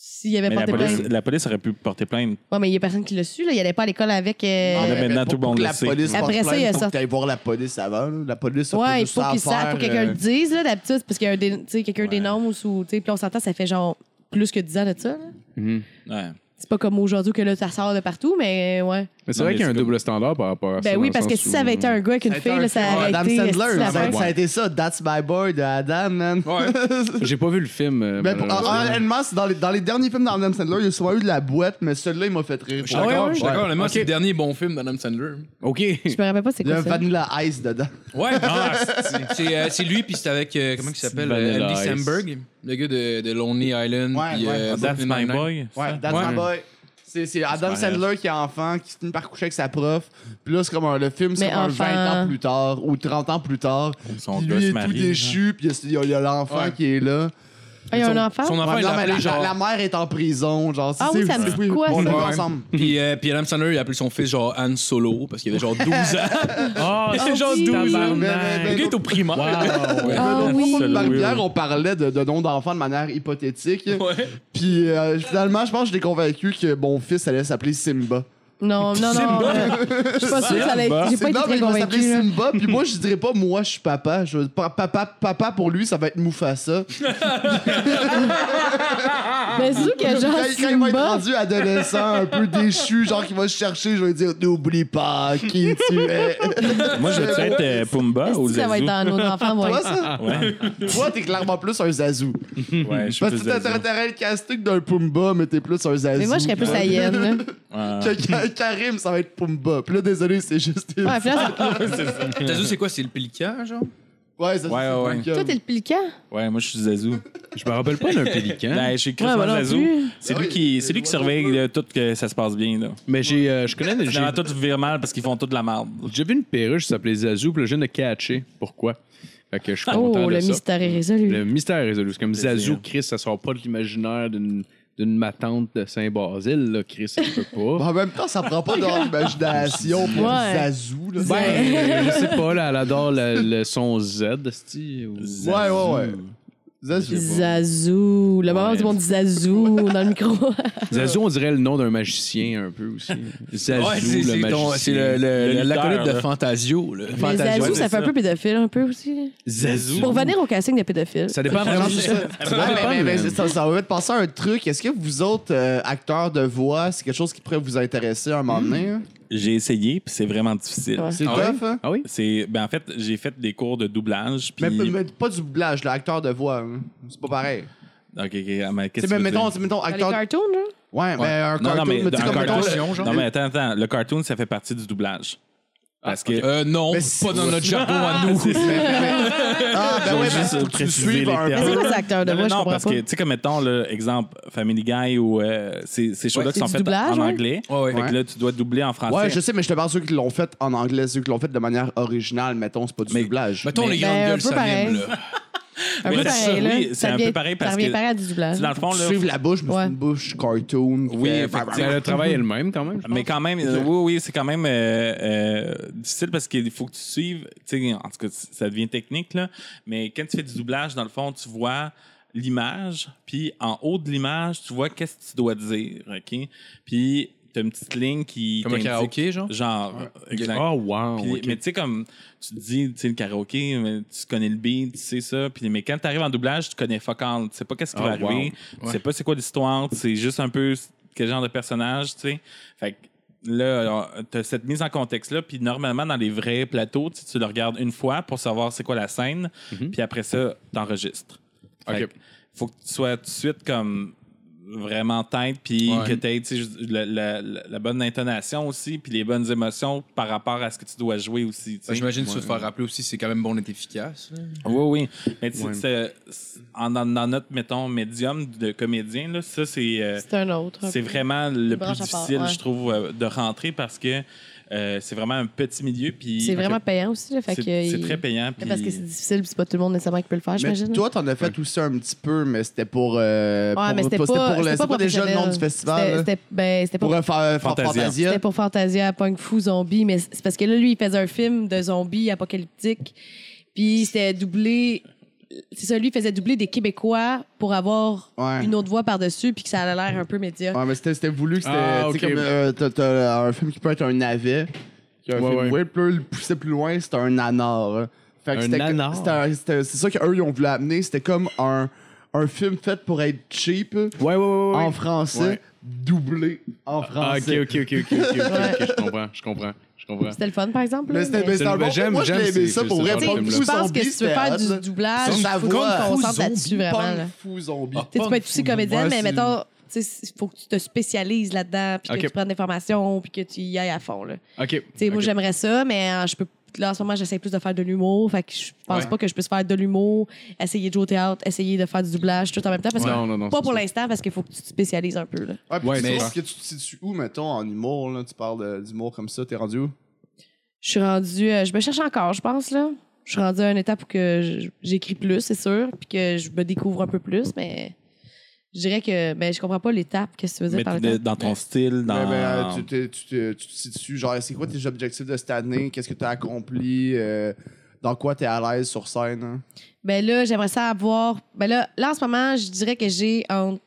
[SPEAKER 2] S'il y avait
[SPEAKER 6] Mais la
[SPEAKER 2] porté
[SPEAKER 6] police,
[SPEAKER 2] plainte.
[SPEAKER 6] la police aurait pu porter plainte.
[SPEAKER 2] Ouais, mais il y a personne qui l'a su, là. Il n'allait pas à l'école avec. euh,
[SPEAKER 6] Ah, là,
[SPEAKER 5] mais
[SPEAKER 6] maintenant,
[SPEAKER 5] pour-
[SPEAKER 6] tout le
[SPEAKER 5] pour
[SPEAKER 6] monde
[SPEAKER 5] que
[SPEAKER 6] le
[SPEAKER 5] la
[SPEAKER 6] sait.
[SPEAKER 5] police
[SPEAKER 2] Après
[SPEAKER 5] porte
[SPEAKER 2] ça,
[SPEAKER 5] plainte,
[SPEAKER 2] il y a
[SPEAKER 5] faut
[SPEAKER 2] ça.
[SPEAKER 5] que t'ailles voir la police avant. là. La police, ça
[SPEAKER 2] Ouais,
[SPEAKER 5] peut
[SPEAKER 2] il
[SPEAKER 5] juste
[SPEAKER 2] faut
[SPEAKER 5] faire,
[SPEAKER 2] qu'il sache, faut que quelqu'un le
[SPEAKER 5] euh,
[SPEAKER 2] dise, là, d'habitude, c'est parce qu'un des, tu sais, quelqu'un dénombre ou sous, tu sais, puis on s'entend, ça fait genre plus que 10 ans de ça, là.
[SPEAKER 6] Ouais.
[SPEAKER 2] C'est pas comme aujourd'hui que là, ça sort de partout, mais euh, ouais.
[SPEAKER 4] Mais c'est
[SPEAKER 6] Non,
[SPEAKER 4] vrai
[SPEAKER 6] mais
[SPEAKER 4] qu'il y a un
[SPEAKER 6] c'est comme-
[SPEAKER 4] double standard par rapport à ça.
[SPEAKER 2] Ben oui,
[SPEAKER 4] Ah, dans
[SPEAKER 2] parce
[SPEAKER 4] le
[SPEAKER 2] que
[SPEAKER 4] sens
[SPEAKER 2] si
[SPEAKER 4] où-
[SPEAKER 2] ça avait été un gars avec une
[SPEAKER 5] ça a été
[SPEAKER 2] fille,
[SPEAKER 5] un
[SPEAKER 2] là, ça
[SPEAKER 5] film.
[SPEAKER 2] aurait
[SPEAKER 5] Adam
[SPEAKER 2] été.
[SPEAKER 5] Sandler,
[SPEAKER 2] esti, la
[SPEAKER 5] ça,
[SPEAKER 2] merde.
[SPEAKER 5] ça a été ça. That's my boy de Adam, man.
[SPEAKER 3] Ouais.
[SPEAKER 4] J'ai pas vu le film. euh,
[SPEAKER 2] Ben,
[SPEAKER 5] Mais
[SPEAKER 2] ah,
[SPEAKER 5] pour- en-
[SPEAKER 4] malheureusement.
[SPEAKER 5] honnêtement, c'est dans les, dans les derniers films d'Adam Sandler, il y a souvent eu de la boîte, mais celui-là, il m'a fait rire.
[SPEAKER 3] Je suis
[SPEAKER 5] Pour vrai.
[SPEAKER 3] d'accord, je suis
[SPEAKER 5] Ouais.
[SPEAKER 3] d'accord. honnêtement, c'est le dernier bon film d'Adam Sandler.
[SPEAKER 4] OK.
[SPEAKER 2] Je me rappelle pas c'est
[SPEAKER 5] Il y a
[SPEAKER 2] quoi
[SPEAKER 5] un
[SPEAKER 2] ça.
[SPEAKER 5] Vanilla Ice dedans.
[SPEAKER 3] Ouais, c'est- c'est euh, c'est lui, puis c'est avec, euh, comment il s'appelle, euh,
[SPEAKER 4] Vanilla
[SPEAKER 3] Andy
[SPEAKER 4] Ice.
[SPEAKER 3] Samberg, le gars de, de Lonely Island.
[SPEAKER 5] Ouais,
[SPEAKER 3] puis,
[SPEAKER 5] ouais.
[SPEAKER 3] euh,
[SPEAKER 6] That's
[SPEAKER 3] Brooklyn
[SPEAKER 6] my
[SPEAKER 3] Nine-Nine.
[SPEAKER 6] boy. ça.
[SPEAKER 5] Ouais, That's
[SPEAKER 3] Ouais.
[SPEAKER 5] my boy. C'est c'est Adam
[SPEAKER 6] C'est pas
[SPEAKER 5] Sandler qui est enfant, qui se finit par coucher avec sa prof. Puis là, c'est comme un- le film, c'est
[SPEAKER 2] Mais
[SPEAKER 5] comme un 20
[SPEAKER 2] enfant.
[SPEAKER 5] ans plus tard ou 30 ans plus tard.
[SPEAKER 6] Son
[SPEAKER 5] Puis
[SPEAKER 6] gars
[SPEAKER 5] lui,
[SPEAKER 6] se
[SPEAKER 5] il est tout
[SPEAKER 6] marie,
[SPEAKER 5] déchu, puis il y a- il y a- il y a l'enfant
[SPEAKER 3] Ouais.
[SPEAKER 5] qui est là.
[SPEAKER 2] Ah, il y a
[SPEAKER 3] Son-
[SPEAKER 2] un enfant?
[SPEAKER 3] Son enfant,
[SPEAKER 5] Ouais,
[SPEAKER 3] il
[SPEAKER 5] non,
[SPEAKER 3] l'a
[SPEAKER 5] mais
[SPEAKER 3] appelé
[SPEAKER 5] la,
[SPEAKER 3] genre.
[SPEAKER 5] la mère est en prison. Genre,
[SPEAKER 2] Ah oui,
[SPEAKER 5] c'est-
[SPEAKER 2] ça me dit de quoi,
[SPEAKER 5] On
[SPEAKER 2] ça?
[SPEAKER 5] est
[SPEAKER 3] Ouais.
[SPEAKER 5] ensemble.
[SPEAKER 3] Puis, euh, puis Adam Sandler, il a appelé son fils genre Han Solo, parce qu'il avait genre 12 ans.
[SPEAKER 6] Oh,
[SPEAKER 2] Oh,
[SPEAKER 4] Ah,
[SPEAKER 3] c'est genre
[SPEAKER 2] oui.
[SPEAKER 3] 12 ans.
[SPEAKER 5] Mais- mais-
[SPEAKER 3] Le
[SPEAKER 5] mais-
[SPEAKER 4] tabarnak.
[SPEAKER 3] gars est au primaire.
[SPEAKER 4] Wow.
[SPEAKER 5] Mais
[SPEAKER 2] Ah
[SPEAKER 5] dans le
[SPEAKER 2] oui.
[SPEAKER 5] fond,
[SPEAKER 6] Solo,
[SPEAKER 5] par
[SPEAKER 6] oui,
[SPEAKER 5] Pierre,
[SPEAKER 6] oui.
[SPEAKER 5] on parlait de, de nom d'enfant de manière hypothétique.
[SPEAKER 3] Ouais.
[SPEAKER 5] Puis euh, finalement, je pense que je l'ai convaincu que mon fils allait s'appeler Simba.
[SPEAKER 2] Non, non, non. euh, Je suis pas sûre que ça allait être. J'ai pas été
[SPEAKER 5] Simba, mais
[SPEAKER 2] très
[SPEAKER 5] il va s'appeler
[SPEAKER 2] convaincue. là.
[SPEAKER 5] Simba. Puis moi, je dirais pas, moi, je suis papa. Je- pa- papa. Papa, pour lui, ça va être Mufasa.
[SPEAKER 2] Mais c'est sûr que
[SPEAKER 5] Quand,
[SPEAKER 2] genre
[SPEAKER 5] il- quand il va être
[SPEAKER 2] Simba.
[SPEAKER 5] rendu adolescent, un peu déchu, genre qu'il va se chercher, je vais dire N'oublie pas qui tu es.
[SPEAKER 6] Moi, je veux être euh, Pumba ou
[SPEAKER 2] est-ce que Ah, Ça va être
[SPEAKER 6] Zazu.
[SPEAKER 2] dans nos enfants, ouais.
[SPEAKER 5] Toi, ça
[SPEAKER 6] Ouais,
[SPEAKER 5] Toi, t'es clairement plus un Zazu.
[SPEAKER 6] ouais, je suis
[SPEAKER 5] Parce
[SPEAKER 6] plus
[SPEAKER 5] que t'as
[SPEAKER 6] Zazu.
[SPEAKER 5] t'aurais le casting d'un Pumba, mais t'es plus un Zazu.
[SPEAKER 2] Mais moi, je serais plus à Yen, là.
[SPEAKER 6] Ouais.
[SPEAKER 5] Que- que- Karim, ça va être Pumba. Puis là, désolé, c'est juste. des-
[SPEAKER 2] Ouais, puis là, c'est-
[SPEAKER 5] Ah,
[SPEAKER 3] T'as vu, c'est quoi C'est le pélican, genre
[SPEAKER 5] Ouais, ça,
[SPEAKER 6] Ouais,
[SPEAKER 5] c'est
[SPEAKER 6] ouais,
[SPEAKER 5] Pumba.
[SPEAKER 2] toi, t'es le pilican.
[SPEAKER 6] Ouais, moi, je suis Zazu.
[SPEAKER 4] Je me rappelle pas d'un pélican.
[SPEAKER 6] Ben, je suis
[SPEAKER 2] Ouais,
[SPEAKER 6] Christmas
[SPEAKER 2] moi non
[SPEAKER 6] Zazu.
[SPEAKER 2] plus.
[SPEAKER 6] C'est
[SPEAKER 5] Hein? Ah
[SPEAKER 6] lui
[SPEAKER 5] oui,
[SPEAKER 6] qui,
[SPEAKER 5] c'est-
[SPEAKER 6] c'est lui qui
[SPEAKER 5] moi non Eh,
[SPEAKER 6] surveille là, tout que ça se passe bien. Là.
[SPEAKER 4] Mais j'ai, euh, je connais des
[SPEAKER 6] Finalement, tout vire mal parce qu'ils font toute la merde.
[SPEAKER 4] J'ai vu une perruche qui s'appelait Zazu, puis là, je viens de catcher. Pourquoi? Fait que je suis content
[SPEAKER 2] Oh,
[SPEAKER 4] de
[SPEAKER 2] le
[SPEAKER 4] ça.
[SPEAKER 2] mystère est résolu.
[SPEAKER 4] Le mystère est résolu. C'est comme
[SPEAKER 6] C'est
[SPEAKER 4] Zazu,
[SPEAKER 6] vrai.
[SPEAKER 4] Chris, ça sort pas de l'imaginaire d'une d'une matante de Saint-Basile, là, Chris, ça se peut
[SPEAKER 5] Bon,
[SPEAKER 4] pas.
[SPEAKER 5] en même temps, ça prend pas de leur imagination pour
[SPEAKER 2] Ouais.
[SPEAKER 5] Zazou. Là.
[SPEAKER 4] Ben, je sais pas, là, elle adore le, le son Z, sti, ou-
[SPEAKER 5] ouais, ouais, ouais. Zazou.
[SPEAKER 2] Zazou, le moment
[SPEAKER 6] Ouais.
[SPEAKER 2] du monde dit Zazou dans le micro.
[SPEAKER 4] Zazu, on dirait le nom d'un magicien un peu aussi. Zazu,
[SPEAKER 3] Ouais, c'est
[SPEAKER 4] le
[SPEAKER 3] c'est
[SPEAKER 4] magicien.
[SPEAKER 3] ton- c'est le- le-
[SPEAKER 6] Le
[SPEAKER 3] l'acolyte
[SPEAKER 6] lutteur,
[SPEAKER 3] de
[SPEAKER 6] là.
[SPEAKER 3] Fantasio. là.
[SPEAKER 2] Mais
[SPEAKER 3] Fantasio.
[SPEAKER 2] Zazou,
[SPEAKER 6] ouais, c'est
[SPEAKER 2] ça fait un
[SPEAKER 6] ça.
[SPEAKER 2] peu pédophile, un peu aussi.
[SPEAKER 4] Zazu.
[SPEAKER 2] Pour venir au casting de pédophile.
[SPEAKER 4] Ça dépend vraiment.
[SPEAKER 5] c'est ça.
[SPEAKER 4] Ça dépend,
[SPEAKER 5] Ouais, mais- mais
[SPEAKER 2] hein.
[SPEAKER 4] man.
[SPEAKER 5] c'est ça, ça va me penser à un truc. Est-ce que vous autres, euh, acteurs de voix, c'est quelque chose qui pourrait vous intéresser à un moment donné? hein?
[SPEAKER 6] J'ai essayé, puis c'est vraiment difficile.
[SPEAKER 2] Ouais.
[SPEAKER 5] C'est
[SPEAKER 3] Ah
[SPEAKER 5] tough, hein?
[SPEAKER 4] Ah oui?
[SPEAKER 6] C'est, ben, en fait, j'ai fait des cours de doublage. Puis...
[SPEAKER 5] Mais, mais pas du doublage, là, acteur de voix. hein. C'est pas pareil.
[SPEAKER 6] Ok, ok, ah, mais
[SPEAKER 5] Tu
[SPEAKER 6] qu'est-ce
[SPEAKER 5] sais,
[SPEAKER 6] que
[SPEAKER 5] mais
[SPEAKER 6] tu veux
[SPEAKER 5] mettons,
[SPEAKER 6] dire?
[SPEAKER 5] tu sais, mettons,
[SPEAKER 2] Dans les
[SPEAKER 5] acteur.
[SPEAKER 2] cartoons,
[SPEAKER 6] Euh,
[SPEAKER 2] là.
[SPEAKER 5] Ouais, mais un
[SPEAKER 6] Non, non,
[SPEAKER 5] cartoon,
[SPEAKER 6] mais
[SPEAKER 5] mais tu sais,
[SPEAKER 6] dans
[SPEAKER 5] comme
[SPEAKER 6] un
[SPEAKER 5] mettons,
[SPEAKER 3] cartoon, genre.
[SPEAKER 6] Non, mais attends, attends. Le cartoon, ça fait partie du doublage.
[SPEAKER 5] Ah,
[SPEAKER 6] Parce que. Ah,
[SPEAKER 3] Euh, non,
[SPEAKER 5] Mais c'est-
[SPEAKER 3] pas dans notre jargon à nous.
[SPEAKER 6] C'est ça.
[SPEAKER 5] Ah, ben
[SPEAKER 6] Ils ont
[SPEAKER 5] ouais, mais
[SPEAKER 6] juste
[SPEAKER 5] faut que tu
[SPEAKER 6] précisé
[SPEAKER 5] suives
[SPEAKER 6] les
[SPEAKER 5] un
[SPEAKER 2] Mais
[SPEAKER 6] termes.
[SPEAKER 2] c'est
[SPEAKER 5] peu.
[SPEAKER 2] quoi cet acteur Ah, de
[SPEAKER 6] Non,
[SPEAKER 2] moi?
[SPEAKER 6] non,
[SPEAKER 2] Je
[SPEAKER 6] non,
[SPEAKER 2] comprends
[SPEAKER 6] parce que,
[SPEAKER 2] pas.
[SPEAKER 6] tu sais, comme mettons, là, exemple, Family Guy ou euh, ces, ces shows-là
[SPEAKER 2] Ouais,
[SPEAKER 6] qui sont
[SPEAKER 2] c'est
[SPEAKER 6] faites
[SPEAKER 2] du doublage,
[SPEAKER 6] en
[SPEAKER 2] ouais.
[SPEAKER 6] anglais.
[SPEAKER 3] Ouais, ouais.
[SPEAKER 6] Fait que là, tu dois doubler en français.
[SPEAKER 5] Ouais, je sais, mais je te parle ceux qui l'ont fait en anglais, ceux qui l'ont fait de manière originale, mettons, c'est pas du
[SPEAKER 6] Mais-
[SPEAKER 5] doublage.
[SPEAKER 3] Mettons les grandes
[SPEAKER 2] Ben, un
[SPEAKER 3] gueules,
[SPEAKER 2] peu
[SPEAKER 3] ça
[SPEAKER 2] pareil.
[SPEAKER 3] mime, là.
[SPEAKER 2] Un
[SPEAKER 6] Mais
[SPEAKER 2] peu
[SPEAKER 6] là,
[SPEAKER 2] pareil, là.
[SPEAKER 6] oui,
[SPEAKER 2] Ça
[SPEAKER 6] c'est un peu
[SPEAKER 2] devient-
[SPEAKER 6] pareil
[SPEAKER 2] Ça
[SPEAKER 6] parce
[SPEAKER 2] revient
[SPEAKER 6] que-
[SPEAKER 2] pareil à du doublage.
[SPEAKER 6] Tu sais, Dans le fond,
[SPEAKER 5] Pour
[SPEAKER 6] là.
[SPEAKER 5] suivre la bouche, mais
[SPEAKER 2] Ouais.
[SPEAKER 5] c'est une bouche cartoon. qui
[SPEAKER 6] Oui,
[SPEAKER 5] fait-
[SPEAKER 3] Ah
[SPEAKER 6] effectivement.
[SPEAKER 4] Mais Ben, le travail est le même quand même. je
[SPEAKER 6] Mais quand même, euh, oui, oui, c'est quand même euh, euh, difficile parce qu'il faut que tu suives. tu sais, En tout cas, c- ça devient technique, là. Mais quand tu fais du doublage, dans le fond, tu vois l'image, puis en haut de l'image, tu vois qu'est-ce que tu dois dire, OK? Puis tu as une petite ligne qui.
[SPEAKER 3] Comme un
[SPEAKER 6] t'indique-
[SPEAKER 3] karaoké, genre.
[SPEAKER 6] Genre,
[SPEAKER 4] pense.
[SPEAKER 6] exact.
[SPEAKER 4] Ah, wow.
[SPEAKER 6] Puis,
[SPEAKER 4] ok.
[SPEAKER 6] Mais tu sais, comme tu te dis, tu sais, le karaoké, mais tu connais le beat, tu sais ça. Puis, mais quand tu arrives en doublage, tu connais fuck all. Tu sais pas qu'est-ce qui
[SPEAKER 4] Ah,
[SPEAKER 6] va arriver.
[SPEAKER 4] wow.
[SPEAKER 6] Tu sais pas c'est quoi l'histoire. C'est juste un peu quel genre de personnage, tu sais. Fait que là, tu as cette mise en contexte-là. Puis normalement, dans les vrais plateaux, tu sais, tu le regardes une fois pour savoir c'est quoi la scène.
[SPEAKER 4] Mhm.
[SPEAKER 6] Puis après ça, tu enregistres.
[SPEAKER 4] Ok.
[SPEAKER 6] Fait que faut que tu sois tout de suite comme vraiment tête, puis
[SPEAKER 3] Ouais.
[SPEAKER 6] que tu aies la, la- la- la bonne intonation aussi, puis les bonnes émotions par rapport à ce que tu dois jouer aussi. tu sais.
[SPEAKER 3] J'imagine que tu
[SPEAKER 6] Ouais.
[SPEAKER 3] te faire rappeler aussi, c'est quand même bon d'être efficace.
[SPEAKER 6] Oui, oui. Mais tu sais,
[SPEAKER 4] Ouais.
[SPEAKER 6] c'est- c'est- en, en- dans notre, mettons, médium de comédien, là, ça, c'est. euh,
[SPEAKER 2] C'est un autre. un
[SPEAKER 6] c'est
[SPEAKER 2] peu.
[SPEAKER 6] vraiment le plus
[SPEAKER 2] branche à part,
[SPEAKER 6] difficile,
[SPEAKER 2] ouais.
[SPEAKER 6] je trouve, euh, de rentrer parce que euh, c'est vraiment un petit milieu. puis-
[SPEAKER 2] C'est vraiment payant aussi. là, fait
[SPEAKER 6] C'est
[SPEAKER 2] que, euh,
[SPEAKER 6] c'est
[SPEAKER 2] il-
[SPEAKER 6] très payant. puis-
[SPEAKER 2] Parce que c'est difficile, puis c'est pas tout le monde nécessairement qui peut le faire,
[SPEAKER 5] Mais
[SPEAKER 2] j'imagine.
[SPEAKER 5] toi, t'en as fait aussi un petit peu, mais c'était pour. euh,
[SPEAKER 2] Ouais,
[SPEAKER 5] pour-
[SPEAKER 2] mais c'était
[SPEAKER 5] pour-
[SPEAKER 2] pas,
[SPEAKER 5] pour le-
[SPEAKER 2] c'était
[SPEAKER 5] c'était pas déjà le nom
[SPEAKER 2] professionnel.
[SPEAKER 5] du festival.
[SPEAKER 2] C'était-
[SPEAKER 5] là.
[SPEAKER 2] C'était ben, c'était pas
[SPEAKER 5] Pour euh, fa- fa-
[SPEAKER 6] Fantasia.
[SPEAKER 5] Fantasia.
[SPEAKER 2] C'était pour Fantasia, Punk Fou, Zombie, mais c'est parce que là, lui, il faisait un film de zombies apocalyptique. Puis c'était doublé. C'est ça, lui, il faisait doubler des Québécois pour avoir
[SPEAKER 5] Ouais.
[SPEAKER 2] une autre voix par-dessus, puis que ça a l'air un peu médiocre.
[SPEAKER 5] Ouais, mais c'était c'était voulu que c'était
[SPEAKER 4] Ah,
[SPEAKER 5] tu sais,
[SPEAKER 4] ok.
[SPEAKER 5] comme euh, t'as- t'as un film qui peut être un navet, qui est un
[SPEAKER 4] Ouais,
[SPEAKER 5] film
[SPEAKER 4] ouais.
[SPEAKER 5] ouais, puis là, le pousser plus loin, c'était un nanar. hein. Fait que
[SPEAKER 4] Un
[SPEAKER 5] c'était-
[SPEAKER 4] nanar?
[SPEAKER 5] c'était un- c'était- C'est ça qu'eux ils ont voulu amener, c'était comme un, un film fait pour être cheap
[SPEAKER 4] Ouais, ouais, ouais.
[SPEAKER 5] en français,
[SPEAKER 4] Ouais.
[SPEAKER 5] doublé en
[SPEAKER 4] Ah, ok,
[SPEAKER 5] français.
[SPEAKER 4] ok, ok, ok, ok, ok, ok, je comprends, je comprends, je comprends.
[SPEAKER 2] C'était le fun, par exemple. là,
[SPEAKER 5] Mais c'était
[SPEAKER 2] mais-
[SPEAKER 5] mais c'était un
[SPEAKER 4] Mais
[SPEAKER 5] bon
[SPEAKER 4] j'aime-
[SPEAKER 5] film. Moi, je
[SPEAKER 4] j'aime
[SPEAKER 5] l'ai aimé
[SPEAKER 4] ces-
[SPEAKER 5] ça pour
[SPEAKER 4] ces
[SPEAKER 5] vrai.
[SPEAKER 2] Tu sais,
[SPEAKER 4] Punk
[SPEAKER 5] Punk
[SPEAKER 2] je
[SPEAKER 5] Fou
[SPEAKER 2] pense que
[SPEAKER 5] Zombie,
[SPEAKER 2] si tu veux
[SPEAKER 5] c'était
[SPEAKER 2] faire
[SPEAKER 5] hot, là.
[SPEAKER 2] du doublage,
[SPEAKER 5] Sans
[SPEAKER 2] il faut
[SPEAKER 5] voix.
[SPEAKER 2] qu'on
[SPEAKER 5] Fou
[SPEAKER 2] concentre là-dessus, vraiment. là.
[SPEAKER 5] Punk Fou Zombie.
[SPEAKER 2] Tu sais, tu peux être aussi comédienne,
[SPEAKER 4] Ouais,
[SPEAKER 2] mais
[SPEAKER 4] c'est-
[SPEAKER 2] mettons, tu sais, il faut que tu te spécialises là-dedans, puis
[SPEAKER 4] Ok.
[SPEAKER 2] que tu prennes des formations, puis que tu y ailles à fond. Là.
[SPEAKER 4] Ok.
[SPEAKER 2] Tu sais, Moi,
[SPEAKER 4] ok.
[SPEAKER 2] j'aimerais ça, mais euh, je peux. Là, en ce moment, j'essaie plus de faire de l'humour. Fait que je pense
[SPEAKER 3] Ouais.
[SPEAKER 2] pas que je puisse faire de l'humour, essayer de jouer au théâtre, essayer de faire du doublage, tout en même temps. Parce que
[SPEAKER 4] Non, non, non,
[SPEAKER 2] pas
[SPEAKER 4] c'est
[SPEAKER 2] pour
[SPEAKER 4] ça.
[SPEAKER 2] l'instant, parce qu'il faut que tu te spécialises un peu. Là.
[SPEAKER 5] Ouais, puis
[SPEAKER 4] Ouais,
[SPEAKER 5] tu
[SPEAKER 4] mais-
[SPEAKER 5] trouves que tu te situes où, mettons, en humour, là? Tu parles de- d'humour comme ça, t'es rendu où?
[SPEAKER 2] Je suis rendue. euh, je me cherche encore, je pense. là. Je suis rendue à une étape où que je- j'écris plus, c'est sûr, puis que je me découvre un peu plus, mais je dirais que ben, je comprends pas l'étape. Qu'est-ce que tu veux dire
[SPEAKER 6] mais
[SPEAKER 2] par
[SPEAKER 6] de-
[SPEAKER 2] l'étape?
[SPEAKER 6] dans ton style, dans.
[SPEAKER 5] Ouais, ben, euh, tu, t'es- tu te- tu te situes, genre, c'est quoi tes objectifs de cette année? Qu'est-ce que tu as accompli? euh, dans quoi tu es à l'aise sur scène? hein?
[SPEAKER 2] Ben là, j'aimerais ça avoir. Ben là, là, en ce moment, je dirais que j'ai entre-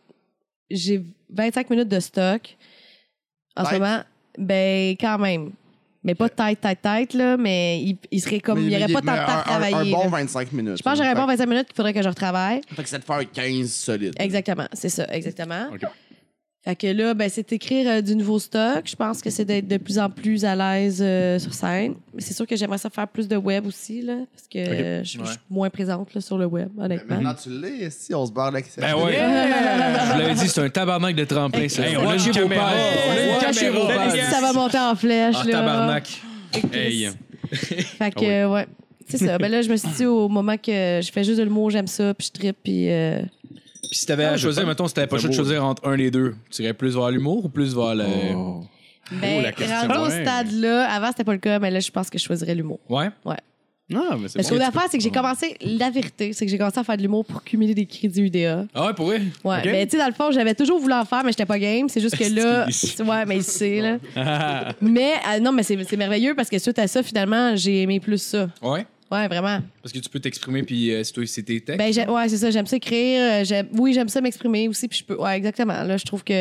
[SPEAKER 2] j'ai 25 minutes de stock. En ce
[SPEAKER 5] Tête.
[SPEAKER 2] moment, ben quand même. Mais pas tête, tête, tête, là, mais il, il serait comme.
[SPEAKER 5] Mais-
[SPEAKER 2] il n'y
[SPEAKER 5] mais-
[SPEAKER 2] aurait pas
[SPEAKER 5] mais
[SPEAKER 2] tant de temps
[SPEAKER 5] un-
[SPEAKER 2] à
[SPEAKER 5] un-
[SPEAKER 2] travailler.
[SPEAKER 5] Un, bon
[SPEAKER 2] là.
[SPEAKER 5] 25 minutes.
[SPEAKER 2] je pense que j'aurais
[SPEAKER 5] Fait-
[SPEAKER 2] pas 25 minutes qu'il faudrait que je retravaille.
[SPEAKER 5] Fait que c'est de faire 15 solide.
[SPEAKER 2] Exactement, c'est ça, exactement.
[SPEAKER 4] Ok.
[SPEAKER 2] Fait que là, ben, c'est écrire euh, du nouveau stock. Je pense que c'est d'être de plus en plus à l'aise euh, sur scène. Mais c'est sûr que j'aimerais ça faire plus de web aussi, là, parce que euh, je je suis
[SPEAKER 3] Ouais.
[SPEAKER 2] moins présente là, sur le web,
[SPEAKER 5] Mais
[SPEAKER 2] honnêtement.
[SPEAKER 5] Maintenant, tu l'es, si on se barre l'accès.
[SPEAKER 6] Ben ouais.
[SPEAKER 3] Je vous l'avais dit, c'est un tabarnak de tremplin, ça.
[SPEAKER 4] Hey,
[SPEAKER 6] on a une
[SPEAKER 3] Lâchez vos
[SPEAKER 4] Ah,
[SPEAKER 6] caméra.
[SPEAKER 3] pads.
[SPEAKER 6] On a une
[SPEAKER 3] Lâchez
[SPEAKER 6] caméra.
[SPEAKER 3] vos pads.
[SPEAKER 4] ben,
[SPEAKER 6] Salut,
[SPEAKER 2] Ça va monter en flèche.
[SPEAKER 3] Ah,
[SPEAKER 2] là.
[SPEAKER 3] tabarnak.
[SPEAKER 4] Hey.
[SPEAKER 2] Fait que,
[SPEAKER 4] Ah oui.
[SPEAKER 2] euh, ouais. C'est ça. Ben là, je me suis dit au moment que je fais juste de l'humour, j'aime ça, puis je trippe, puis. euh,
[SPEAKER 3] Puis si t'avais
[SPEAKER 4] Ah,
[SPEAKER 3] à
[SPEAKER 4] je
[SPEAKER 3] choisir,
[SPEAKER 4] pense-
[SPEAKER 3] mettons, si t'avais pas le
[SPEAKER 4] c'est
[SPEAKER 3] choix de
[SPEAKER 4] beau.
[SPEAKER 3] choisir entre un des deux, tu irais plus vers l'humour ou plus vers le.
[SPEAKER 4] Oh.
[SPEAKER 2] Ben,
[SPEAKER 4] la question,
[SPEAKER 2] rendu au
[SPEAKER 4] ouais.
[SPEAKER 2] stade-là, avant, c'était pas le cas, mais là, je pense que je choisirais l'humour.
[SPEAKER 3] Ouais?
[SPEAKER 4] Non, Ah, mais c'est
[SPEAKER 2] Parce que l'affaire, c'est que j'ai commencé, la vérité, c'est que j'ai commencé à faire de l'humour pour cumuler des crédits UDA.
[SPEAKER 3] Ah ouais, pour vrai?
[SPEAKER 2] Ouais.
[SPEAKER 4] Ok.
[SPEAKER 2] Mais tu sais, dans le fond, j'avais toujours voulu en faire, mais j'étais pas game. C'est juste que là.
[SPEAKER 3] C'est ici.
[SPEAKER 2] ouais, mais il sait, là.
[SPEAKER 4] Ah.
[SPEAKER 2] mais, euh, non, mais c'est c'est merveilleux parce que suite à ça, finalement, j'ai aimé plus ça.
[SPEAKER 3] Ouais.
[SPEAKER 2] Ouais, vraiment.
[SPEAKER 3] Parce que tu peux t'exprimer, puis euh, c'est toi, c'est tes textes.
[SPEAKER 2] Ben, j'ai- ouais, c'est ça, j'aime ça écrire. euh, j'aime- Oui, j'aime ça m'exprimer aussi. Puis je peux. Ouais, exactement. Là, je trouve que.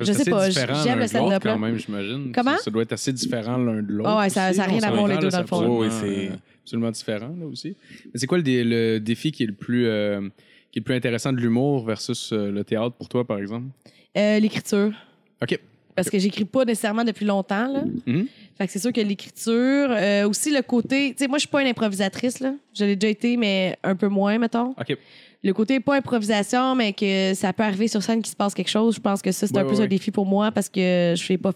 [SPEAKER 2] Je sais pas, j'aime le stand-up. là.
[SPEAKER 4] quand même, j'imagine.
[SPEAKER 2] Comment?
[SPEAKER 4] Ça, ça doit être assez différent l'un de l'autre.
[SPEAKER 2] Ah ouais, ça-
[SPEAKER 4] aussi,
[SPEAKER 2] ça a rien
[SPEAKER 4] on
[SPEAKER 2] à voir,
[SPEAKER 4] s'entend,
[SPEAKER 2] les
[SPEAKER 4] là,
[SPEAKER 2] deux, dans
[SPEAKER 4] ça
[SPEAKER 2] le fond.
[SPEAKER 4] absolument,
[SPEAKER 6] Oui, c'est-
[SPEAKER 4] euh, absolument différent, là aussi. Mais c'est quoi le, dé- le défi qui est le plus. euh, qui est le plus intéressant de l'humour versus euh, le théâtre pour toi, par exemple?
[SPEAKER 2] Euh, L'écriture.
[SPEAKER 4] OK.
[SPEAKER 2] Parce que j'écris pas nécessairement depuis longtemps, là.
[SPEAKER 4] Mhm.
[SPEAKER 2] Fait que c'est sûr que l'écriture, euh, aussi le côté. Tu sais, moi, je suis pas une improvisatrice, là. Je l'ai déjà été, mais un peu moins, mettons.
[SPEAKER 4] OK.
[SPEAKER 2] Le côté pas improvisation, mais que ça peut arriver sur scène qu'il se passe quelque chose, je pense que ça, c'est
[SPEAKER 4] Ouais,
[SPEAKER 2] un peu
[SPEAKER 4] ouais,
[SPEAKER 2] un défi pour moi parce que je fais pas.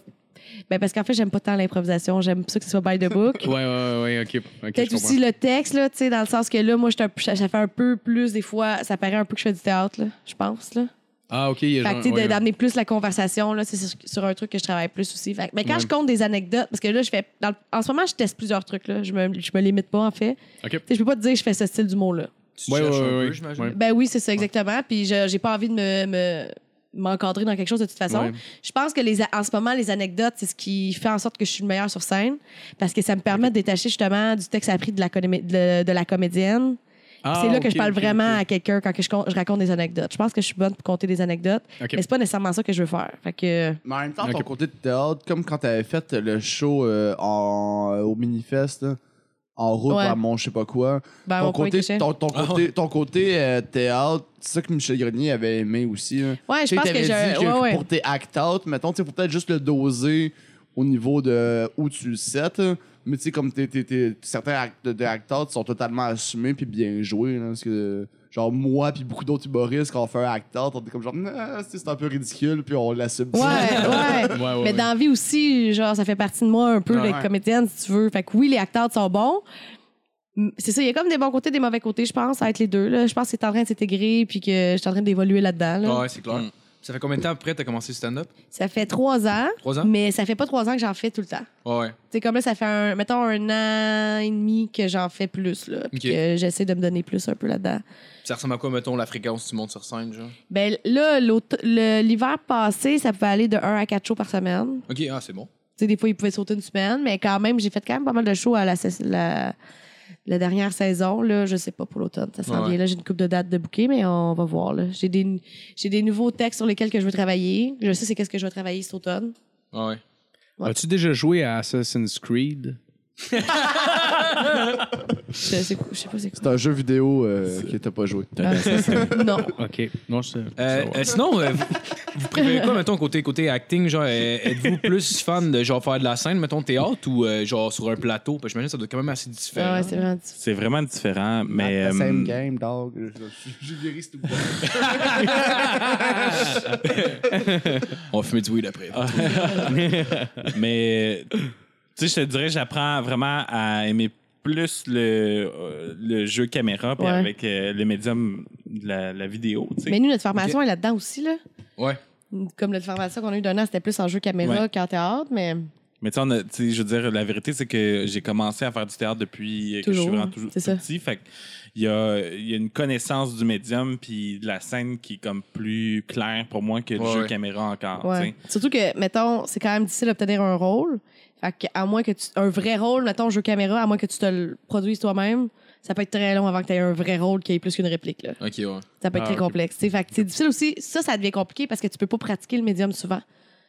[SPEAKER 2] Ben, parce qu'en fait, j'aime pas tant l'improvisation. J'aime ça que ce soit by the book.
[SPEAKER 4] Ouais, ouais, ouais, ouais, OK. OK, je
[SPEAKER 2] Peut-être
[SPEAKER 4] comprends.
[SPEAKER 2] aussi le texte, là, tu sais, dans le sens que là, moi, je suis un peu- ça ça fait un peu plus, des fois, ça paraît un peu que je fais du théâtre, là, je pense, là.
[SPEAKER 4] Ah, OK. il y a
[SPEAKER 2] Fait que,
[SPEAKER 4] genre-
[SPEAKER 2] tu sais,
[SPEAKER 4] ouais,
[SPEAKER 2] de- d'amener plus la conversation, là, c'est sur, sur un truc que je travaille plus aussi. Fait que- mais quand
[SPEAKER 4] Ouais.
[SPEAKER 2] je compte des anecdotes, parce que là, je fais. dans le- en ce moment, je teste plusieurs trucs, là. Je me, je me limite pas, en fait.
[SPEAKER 4] OK.
[SPEAKER 2] Tu sais, je peux pas te dire que je fais ce style d'humour-là.
[SPEAKER 3] Tu
[SPEAKER 4] Ouais,
[SPEAKER 3] cherches
[SPEAKER 4] ouais,
[SPEAKER 3] un peu,
[SPEAKER 4] ouais.
[SPEAKER 3] j'imagine.
[SPEAKER 4] Ouais.
[SPEAKER 2] Ben oui, c'est ça, exactement. Puis je- j'ai pas envie de me. me- m'encadrer dans quelque chose de toute façon.
[SPEAKER 4] Ouais.
[SPEAKER 2] Je pense que les a- en ce moment, les anecdotes, c'est ce qui fait en sorte que je suis le meilleur sur scène parce que ça me permet de détacher justement du texte appris de la, conomé- de- de la comédienne
[SPEAKER 4] Ah,
[SPEAKER 2] c'est là que
[SPEAKER 4] ok,
[SPEAKER 2] je parle
[SPEAKER 4] ok,
[SPEAKER 2] vraiment
[SPEAKER 4] ok.
[SPEAKER 2] à quelqu'un quand que je, con- je raconte des anecdotes. Je pense que je suis bonne pour compter des anecdotes,
[SPEAKER 4] Ok.
[SPEAKER 2] mais c'est pas nécessairement ça que je veux faire. Fait que
[SPEAKER 5] Mais en même temps, ton
[SPEAKER 4] Ok.
[SPEAKER 5] côté de théâtre, comme quand t'avais fait le show euh, en, au Minifest, là, en route
[SPEAKER 2] Ouais.
[SPEAKER 5] à mon je sais pas quoi,
[SPEAKER 2] ben,
[SPEAKER 5] ton
[SPEAKER 2] mon point
[SPEAKER 5] côté,
[SPEAKER 2] était-
[SPEAKER 5] ton, ton
[SPEAKER 3] Ah
[SPEAKER 5] côté, ton côté euh, théâtre, c'est ça que Michel Grenier avait aimé aussi. hein.
[SPEAKER 2] Ouais,
[SPEAKER 5] Tu
[SPEAKER 2] je
[SPEAKER 5] sais,
[SPEAKER 2] pense que
[SPEAKER 5] t'avais
[SPEAKER 2] j'ai
[SPEAKER 5] dit
[SPEAKER 2] ouais, ouais.
[SPEAKER 5] pour tes act-out, mettons, il faut peut-être juste le doser au niveau de où tu le set, hein, Mais tu sais, comme t'es- t'es- t'es- certains actes de acteurs sont totalement assumés puis bien joués. là, parce que, genre, moi puis beaucoup d'autres humoristes, quand on fait un acteur, on est comme genre, Nah, c'est c'est un peu ridicule, puis on l'assume.
[SPEAKER 2] Ouais, ouais.
[SPEAKER 3] Ouais, ouais,
[SPEAKER 2] mais
[SPEAKER 3] ouais.
[SPEAKER 2] dans la vie aussi, genre, ça fait partie de moi un peu,
[SPEAKER 5] Ouais.
[SPEAKER 2] d'être comédienne, si tu veux. Fait que oui, les acteurs sont bons. M- C'est ça, il y a comme des bons côtés, des mauvais côtés, je pense, à être les deux. Là. Je pense que c'est en train de s'intégrer puis que je suis en train d'évoluer là-dedans. là.
[SPEAKER 3] Ouais, c'est clair. Ça fait combien de temps après t'as commencé le stand-up?
[SPEAKER 2] Ça fait trois ans,
[SPEAKER 3] Trois ans?
[SPEAKER 2] mais ça fait pas trois ans que j'en fais tout le temps.
[SPEAKER 3] Ouais.
[SPEAKER 2] C'est comme là, ça fait un, mettons, un an et demi que j'en fais plus, là, puis
[SPEAKER 3] Ok.
[SPEAKER 2] que j'essaie de me donner plus un peu là-dedans.
[SPEAKER 3] Ça ressemble à quoi, mettons, la fréquence du monde sur scène, genre?
[SPEAKER 2] Ben là, l'aute- le- l'hiver passé, ça pouvait aller de 1 à 4 shows par semaine.
[SPEAKER 3] Ok, ah, c'est bon.
[SPEAKER 2] Tu sais, des fois, ils pouvaient sauter une semaine, mais quand même, j'ai fait quand même pas mal de shows à la, sais- la, la dernière saison. Là, je sais pas pour l'automne, ça s'en
[SPEAKER 3] Ouais.
[SPEAKER 2] vient. Là, j'ai une coupe de dates de bouquet, mais on va voir. là. J'ai des, j'ai des nouveaux textes sur lesquels que je veux travailler. Je sais c'est qu'est-ce que je vais travailler cet automne.
[SPEAKER 3] Ah ouais.
[SPEAKER 2] Ouais.
[SPEAKER 4] As-tu déjà joué à Assassin's Creed?
[SPEAKER 2] Je sais, je sais pas c'est quoi.
[SPEAKER 5] C'est un jeu vidéo euh, que t'as pas joué.
[SPEAKER 2] non.
[SPEAKER 4] OK. Non, je sais.
[SPEAKER 3] Euh, euh, sinon, euh, vous, vous préférez quoi, mettons, côté, côté acting? Genre, euh, êtes-vous plus fan de genre faire de la scène, mettons, théâtre ou euh, genre sur un plateau? Parce que j'imagine que ça doit être quand même assez
[SPEAKER 2] Ah
[SPEAKER 3] différent.
[SPEAKER 2] ouais, c'est vraiment difficile.
[SPEAKER 6] C'est vraiment différent, mais. euh,
[SPEAKER 5] game, dog. J'ai guéri tout
[SPEAKER 3] On va fumer du weed après.
[SPEAKER 6] Ah. mais tu sais, je te dirais, j'apprends vraiment à aimer plus le, euh, le jeu caméra puis
[SPEAKER 2] Ouais.
[SPEAKER 6] avec euh, le médium de la, la vidéo. tu sais.
[SPEAKER 2] Mais nous, notre formation est là-dedans aussi, là.
[SPEAKER 3] Ouais.
[SPEAKER 2] Comme notre formation qu'on a eu d'un an, c'était plus en jeu caméra
[SPEAKER 6] Ouais.
[SPEAKER 2] qu'en théâtre, mais
[SPEAKER 6] Mais tu sais, on a- tu sais, je veux dire, la vérité, c'est que j'ai commencé à faire du théâtre depuis que je
[SPEAKER 2] Toujours,
[SPEAKER 6] suis vraiment toujours
[SPEAKER 2] c'est
[SPEAKER 6] tout
[SPEAKER 2] ça.
[SPEAKER 6] petit. Fait que il y a, il y a une connaissance du médium puis de la scène qui est comme plus claire pour moi que le
[SPEAKER 3] Ouais,
[SPEAKER 6] jeu
[SPEAKER 3] ouais.
[SPEAKER 6] caméra encore. tu
[SPEAKER 2] ouais.
[SPEAKER 6] sais.
[SPEAKER 2] Surtout que, mettons, c'est quand même difficile d'obtenir un rôle. Fait que, à moins que tu. Un vrai rôle, mettons, jeu caméra, à moins que tu te le produises toi-même, ça peut être très long avant que tu aies un vrai rôle qui ait plus qu'une réplique, là.
[SPEAKER 3] Ok, ouais.
[SPEAKER 2] Ça peut être
[SPEAKER 4] Ah,
[SPEAKER 2] très
[SPEAKER 4] ok.
[SPEAKER 2] complexe. tu sais. Fait que c'est difficile aussi. Ça, ça devient compliqué parce que tu peux pas pratiquer le médium souvent.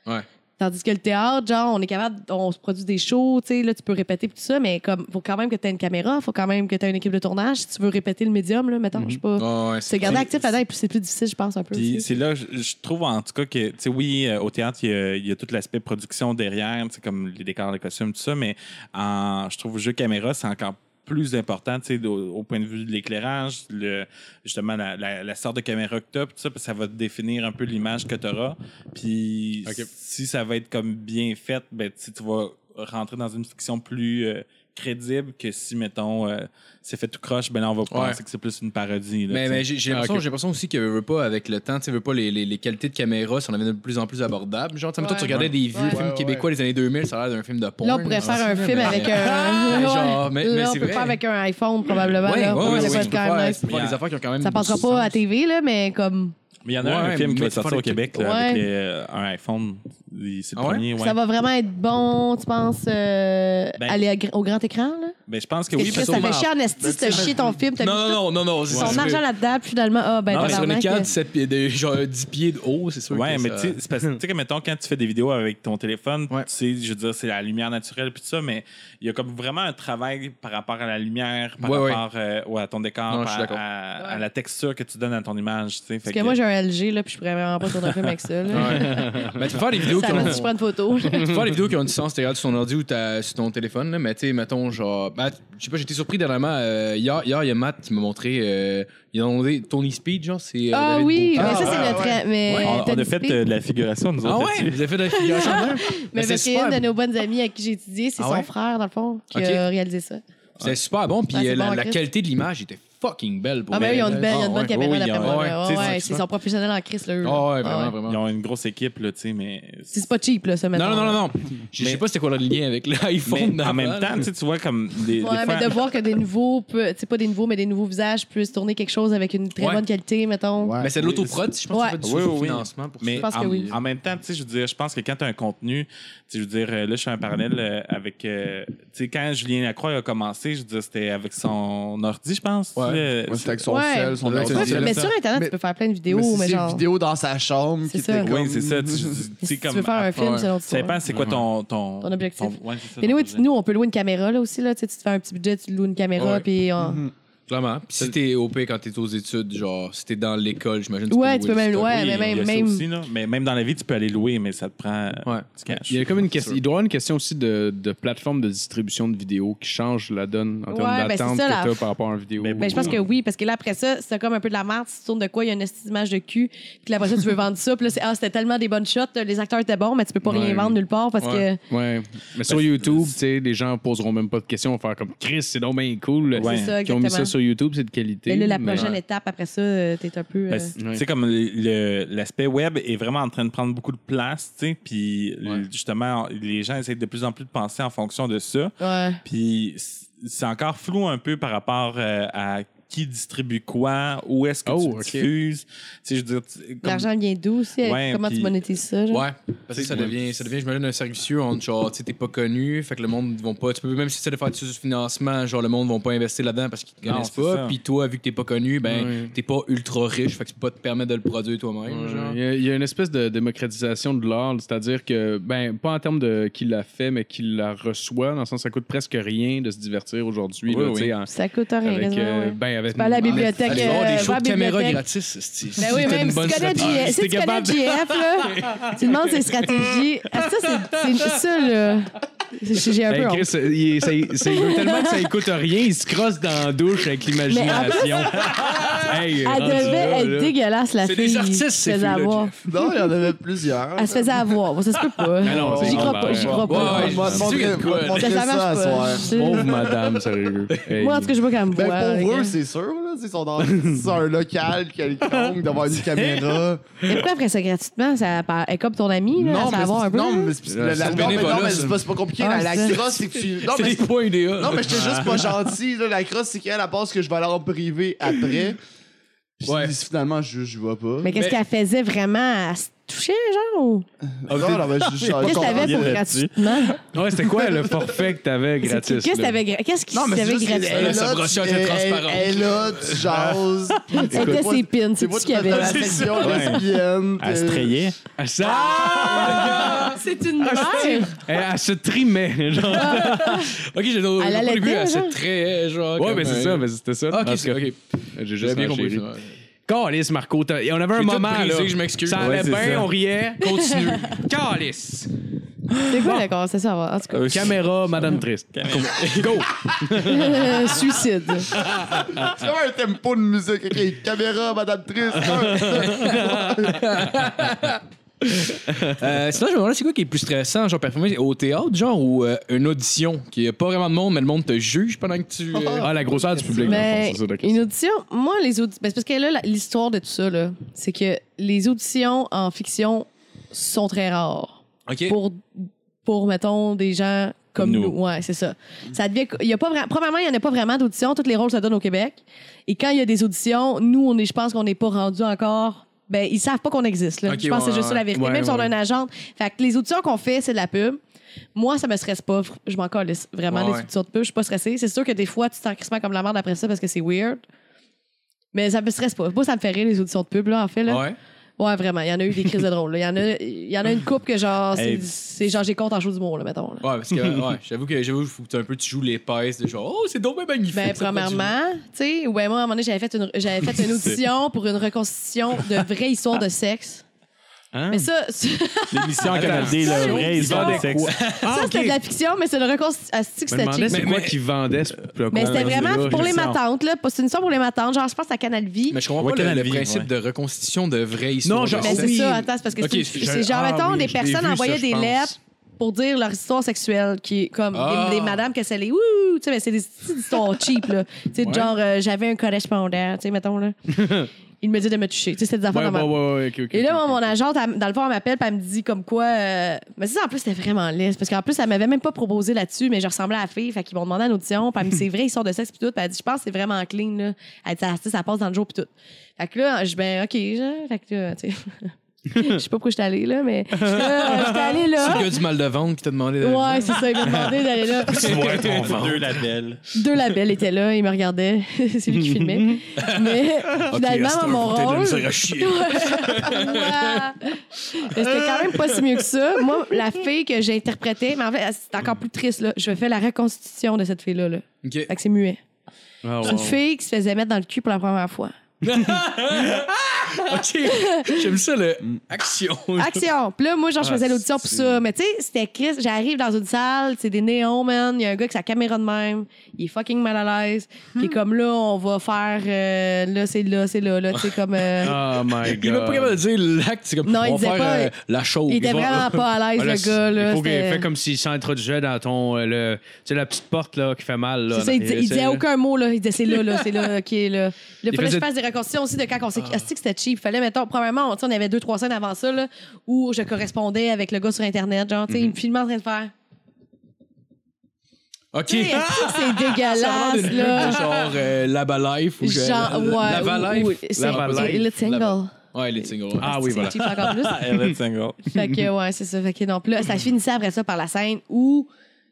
[SPEAKER 3] Ouais.
[SPEAKER 2] Tandis que le théâtre, genre, on est capable, on se produit des shows, tu sais, là, tu peux répéter pis tout ça, mais comme, faut quand même que tu aies une caméra, faut quand même que tu aies une équipe de tournage. Si tu veux répéter le médium, là, mettons, je sais pas.
[SPEAKER 3] Ah ouais,
[SPEAKER 2] Se
[SPEAKER 3] c'est
[SPEAKER 2] garder
[SPEAKER 6] c'est-
[SPEAKER 2] actif là-dedans, et puis c'est plus difficile, je pense, un peu.
[SPEAKER 6] Puis
[SPEAKER 2] aussi.
[SPEAKER 6] c'est là, je, je trouve en tout cas que, tu sais, oui, euh, au théâtre, il y a, il y a tout l'aspect production derrière, tu sais, comme les décors, les costumes, tout ça, mais en, je trouve le jeu caméra, c'est encore plus important, tu sais, d'au- au, point de vue de l'éclairage, le, justement, la, la- la sorte de caméra que t'as, puis tout ça, parce que ça va définir un peu l'image que t'auras. Puis
[SPEAKER 3] Ok.
[SPEAKER 6] si ça va être comme bien fait, ben, tu sais, tu vas rentrer dans une fiction plus... euh, crédible que si, mettons, euh, c'est fait tout croche, ben là, on va penser que c'est plus une parodie. là,
[SPEAKER 3] Mais,
[SPEAKER 6] tu sais.
[SPEAKER 3] mais j'ai j'ai
[SPEAKER 4] Ah,
[SPEAKER 3] l'impression
[SPEAKER 4] ok.
[SPEAKER 3] j'ai l'impression aussi que veut pas avec le temps, tu sais, veut pas les, les, les qualités de caméra sont devenues de plus en plus abordables. Genre, tu sais, mettons,
[SPEAKER 2] Ouais.
[SPEAKER 3] tu regardais des vieux
[SPEAKER 2] Ouais.
[SPEAKER 3] films
[SPEAKER 5] Ouais, ouais.
[SPEAKER 3] québécois des années 2000, ça a l'air d'un film de porn.
[SPEAKER 2] Là, on pourrait
[SPEAKER 3] genre.
[SPEAKER 2] faire un film
[SPEAKER 3] mais-
[SPEAKER 2] avec un.
[SPEAKER 3] Genre, mais-
[SPEAKER 2] là,
[SPEAKER 3] mais
[SPEAKER 2] on
[SPEAKER 3] c'est
[SPEAKER 2] peut
[SPEAKER 3] vrai.
[SPEAKER 2] faire avec un iPhone, probablement.
[SPEAKER 3] Ouais,
[SPEAKER 2] là.
[SPEAKER 3] ouais,
[SPEAKER 2] Ça
[SPEAKER 3] ouais,
[SPEAKER 2] peut
[SPEAKER 3] oui,
[SPEAKER 2] être
[SPEAKER 3] tu peux
[SPEAKER 2] quand même
[SPEAKER 3] faire-
[SPEAKER 2] nice.
[SPEAKER 3] tu peux faire des affaires qui ont quand même
[SPEAKER 2] Ça
[SPEAKER 3] du
[SPEAKER 2] passera pas à
[SPEAKER 3] sens.
[SPEAKER 2] TV, là, mais comme.
[SPEAKER 6] Mais il y en a un,
[SPEAKER 3] Ouais,
[SPEAKER 6] film qui
[SPEAKER 3] mais
[SPEAKER 6] va
[SPEAKER 3] tu
[SPEAKER 6] sortir
[SPEAKER 3] fais
[SPEAKER 6] au
[SPEAKER 3] des
[SPEAKER 6] Québec là,
[SPEAKER 2] Ouais.
[SPEAKER 6] avec les- euh, un iPhone. Il- C'est le
[SPEAKER 3] Ah ouais?
[SPEAKER 6] premier. Ouais.
[SPEAKER 2] Ça va vraiment être bon, tu penses, euh,
[SPEAKER 6] Ben-
[SPEAKER 2] aller à gr- au grand écran, là?
[SPEAKER 6] Ben, je pense que
[SPEAKER 2] Parce
[SPEAKER 6] oui.
[SPEAKER 2] que
[SPEAKER 6] parce
[SPEAKER 2] ça
[SPEAKER 6] que-
[SPEAKER 2] fait chier en esti, tu chier ton film, t'as mis
[SPEAKER 3] Ben, Non, non, non, non, non.
[SPEAKER 2] tout
[SPEAKER 3] c'est
[SPEAKER 2] son
[SPEAKER 3] sûr.
[SPEAKER 2] argent là-dedans, puis finalement, ah, ben,
[SPEAKER 6] Non, mais
[SPEAKER 3] Sur une
[SPEAKER 2] tabarnak,
[SPEAKER 3] carte,
[SPEAKER 2] euh,
[SPEAKER 3] sept pieds de- genre 10 pieds de haut, c'est sûr.
[SPEAKER 6] Ouais,
[SPEAKER 3] que
[SPEAKER 6] mais
[SPEAKER 3] ça-
[SPEAKER 6] tu sais, c'est parce que, tu sais, que, mettons, quand tu fais des vidéos avec ton téléphone,
[SPEAKER 3] Ouais.
[SPEAKER 6] tu sais, je veux dire, c'est la lumière naturelle, puis tout ça, mais il y a comme vraiment un travail par rapport à la lumière, par
[SPEAKER 3] Ouais, ouais.
[SPEAKER 6] rapport euh, ouais, à ton décor,
[SPEAKER 3] Non, je
[SPEAKER 6] par-
[SPEAKER 3] suis d'accord.
[SPEAKER 6] à, à
[SPEAKER 2] Ouais.
[SPEAKER 6] la texture que tu donnes à ton image, tu sais. fait
[SPEAKER 2] Parce que moi, j'ai un LG, là, puis je pourrais vraiment pas tourner un film avec ça, là.
[SPEAKER 3] Ouais. Mais tu peux faire des vidéos qui
[SPEAKER 2] Ça va,
[SPEAKER 3] ont.
[SPEAKER 2] si je prends une photo. Ah
[SPEAKER 3] Tu peux faire des vidéos qui ont du sens, tu regardes sur ton ordi ou ta- sur ton téléphone, là, mais tu sais, mettons, genre. Ben, je sais pas, j'étais surpris dernièrement. euh, hier, hier, il y a Matt qui m'a montré. euh, il a demandé Tony Speed, genre, c'est. euh,
[SPEAKER 2] Ah
[SPEAKER 3] David
[SPEAKER 2] oui,
[SPEAKER 3] Bowie.
[SPEAKER 2] mais ça,
[SPEAKER 5] Ah,
[SPEAKER 2] c'est
[SPEAKER 5] ouais,
[SPEAKER 2] notre. mais
[SPEAKER 6] Ouais, on, on
[SPEAKER 2] t'as
[SPEAKER 6] a fait
[SPEAKER 2] dit-
[SPEAKER 6] euh, de la figuration, nous
[SPEAKER 3] Ah
[SPEAKER 6] autres.
[SPEAKER 3] ouais,
[SPEAKER 6] là-dessus.
[SPEAKER 3] vous avez fait de la figuration de même?
[SPEAKER 2] Mais
[SPEAKER 3] c'est
[SPEAKER 2] parce qu'il y a une
[SPEAKER 3] super.
[SPEAKER 2] de nos bonnes amies à qui j'ai étudié, c'est
[SPEAKER 3] Ah
[SPEAKER 2] son
[SPEAKER 3] ouais?
[SPEAKER 2] frère, dans le fond, qui
[SPEAKER 3] Ok.
[SPEAKER 2] a réalisé ça.
[SPEAKER 3] C'était super bon, puis
[SPEAKER 2] Ah, c'est
[SPEAKER 3] euh, la,
[SPEAKER 2] bon,
[SPEAKER 3] la
[SPEAKER 2] Chris.
[SPEAKER 3] qualité de l'image était fucking belle pour
[SPEAKER 2] Ah, ben, eux,
[SPEAKER 3] vrai,
[SPEAKER 2] ils ont une
[SPEAKER 3] là.
[SPEAKER 2] belle, ils ont une
[SPEAKER 3] Ah,
[SPEAKER 2] bonne
[SPEAKER 3] ouais.
[SPEAKER 2] caméra,
[SPEAKER 6] Oui,
[SPEAKER 2] d'après
[SPEAKER 6] ils ont-
[SPEAKER 2] moi.
[SPEAKER 3] ouais,
[SPEAKER 2] là.
[SPEAKER 6] tu sais, c'est
[SPEAKER 2] Ouais, c'est son professionnel en crise, là. eux, là.
[SPEAKER 3] Ah ouais,
[SPEAKER 2] Ah
[SPEAKER 3] vraiment,
[SPEAKER 2] ouais.
[SPEAKER 3] vraiment.
[SPEAKER 6] Ils ont une grosse équipe, là, tu sais, mais.
[SPEAKER 2] C'est pas cheap, là, ça, maintenant.
[SPEAKER 3] Non, non, non, non. Je
[SPEAKER 6] Mais-
[SPEAKER 3] sais pas c'était quoi le lien avec l'iPhone.
[SPEAKER 6] Mais en
[SPEAKER 3] d'avant,
[SPEAKER 6] même temps,
[SPEAKER 3] là.
[SPEAKER 6] tu sais, tu vois, comme des, des
[SPEAKER 2] Ouais, mais
[SPEAKER 6] fois-
[SPEAKER 2] de voir que des nouveaux, peu- tu sais, pas des nouveaux, mais des nouveaux visages puissent tourner quelque chose avec une très
[SPEAKER 3] Ouais.
[SPEAKER 2] bonne qualité, mettons.
[SPEAKER 3] Mais c'est de l'autoprod, je pense
[SPEAKER 2] Ouais.
[SPEAKER 3] que c'est
[SPEAKER 6] Oui,
[SPEAKER 3] pas
[SPEAKER 6] oui,
[SPEAKER 3] du
[SPEAKER 6] oui.
[SPEAKER 3] financement pour
[SPEAKER 6] Mais
[SPEAKER 3] ça.
[SPEAKER 2] pense
[SPEAKER 6] en,
[SPEAKER 2] que oui.
[SPEAKER 6] en même temps, tu sais, je veux dire, je pense que quand tu as un contenu, tu sais, je veux dire, euh, là, je fais un parallèle
[SPEAKER 2] Mm-hmm.
[SPEAKER 6] euh, avec, euh, tu sais, quand Julien Lacroix a commencé, je veux dire, c'était avec son ordi, je pense.
[SPEAKER 3] Ouais.
[SPEAKER 6] le-
[SPEAKER 5] C'était avec son
[SPEAKER 2] Ouais.
[SPEAKER 5] sel, son
[SPEAKER 3] Ouais,
[SPEAKER 5] ordi.
[SPEAKER 3] c'est
[SPEAKER 2] Mais sur Internet, tu
[SPEAKER 5] Mais-
[SPEAKER 2] peux faire plein de
[SPEAKER 5] Mais
[SPEAKER 2] vidéos, mais,
[SPEAKER 5] c'est
[SPEAKER 2] genre.
[SPEAKER 5] une vidéo dans sa chambre
[SPEAKER 2] C'est
[SPEAKER 5] qui
[SPEAKER 2] ça.
[SPEAKER 5] était comme...
[SPEAKER 6] Oui, c'est ça. Tu, tu- tu sais,
[SPEAKER 2] Mm-hmm. Si
[SPEAKER 6] comme.
[SPEAKER 2] tu veux faire un film,
[SPEAKER 3] ouais.
[SPEAKER 2] c'est l'autre
[SPEAKER 6] ça dépend, c'est quoi ton, ton,
[SPEAKER 2] Ton objectif.
[SPEAKER 6] ouais, c'est ça,
[SPEAKER 2] Mais
[SPEAKER 6] ton
[SPEAKER 2] nous,
[SPEAKER 6] projet.
[SPEAKER 2] nous, on peut louer une caméra, là aussi, là. Tu sais, tu te fais un petit budget, tu loues une caméra,
[SPEAKER 5] Mm-hmm.
[SPEAKER 3] Ouais.
[SPEAKER 2] puis on-
[SPEAKER 3] Clairement. Puis si t'es OP quand t'es aux études, genre, si t'es dans l'école, j'imagine.
[SPEAKER 2] Ouais, tu peux même. Ouais,
[SPEAKER 6] Oui,
[SPEAKER 2] mais
[SPEAKER 6] il y a
[SPEAKER 2] même.
[SPEAKER 6] ça
[SPEAKER 2] même-
[SPEAKER 6] aussi, là. Mais même dans la vie, tu peux aller louer, mais ça te prend euh,
[SPEAKER 3] Ouais.
[SPEAKER 6] du cash.
[SPEAKER 4] Il, y a comme une question,
[SPEAKER 6] C'est
[SPEAKER 4] il doit y avoir une question aussi de, de plateforme de distribution de vidéos qui change la donne en
[SPEAKER 2] Ouais,
[SPEAKER 4] termes
[SPEAKER 2] ben, c'est
[SPEAKER 4] d'attente
[SPEAKER 2] ça, la-
[SPEAKER 4] que tu par rapport à une vidéo.
[SPEAKER 6] Ben,
[SPEAKER 2] Ben, je pense que
[SPEAKER 3] Mm-hmm.
[SPEAKER 2] oui, parce que là, après ça, c'est comme un peu de la merde. Tu tournes de quoi, il y a une petite image de cul, puis là, après ça, tu veux vendre ça, puis là, c'est, ah, c'était tellement des bonnes shots, les acteurs étaient bons, mais tu peux pas
[SPEAKER 4] Ouais.
[SPEAKER 2] rien vendre nulle part parce
[SPEAKER 3] Ouais. Ben,
[SPEAKER 2] que.
[SPEAKER 4] Ouais. Mais sur YouTube, tu sais, les gens poseront même pas de questions. On va faire comme Chris, c'est donc bien cool.
[SPEAKER 6] Ouais.
[SPEAKER 2] C'est ça,
[SPEAKER 4] Qui ont mis ça
[SPEAKER 2] exactement.
[SPEAKER 4] sur YouTube, c'est de qualité.
[SPEAKER 2] Mais là, la
[SPEAKER 4] mais-
[SPEAKER 2] prochaine étape, après ça, euh, t'es un peu. euh,
[SPEAKER 6] Ben, c'est-
[SPEAKER 4] Ouais.
[SPEAKER 6] tu sais, comme le- le- l'aspect web est vraiment en train de prendre beaucoup de place, tu sais, puis
[SPEAKER 4] Ouais.
[SPEAKER 6] justement, les gens essayent de plus en plus de penser en fonction de ça.
[SPEAKER 2] ouais.
[SPEAKER 6] Puis c- c'est encore flou un peu par rapport euh, à qui distribue quoi, où est-ce que
[SPEAKER 4] Oh,
[SPEAKER 6] tu
[SPEAKER 4] ok.
[SPEAKER 6] diffuses. Tu sais, je veux dire, tu- comme-
[SPEAKER 2] L'argent vient d'où aussi? avec-
[SPEAKER 6] Ouais,
[SPEAKER 2] Comment
[SPEAKER 6] puis-
[SPEAKER 2] tu monétises ça? genre?
[SPEAKER 3] Ouais, parce que ça devient, ça devient, je me donne un servicieux entre genre, tu sais, t'es pas connu, fait que le monde vont pas, tu peux même si tu de faire du financement, genre le monde vont pas investir là-dedans parce qu'ils te
[SPEAKER 6] Non,
[SPEAKER 3] connaissent
[SPEAKER 6] c'est ça.
[SPEAKER 3] pas, puis toi, vu que t'es pas connu, ben
[SPEAKER 4] Ouais.
[SPEAKER 3] t'es pas ultra riche, fait que tu peux pas te permettre de le produire toi-même,
[SPEAKER 4] Ouais,
[SPEAKER 3] genre.
[SPEAKER 4] Il y, a- il y a une espèce de démocratisation de l'art, c'est-à-dire que, ben, pas en termes de qui l'a fait, mais qui la reçoit, dans le sens ça coûte presque rien de se divertir aujourd'hui.
[SPEAKER 6] Oui,
[SPEAKER 4] là,
[SPEAKER 6] oui.
[SPEAKER 4] tu sais, en-
[SPEAKER 2] Ça coûte rien.
[SPEAKER 4] avec,
[SPEAKER 2] quasiment,
[SPEAKER 4] euh,
[SPEAKER 2] ouais.
[SPEAKER 4] ben, avec-
[SPEAKER 2] Tu peux aller à la bibliothèque.
[SPEAKER 3] Allez
[SPEAKER 2] euh,
[SPEAKER 3] voir des shows
[SPEAKER 2] va à
[SPEAKER 3] de
[SPEAKER 2] la
[SPEAKER 3] caméra
[SPEAKER 2] bibliothèque.
[SPEAKER 3] gratis, si
[SPEAKER 2] Ben oui, même si tu connais JF, si tu connais JF, là, tu demandes ses stratégies. Ah, ça, c'est, c'est ça, là. J'ai j'ai un
[SPEAKER 4] Ben,
[SPEAKER 2] peu honte.
[SPEAKER 4] Chris, il, est- ça- ça- il veut tellement que ça écoute rien, il se crosse dans la douche avec l'imagination. Hey,
[SPEAKER 2] Elle
[SPEAKER 4] rendu là,
[SPEAKER 2] devait
[SPEAKER 4] là.
[SPEAKER 2] être dégueulasse, la
[SPEAKER 3] C'est
[SPEAKER 2] fille.
[SPEAKER 3] des artistes,
[SPEAKER 2] Elle se
[SPEAKER 3] ces
[SPEAKER 2] faisait
[SPEAKER 3] filles-là,
[SPEAKER 2] avoir.
[SPEAKER 3] Jeff.
[SPEAKER 5] Non, il y en avait plusieurs.
[SPEAKER 2] Elle se faisait avoir. Bon, ça se peut pas.
[SPEAKER 4] Ben non, c'est
[SPEAKER 2] j'y crois
[SPEAKER 4] clair.
[SPEAKER 2] pas, j'y crois pas.
[SPEAKER 3] Ah, Ouais, ouais,
[SPEAKER 5] Je vais te
[SPEAKER 3] C'est sûr qu'il y a
[SPEAKER 5] montrer-
[SPEAKER 3] de quoi,
[SPEAKER 5] je vais te
[SPEAKER 3] là.
[SPEAKER 5] montrer
[SPEAKER 2] Ça, ça
[SPEAKER 5] ça à
[SPEAKER 2] marche pas.
[SPEAKER 5] soir.
[SPEAKER 2] Je sais.
[SPEAKER 4] Pauvre madame, sérieux. Hey.
[SPEAKER 2] Moi, en tout cas, je vois qu'elle me voit.
[SPEAKER 5] Ben, pour
[SPEAKER 2] regarde.
[SPEAKER 5] eux, c'est sûr, là. Ils sont dans c'est un local quelconque d'avoir une caméra.
[SPEAKER 2] Mais pourquoi après ça gratuitement? Ça par- elle est comme ton amie, là.
[SPEAKER 5] Non,
[SPEAKER 2] ça
[SPEAKER 5] mais
[SPEAKER 2] avoir un
[SPEAKER 5] c'est-
[SPEAKER 2] peu.
[SPEAKER 5] non,
[SPEAKER 2] là.
[SPEAKER 5] mais c'est- la-
[SPEAKER 4] C'est
[SPEAKER 5] la-
[SPEAKER 3] du
[SPEAKER 5] non, mais
[SPEAKER 3] bénévolat,
[SPEAKER 5] non, mais
[SPEAKER 3] ça.
[SPEAKER 5] c'est pas c'est pas compliqué.
[SPEAKER 2] Ah,
[SPEAKER 5] La la
[SPEAKER 2] c'est-
[SPEAKER 5] crosse, c'est que tu. Non,
[SPEAKER 3] C'est
[SPEAKER 5] mais
[SPEAKER 3] des points idéaux.
[SPEAKER 5] Non, mais j'étais juste pas gentil. Là. La crosse, c'est qu'elle, elle pense que je vais aller en privé après. Puis
[SPEAKER 3] Ouais.
[SPEAKER 5] finalement, je, je vois pas.
[SPEAKER 2] Mais qu'est-ce
[SPEAKER 3] Mais-
[SPEAKER 2] qu'elle faisait vraiment? Elle se touchait, genre? ou-
[SPEAKER 5] Ah, non, non, mais je, je- je-
[SPEAKER 4] Ah,
[SPEAKER 2] Qu'est-ce que t'avais pour
[SPEAKER 6] là-dessus.
[SPEAKER 2] gratuitement?
[SPEAKER 4] Ouais, c'était quoi le forfait que t'avais
[SPEAKER 2] C'est-
[SPEAKER 4] gratis?
[SPEAKER 2] Qu'est-ce que
[SPEAKER 4] là?
[SPEAKER 2] t'avais gra- qu'est-ce qui
[SPEAKER 5] Non, mais c'est
[SPEAKER 2] t'avait
[SPEAKER 5] juste euh, qu'elle
[SPEAKER 2] gratuit?
[SPEAKER 5] est là,
[SPEAKER 3] Elle a sa
[SPEAKER 5] tu-
[SPEAKER 3] brochette
[SPEAKER 5] elle-
[SPEAKER 3] transparente.
[SPEAKER 5] Elle elle est là, tu jases. puis tu
[SPEAKER 2] Elle
[SPEAKER 5] vois
[SPEAKER 2] était
[SPEAKER 5] pas-
[SPEAKER 2] ses pins, c'est
[SPEAKER 5] tu
[SPEAKER 2] tout
[SPEAKER 5] vois
[SPEAKER 2] ce qu'il y
[SPEAKER 5] toute
[SPEAKER 2] avait.
[SPEAKER 5] la section
[SPEAKER 6] Ouais.
[SPEAKER 5] lesbienne,
[SPEAKER 6] Elle se
[SPEAKER 5] t'es-
[SPEAKER 6] trayait.
[SPEAKER 4] Ah, ça-
[SPEAKER 2] Ah! C'est une mère!
[SPEAKER 4] Elle, elle se trimait. Genre.
[SPEAKER 3] Ok, j'ai au
[SPEAKER 2] Elle
[SPEAKER 3] au début,
[SPEAKER 2] allaitait,
[SPEAKER 3] elle se
[SPEAKER 2] genre.
[SPEAKER 3] très genre.
[SPEAKER 4] Ouais,
[SPEAKER 3] comme,
[SPEAKER 4] mais c'est
[SPEAKER 3] euh,
[SPEAKER 4] ça, mais c'était ça.
[SPEAKER 3] Ah,
[SPEAKER 4] En
[SPEAKER 3] ok,
[SPEAKER 4] tout
[SPEAKER 3] c'est
[SPEAKER 4] cas,
[SPEAKER 3] ok.
[SPEAKER 4] J'ai
[SPEAKER 3] J'ai
[SPEAKER 4] juste
[SPEAKER 3] bien compris. ça.
[SPEAKER 4] Calice, Marco. t'as- On avait un
[SPEAKER 3] J'ai tout
[SPEAKER 4] moment,
[SPEAKER 3] brisé,
[SPEAKER 4] là.
[SPEAKER 3] je m'excuse.
[SPEAKER 4] Ça allait
[SPEAKER 6] Ouais, c'est
[SPEAKER 4] bien,
[SPEAKER 6] ça.
[SPEAKER 4] on riait.
[SPEAKER 3] Continue.
[SPEAKER 4] Calice.
[SPEAKER 2] C'est quoi la conversation? avant? En tout cas,
[SPEAKER 6] Euh,
[SPEAKER 4] Caméra, Madame Triste.
[SPEAKER 2] Ah.
[SPEAKER 4] Go.
[SPEAKER 2] Euh, suicide.
[SPEAKER 6] Ah.
[SPEAKER 5] C'est comme un tempo de musique. OK, caméra, madame triste.
[SPEAKER 6] Ah.
[SPEAKER 5] un, deux.
[SPEAKER 3] Euh, sinon, je me demandais, c'est quoi qui est plus stressant, genre performer au théâtre, genre, ou euh, une audition, qui a pas vraiment de monde, mais le monde te juge pendant que tu. euh,
[SPEAKER 4] Ah, la grosseur du public. dans le fond,
[SPEAKER 2] Mais
[SPEAKER 4] c'est ça, la question.
[SPEAKER 2] une audition, moi, les auditions. c'est parce que là, la- l'histoire de tout ça, là, c'est que les auditions en fiction sont très rares.
[SPEAKER 3] Ok.
[SPEAKER 2] Pour, pour, mettons, des gens comme
[SPEAKER 6] Nous.
[SPEAKER 2] nous. Ouais, c'est ça. Ça devient. Il y a pas vra- Premièrement, il n'y en a pas vraiment d'auditions. Tous les rôles se donnent au Québec. Et quand il y a des auditions, nous, on est, je pense qu'on n'est pas rendu encore. Ben, ils savent pas qu'on existe. Là.
[SPEAKER 3] Ok,
[SPEAKER 2] je pense que
[SPEAKER 3] ouais,
[SPEAKER 2] c'est juste ça la
[SPEAKER 3] ouais.
[SPEAKER 2] vérité.
[SPEAKER 4] Ouais,
[SPEAKER 2] Même si on
[SPEAKER 4] ouais.
[SPEAKER 2] a un agent. Fait que les auditions qu'on fait, c'est de la pub. Moi, ça me stresse pas. Je m'en calisse. Vraiment,
[SPEAKER 3] Ouais,
[SPEAKER 2] les auditions de pub, je suis pas stressée. C'est sûr que des fois, tu t'en crisses pas comme la merde après ça parce que c'est weird. Mais ça me stresse pas. Moi, ça me fait rire, les auditions de pub, là, en fait. Là.
[SPEAKER 3] Ouais.
[SPEAKER 2] Ouais, vraiment. Il y en a eu des crises de drôle. là. Il y, en a- il y en a une coupe que, genre, c'est-
[SPEAKER 6] Hey.
[SPEAKER 2] c'est genre, j'ai compte en show du monde, là, mettons. là.
[SPEAKER 3] Ouais, parce que, ouais, j'avoue que, j'avoue, faut que tu un peu, tu joues l'épaisse, de genre, oh, c'est donc bien magnifique.
[SPEAKER 2] Ben,
[SPEAKER 3] ça produit.
[SPEAKER 2] premièrement, tu sais, ouais, moi, à un moment donné, j'avais fait une, j'avais fait une audition pour une reconstitution de vraie histoire de sexe.
[SPEAKER 4] Hein?
[SPEAKER 2] Mais ça, ça,
[SPEAKER 6] L'émission canadienne, le vrai, ils
[SPEAKER 4] Ils vendaient
[SPEAKER 6] ont sexe.
[SPEAKER 4] quoi? Ah, ok.
[SPEAKER 2] c'était de la fiction, mais c'est une reconstitution.
[SPEAKER 4] Je me demandais c'est
[SPEAKER 3] Mais-
[SPEAKER 4] quoi
[SPEAKER 3] mais-
[SPEAKER 4] qu'ils vendaient. ce- le
[SPEAKER 2] Mais c'était
[SPEAKER 4] contenu, là,
[SPEAKER 2] vraiment pour
[SPEAKER 4] je
[SPEAKER 2] les
[SPEAKER 4] sais.
[SPEAKER 2] matantes, là. C'est une histoire pour les matantes. Genre, je pense à Canal Vie.
[SPEAKER 3] Mais je comprends
[SPEAKER 6] Ouais,
[SPEAKER 3] pas le- le,
[SPEAKER 6] Canal Vie,
[SPEAKER 3] principe
[SPEAKER 6] ouais.
[SPEAKER 3] de reconstitution de vraie histoire.
[SPEAKER 4] Non,
[SPEAKER 3] de
[SPEAKER 4] genre,
[SPEAKER 2] Ben,
[SPEAKER 3] sexe.
[SPEAKER 2] c'est
[SPEAKER 4] oui.
[SPEAKER 2] ça, attends, c'est parce que
[SPEAKER 3] Ok,
[SPEAKER 2] c'est-
[SPEAKER 3] c'est-
[SPEAKER 2] c'est genre,
[SPEAKER 4] ah
[SPEAKER 2] mettons,
[SPEAKER 4] oui,
[SPEAKER 2] des
[SPEAKER 4] je l'ai
[SPEAKER 2] personnes
[SPEAKER 4] vu, ça,
[SPEAKER 2] envoyaient
[SPEAKER 4] je
[SPEAKER 2] des
[SPEAKER 4] pense.
[SPEAKER 2] lettres pour dire leur histoire sexuelle, qui est comme
[SPEAKER 3] Ah.
[SPEAKER 2] des, des madames que c'est les ouh, tu sais, mais c'est des petites histoires cheap, là. Tu sais, genre, euh, j'avais un correspondant, tu sais, mettons, là. Il me dit de me toucher. Tu sais, c'était des affaires
[SPEAKER 4] Ouais,
[SPEAKER 2] de
[SPEAKER 4] ouais,
[SPEAKER 2] même.
[SPEAKER 4] ouais, ouais, ok, ok,
[SPEAKER 2] Et là,
[SPEAKER 4] ok.
[SPEAKER 2] mon, mon agente, elle- dans le fond, elle m'appelle, puis elle me dit comme quoi. euh, Mais c'est ça, en plus, c'était vraiment laid. Parce qu'en plus, elle m'avait même pas proposé là-dessus, mais je ressemblais à la fille. Fait qu'ils m'ont demandé en audition. Puis elle me dit, c'est vrai, ils sortent de sexe, puis tout. Puis elle dit, je pense que c'est vraiment clean, là. Elle dit, ça, ça, ça passe dans le jour, puis tout. Fait que là, je dis, ben, OK, genre. Fait que là, tu sais. Je sais pas pourquoi je suis allée là, mais. Je suis allée
[SPEAKER 3] C'est le
[SPEAKER 2] là.
[SPEAKER 3] gars du mal de ventre qui t'a demandé. de-
[SPEAKER 2] Ouais, c'est ça, il m'a demandé d'aller là.
[SPEAKER 6] Deux labels.
[SPEAKER 2] Deux labels étaient là, il me regardait. c'est lui qui filmait. Mais finalement, mon rôle. Ouais. Mais C'était quand même pas si mieux que ça. Moi, la fille que j'ai interprétée, mais en fait, c'est encore plus triste. Là. Je fais la reconstitution de cette fille-là. Là.
[SPEAKER 3] Ok.
[SPEAKER 2] Fait que c'est muet.
[SPEAKER 4] Ah,
[SPEAKER 2] C'est
[SPEAKER 4] wow.
[SPEAKER 2] une fille qui se faisait mettre dans le cul pour la première fois.
[SPEAKER 3] OK. J'aime ça, le action.
[SPEAKER 2] Action! Puis là, moi, genre, je
[SPEAKER 4] Ah,
[SPEAKER 2] faisais l'audition pour
[SPEAKER 4] c'est-
[SPEAKER 2] ça. Mais tu sais, c'était Chris. J'arrive dans une salle, c'est des néons, man. Il y a un gars qui a sa caméra de même. Il est fucking mal à l'aise. Puis comme là, on va faire. euh, là, c'est là, c'est là, là. Tu sais, comme. euh,
[SPEAKER 4] Oh my god.
[SPEAKER 3] Il est même pas capable de dire l'acte. C'est comme,
[SPEAKER 2] Non, il
[SPEAKER 3] on va
[SPEAKER 2] disait
[SPEAKER 3] faire
[SPEAKER 2] pas-
[SPEAKER 3] euh, la chose.
[SPEAKER 2] il était vraiment pas à l'aise,
[SPEAKER 4] Ah, là,
[SPEAKER 2] le gars, là.
[SPEAKER 4] Il faut qu'il
[SPEAKER 2] C'était-
[SPEAKER 4] fait comme s'il s'introduisait dans ton. euh, le- tu sais, la petite porte là, qui fait mal. Là,
[SPEAKER 2] C'est ça, il,
[SPEAKER 4] dans-
[SPEAKER 2] dis- il disait
[SPEAKER 4] là.
[SPEAKER 2] aucun mot, là. Il disait c'est là, là, c'est là, OK, là. Il fallait que
[SPEAKER 4] faisait-
[SPEAKER 2] je fasse des raccourcis aussi de quand on s'est. Ah, c'est que c'était cheap. Fallait, mettons, premièrement, on, tu sais, on avait deux, trois scènes avant ça, là, où je correspondais avec le gars sur Internet. Genre, tu sais, il me filmait en train de faire.
[SPEAKER 3] OK.
[SPEAKER 2] Tu sais, est-ce que c'est
[SPEAKER 3] Ah, Ça
[SPEAKER 2] dégueulasse,
[SPEAKER 3] ressemble à une pub de
[SPEAKER 2] là.
[SPEAKER 3] genre euh, Lava Life ou je-
[SPEAKER 2] Genre, ouais.
[SPEAKER 3] la- Lava Life.
[SPEAKER 2] ou- ou- c'est-
[SPEAKER 3] Lava
[SPEAKER 2] c'est-
[SPEAKER 3] Life.
[SPEAKER 2] Le single.
[SPEAKER 3] Ouais, les singles. ouais.
[SPEAKER 4] Ah oui, voilà.
[SPEAKER 2] C'est cheap encore plus.
[SPEAKER 6] Elle est single.
[SPEAKER 2] Fait que, ouais, c'est ça. Fait que, donc, là, ça finissait après ça par la scène où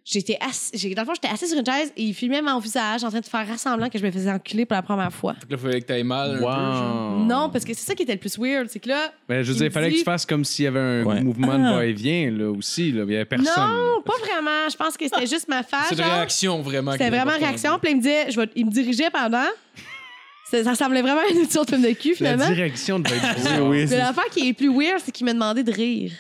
[SPEAKER 2] j'étais ass- j'ai- Dans le fond, j'étais assise sur une chaise et il filmait mon visage en train de faire rassemblant que je me faisais enculer pour la première fois.
[SPEAKER 3] Fait que là, fallait que t'ailles mal. un peu, genre.
[SPEAKER 4] Wow.
[SPEAKER 2] Non, parce que c'est ça qui était le plus weird. C'est que là.
[SPEAKER 4] Mais Ben, je veux
[SPEAKER 2] il
[SPEAKER 4] dire,
[SPEAKER 2] me
[SPEAKER 4] il fallait
[SPEAKER 2] dit-
[SPEAKER 4] que tu fasses comme s'il y avait un
[SPEAKER 6] Ouais.
[SPEAKER 4] mouvement de
[SPEAKER 6] Ah.
[SPEAKER 4] va-et-vient là, aussi. Là. Il n'y avait personne.
[SPEAKER 2] Non, Oh, pas vraiment. Je pense que c'était juste ma face.
[SPEAKER 3] C'est une
[SPEAKER 2] Ah, genre.
[SPEAKER 3] réaction vraiment.
[SPEAKER 2] C'était
[SPEAKER 3] qui est
[SPEAKER 2] vraiment
[SPEAKER 3] importante.
[SPEAKER 2] réaction. Puis il me disait, je vais- il me dirigeait pendant. Ça, ça ressemblait vraiment à une audition de film de cul,
[SPEAKER 4] La
[SPEAKER 2] finalement.
[SPEAKER 4] direction devait être
[SPEAKER 6] Oui,
[SPEAKER 4] bizarre.
[SPEAKER 6] oui.
[SPEAKER 2] Mais l'affaire qui est plus weird, c'est qu'il m'a demandé de rire.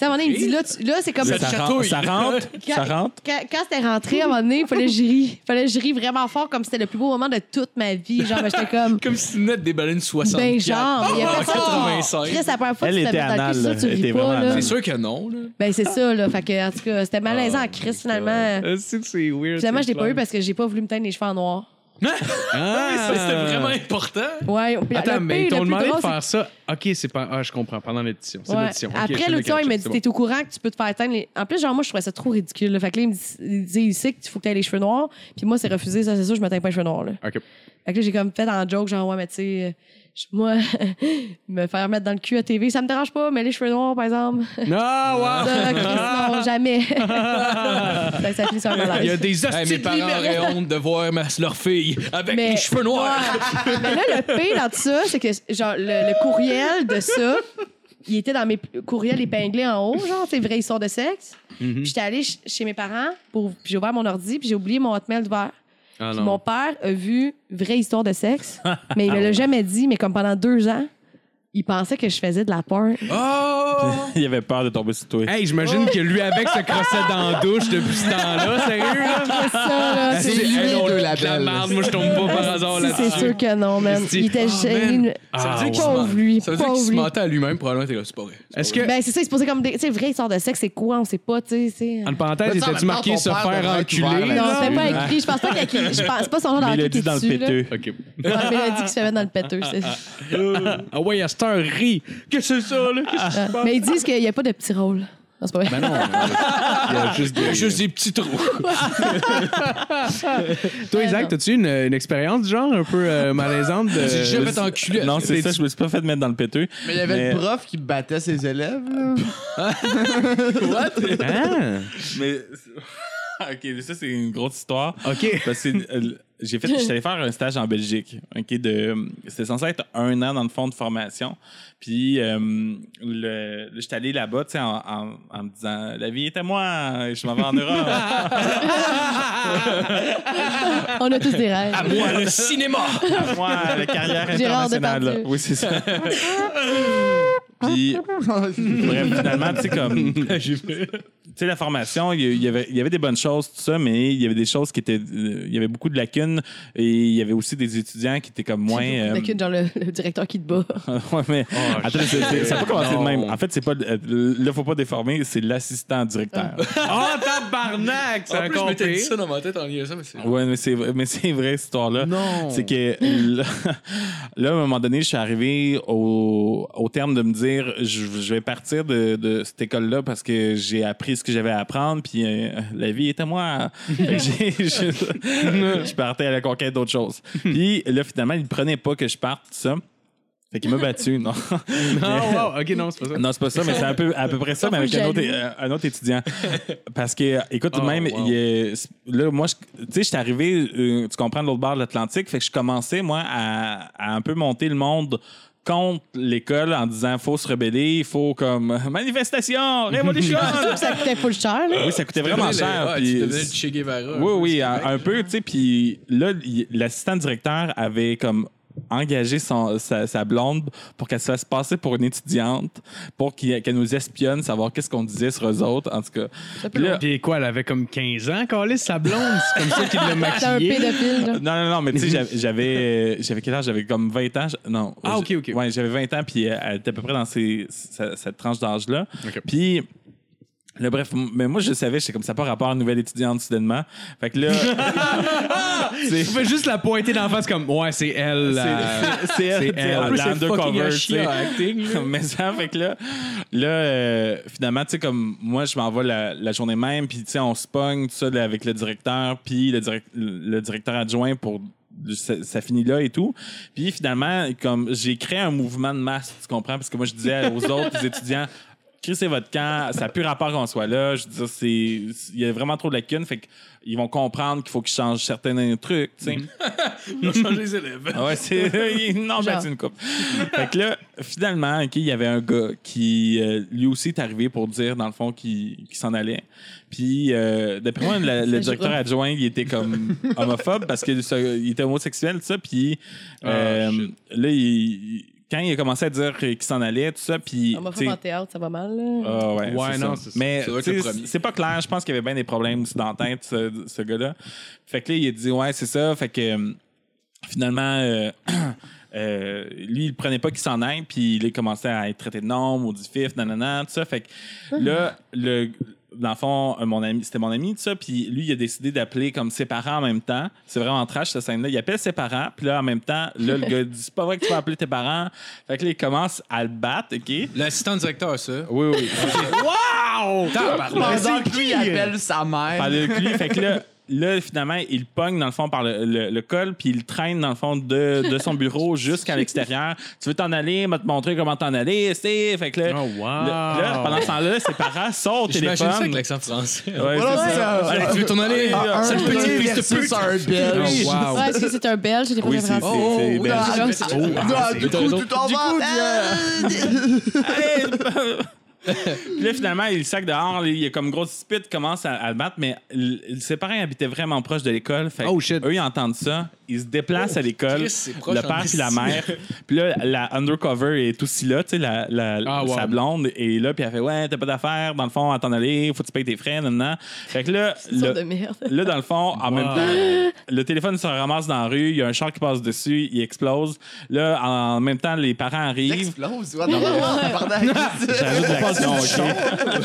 [SPEAKER 2] Tu sais, à un moment donné, il me dit, là, tu- là c'est comme.
[SPEAKER 3] Ça
[SPEAKER 6] Ça,
[SPEAKER 3] chatouille.
[SPEAKER 6] ça rentre. ça rentre.
[SPEAKER 2] Quand, quand c'était rentré, à un moment donné, il fallait que je rie. Il fallait que je rie vraiment fort, comme si c'était le plus beau moment de toute ma vie. Genre, ben, j'étais comme.
[SPEAKER 3] Comme si tu venais de déballer une Ah, 64.
[SPEAKER 2] Ben, genre, mais il y a personne.
[SPEAKER 3] 85.
[SPEAKER 2] Chris, la première fois que
[SPEAKER 6] Elle
[SPEAKER 2] tu te
[SPEAKER 6] était
[SPEAKER 2] mets dans le cul,
[SPEAKER 6] anale,
[SPEAKER 2] ça, tu
[SPEAKER 6] elle
[SPEAKER 2] ris
[SPEAKER 6] était
[SPEAKER 2] pas,
[SPEAKER 6] vraiment
[SPEAKER 2] là.
[SPEAKER 6] anale.
[SPEAKER 3] C'est sûr que non, là.
[SPEAKER 2] Ben, c'est ça, là. Fait que, en tout cas, c'était malaisant en Chris, finalement.
[SPEAKER 4] Euh, C'est c'est weird.
[SPEAKER 2] Finalement,
[SPEAKER 4] c'est
[SPEAKER 2] je l'ai pas
[SPEAKER 4] clair.
[SPEAKER 2] eu parce que j'ai pas voulu me teindre les cheveux en noir.
[SPEAKER 4] Ah!
[SPEAKER 3] C'était vraiment important.
[SPEAKER 2] Ouais, puis la-
[SPEAKER 4] Attends,
[SPEAKER 2] le
[SPEAKER 4] mais ils
[SPEAKER 2] pire,
[SPEAKER 4] t'ont
[SPEAKER 2] le plus
[SPEAKER 4] demandé
[SPEAKER 2] drôle,
[SPEAKER 4] de faire ça. Ok, c'est pas. Ah, je comprends. Pendant l'édition. C'est
[SPEAKER 2] Ouais.
[SPEAKER 4] l'édition. Ok, je
[SPEAKER 2] Après
[SPEAKER 4] fais
[SPEAKER 2] l'audition,
[SPEAKER 4] le
[SPEAKER 2] il m'a
[SPEAKER 4] catch-up,
[SPEAKER 2] dit
[SPEAKER 4] c'est
[SPEAKER 2] T'es au courant que tu peux te faire teindre les. En plus, genre, moi, je trouvais ça trop ridicule. là. Fait que là, il me dit il dit ici que tu faut que tu les cheveux noirs. Puis moi, c'est refusé, ça, c'est sûr, je me teins pas les cheveux noirs. Là.
[SPEAKER 4] bon. Ok.
[SPEAKER 2] Fait que là, j'ai comme fait en joke, genre, ouais, mais tu sais, euh, je- moi, me faire mettre dans le cul à TV, ça me dérange pas, mais les cheveux noirs, par exemple,
[SPEAKER 4] Ah, wow!
[SPEAKER 2] ça, Chris, non, jamais. ça, ça finit sur un
[SPEAKER 4] Il y a
[SPEAKER 2] malaise.
[SPEAKER 4] des
[SPEAKER 3] Hey,
[SPEAKER 4] hosties
[SPEAKER 3] mes
[SPEAKER 4] de
[SPEAKER 3] parents
[SPEAKER 4] libéraux.
[SPEAKER 3] auraient honte de voir ma- leur fille avec
[SPEAKER 2] Ah, Mais-
[SPEAKER 3] les cheveux noirs.
[SPEAKER 2] Mais là, le pire dans tout ça, c'est que genre, le, le courriel de ça, il était dans mes p- courriels épinglés en haut, genre, c'est vraie histoire de sexe.
[SPEAKER 4] Mm-hmm.
[SPEAKER 2] Puis j'étais allée ch- chez mes parents, pour, puis j'ai ouvert mon ordi, puis j'ai oublié mon hotmail d'ouvert.
[SPEAKER 4] Ah,
[SPEAKER 2] Puis
[SPEAKER 4] non. Ah
[SPEAKER 2] mon père a vu vraie histoire de sexe, mais il me l'a jamais dit, mais comme pendant deux ans, il pensait que je faisais de la porn.
[SPEAKER 4] Ah,
[SPEAKER 3] Oh!
[SPEAKER 6] Il avait peur de tomber sur toi.
[SPEAKER 4] Hey, j'imagine que lui avec se crossait dans la douche depuis ce temps-là, sérieux là?
[SPEAKER 2] Ça, là,
[SPEAKER 5] C'est lui
[SPEAKER 4] Hey, non,
[SPEAKER 5] le
[SPEAKER 4] de
[SPEAKER 5] label.
[SPEAKER 4] marde, moi je tombe pas par hasard
[SPEAKER 2] Si, c'est
[SPEAKER 4] là-dessus.
[SPEAKER 2] sûr que non, man.
[SPEAKER 4] C'est-
[SPEAKER 2] Il était
[SPEAKER 4] Ah,
[SPEAKER 2] gêné.
[SPEAKER 4] Ça veut
[SPEAKER 2] Ah,
[SPEAKER 4] dire qu'il se
[SPEAKER 2] pauvre
[SPEAKER 3] ment.
[SPEAKER 2] lui,
[SPEAKER 3] Ça veut dire
[SPEAKER 2] pauvre
[SPEAKER 3] qu'il se
[SPEAKER 2] lui.
[SPEAKER 3] mentait à lui-même, probablement, t'es là, c'est pas vrai.
[SPEAKER 4] Est-ce que,
[SPEAKER 2] Ben, c'est ça, il se posait comme des. Tu sais, vraie histoire de sexe, c'est quoi? On sait pas, tu sais, c'est.
[SPEAKER 4] en parenthèse,
[SPEAKER 5] Mais ça, en
[SPEAKER 4] était-tu
[SPEAKER 5] même temps,
[SPEAKER 4] marqué
[SPEAKER 5] ton
[SPEAKER 4] se
[SPEAKER 5] père
[SPEAKER 4] faire
[SPEAKER 5] devrait être ouvert
[SPEAKER 4] enculer?
[SPEAKER 5] là-dessus.
[SPEAKER 2] Non, c'était pas
[SPEAKER 5] Non.
[SPEAKER 2] écrit. Je pense pas qu'il je pense c'est pas son genre
[SPEAKER 6] Mais il l'a
[SPEAKER 2] d'enquête qui
[SPEAKER 6] dit
[SPEAKER 2] est
[SPEAKER 6] dans le
[SPEAKER 4] Ah,
[SPEAKER 2] dessus. là.
[SPEAKER 6] péteux.
[SPEAKER 4] Ok.
[SPEAKER 2] Ouais, Mélodie qui se fait mettre dans le péteux. c'est-
[SPEAKER 4] Ah ouais, à cette heure, rit. Qu'est-ce que c'est ça là? Qu'est-ce que
[SPEAKER 2] Mais ils disent qu'il n'y a pas de petit rôle. Non, c'est pas vrai.
[SPEAKER 4] Ben non, il y a juste
[SPEAKER 3] Il y
[SPEAKER 4] des...
[SPEAKER 3] a juste des petits trous.
[SPEAKER 4] Toi,
[SPEAKER 2] Ah,
[SPEAKER 4] Isaac,
[SPEAKER 2] non.
[SPEAKER 4] t'as-tu une, une expérience du genre un peu euh, malaisante? De...
[SPEAKER 3] J'ai jamais fait enculer.
[SPEAKER 6] Euh, Non, c'est ça, je me suis pas fait mettre dans le péteux.
[SPEAKER 5] Mais il y avait le prof qui battait ses élèves. là.
[SPEAKER 4] Ah,
[SPEAKER 6] Mais. ok, ça, c'est une grosse histoire.
[SPEAKER 4] Ah. ok.
[SPEAKER 6] Parce que euh, j'ai fait, j'étais allé faire un stage en Belgique. Ok, de, c'était censé être un an dans le fond de formation. Puis, euh, le, j'étais allé là-bas, tu sais, en, en- en me disant, la vie est à moi, je m'en vais en Europe.
[SPEAKER 2] On a tous des rêves.
[SPEAKER 3] Moi, le cinéma!
[SPEAKER 6] à moi, la carrière
[SPEAKER 2] Gérard
[SPEAKER 6] internationale. là.
[SPEAKER 2] Depardieu.
[SPEAKER 6] Oui, c'est ça. Puis, bref, finalement, tu sais, comme. Tu sais, la formation, il y- il y, avait, il y avait des bonnes choses, tout ça, mais il y avait des choses qui étaient. euh, Il y avait beaucoup de lacunes et il y avait aussi des étudiants qui étaient comme moins. euh,
[SPEAKER 2] Avec une, genre le, le directeur qui te bat.
[SPEAKER 6] ouais, mais.
[SPEAKER 4] Ah,
[SPEAKER 6] Attends, c'est- Ah, c'est- ça peut commencer de même. En fait, c'est pas. euh, Là, faut pas déformer, c'est l'assistant directeur.
[SPEAKER 4] Oh, tabarnak!
[SPEAKER 3] En
[SPEAKER 4] Ça a
[SPEAKER 3] plus, je m'étais dit
[SPEAKER 4] compté.
[SPEAKER 3] ça dans ma tête en liaison, mais c'est...
[SPEAKER 6] Ouais, mais c'est vrai- mais c'est vrai cette histoire-là.
[SPEAKER 4] Non.
[SPEAKER 6] C'est que là, là, à un moment donné, je suis arrivé au, au terme de me dire je, je vais partir de, de cette école-là parce que j'ai appris ce que j'avais à apprendre, puis euh, la vie est à moi. Fait que j'ai- je, je partais à la conquête d'autres choses. Puis là, finalement, il ne prenait pas que je parte, tout ça. Fait qu'il m'a battu, non?
[SPEAKER 4] Non, Ah, wow, ok, non, c'est pas ça.
[SPEAKER 6] Non, c'est pas ça, mais c'est un peu, à peu près ça, mais avec un autre, euh, un autre étudiant. Parce que, écoute, tout de
[SPEAKER 4] Oh,
[SPEAKER 6] même,
[SPEAKER 4] wow.
[SPEAKER 6] il est- là, moi, je- tu sais, je suis arrivé, euh, tu comprends, de l'autre bord de l'Atlantique, fait que je commençais, moi, à, à un peu monter le monde contre l'école en disant faut se rebeller, il faut comme manifestation, révolution.
[SPEAKER 2] Ça coûtait full cher, là.
[SPEAKER 6] oui, ça coûtait vraiment cher.
[SPEAKER 3] Ouais,
[SPEAKER 6] puis-
[SPEAKER 3] Ah, tu devenais le Che Guevara.
[SPEAKER 6] oui, oui,
[SPEAKER 3] C'est
[SPEAKER 6] un,
[SPEAKER 3] vrai.
[SPEAKER 6] un peu, tu sais. Puis là, il- l'assistant directeur avait comme engagé son- sa, sa blonde pour qu'elle se fasse passer pour une étudiante, pour qu'il- qu'elle nous espionne, savoir qu'est-ce qu'on disait sur eux autres. En tout cas, Puis là-
[SPEAKER 4] Puis quoi, elle avait comme 15 ans, Calis, sa blonde. C'est comme ça qu'il l'a
[SPEAKER 2] T'es un
[SPEAKER 4] maquillée.
[SPEAKER 2] pédophile, là.
[SPEAKER 6] Non, non, non, mais tu sais, j'avais- j'avais, euh, j'avais quel âge? J'avais comme 20 ans. je- Non.
[SPEAKER 4] Ah, ok, ok.
[SPEAKER 6] Ouais, j'avais 20 ans, puis elle elle était à peu près dans ces- sa- cette tranche d'âge-là. Puis. Là, bref, m- mais moi, je savais, j'étais comme ça, pas rapport à une nouvelle étudiante, soudainement. Fait que là,
[SPEAKER 4] Tu fais juste la pointer d'en face comme ouais, c'est elle. euh, la-
[SPEAKER 6] c'est- c'est
[SPEAKER 4] c'est
[SPEAKER 6] elle, tu sais,
[SPEAKER 4] elle.
[SPEAKER 6] en
[SPEAKER 4] En plus,
[SPEAKER 6] la
[SPEAKER 3] c'est fucking
[SPEAKER 6] undercover,
[SPEAKER 3] un
[SPEAKER 6] tu sais.
[SPEAKER 3] chien à acting. là.
[SPEAKER 6] mais ça fait que là, là euh, finalement, tu sais, comme moi, je m'en vais la, la journée même, puis tu sais, on se pogne, tout ça, là, avec le directeur, puis le, direct- le directeur adjoint pour. Ça, ça finit là et tout. Puis finalement, comme j'ai créé un mouvement de masse, tu comprends? Parce que moi, je disais aux autres, aux étudiants, crissez votre camp, ça n'a plus rapport qu'on soit là. Je veux dire, c'est- il y a vraiment trop de lacunes, fait qu'ils vont comprendre qu'il faut qu'ils changent certains trucs, tu sais.
[SPEAKER 3] Mm-hmm. Ils ont changé les élèves.
[SPEAKER 6] Ah ouais, c'est. non, ben,
[SPEAKER 2] Genre.
[SPEAKER 6] c'est une coupe. fait que là, finalement, OK, il y avait un gars qui, euh, lui aussi, est arrivé pour dire, dans le fond, qu'il qu'il s'en allait. Puis, euh, d'après moi, la- le
[SPEAKER 2] C'est
[SPEAKER 6] directeur
[SPEAKER 2] drôle.
[SPEAKER 6] adjoint, il était comme homophobe parce qu'il était homosexuel, tout ça. Puis, euh, là, il- il- quand il a commencé à dire qu'il s'en allait, tout ça, puis. tu
[SPEAKER 2] Homophobe
[SPEAKER 6] sais,
[SPEAKER 2] en théâtre, ça va mal, là.
[SPEAKER 6] ah ouais,
[SPEAKER 4] Ouais,
[SPEAKER 6] c'est
[SPEAKER 4] non,
[SPEAKER 6] ça.
[SPEAKER 4] c'est ça.
[SPEAKER 6] Mais
[SPEAKER 3] Ça doit être
[SPEAKER 6] tu
[SPEAKER 3] le
[SPEAKER 6] sais,
[SPEAKER 3] premier.
[SPEAKER 6] c'est pas clair. Je pense qu'il y avait bien des problèmes aussi dans la tête, ce, ce gars-là. Fait que là, il a dit, ouais, c'est ça. Fait que euh, finalement, euh, euh, lui, il prenait pas qu'il s'en aille, puis il a commencé à être traité de nom, maudit nan nanana, tout ça. Fait que
[SPEAKER 3] Mm-hmm.
[SPEAKER 6] là, le, dans le fond, euh, mon ami, c'était mon ami, tout ça, puis lui, il a décidé d'appeler comme ses parents en même temps. C'est vraiment trash, cette scène-là. Il appelle ses parents, puis là, en même temps, là, le gars dit, c'est pas vrai que tu vas appeler tes parents. Fait que là, il commence à le battre, OK?
[SPEAKER 3] L'assistant directeur, ça.
[SPEAKER 6] Oui, oui.
[SPEAKER 4] Wow!
[SPEAKER 3] Tabarnak.
[SPEAKER 5] Pendant que lui, il appelle sa
[SPEAKER 6] par
[SPEAKER 5] mère.
[SPEAKER 6] le cul. Fait que là, là, finalement, il pogne dans le fond par le, le- le col, puis il traîne dans le fond de, de son bureau jusqu'à l'extérieur. Tu veux t'en aller, m'a te montrer comment t'en aller, c'est. Fait que là,
[SPEAKER 4] Oh, wow.
[SPEAKER 6] le- là, pendant ce temps-là, ses parents sont au
[SPEAKER 3] J'imagine
[SPEAKER 6] téléphone.
[SPEAKER 3] ça avec l'accent français.
[SPEAKER 6] Ouais,
[SPEAKER 5] Voilà,
[SPEAKER 6] c'est
[SPEAKER 5] c'est
[SPEAKER 6] ça.
[SPEAKER 5] ça.
[SPEAKER 3] Allez, tu veux t'en aller?
[SPEAKER 6] Ah,
[SPEAKER 3] Sale
[SPEAKER 5] Un
[SPEAKER 3] petit
[SPEAKER 5] bleu
[SPEAKER 3] fils de
[SPEAKER 5] versus
[SPEAKER 3] pute.
[SPEAKER 5] un belge.
[SPEAKER 4] Oh, wow.
[SPEAKER 2] Ouais, est-ce que c'est un belge? J'ai pas
[SPEAKER 6] Oui,
[SPEAKER 2] compris
[SPEAKER 6] c'est-
[SPEAKER 2] français.
[SPEAKER 6] c'est
[SPEAKER 5] Oh,
[SPEAKER 6] belge.
[SPEAKER 5] là,
[SPEAKER 2] J'ai
[SPEAKER 5] là,
[SPEAKER 2] comme-
[SPEAKER 5] là, du
[SPEAKER 3] t'as raison.
[SPEAKER 5] coup, tu t'en
[SPEAKER 6] Ah, Du
[SPEAKER 5] vas.
[SPEAKER 6] coup, euh,
[SPEAKER 5] Ah,
[SPEAKER 6] Puis là, finalement, il le sac dehors, il y a comme une grosse dispute, commence à, à le battre, mais l- ses parents habitaient vraiment proche de l'école. Fait que
[SPEAKER 4] Oh, shit.
[SPEAKER 6] Eux, ils entendent ça, ils se déplacent à l'école,
[SPEAKER 3] Christ, Oh, c'est proche
[SPEAKER 6] le
[SPEAKER 3] en
[SPEAKER 6] père et la
[SPEAKER 3] esti.
[SPEAKER 6] mère. Puis là, la undercover est aussi là, tu sais, la, la-
[SPEAKER 4] Ah, wow.
[SPEAKER 6] sa blonde est là, puis elle fait Ouais, t'as pas d'affaires, dans le fond, à t'en aller, faut que tu payes tes frais, nan, nan. Fait que là,
[SPEAKER 2] Sorte
[SPEAKER 6] le-
[SPEAKER 2] de merde.
[SPEAKER 6] Là, dans le fond, en même temps, le téléphone se ramasse dans la rue, il y a un char qui passe dessus, il explose. Là, en même temps, les parents
[SPEAKER 5] Il
[SPEAKER 6] arrivent.
[SPEAKER 5] explose. ouais, dans le monde,
[SPEAKER 6] J'ajoute de
[SPEAKER 5] pardon.
[SPEAKER 6] l'action,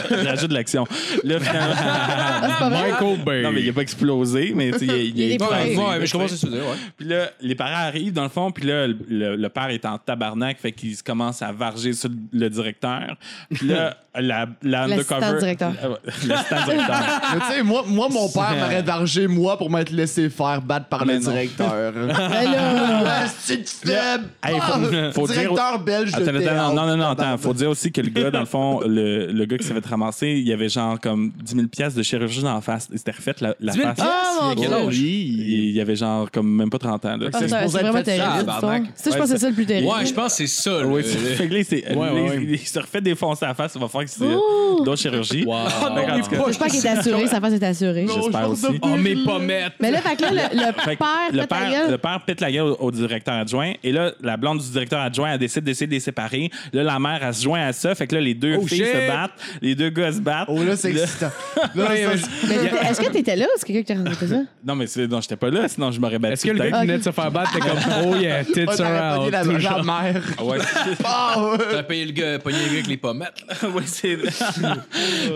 [SPEAKER 6] OK? J'ajoute de l'action. Là, finalement,
[SPEAKER 2] Ah,
[SPEAKER 4] Michael Bay.
[SPEAKER 6] non, mais il n'a pas explosé, mais tu sais, il, il,
[SPEAKER 2] Il est
[SPEAKER 3] Ouais,
[SPEAKER 2] Ouais,
[SPEAKER 3] ouais, mais je comprends ce que tu veux dire, ouais.
[SPEAKER 6] Puis là, les parents arrivent, dans le fond, puis là, le, le- le père est en tabarnak, fait qu'il se commence à varger sur le, le directeur. Puis là, la, la
[SPEAKER 2] L'assistant
[SPEAKER 6] undercover...
[SPEAKER 2] directeur.
[SPEAKER 6] Ah ouais, L'assistant directeur.
[SPEAKER 5] Mais tu sais, moi, moi, mon père m'aurait vargé, moi, pour m'être laissé faire battre par
[SPEAKER 6] Mais
[SPEAKER 5] le
[SPEAKER 6] non.
[SPEAKER 5] directeur.
[SPEAKER 2] Ben là,
[SPEAKER 5] Ah, c'est une stab.
[SPEAKER 6] Hey, faut-
[SPEAKER 5] Ah,
[SPEAKER 6] faut dire-
[SPEAKER 5] directeur belge de
[SPEAKER 6] Attends, attends,
[SPEAKER 5] théâtre.
[SPEAKER 6] non, non, non, attends. Faut dire aussi que le gars, dans le fond, le, le gars qui s'est fait ramasser, il y avait genre comme 10 000 piastres de chirurgie dans la face. Il s'était refait la, la
[SPEAKER 4] 10 000
[SPEAKER 6] face.
[SPEAKER 2] Ah, mon
[SPEAKER 4] Quel
[SPEAKER 2] Dieu.
[SPEAKER 4] âge?
[SPEAKER 6] Il y avait genre comme même pas 30 ans. Là.
[SPEAKER 2] ah, ça,
[SPEAKER 5] supposé
[SPEAKER 2] c'est
[SPEAKER 5] être
[SPEAKER 2] vraiment
[SPEAKER 5] fait
[SPEAKER 2] terrible.
[SPEAKER 3] ça,
[SPEAKER 2] cette
[SPEAKER 3] barnac.
[SPEAKER 2] histoire. Ça, je
[SPEAKER 6] Ouais,
[SPEAKER 2] pense que
[SPEAKER 6] c'est-
[SPEAKER 2] c'est ça le plus terrible.
[SPEAKER 3] Ouais, je pense que c'est ça. le-
[SPEAKER 6] Oui, c'est- fait que là, il, s'est-
[SPEAKER 4] Euh, Ouais, ouais,
[SPEAKER 6] là, il-
[SPEAKER 4] ouais.
[SPEAKER 6] il se refait défoncer la face. Il va falloir qu'il se d'autres chirurgies.
[SPEAKER 4] Wow.
[SPEAKER 6] Fait qu'en tout cas,
[SPEAKER 2] J'espère qu'il est assuré, sa face est assurée.
[SPEAKER 5] Non.
[SPEAKER 6] J'espère
[SPEAKER 5] Oh, je
[SPEAKER 6] aussi.
[SPEAKER 5] me
[SPEAKER 4] Oh, mais pas mettre.
[SPEAKER 2] Mais là, fait que là, le, le
[SPEAKER 6] Fait que
[SPEAKER 2] père,
[SPEAKER 6] le,
[SPEAKER 2] fait ta
[SPEAKER 6] père,
[SPEAKER 2] gueule.
[SPEAKER 6] le père pète la gueule au, au directeur adjoint. Et là, la blonde du directeur adjoint, elle décide d'essayer de les séparer. Là, la mère, elle se joint à ça. Fait que là, les deux
[SPEAKER 4] Oh,
[SPEAKER 6] filles se
[SPEAKER 4] shit!
[SPEAKER 6] battent. Les deux gars se battent.
[SPEAKER 5] Oh là, c'est
[SPEAKER 6] Là-
[SPEAKER 5] excitant. Là,
[SPEAKER 4] Ouais,
[SPEAKER 5] ça-
[SPEAKER 4] ouais,
[SPEAKER 2] Mais Est-ce que t'étais là ou c'est quelqu'un qui t'a raconté ça?
[SPEAKER 6] Non, mais c'est- non, j'étais pas là, sinon je m'aurais battu.
[SPEAKER 4] Est-ce que le gars
[SPEAKER 6] peut-être.
[SPEAKER 4] qui venait de se faire battre était comme oh yeah, tits
[SPEAKER 5] Ah, t'aurais
[SPEAKER 4] are
[SPEAKER 5] pogné
[SPEAKER 4] out?
[SPEAKER 5] la,
[SPEAKER 4] Tout
[SPEAKER 5] la
[SPEAKER 4] genre.
[SPEAKER 5] mère.
[SPEAKER 6] Ah ouais.
[SPEAKER 5] Ah, ouais.
[SPEAKER 3] T'as payé le gars, pogné le gars avec les pommettes. là.
[SPEAKER 6] Ouais, c'est-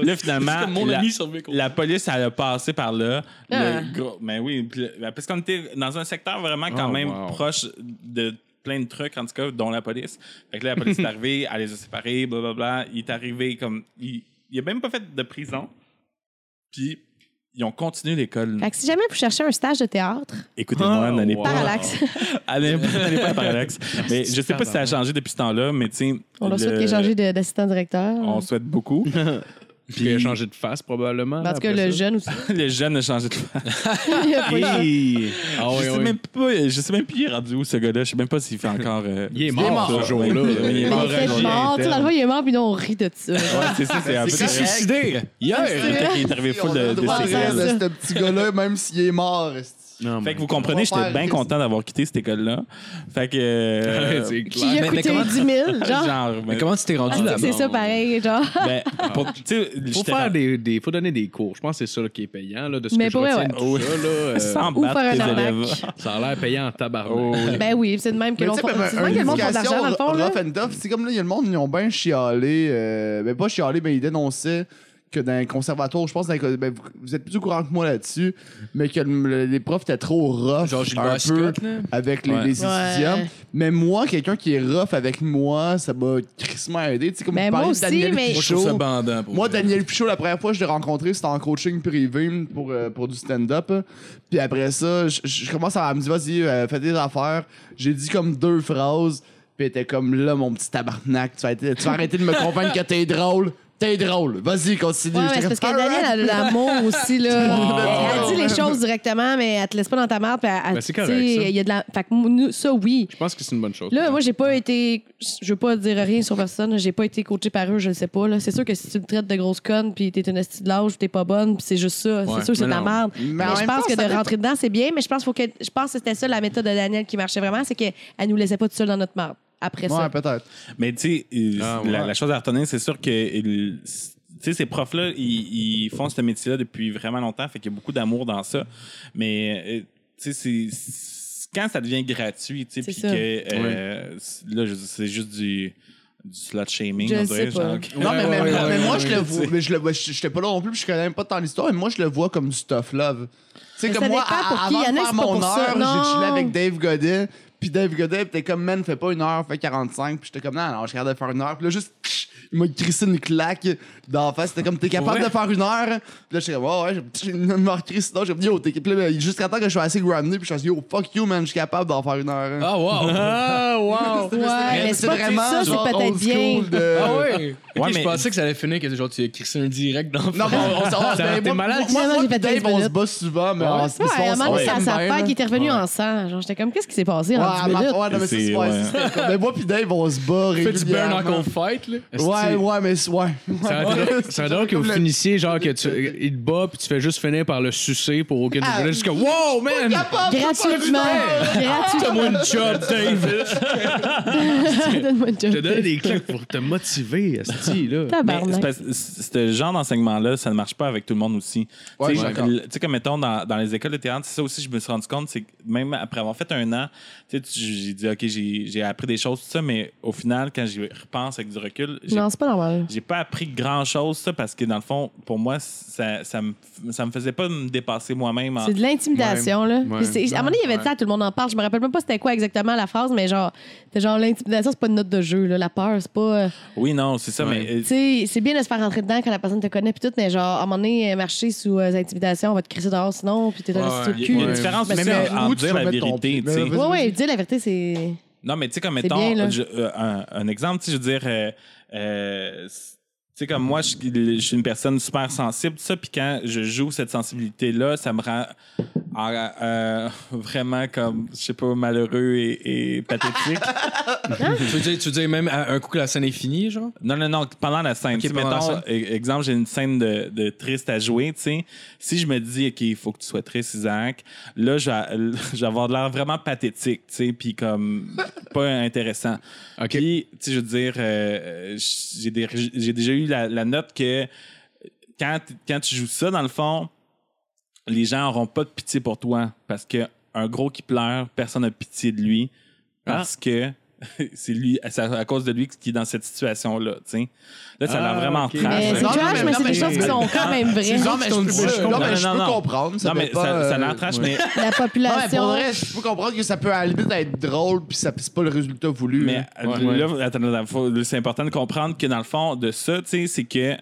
[SPEAKER 6] là, finalement,
[SPEAKER 3] Comme mon
[SPEAKER 6] la,
[SPEAKER 3] ami sur mes côtés.
[SPEAKER 6] la police, elle a passé par là. Le
[SPEAKER 2] Ah.
[SPEAKER 6] gros- mais oui, puis le- ben, parce qu'on était dans un secteur vraiment quand
[SPEAKER 4] Oh,
[SPEAKER 6] même
[SPEAKER 4] wow.
[SPEAKER 6] proche de plein de trucs, en tout cas, dont la police. Fait que là, la police est arrivée, elle les a séparés, blablabla. Il est arrivé comme... Il, il a même pas fait de prison. Puis, ils ont continué l'école.
[SPEAKER 2] Fait que si jamais vous cherchez un stage de théâtre,
[SPEAKER 6] Écoutez-moi,
[SPEAKER 4] Oh,
[SPEAKER 6] n'allez
[SPEAKER 4] wow.
[SPEAKER 6] pas...
[SPEAKER 2] parallaxe,
[SPEAKER 6] Allez, allez pas à Parallax. Mais je sais pas si ça a changé depuis ce temps-là, mais tu sais...
[SPEAKER 2] on leur souhaite
[SPEAKER 6] le-
[SPEAKER 2] hein. qu'il ait changé de- d'assistant directeur.
[SPEAKER 6] On souhaite beaucoup.
[SPEAKER 4] Puis il a changé de face, probablement.
[SPEAKER 2] En tout cas,
[SPEAKER 4] après
[SPEAKER 2] le
[SPEAKER 4] ça.
[SPEAKER 2] jeune aussi.
[SPEAKER 6] le jeune a changé de face.
[SPEAKER 2] Il a pas eu ça.
[SPEAKER 6] Hey!
[SPEAKER 4] Ah
[SPEAKER 6] je,
[SPEAKER 4] oui,
[SPEAKER 6] sais
[SPEAKER 4] oui.
[SPEAKER 6] même pas, je sais même plus il est rendu où ce gars-là. Je sais même pas s'il fait encore. euh,
[SPEAKER 4] Il est
[SPEAKER 5] Il est
[SPEAKER 4] mort,
[SPEAKER 5] mort.
[SPEAKER 4] ce jour-là.
[SPEAKER 6] Il est
[SPEAKER 2] Mais
[SPEAKER 6] mort,
[SPEAKER 2] il fait
[SPEAKER 6] Roger,
[SPEAKER 2] mort. Tu sais, dans le fond, il est mort, puis nous, on rit de ça.
[SPEAKER 6] Ouais, c'est ça, c'est un peu.
[SPEAKER 5] C'est
[SPEAKER 6] C'est
[SPEAKER 5] correct.
[SPEAKER 3] Suicidé
[SPEAKER 2] C'est
[SPEAKER 3] hier!
[SPEAKER 2] vrai.
[SPEAKER 6] il est arrivé
[SPEAKER 5] On
[SPEAKER 6] full
[SPEAKER 5] a
[SPEAKER 6] de,
[SPEAKER 5] le
[SPEAKER 6] de
[SPEAKER 5] droit de
[SPEAKER 6] séquelles.
[SPEAKER 5] rire de ce petit gars-là, même s'il est mort. esti.
[SPEAKER 4] Non,
[SPEAKER 6] Fait que
[SPEAKER 4] mais-
[SPEAKER 6] vous comprenez,
[SPEAKER 5] On va
[SPEAKER 6] j'étais
[SPEAKER 5] faire
[SPEAKER 6] bien
[SPEAKER 5] des-
[SPEAKER 6] content d'avoir quitté cette école-là. Fait que. euh,
[SPEAKER 4] C'est
[SPEAKER 2] Qui a
[SPEAKER 4] clair.
[SPEAKER 3] Mais- mais
[SPEAKER 2] coûté
[SPEAKER 3] comment-
[SPEAKER 2] 10 000, genre.
[SPEAKER 6] genre,
[SPEAKER 3] Mais
[SPEAKER 6] mais
[SPEAKER 3] comment tu t'es
[SPEAKER 2] Ah,
[SPEAKER 3] rendu
[SPEAKER 2] c'est que
[SPEAKER 3] là-bas?
[SPEAKER 2] C'est ça, pareil, genre.
[SPEAKER 6] ben, pour, tu sais,
[SPEAKER 4] Faut
[SPEAKER 6] j'étais
[SPEAKER 4] faire des, des- faut donner des cours. Je pense que c'est ça là, qui est payant là, de ce
[SPEAKER 2] Mais
[SPEAKER 4] que je
[SPEAKER 2] pour vrai,
[SPEAKER 4] retiens de
[SPEAKER 6] ouais.
[SPEAKER 4] tout
[SPEAKER 6] Oui.
[SPEAKER 4] ça. Là, euh,
[SPEAKER 6] sans
[SPEAKER 2] Ou
[SPEAKER 6] battre
[SPEAKER 2] faire
[SPEAKER 6] tes
[SPEAKER 2] un
[SPEAKER 6] élèves.
[SPEAKER 2] arnaque.
[SPEAKER 4] ça a l'air payant en tabarnak.
[SPEAKER 2] Ben oui, c'est de même que
[SPEAKER 5] Mais
[SPEAKER 2] l'on
[SPEAKER 5] tu sais,
[SPEAKER 2] font.
[SPEAKER 5] même
[SPEAKER 2] C'est de même
[SPEAKER 5] une
[SPEAKER 2] que le monde font de
[SPEAKER 5] éducation
[SPEAKER 2] l'argent, dans le fond, là.
[SPEAKER 5] rough and tough, c'est comme là, il y a le monde, ils ont bien chialé, euh, ben pas chialé, mais ils dénonçaient que dans les conservatoires, je pense, dans les- ben, vous, vous êtes plus au courant que moi là-dessus, mais que le- le- les profs étaient trop rough
[SPEAKER 3] Genre
[SPEAKER 5] un
[SPEAKER 3] Gilbert
[SPEAKER 5] peu
[SPEAKER 3] Scott, là?
[SPEAKER 5] avec les,
[SPEAKER 6] Ouais.
[SPEAKER 5] les étudiants.
[SPEAKER 2] Ouais.
[SPEAKER 5] Mais moi, quelqu'un qui est rough avec moi, ça m'a crissement aidé. Tu sais, comme
[SPEAKER 2] Ben,
[SPEAKER 5] vous parliez de
[SPEAKER 2] moi aussi,
[SPEAKER 5] Daniel
[SPEAKER 2] mais-
[SPEAKER 3] Moi, je
[SPEAKER 5] Pichot.
[SPEAKER 3] trouve ça bandant. pour
[SPEAKER 5] Moi,
[SPEAKER 3] vrai.
[SPEAKER 5] Daniel Pichot, la première fois que je l'ai rencontré, c'était en coaching privé pour, euh, pour du stand-up. Puis après ça, je- je je commence à me dire, vas-y, euh, fais des affaires. J'ai dit comme deux phrases. Puis elle était comme, là, mon petit tabarnak, tu vas, arrêter- tu vas arrêter de me convaincre que t'es drôle. T'es drôle. Vas-y, continue.
[SPEAKER 2] Ouais, mais
[SPEAKER 5] J'étais
[SPEAKER 2] c'est
[SPEAKER 5] comme,
[SPEAKER 2] parce que
[SPEAKER 5] Alright.
[SPEAKER 2] Daniel a de l'amour aussi, là.
[SPEAKER 5] Wow.
[SPEAKER 2] Elle dit les choses directement, mais elle te laisse pas dans ta merde. puis elle- elle-
[SPEAKER 4] Ben, c'est
[SPEAKER 2] tu sais,
[SPEAKER 4] correct, ça.
[SPEAKER 2] Il y a de la. Fait que nous, ça, oui.
[SPEAKER 4] Je pense que c'est une bonne chose.
[SPEAKER 2] Là, moi, j'ai pas été. Je veux pas dire rien sur personne. J'ai pas été coachée par eux, je le sais pas. là. C'est sûr que si tu me traites de grosse conne, puis t'es une hostie de l'âge, t'es pas bonne, puis c'est juste ça.
[SPEAKER 3] Ouais,
[SPEAKER 2] C'est sûr que c'est de
[SPEAKER 3] mais
[SPEAKER 2] la
[SPEAKER 3] non.
[SPEAKER 2] merde.
[SPEAKER 5] Mais en
[SPEAKER 2] Mais,
[SPEAKER 5] même
[SPEAKER 2] je
[SPEAKER 5] temps,
[SPEAKER 2] pense que
[SPEAKER 5] ça
[SPEAKER 2] de
[SPEAKER 5] dépend-
[SPEAKER 2] rentrer dedans, c'est bien, mais je pense, faut que... je pense que c'était ça la méthode de Daniel qui marchait vraiment, c'est qu'elle nous laissait pas tout seul dans notre merde. Après
[SPEAKER 5] Ouais,
[SPEAKER 2] ça.
[SPEAKER 5] peut-être.
[SPEAKER 6] Mais tu sais, euh,
[SPEAKER 4] Ah,
[SPEAKER 6] la,
[SPEAKER 4] ouais.
[SPEAKER 6] la chose à retenir, c'est sûr que il- tu sais, ces profs-là, ils, ils font ce métier-là depuis vraiment longtemps, fait qu'il y a beaucoup d'amour dans ça. Mais euh, tu sais, c'est- c'est- quand ça devient gratuit, tu sais,
[SPEAKER 2] C'est
[SPEAKER 6] puis que
[SPEAKER 2] ça.
[SPEAKER 6] euh, c'est- là, je- c'est juste du, du slut shaming,
[SPEAKER 2] Je
[SPEAKER 6] on
[SPEAKER 2] le
[SPEAKER 6] dirait.
[SPEAKER 2] sais pas.
[SPEAKER 6] genre,
[SPEAKER 5] Non, mais, mais- mais
[SPEAKER 4] ouais, ouais,
[SPEAKER 5] moi,
[SPEAKER 4] ouais,
[SPEAKER 5] je le vois. Mais je le vois. je- J'étais pas là non plus, puis je connais même pas tant l'histoire, mais moi, je le vois comme du tough love. Tu sais,
[SPEAKER 2] Mais
[SPEAKER 5] comme
[SPEAKER 2] ça
[SPEAKER 5] moi,
[SPEAKER 2] dépend
[SPEAKER 5] à-
[SPEAKER 2] pour qui.
[SPEAKER 5] avant
[SPEAKER 2] Il y en
[SPEAKER 5] de
[SPEAKER 2] a qui
[SPEAKER 5] faire
[SPEAKER 2] sont pas
[SPEAKER 5] mon
[SPEAKER 2] pour ça.
[SPEAKER 5] heure, j'ai chillé
[SPEAKER 2] Non.
[SPEAKER 5] avec Dave Godet, puis Dave Godet, puis t'es comme, man, fais pas une heure, fais 45, puis j'étais comme, non, non, je regarde de faire une heure, puis là, juste, psh, il m'a crissé une claque d'en face, c'était comme, t'es capable
[SPEAKER 3] Ouais.
[SPEAKER 5] de faire une heure, puis là, j'étais comme, ouais, ouais, j'ai une heure crissé, sinon, j'ai dit, yo, t'es capable, Puis là, jusqu'à temps que je sois assez grindé, puis je suis dit, yo, fuck you, man, je suis capable d'en faire une heure.
[SPEAKER 3] Ah, wow!
[SPEAKER 4] Ah, wow!
[SPEAKER 2] Ouais, mais c'est pas ça, c'est
[SPEAKER 5] genre,
[SPEAKER 2] peut-être
[SPEAKER 5] old
[SPEAKER 2] bien.
[SPEAKER 5] school de-
[SPEAKER 3] Ah ouais! Ok,
[SPEAKER 6] Ouais,
[SPEAKER 3] je
[SPEAKER 6] mais-
[SPEAKER 3] pensais que ça allait finir que genre, tu as crissé un direct dans le
[SPEAKER 5] Non, mais on, on, on,
[SPEAKER 4] T'as-
[SPEAKER 5] ben,
[SPEAKER 4] t'es
[SPEAKER 5] moi-
[SPEAKER 4] malade.
[SPEAKER 5] Moi, moi,
[SPEAKER 2] Finalement, j'ai
[SPEAKER 5] puis
[SPEAKER 2] fait
[SPEAKER 5] Dave,
[SPEAKER 2] 15
[SPEAKER 5] on se
[SPEAKER 2] minutes.
[SPEAKER 5] bat souvent, mais on se
[SPEAKER 2] Ouais,
[SPEAKER 5] on
[SPEAKER 2] à un
[SPEAKER 5] se-
[SPEAKER 2] moment
[SPEAKER 5] on
[SPEAKER 2] donné,
[SPEAKER 5] s'aime
[SPEAKER 2] c'est à sa
[SPEAKER 5] bien,
[SPEAKER 2] fête
[SPEAKER 5] là.
[SPEAKER 2] qui était revenu en sang. Genre, j'étais comme, qu'est-ce qui s'est passé
[SPEAKER 5] Ouais,
[SPEAKER 2] en
[SPEAKER 5] à
[SPEAKER 2] 10
[SPEAKER 5] ma-
[SPEAKER 2] minutes?
[SPEAKER 5] ouais, non, mais
[SPEAKER 6] C'est-
[SPEAKER 5] c'est ouais,
[SPEAKER 6] ouais.
[SPEAKER 5] c'est comme- Mais moi puis Dave, on se bat
[SPEAKER 3] Fait du burn
[SPEAKER 5] régulièrement.
[SPEAKER 3] encore fight, là.
[SPEAKER 5] Ouais, ouais, mais c'est- ouais.
[SPEAKER 4] C'est un drôle- c'est un drôle que vous
[SPEAKER 5] Comme le-
[SPEAKER 4] finissiez, genre, que tu, il te bat, puis tu fais juste finir par le sucer pour aucune
[SPEAKER 5] Ah.
[SPEAKER 4] raison. Juste que, wow, man!
[SPEAKER 2] Gratuitement. Gratuitement.
[SPEAKER 4] Donne-moi une job, Dave!
[SPEAKER 2] Donne-moi une job.
[SPEAKER 4] Je te donne des claques pour te motiver, Asti, là.
[SPEAKER 6] Mais c'est
[SPEAKER 2] Tabarnak.
[SPEAKER 6] parce que c- ce genre d'enseignement-là, ça ne marche pas avec tout le monde aussi.
[SPEAKER 5] Ouais,
[SPEAKER 6] tu
[SPEAKER 5] je
[SPEAKER 6] sais,
[SPEAKER 5] suis d'accord.
[SPEAKER 6] le- tu sais, comme mettons, dans, dans les écoles de théâtre, c'est ça aussi, je me suis rendu compte, c'est que même après avoir fait un an, tu sais, tu- j'ai dit, OK, j'ai j'ai appris des choses, tout ça, mais au final, quand j'y repense avec du recul, j'ai
[SPEAKER 2] Non, c'est pas normal.
[SPEAKER 6] j'ai pas appris grand chose, ça, parce que dans le fond, pour moi, ça, ça, me, f- ça me faisait pas me dépasser moi-même. en-
[SPEAKER 2] C'est de l'intimidation, là.
[SPEAKER 4] Ouais.
[SPEAKER 2] Puis c'est- à un moment donné, il y avait de ça, tout le monde en parle. Je me rappelle même pas c'était quoi exactement la phrase, mais genre, c'était genre l'intimidation, c'est pas une note de jeu, là. La peur, c'est pas. euh,
[SPEAKER 6] Oui, non, c'est ça,
[SPEAKER 4] Ouais.
[SPEAKER 6] mais. euh,
[SPEAKER 2] Tu sais, c'est bien de se faire rentrer dedans quand la personne te connaît, puis tout, mais genre, à un moment donné, euh, marcher sous euh, intimidation, on va te crisser dehors sinon, puis t'es dans
[SPEAKER 3] Ouais,
[SPEAKER 2] le
[SPEAKER 3] ouais.
[SPEAKER 2] cul.
[SPEAKER 6] Il y a une
[SPEAKER 2] là.
[SPEAKER 6] différence
[SPEAKER 2] Mais
[SPEAKER 6] même
[SPEAKER 2] c'est-
[SPEAKER 6] en
[SPEAKER 5] où tu
[SPEAKER 6] dire
[SPEAKER 5] vas
[SPEAKER 6] la
[SPEAKER 5] mettre ton
[SPEAKER 6] vérité.
[SPEAKER 5] pied,
[SPEAKER 6] tu sais.
[SPEAKER 5] là,
[SPEAKER 2] Ouais, ouais, dis la vérité, c'est.
[SPEAKER 6] Non, mais tu sais, comme
[SPEAKER 2] C'est
[SPEAKER 6] mettons,
[SPEAKER 2] bien, là.
[SPEAKER 6] je- euh, un, un exemple, tu sais, je veux dire, euh, euh, s- tu sais, comme moi, je, je suis une personne super sensible, tout ça, puis quand je joue cette sensibilité-là, ça me rend en- euh, vraiment comme, je sais pas, malheureux et, et pathétique.
[SPEAKER 3] Tu veux dire, tu veux dire même à un coup que la scène est finie, genre?
[SPEAKER 6] non, non, non, pendant la scène.
[SPEAKER 3] Ok,
[SPEAKER 6] tu sais,
[SPEAKER 3] pendant la
[SPEAKER 6] mettons,
[SPEAKER 3] scène.
[SPEAKER 6] e- exemple, j'ai une scène de, de triste à jouer, tu sais. Si je me dis, OK, il faut que tu sois triste, Isaac, là, je vais- je vais avoir de l'air vraiment pathétique, tu sais, puis comme pas intéressant.
[SPEAKER 4] OK.
[SPEAKER 6] Puis, tu sais, je veux dire, euh, euh, j'ai des- j'ai déjà eu la, la note que quand, quand tu joues ça, dans le fond, les gens n'auront pas de pitié pour toi parce que un gros qui pleure, personne n'a pitié de lui
[SPEAKER 4] Ah.
[SPEAKER 6] parce que c'est lui, c'est à, à cause de lui qui est dans cette situation-là. tu sais. Là, ça
[SPEAKER 4] Ah,
[SPEAKER 6] l'a vraiment
[SPEAKER 4] ok.
[SPEAKER 6] trash. hein.
[SPEAKER 2] Mais
[SPEAKER 5] mais
[SPEAKER 2] c'est
[SPEAKER 5] non,
[SPEAKER 2] trash,
[SPEAKER 5] mais
[SPEAKER 2] mais
[SPEAKER 5] non,
[SPEAKER 2] c'est
[SPEAKER 5] mais-
[SPEAKER 2] des choses qui sont quand même vraies.
[SPEAKER 5] Non, mais je peux-
[SPEAKER 6] je
[SPEAKER 5] non, mais
[SPEAKER 6] comprends.
[SPEAKER 5] je
[SPEAKER 6] Non,
[SPEAKER 5] peux
[SPEAKER 6] non, non.
[SPEAKER 5] comprendre. Ça
[SPEAKER 6] Non,
[SPEAKER 5] fait
[SPEAKER 6] mais
[SPEAKER 5] pas,
[SPEAKER 6] ça, ça
[SPEAKER 5] euh,
[SPEAKER 6] l'entrache, mais
[SPEAKER 2] La
[SPEAKER 5] Non, mais pour
[SPEAKER 2] population.
[SPEAKER 5] vrai, je peux comprendre que ça peut à la limite être drôle, puis ça c'est pas le résultat voulu.
[SPEAKER 6] Mais
[SPEAKER 5] hein.
[SPEAKER 6] euh,
[SPEAKER 4] Ouais.
[SPEAKER 6] là, attends, attends, faut- là, c'est important de comprendre que dans le fond, de ça, tu sais, c'est que l-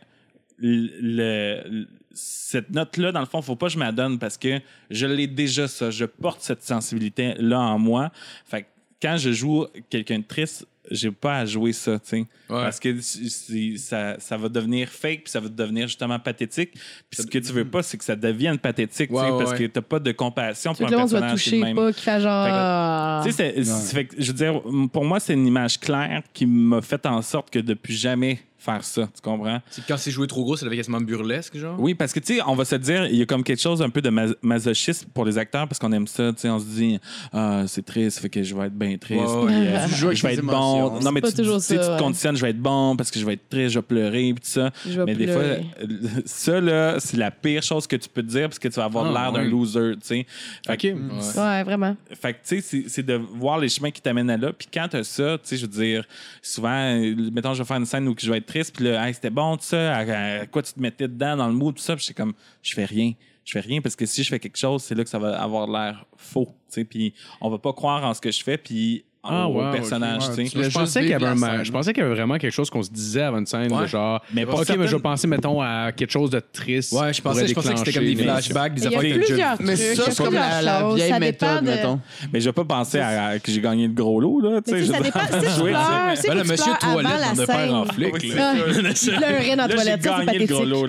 [SPEAKER 6] le, l- cette note-là, dans le fond, faut pas que je m'adonne parce que je l'ai déjà, ça. Je porte cette sensibilité-là en moi. Fait que quand je joue quelqu'un de triste, j'ai pas à jouer ça, tu sais.
[SPEAKER 3] Ouais.
[SPEAKER 6] Parce que c- c'est- ça, ça va devenir fake, puis ça va devenir justement pathétique. Puis ce que tu veux pas, c'est que ça devienne pathétique, tu sais,
[SPEAKER 3] Ouais, ouais,
[SPEAKER 6] parce
[SPEAKER 3] ouais.
[SPEAKER 6] que t'as pas de compassion
[SPEAKER 2] Tu veux
[SPEAKER 6] pour
[SPEAKER 2] que
[SPEAKER 6] un
[SPEAKER 2] le monde soit
[SPEAKER 6] personnage qui est
[SPEAKER 2] touché,
[SPEAKER 6] le même.
[SPEAKER 2] pas qu'il fasse
[SPEAKER 6] Fait que-
[SPEAKER 2] genre. ah.
[SPEAKER 6] Tu sais, c'est- c'est- fait que, je veux dire, pour moi, c'est une image claire qui m'a fait en sorte que de plus jamais faire ça, tu comprends?
[SPEAKER 3] C'est- Quand c'est joué trop gros, ça devait quasiment burlesque, genre.
[SPEAKER 6] Oui, parce que, tu sais, on va se dire, il y a comme quelque chose un peu de mas- masochisme pour les acteurs parce qu'on aime ça, tu sais, on se dit, ah, c'est triste, fait que je vais être bien triste.
[SPEAKER 3] Ouais, ouais.
[SPEAKER 6] puis, euh,
[SPEAKER 5] Tu joues avec
[SPEAKER 6] je vais
[SPEAKER 5] les
[SPEAKER 6] être
[SPEAKER 5] émotions.
[SPEAKER 6] bon.
[SPEAKER 5] C'est
[SPEAKER 6] Non, mais
[SPEAKER 2] pas
[SPEAKER 6] tu, tu
[SPEAKER 2] toujours
[SPEAKER 6] sais,
[SPEAKER 2] ça,
[SPEAKER 6] tu
[SPEAKER 2] ouais.
[SPEAKER 6] te conditionnes, je vais être bon parce que je vais être triste, je vais pleurer, puis tout ça.
[SPEAKER 2] Je vais
[SPEAKER 6] mais des fois,
[SPEAKER 2] pleurer.
[SPEAKER 6] euh, ça, là, c'est la pire chose que tu peux te dire parce que tu vas avoir
[SPEAKER 3] Ah,
[SPEAKER 6] l'air d'un
[SPEAKER 3] ouais.
[SPEAKER 6] loser, tu sais. Fait que-
[SPEAKER 3] Ouais.
[SPEAKER 2] Ouais, vraiment.
[SPEAKER 6] fait que, tu sais, c'est- c'est de voir les chemins qui t'amènent à là. Puis quand t'as ça, tu sais, je veux dire, souvent, euh, mettons, je vais faire une scène où que je vais être triste, puis là, Hey, c'était bon, tout ça, à, à quoi tu te mettais dedans, dans le mood, tout ça, puis c'est comme, je fais rien. Je fais rien parce que si je fais quelque chose, c'est là que ça va avoir l'air faux, tu sais, puis on va pas croire en ce que je fais, puis en-
[SPEAKER 4] Ah,
[SPEAKER 6] au
[SPEAKER 4] ouais,
[SPEAKER 6] personnage,
[SPEAKER 5] ok,
[SPEAKER 6] tu
[SPEAKER 5] ouais, tu
[SPEAKER 6] sais.
[SPEAKER 5] l'as
[SPEAKER 4] Je
[SPEAKER 5] juste
[SPEAKER 4] pensais qu'il y avait
[SPEAKER 5] vivre
[SPEAKER 4] un
[SPEAKER 5] la
[SPEAKER 4] ma-
[SPEAKER 5] scène.
[SPEAKER 4] je pensais qu'il y avait vraiment quelque chose qu'on se disait avant une scène,
[SPEAKER 3] Ouais.
[SPEAKER 4] de genre.
[SPEAKER 6] Mais pour
[SPEAKER 4] ok, mais je vais
[SPEAKER 6] certaines-
[SPEAKER 4] penser, mettons, à quelque chose de triste.
[SPEAKER 3] Ouais, je pensais, je pensais que c'était comme des flashbacks, des
[SPEAKER 2] Il y a
[SPEAKER 3] affaires que le
[SPEAKER 2] plusieurs trucs.
[SPEAKER 5] Mais ça,
[SPEAKER 2] il y a
[SPEAKER 5] c'est comme la,
[SPEAKER 2] plusieurs
[SPEAKER 5] la
[SPEAKER 2] choses.
[SPEAKER 5] vieille
[SPEAKER 2] Ça dépend
[SPEAKER 5] méthode,
[SPEAKER 2] de-
[SPEAKER 5] mettons.
[SPEAKER 6] Mais je vais pas penser à, à que j'ai gagné le gros lot, là, tu
[SPEAKER 2] Mais
[SPEAKER 6] sais.
[SPEAKER 2] tu sais,
[SPEAKER 6] je
[SPEAKER 2] ça
[SPEAKER 6] veux dire,
[SPEAKER 2] dépend. Si tu
[SPEAKER 6] jouer, tu sais,
[SPEAKER 2] pleures,
[SPEAKER 6] mais-
[SPEAKER 2] si tu
[SPEAKER 3] Ben, le monsieur
[SPEAKER 2] pleures
[SPEAKER 3] toilette,
[SPEAKER 2] avant
[SPEAKER 3] on
[SPEAKER 2] la
[SPEAKER 3] a peur en
[SPEAKER 2] scène.
[SPEAKER 3] flic. là.
[SPEAKER 2] Ah, Tu pleurais dans la
[SPEAKER 6] Là, j'ai
[SPEAKER 2] toilette, ça, c'est
[SPEAKER 6] gagné le
[SPEAKER 2] pathétique.
[SPEAKER 6] gros lot,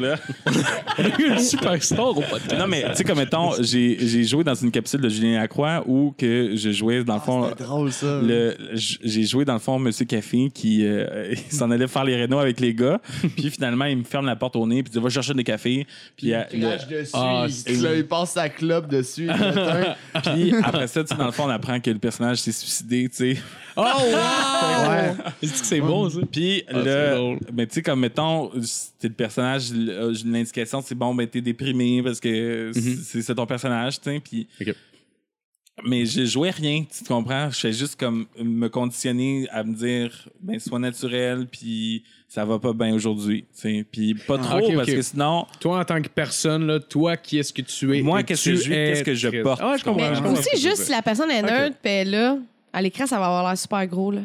[SPEAKER 6] là.
[SPEAKER 3] Superstar au podcast.
[SPEAKER 6] Non, mais tu sais, comme mettons, j'ai j'ai joué dans une capsule de Julien Lacroix où que je jouais,
[SPEAKER 2] Ah,
[SPEAKER 6] dans le fond,
[SPEAKER 5] C'était drôle, ça.
[SPEAKER 6] le- j- j'ai joué dans le fond Monsieur Café qui euh, il s'en allait faire les rénaux avec les gars. puis finalement, il me ferme la porte au nez, puis il dit, va chercher des cafés. Puis, euh,
[SPEAKER 5] Il crache dessus,
[SPEAKER 4] Ah,
[SPEAKER 5] il-
[SPEAKER 4] c'est-
[SPEAKER 5] là, il passe sa clope dessus. il l'éteint.
[SPEAKER 6] puis après ça, tu sais, dans le fond, on apprend que le personnage s'est suicidé, tu sais.
[SPEAKER 3] Oh,
[SPEAKER 5] Ouais.
[SPEAKER 3] Est-ce que c'est bon, ça?
[SPEAKER 6] Puis
[SPEAKER 4] Ah, c'est
[SPEAKER 6] là,
[SPEAKER 4] drôle.
[SPEAKER 6] mais tu sais, comme mettons, c'était le personnage, euh, l'indication, c'est bon, ben t'es déprimé parce que c'est- c'est c'est ton personnage, tu sais. Puis.
[SPEAKER 4] Ok.
[SPEAKER 6] Mais je jouais rien, tu te comprends? Je fais juste comme me conditionner à me dire, ben, sois naturel, puis ça va pas bien aujourd'hui, tu sais. Puis pas trop,
[SPEAKER 4] ok, ok.
[SPEAKER 6] parce que sinon,
[SPEAKER 4] Toi, en tant que personne, là, toi, qui est-ce que tu es?
[SPEAKER 6] Moi,
[SPEAKER 4] Et
[SPEAKER 6] qu'est-ce que
[SPEAKER 4] tu
[SPEAKER 6] je suis,
[SPEAKER 4] es
[SPEAKER 6] qu'est-ce que je
[SPEAKER 4] triste.
[SPEAKER 6] porte?
[SPEAKER 4] Ah, ouais, je comprends.
[SPEAKER 2] Mais
[SPEAKER 4] je comprends ce que
[SPEAKER 2] aussi,
[SPEAKER 4] tu veux
[SPEAKER 2] juste si
[SPEAKER 4] dire.
[SPEAKER 2] la personne est neutre, puis elle est là, à l'écran, ça va avoir l'air super gros, là.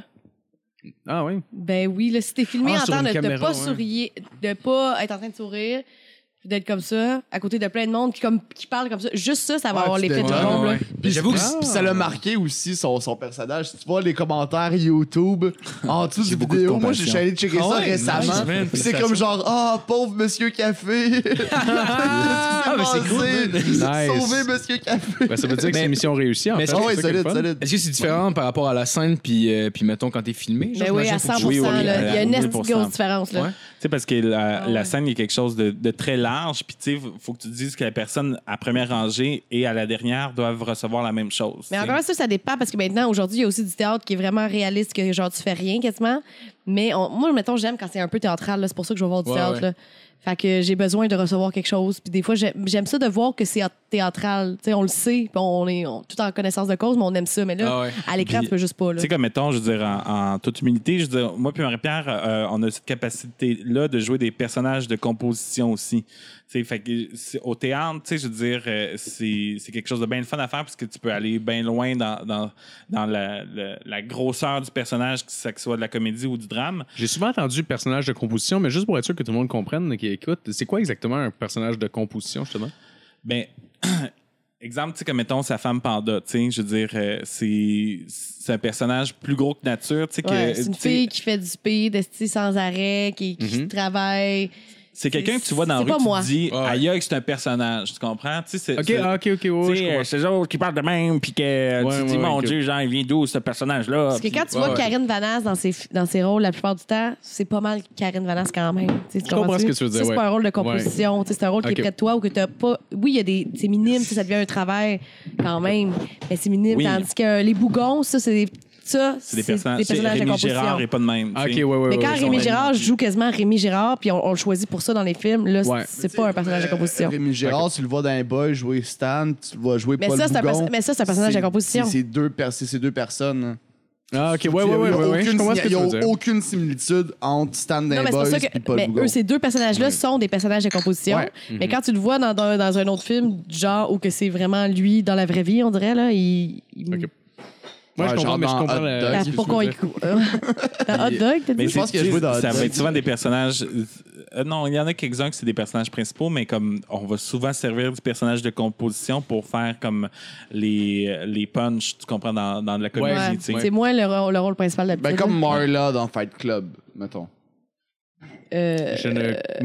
[SPEAKER 4] Ah, oui.
[SPEAKER 2] Ben oui, là, si t'es filmé
[SPEAKER 4] Ah,
[SPEAKER 2] en
[SPEAKER 4] sur
[SPEAKER 2] train
[SPEAKER 4] une
[SPEAKER 2] de, de
[SPEAKER 4] caméra,
[SPEAKER 2] pas
[SPEAKER 4] ouais.
[SPEAKER 2] sourire, de pas être en train de sourire, puis d'être comme ça, à côté de plein de monde qui, comme, qui parle comme ça, juste ça, ça va
[SPEAKER 5] Ouais,
[SPEAKER 2] avoir
[SPEAKER 5] Ah, tu
[SPEAKER 2] l'effet de
[SPEAKER 5] détends,
[SPEAKER 2] trompe, là.
[SPEAKER 3] Mais J'avoue que
[SPEAKER 5] Puis- puis ça l'a marqué aussi son, son personnage. Si tu vois les commentaires YouTube en dessous du
[SPEAKER 6] beaucoup de
[SPEAKER 5] vidéo, moi je
[SPEAKER 6] compassion.
[SPEAKER 5] suis allé checker
[SPEAKER 3] Ah
[SPEAKER 5] ça
[SPEAKER 3] ouais, nice,
[SPEAKER 5] récemment.
[SPEAKER 3] man.
[SPEAKER 5] Puis c'est comme genre ah pauvre Monsieur Café. ah
[SPEAKER 3] mais c'est cool,
[SPEAKER 4] man.
[SPEAKER 5] Sauver Monsieur Café.
[SPEAKER 4] Ben, ça veut dire que
[SPEAKER 3] Mais-
[SPEAKER 4] c'est mission réussie, en
[SPEAKER 3] mais
[SPEAKER 4] fait.
[SPEAKER 5] Ah ouais,
[SPEAKER 4] C'est ça qui est le
[SPEAKER 5] solide,
[SPEAKER 4] fun.
[SPEAKER 5] solide.
[SPEAKER 3] Est-ce que c'est différent par rapport à la scène, puis, euh, puis mettons, quand t'es filmé?
[SPEAKER 2] Ben oui, à 100
[SPEAKER 6] jouer au-
[SPEAKER 2] là. Il y a une
[SPEAKER 6] à
[SPEAKER 2] esti
[SPEAKER 6] 1000%.
[SPEAKER 2] grosse différence, là.
[SPEAKER 3] Ouais.
[SPEAKER 6] Tu sais, parce que la,
[SPEAKER 2] Ah
[SPEAKER 6] la
[SPEAKER 2] ouais.
[SPEAKER 6] scène, il y a quelque chose de, de très large. Puis, tu sais, faut que tu te dises que la personne à première rangée et à la dernière doivent recevoir la même chose.
[SPEAKER 2] Mais
[SPEAKER 6] tu sais.
[SPEAKER 2] encore ça, ça dépend parce que maintenant, aujourd'hui, il y a aussi du théâtre qui est vraiment réaliste, que genre tu fais rien quasiment. Mais on- moi, mettons, j'aime quand c'est un peu théâtral, là. c'est pour ça que je vais voir du
[SPEAKER 3] Ouais,
[SPEAKER 2] théâtre.
[SPEAKER 3] ouais.
[SPEAKER 2] Là. Fait que j'ai besoin de recevoir quelque chose. Puis des fois, j'ai- j'aime ça de voir que c'est théâtral. Tu sais, on le sait, puis on est on- tout en connaissance de cause, mais on aime ça. Mais là,
[SPEAKER 3] Ah ouais.
[SPEAKER 2] à l'écran,
[SPEAKER 6] Puis,
[SPEAKER 2] tu peux juste pas.
[SPEAKER 6] Tu
[SPEAKER 2] Là.
[SPEAKER 6] sais, comme mettons, je veux dire, en, en toute humilité, je veux dire, moi puis Marie-Pierre, euh, on a cette capacité-là de jouer des personnages de composition aussi. Tu sais, fait que c'est- au théâtre, tu sais, je veux dire, euh, c'est c'est quelque chose de bien le fun à faire parce que tu peux aller bien loin dans, dans, dans la, la- la grosseur du personnage, que ça que soit de la comédie ou du drame.
[SPEAKER 4] J'ai souvent entendu personnage de composition, mais juste pour être sûr que tout le monde comprenne, qui écoute, c'est quoi exactement un personnage de composition, justement?
[SPEAKER 6] Ben, exemple, tu sais, comme mettons sa femme panda, tu sais, je veux dire, euh, c'est c'est un personnage plus gros que nature, tu sais, que.
[SPEAKER 2] Ouais, c'est une
[SPEAKER 6] tu sais, Mm-hmm.
[SPEAKER 2] fille qui fait du P, de style sans arrêt, qui, qui travaille.
[SPEAKER 6] C'est quelqu'un que tu vois dans la
[SPEAKER 2] C'est
[SPEAKER 6] rue,
[SPEAKER 2] pas
[SPEAKER 6] tu
[SPEAKER 2] moi.
[SPEAKER 6] te dis,
[SPEAKER 3] Ouais.
[SPEAKER 6] aïe, aïe, c'est un personnage, tu comprends? Tu sais, Euh, c'est.
[SPEAKER 4] Ok,
[SPEAKER 6] c'est-
[SPEAKER 4] ah, ok, ok, ouais,
[SPEAKER 6] tu
[SPEAKER 4] ouais, je
[SPEAKER 6] sais,
[SPEAKER 4] comprends.
[SPEAKER 6] euh, c'est eux autres qui parlent de même, puis que euh,
[SPEAKER 4] Ouais,
[SPEAKER 6] tu te dis,
[SPEAKER 4] ouais,
[SPEAKER 6] mon
[SPEAKER 4] ok.
[SPEAKER 6] Dieu, genre, il vient d'où ce personnage-là?
[SPEAKER 2] Parce que
[SPEAKER 4] Ah,
[SPEAKER 6] Puis-
[SPEAKER 2] quand tu
[SPEAKER 3] ouais,
[SPEAKER 2] vois
[SPEAKER 3] ouais.
[SPEAKER 2] Karine Vanasse dans ses, dans ses rôles, la plupart du temps, c'est pas mal Karine Vanasse quand même. Tu sais, tu
[SPEAKER 4] comprends
[SPEAKER 2] comprends-tu?
[SPEAKER 4] ce que tu veux dire,
[SPEAKER 2] Ça, c'est
[SPEAKER 4] ouais.
[SPEAKER 2] pas un rôle de composition. tu sais, C'est un rôle qui
[SPEAKER 4] Ok.
[SPEAKER 2] est près de toi ou que t'as pas. Oui, il y a des. C'est minime, tu sais, ça devient un travail quand même. Mais c'est minime.
[SPEAKER 6] Oui.
[SPEAKER 2] Tandis que les bougons, ça, c'est des. Ça,
[SPEAKER 6] c'est des personnages.
[SPEAKER 2] des personnages de
[SPEAKER 6] Rémi
[SPEAKER 2] composition.
[SPEAKER 6] Gérard est pas de même.
[SPEAKER 4] Ah,
[SPEAKER 6] tu
[SPEAKER 4] ok,
[SPEAKER 6] sais.
[SPEAKER 4] ouais, ouais, ouais.
[SPEAKER 2] Mais quand
[SPEAKER 4] ouais, je
[SPEAKER 2] Rémi
[SPEAKER 4] comprends.
[SPEAKER 2] Gérard joue quasiment Rémi Gérard, puis on, on le choisit pour ça dans les films, là,
[SPEAKER 4] Ouais.
[SPEAKER 2] c'est pas un personnage de composition.
[SPEAKER 5] Euh, Rémi Gérard, tu le vois dans les boys jouer Stan, tu le vois jouer
[SPEAKER 2] Mais
[SPEAKER 5] Paul
[SPEAKER 2] ça, c'est un
[SPEAKER 5] Bougon.
[SPEAKER 2] perso- mais ça, c'est un personnage de
[SPEAKER 5] C'est-
[SPEAKER 2] composition.
[SPEAKER 5] c'est- C'est deux per- c'est ces deux personnes.
[SPEAKER 4] Ah, ok, ouais, ouais,
[SPEAKER 5] euh,
[SPEAKER 4] ouais, ouais, ouais, je comprends ce que tu
[SPEAKER 5] Ils
[SPEAKER 4] veux
[SPEAKER 5] ont
[SPEAKER 4] dire.
[SPEAKER 5] aucune similitude entre Stan dans
[SPEAKER 2] Non,
[SPEAKER 5] les
[SPEAKER 2] mais c'est pour
[SPEAKER 5] boys
[SPEAKER 2] ça
[SPEAKER 5] et
[SPEAKER 2] que
[SPEAKER 5] Paul
[SPEAKER 2] mais
[SPEAKER 5] Bougon.
[SPEAKER 2] eux, ces deux personnages-là sont des personnages de composition.
[SPEAKER 5] Ouais. Mm-hmm.
[SPEAKER 2] Mais quand tu le vois dans, dans- dans un autre film, du genre, ou que c'est vraiment lui dans la vraie vie, on dirait, là, il. il-
[SPEAKER 4] Ok. Moi,
[SPEAKER 5] Ouais,
[SPEAKER 4] je comprends,
[SPEAKER 5] genre
[SPEAKER 4] mais je
[SPEAKER 5] dans
[SPEAKER 4] comprends
[SPEAKER 5] Hot
[SPEAKER 4] la-
[SPEAKER 5] Dog.
[SPEAKER 2] Ah,
[SPEAKER 5] qu'est-ce que
[SPEAKER 2] pourquoi
[SPEAKER 4] tu
[SPEAKER 2] il court? Dans Hot Dog, t'as
[SPEAKER 6] Mais
[SPEAKER 2] dit?
[SPEAKER 5] Je pense
[SPEAKER 6] c'est-
[SPEAKER 5] qu'il a joué dans
[SPEAKER 6] Ça va
[SPEAKER 5] Hot Dog.
[SPEAKER 6] être souvent des personnages. euh, non, il y en a quelques-uns que c'est des personnages principaux, mais comme on va souvent servir du personnage de composition pour faire comme les, les punchs, tu comprends, dans, dans la comédie.
[SPEAKER 2] Ouais.
[SPEAKER 6] tu sais.
[SPEAKER 2] C'est moins le, rôle- le rôle principal de
[SPEAKER 5] Ben, comme Marla dans Fight Club, mettons.
[SPEAKER 2] Euh,
[SPEAKER 4] Je ne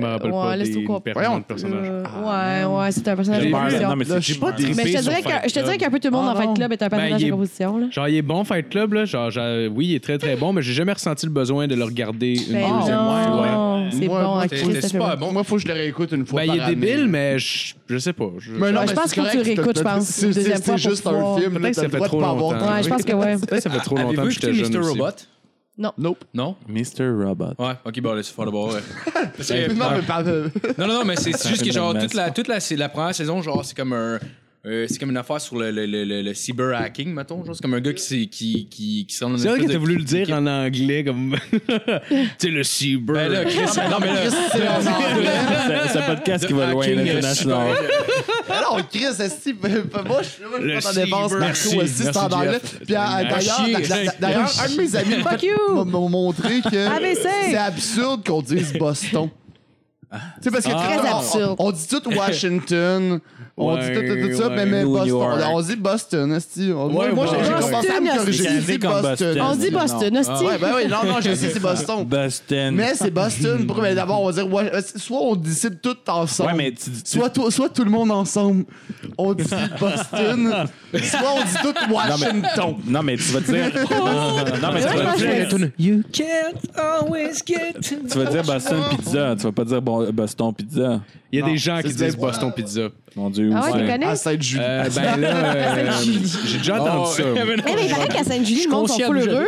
[SPEAKER 4] me rappelle
[SPEAKER 2] ouais,
[SPEAKER 4] pas
[SPEAKER 2] laisse
[SPEAKER 4] des
[SPEAKER 2] tout comprendre.
[SPEAKER 5] Voyons,
[SPEAKER 4] personnages. personnages.
[SPEAKER 2] Euh,
[SPEAKER 5] Ah,
[SPEAKER 2] ouais, ouais, c'est un personnage
[SPEAKER 4] J'ai
[SPEAKER 2] de
[SPEAKER 4] vu,
[SPEAKER 2] composition.
[SPEAKER 6] non, mais
[SPEAKER 5] Là,
[SPEAKER 6] c'est
[SPEAKER 5] j'ai
[SPEAKER 6] chiant,
[SPEAKER 5] pas
[SPEAKER 6] hein.
[SPEAKER 5] trippé
[SPEAKER 2] Mais je te
[SPEAKER 4] sur
[SPEAKER 2] dirais
[SPEAKER 4] Fight
[SPEAKER 2] que- je te dirais
[SPEAKER 4] Club.
[SPEAKER 2] qu'un peu tout le monde
[SPEAKER 5] Ah,
[SPEAKER 2] dans Fight
[SPEAKER 5] non.
[SPEAKER 2] Club est un
[SPEAKER 4] Ben,
[SPEAKER 2] personnage
[SPEAKER 4] il
[SPEAKER 2] de
[SPEAKER 4] est-
[SPEAKER 2] composition. Là.
[SPEAKER 4] Genre, il est bon, Fight Club, là. Genre, genre, oui, il est très, très bon, mais j'ai jamais ressenti le besoin de le regarder une
[SPEAKER 2] Ben
[SPEAKER 4] deuxième
[SPEAKER 2] non,
[SPEAKER 4] fois.
[SPEAKER 2] c'est
[SPEAKER 5] Moi,
[SPEAKER 2] bon.
[SPEAKER 5] moi,
[SPEAKER 2] à
[SPEAKER 5] c'était-
[SPEAKER 2] Christ,
[SPEAKER 5] c'était
[SPEAKER 2] ça fait
[SPEAKER 5] super
[SPEAKER 2] bon.
[SPEAKER 5] bon. Moi, faut que je le réécoute une fois
[SPEAKER 4] Ben, il
[SPEAKER 5] par
[SPEAKER 4] est débile,
[SPEAKER 5] année.
[SPEAKER 4] mais je, je sais pas. Je-
[SPEAKER 5] Mais non,
[SPEAKER 2] Ouais,
[SPEAKER 5] mais
[SPEAKER 2] je pense
[SPEAKER 5] c'est
[SPEAKER 2] qu'il faut que tu
[SPEAKER 5] correct,
[SPEAKER 2] réécoutes,
[SPEAKER 5] t'as-
[SPEAKER 2] je pense,
[SPEAKER 5] c'est-
[SPEAKER 2] une
[SPEAKER 5] c'est-
[SPEAKER 2] deuxième fois
[SPEAKER 5] C'est juste
[SPEAKER 2] pour
[SPEAKER 5] un
[SPEAKER 2] pouvoir-
[SPEAKER 5] film, là,
[SPEAKER 4] Peut-être
[SPEAKER 5] t'as
[SPEAKER 4] ça
[SPEAKER 5] le
[SPEAKER 4] fait
[SPEAKER 5] droit de
[SPEAKER 4] trop
[SPEAKER 5] pas avoir
[SPEAKER 4] longtemps.
[SPEAKER 2] Ouais, je pense que ouais.
[SPEAKER 4] Peut-être ça fait trop longtemps
[SPEAKER 3] Avez-vous
[SPEAKER 4] que j'étais
[SPEAKER 3] écouté
[SPEAKER 4] jeune
[SPEAKER 3] Mr.
[SPEAKER 4] aussi.
[SPEAKER 3] Robot?
[SPEAKER 5] Nope.
[SPEAKER 3] Non?
[SPEAKER 6] Mr. Robot.
[SPEAKER 3] Ouais, ok, bon, laisse faire le bord, ouais. Parce
[SPEAKER 4] Eh,
[SPEAKER 3] que-
[SPEAKER 5] Non,
[SPEAKER 4] ben.
[SPEAKER 5] mais par- euh,
[SPEAKER 3] Non, non, non, mais c'est c'est juste
[SPEAKER 6] fait
[SPEAKER 3] que genre,
[SPEAKER 6] mal.
[SPEAKER 3] toute la, toute la, c'est la première saison, genre, c'est comme un. euh, c'est comme une affaire sur le, le, le, le, le cyberhacking, mettons. Genre, c'est comme un gars qui, s'est- qui, qui, qui se rend dans une
[SPEAKER 4] C'est vrai que
[SPEAKER 3] espèce
[SPEAKER 4] t'as
[SPEAKER 3] de-
[SPEAKER 4] voulu le dire en anglais, comme. tu sais, le cyber.
[SPEAKER 3] Ben là, Chris, non, mais là.
[SPEAKER 5] c'est en anglais.
[SPEAKER 6] C'est un podcast qui
[SPEAKER 4] Ah,
[SPEAKER 6] va loin,
[SPEAKER 3] hacking, euh,
[SPEAKER 6] l'international.
[SPEAKER 5] Alors, Chris, esti, moi, je suis moi, je
[SPEAKER 4] Le
[SPEAKER 5] suis pas en défense,
[SPEAKER 4] cyber-
[SPEAKER 5] Marco,
[SPEAKER 4] Merci,
[SPEAKER 5] esti, c'est en
[SPEAKER 4] merci,
[SPEAKER 5] anglais.
[SPEAKER 4] Jeff.
[SPEAKER 5] Puis, ah, d'ailleurs,
[SPEAKER 3] chier.
[SPEAKER 5] d'a- d'a- d'ailleurs, un de mes amis
[SPEAKER 2] Fuck you!
[SPEAKER 5] m'a- m'ont montré que
[SPEAKER 2] ABC.
[SPEAKER 5] c'est absurde qu'on dise Boston. Tu sais, parce que
[SPEAKER 2] Ah. Très
[SPEAKER 5] on- on-
[SPEAKER 2] absurde.
[SPEAKER 5] On, dit tout Washington, on dit tout, tout, tout ça,
[SPEAKER 4] Ouais,
[SPEAKER 5] mais, mais
[SPEAKER 6] New
[SPEAKER 5] Boston.
[SPEAKER 6] York.
[SPEAKER 5] On, on dit Boston, esti. On- moi,
[SPEAKER 4] Ouais,
[SPEAKER 5] moi, j'ai- j'ai
[SPEAKER 2] Boston,
[SPEAKER 5] commencé à me
[SPEAKER 2] esti.
[SPEAKER 5] corriger.
[SPEAKER 6] Les
[SPEAKER 5] J'ai dit
[SPEAKER 6] Canadiens comme Boston. Ben.
[SPEAKER 2] On dit
[SPEAKER 6] Non,
[SPEAKER 2] Boston, hostie.
[SPEAKER 5] Ouais, ben oui, non, non, je sais, c'est Boston.
[SPEAKER 6] Boston.
[SPEAKER 5] Mais c'est Boston. Pourquoi? Mais d'abord, on va dire, ouais, euh, soit on décide tout ensemble.
[SPEAKER 6] ouais, mais tu, tu-
[SPEAKER 5] Soit, tout- soit tout le monde ensemble, on dit Boston, soit on dit tout Washington.
[SPEAKER 6] Non, mais tu vas dire. non, mais tu
[SPEAKER 2] Ouais, je
[SPEAKER 6] vas
[SPEAKER 2] pense
[SPEAKER 6] dire.
[SPEAKER 2] que-
[SPEAKER 4] You can't always get to
[SPEAKER 6] Tu vas dire Boston Pizza. Tu vas pas dire bon- Boston Pizza.
[SPEAKER 4] Il y a
[SPEAKER 5] Non,
[SPEAKER 4] des gens qui
[SPEAKER 5] c'est-
[SPEAKER 4] disent
[SPEAKER 5] c'est-
[SPEAKER 4] Boston Pizza.
[SPEAKER 6] Mon Dieu.
[SPEAKER 2] Ah ouais,
[SPEAKER 6] où
[SPEAKER 2] tu
[SPEAKER 6] c'est?
[SPEAKER 2] connais?
[SPEAKER 5] À Sainte-Julie.
[SPEAKER 4] Euh, ben là, euh, j'ai déjà entendu ça.
[SPEAKER 3] mais non.
[SPEAKER 2] Eh, mais il paraît qu'à Sainte-Julie, le monde sont
[SPEAKER 3] conscient
[SPEAKER 2] full
[SPEAKER 3] de jamais-
[SPEAKER 2] heureux.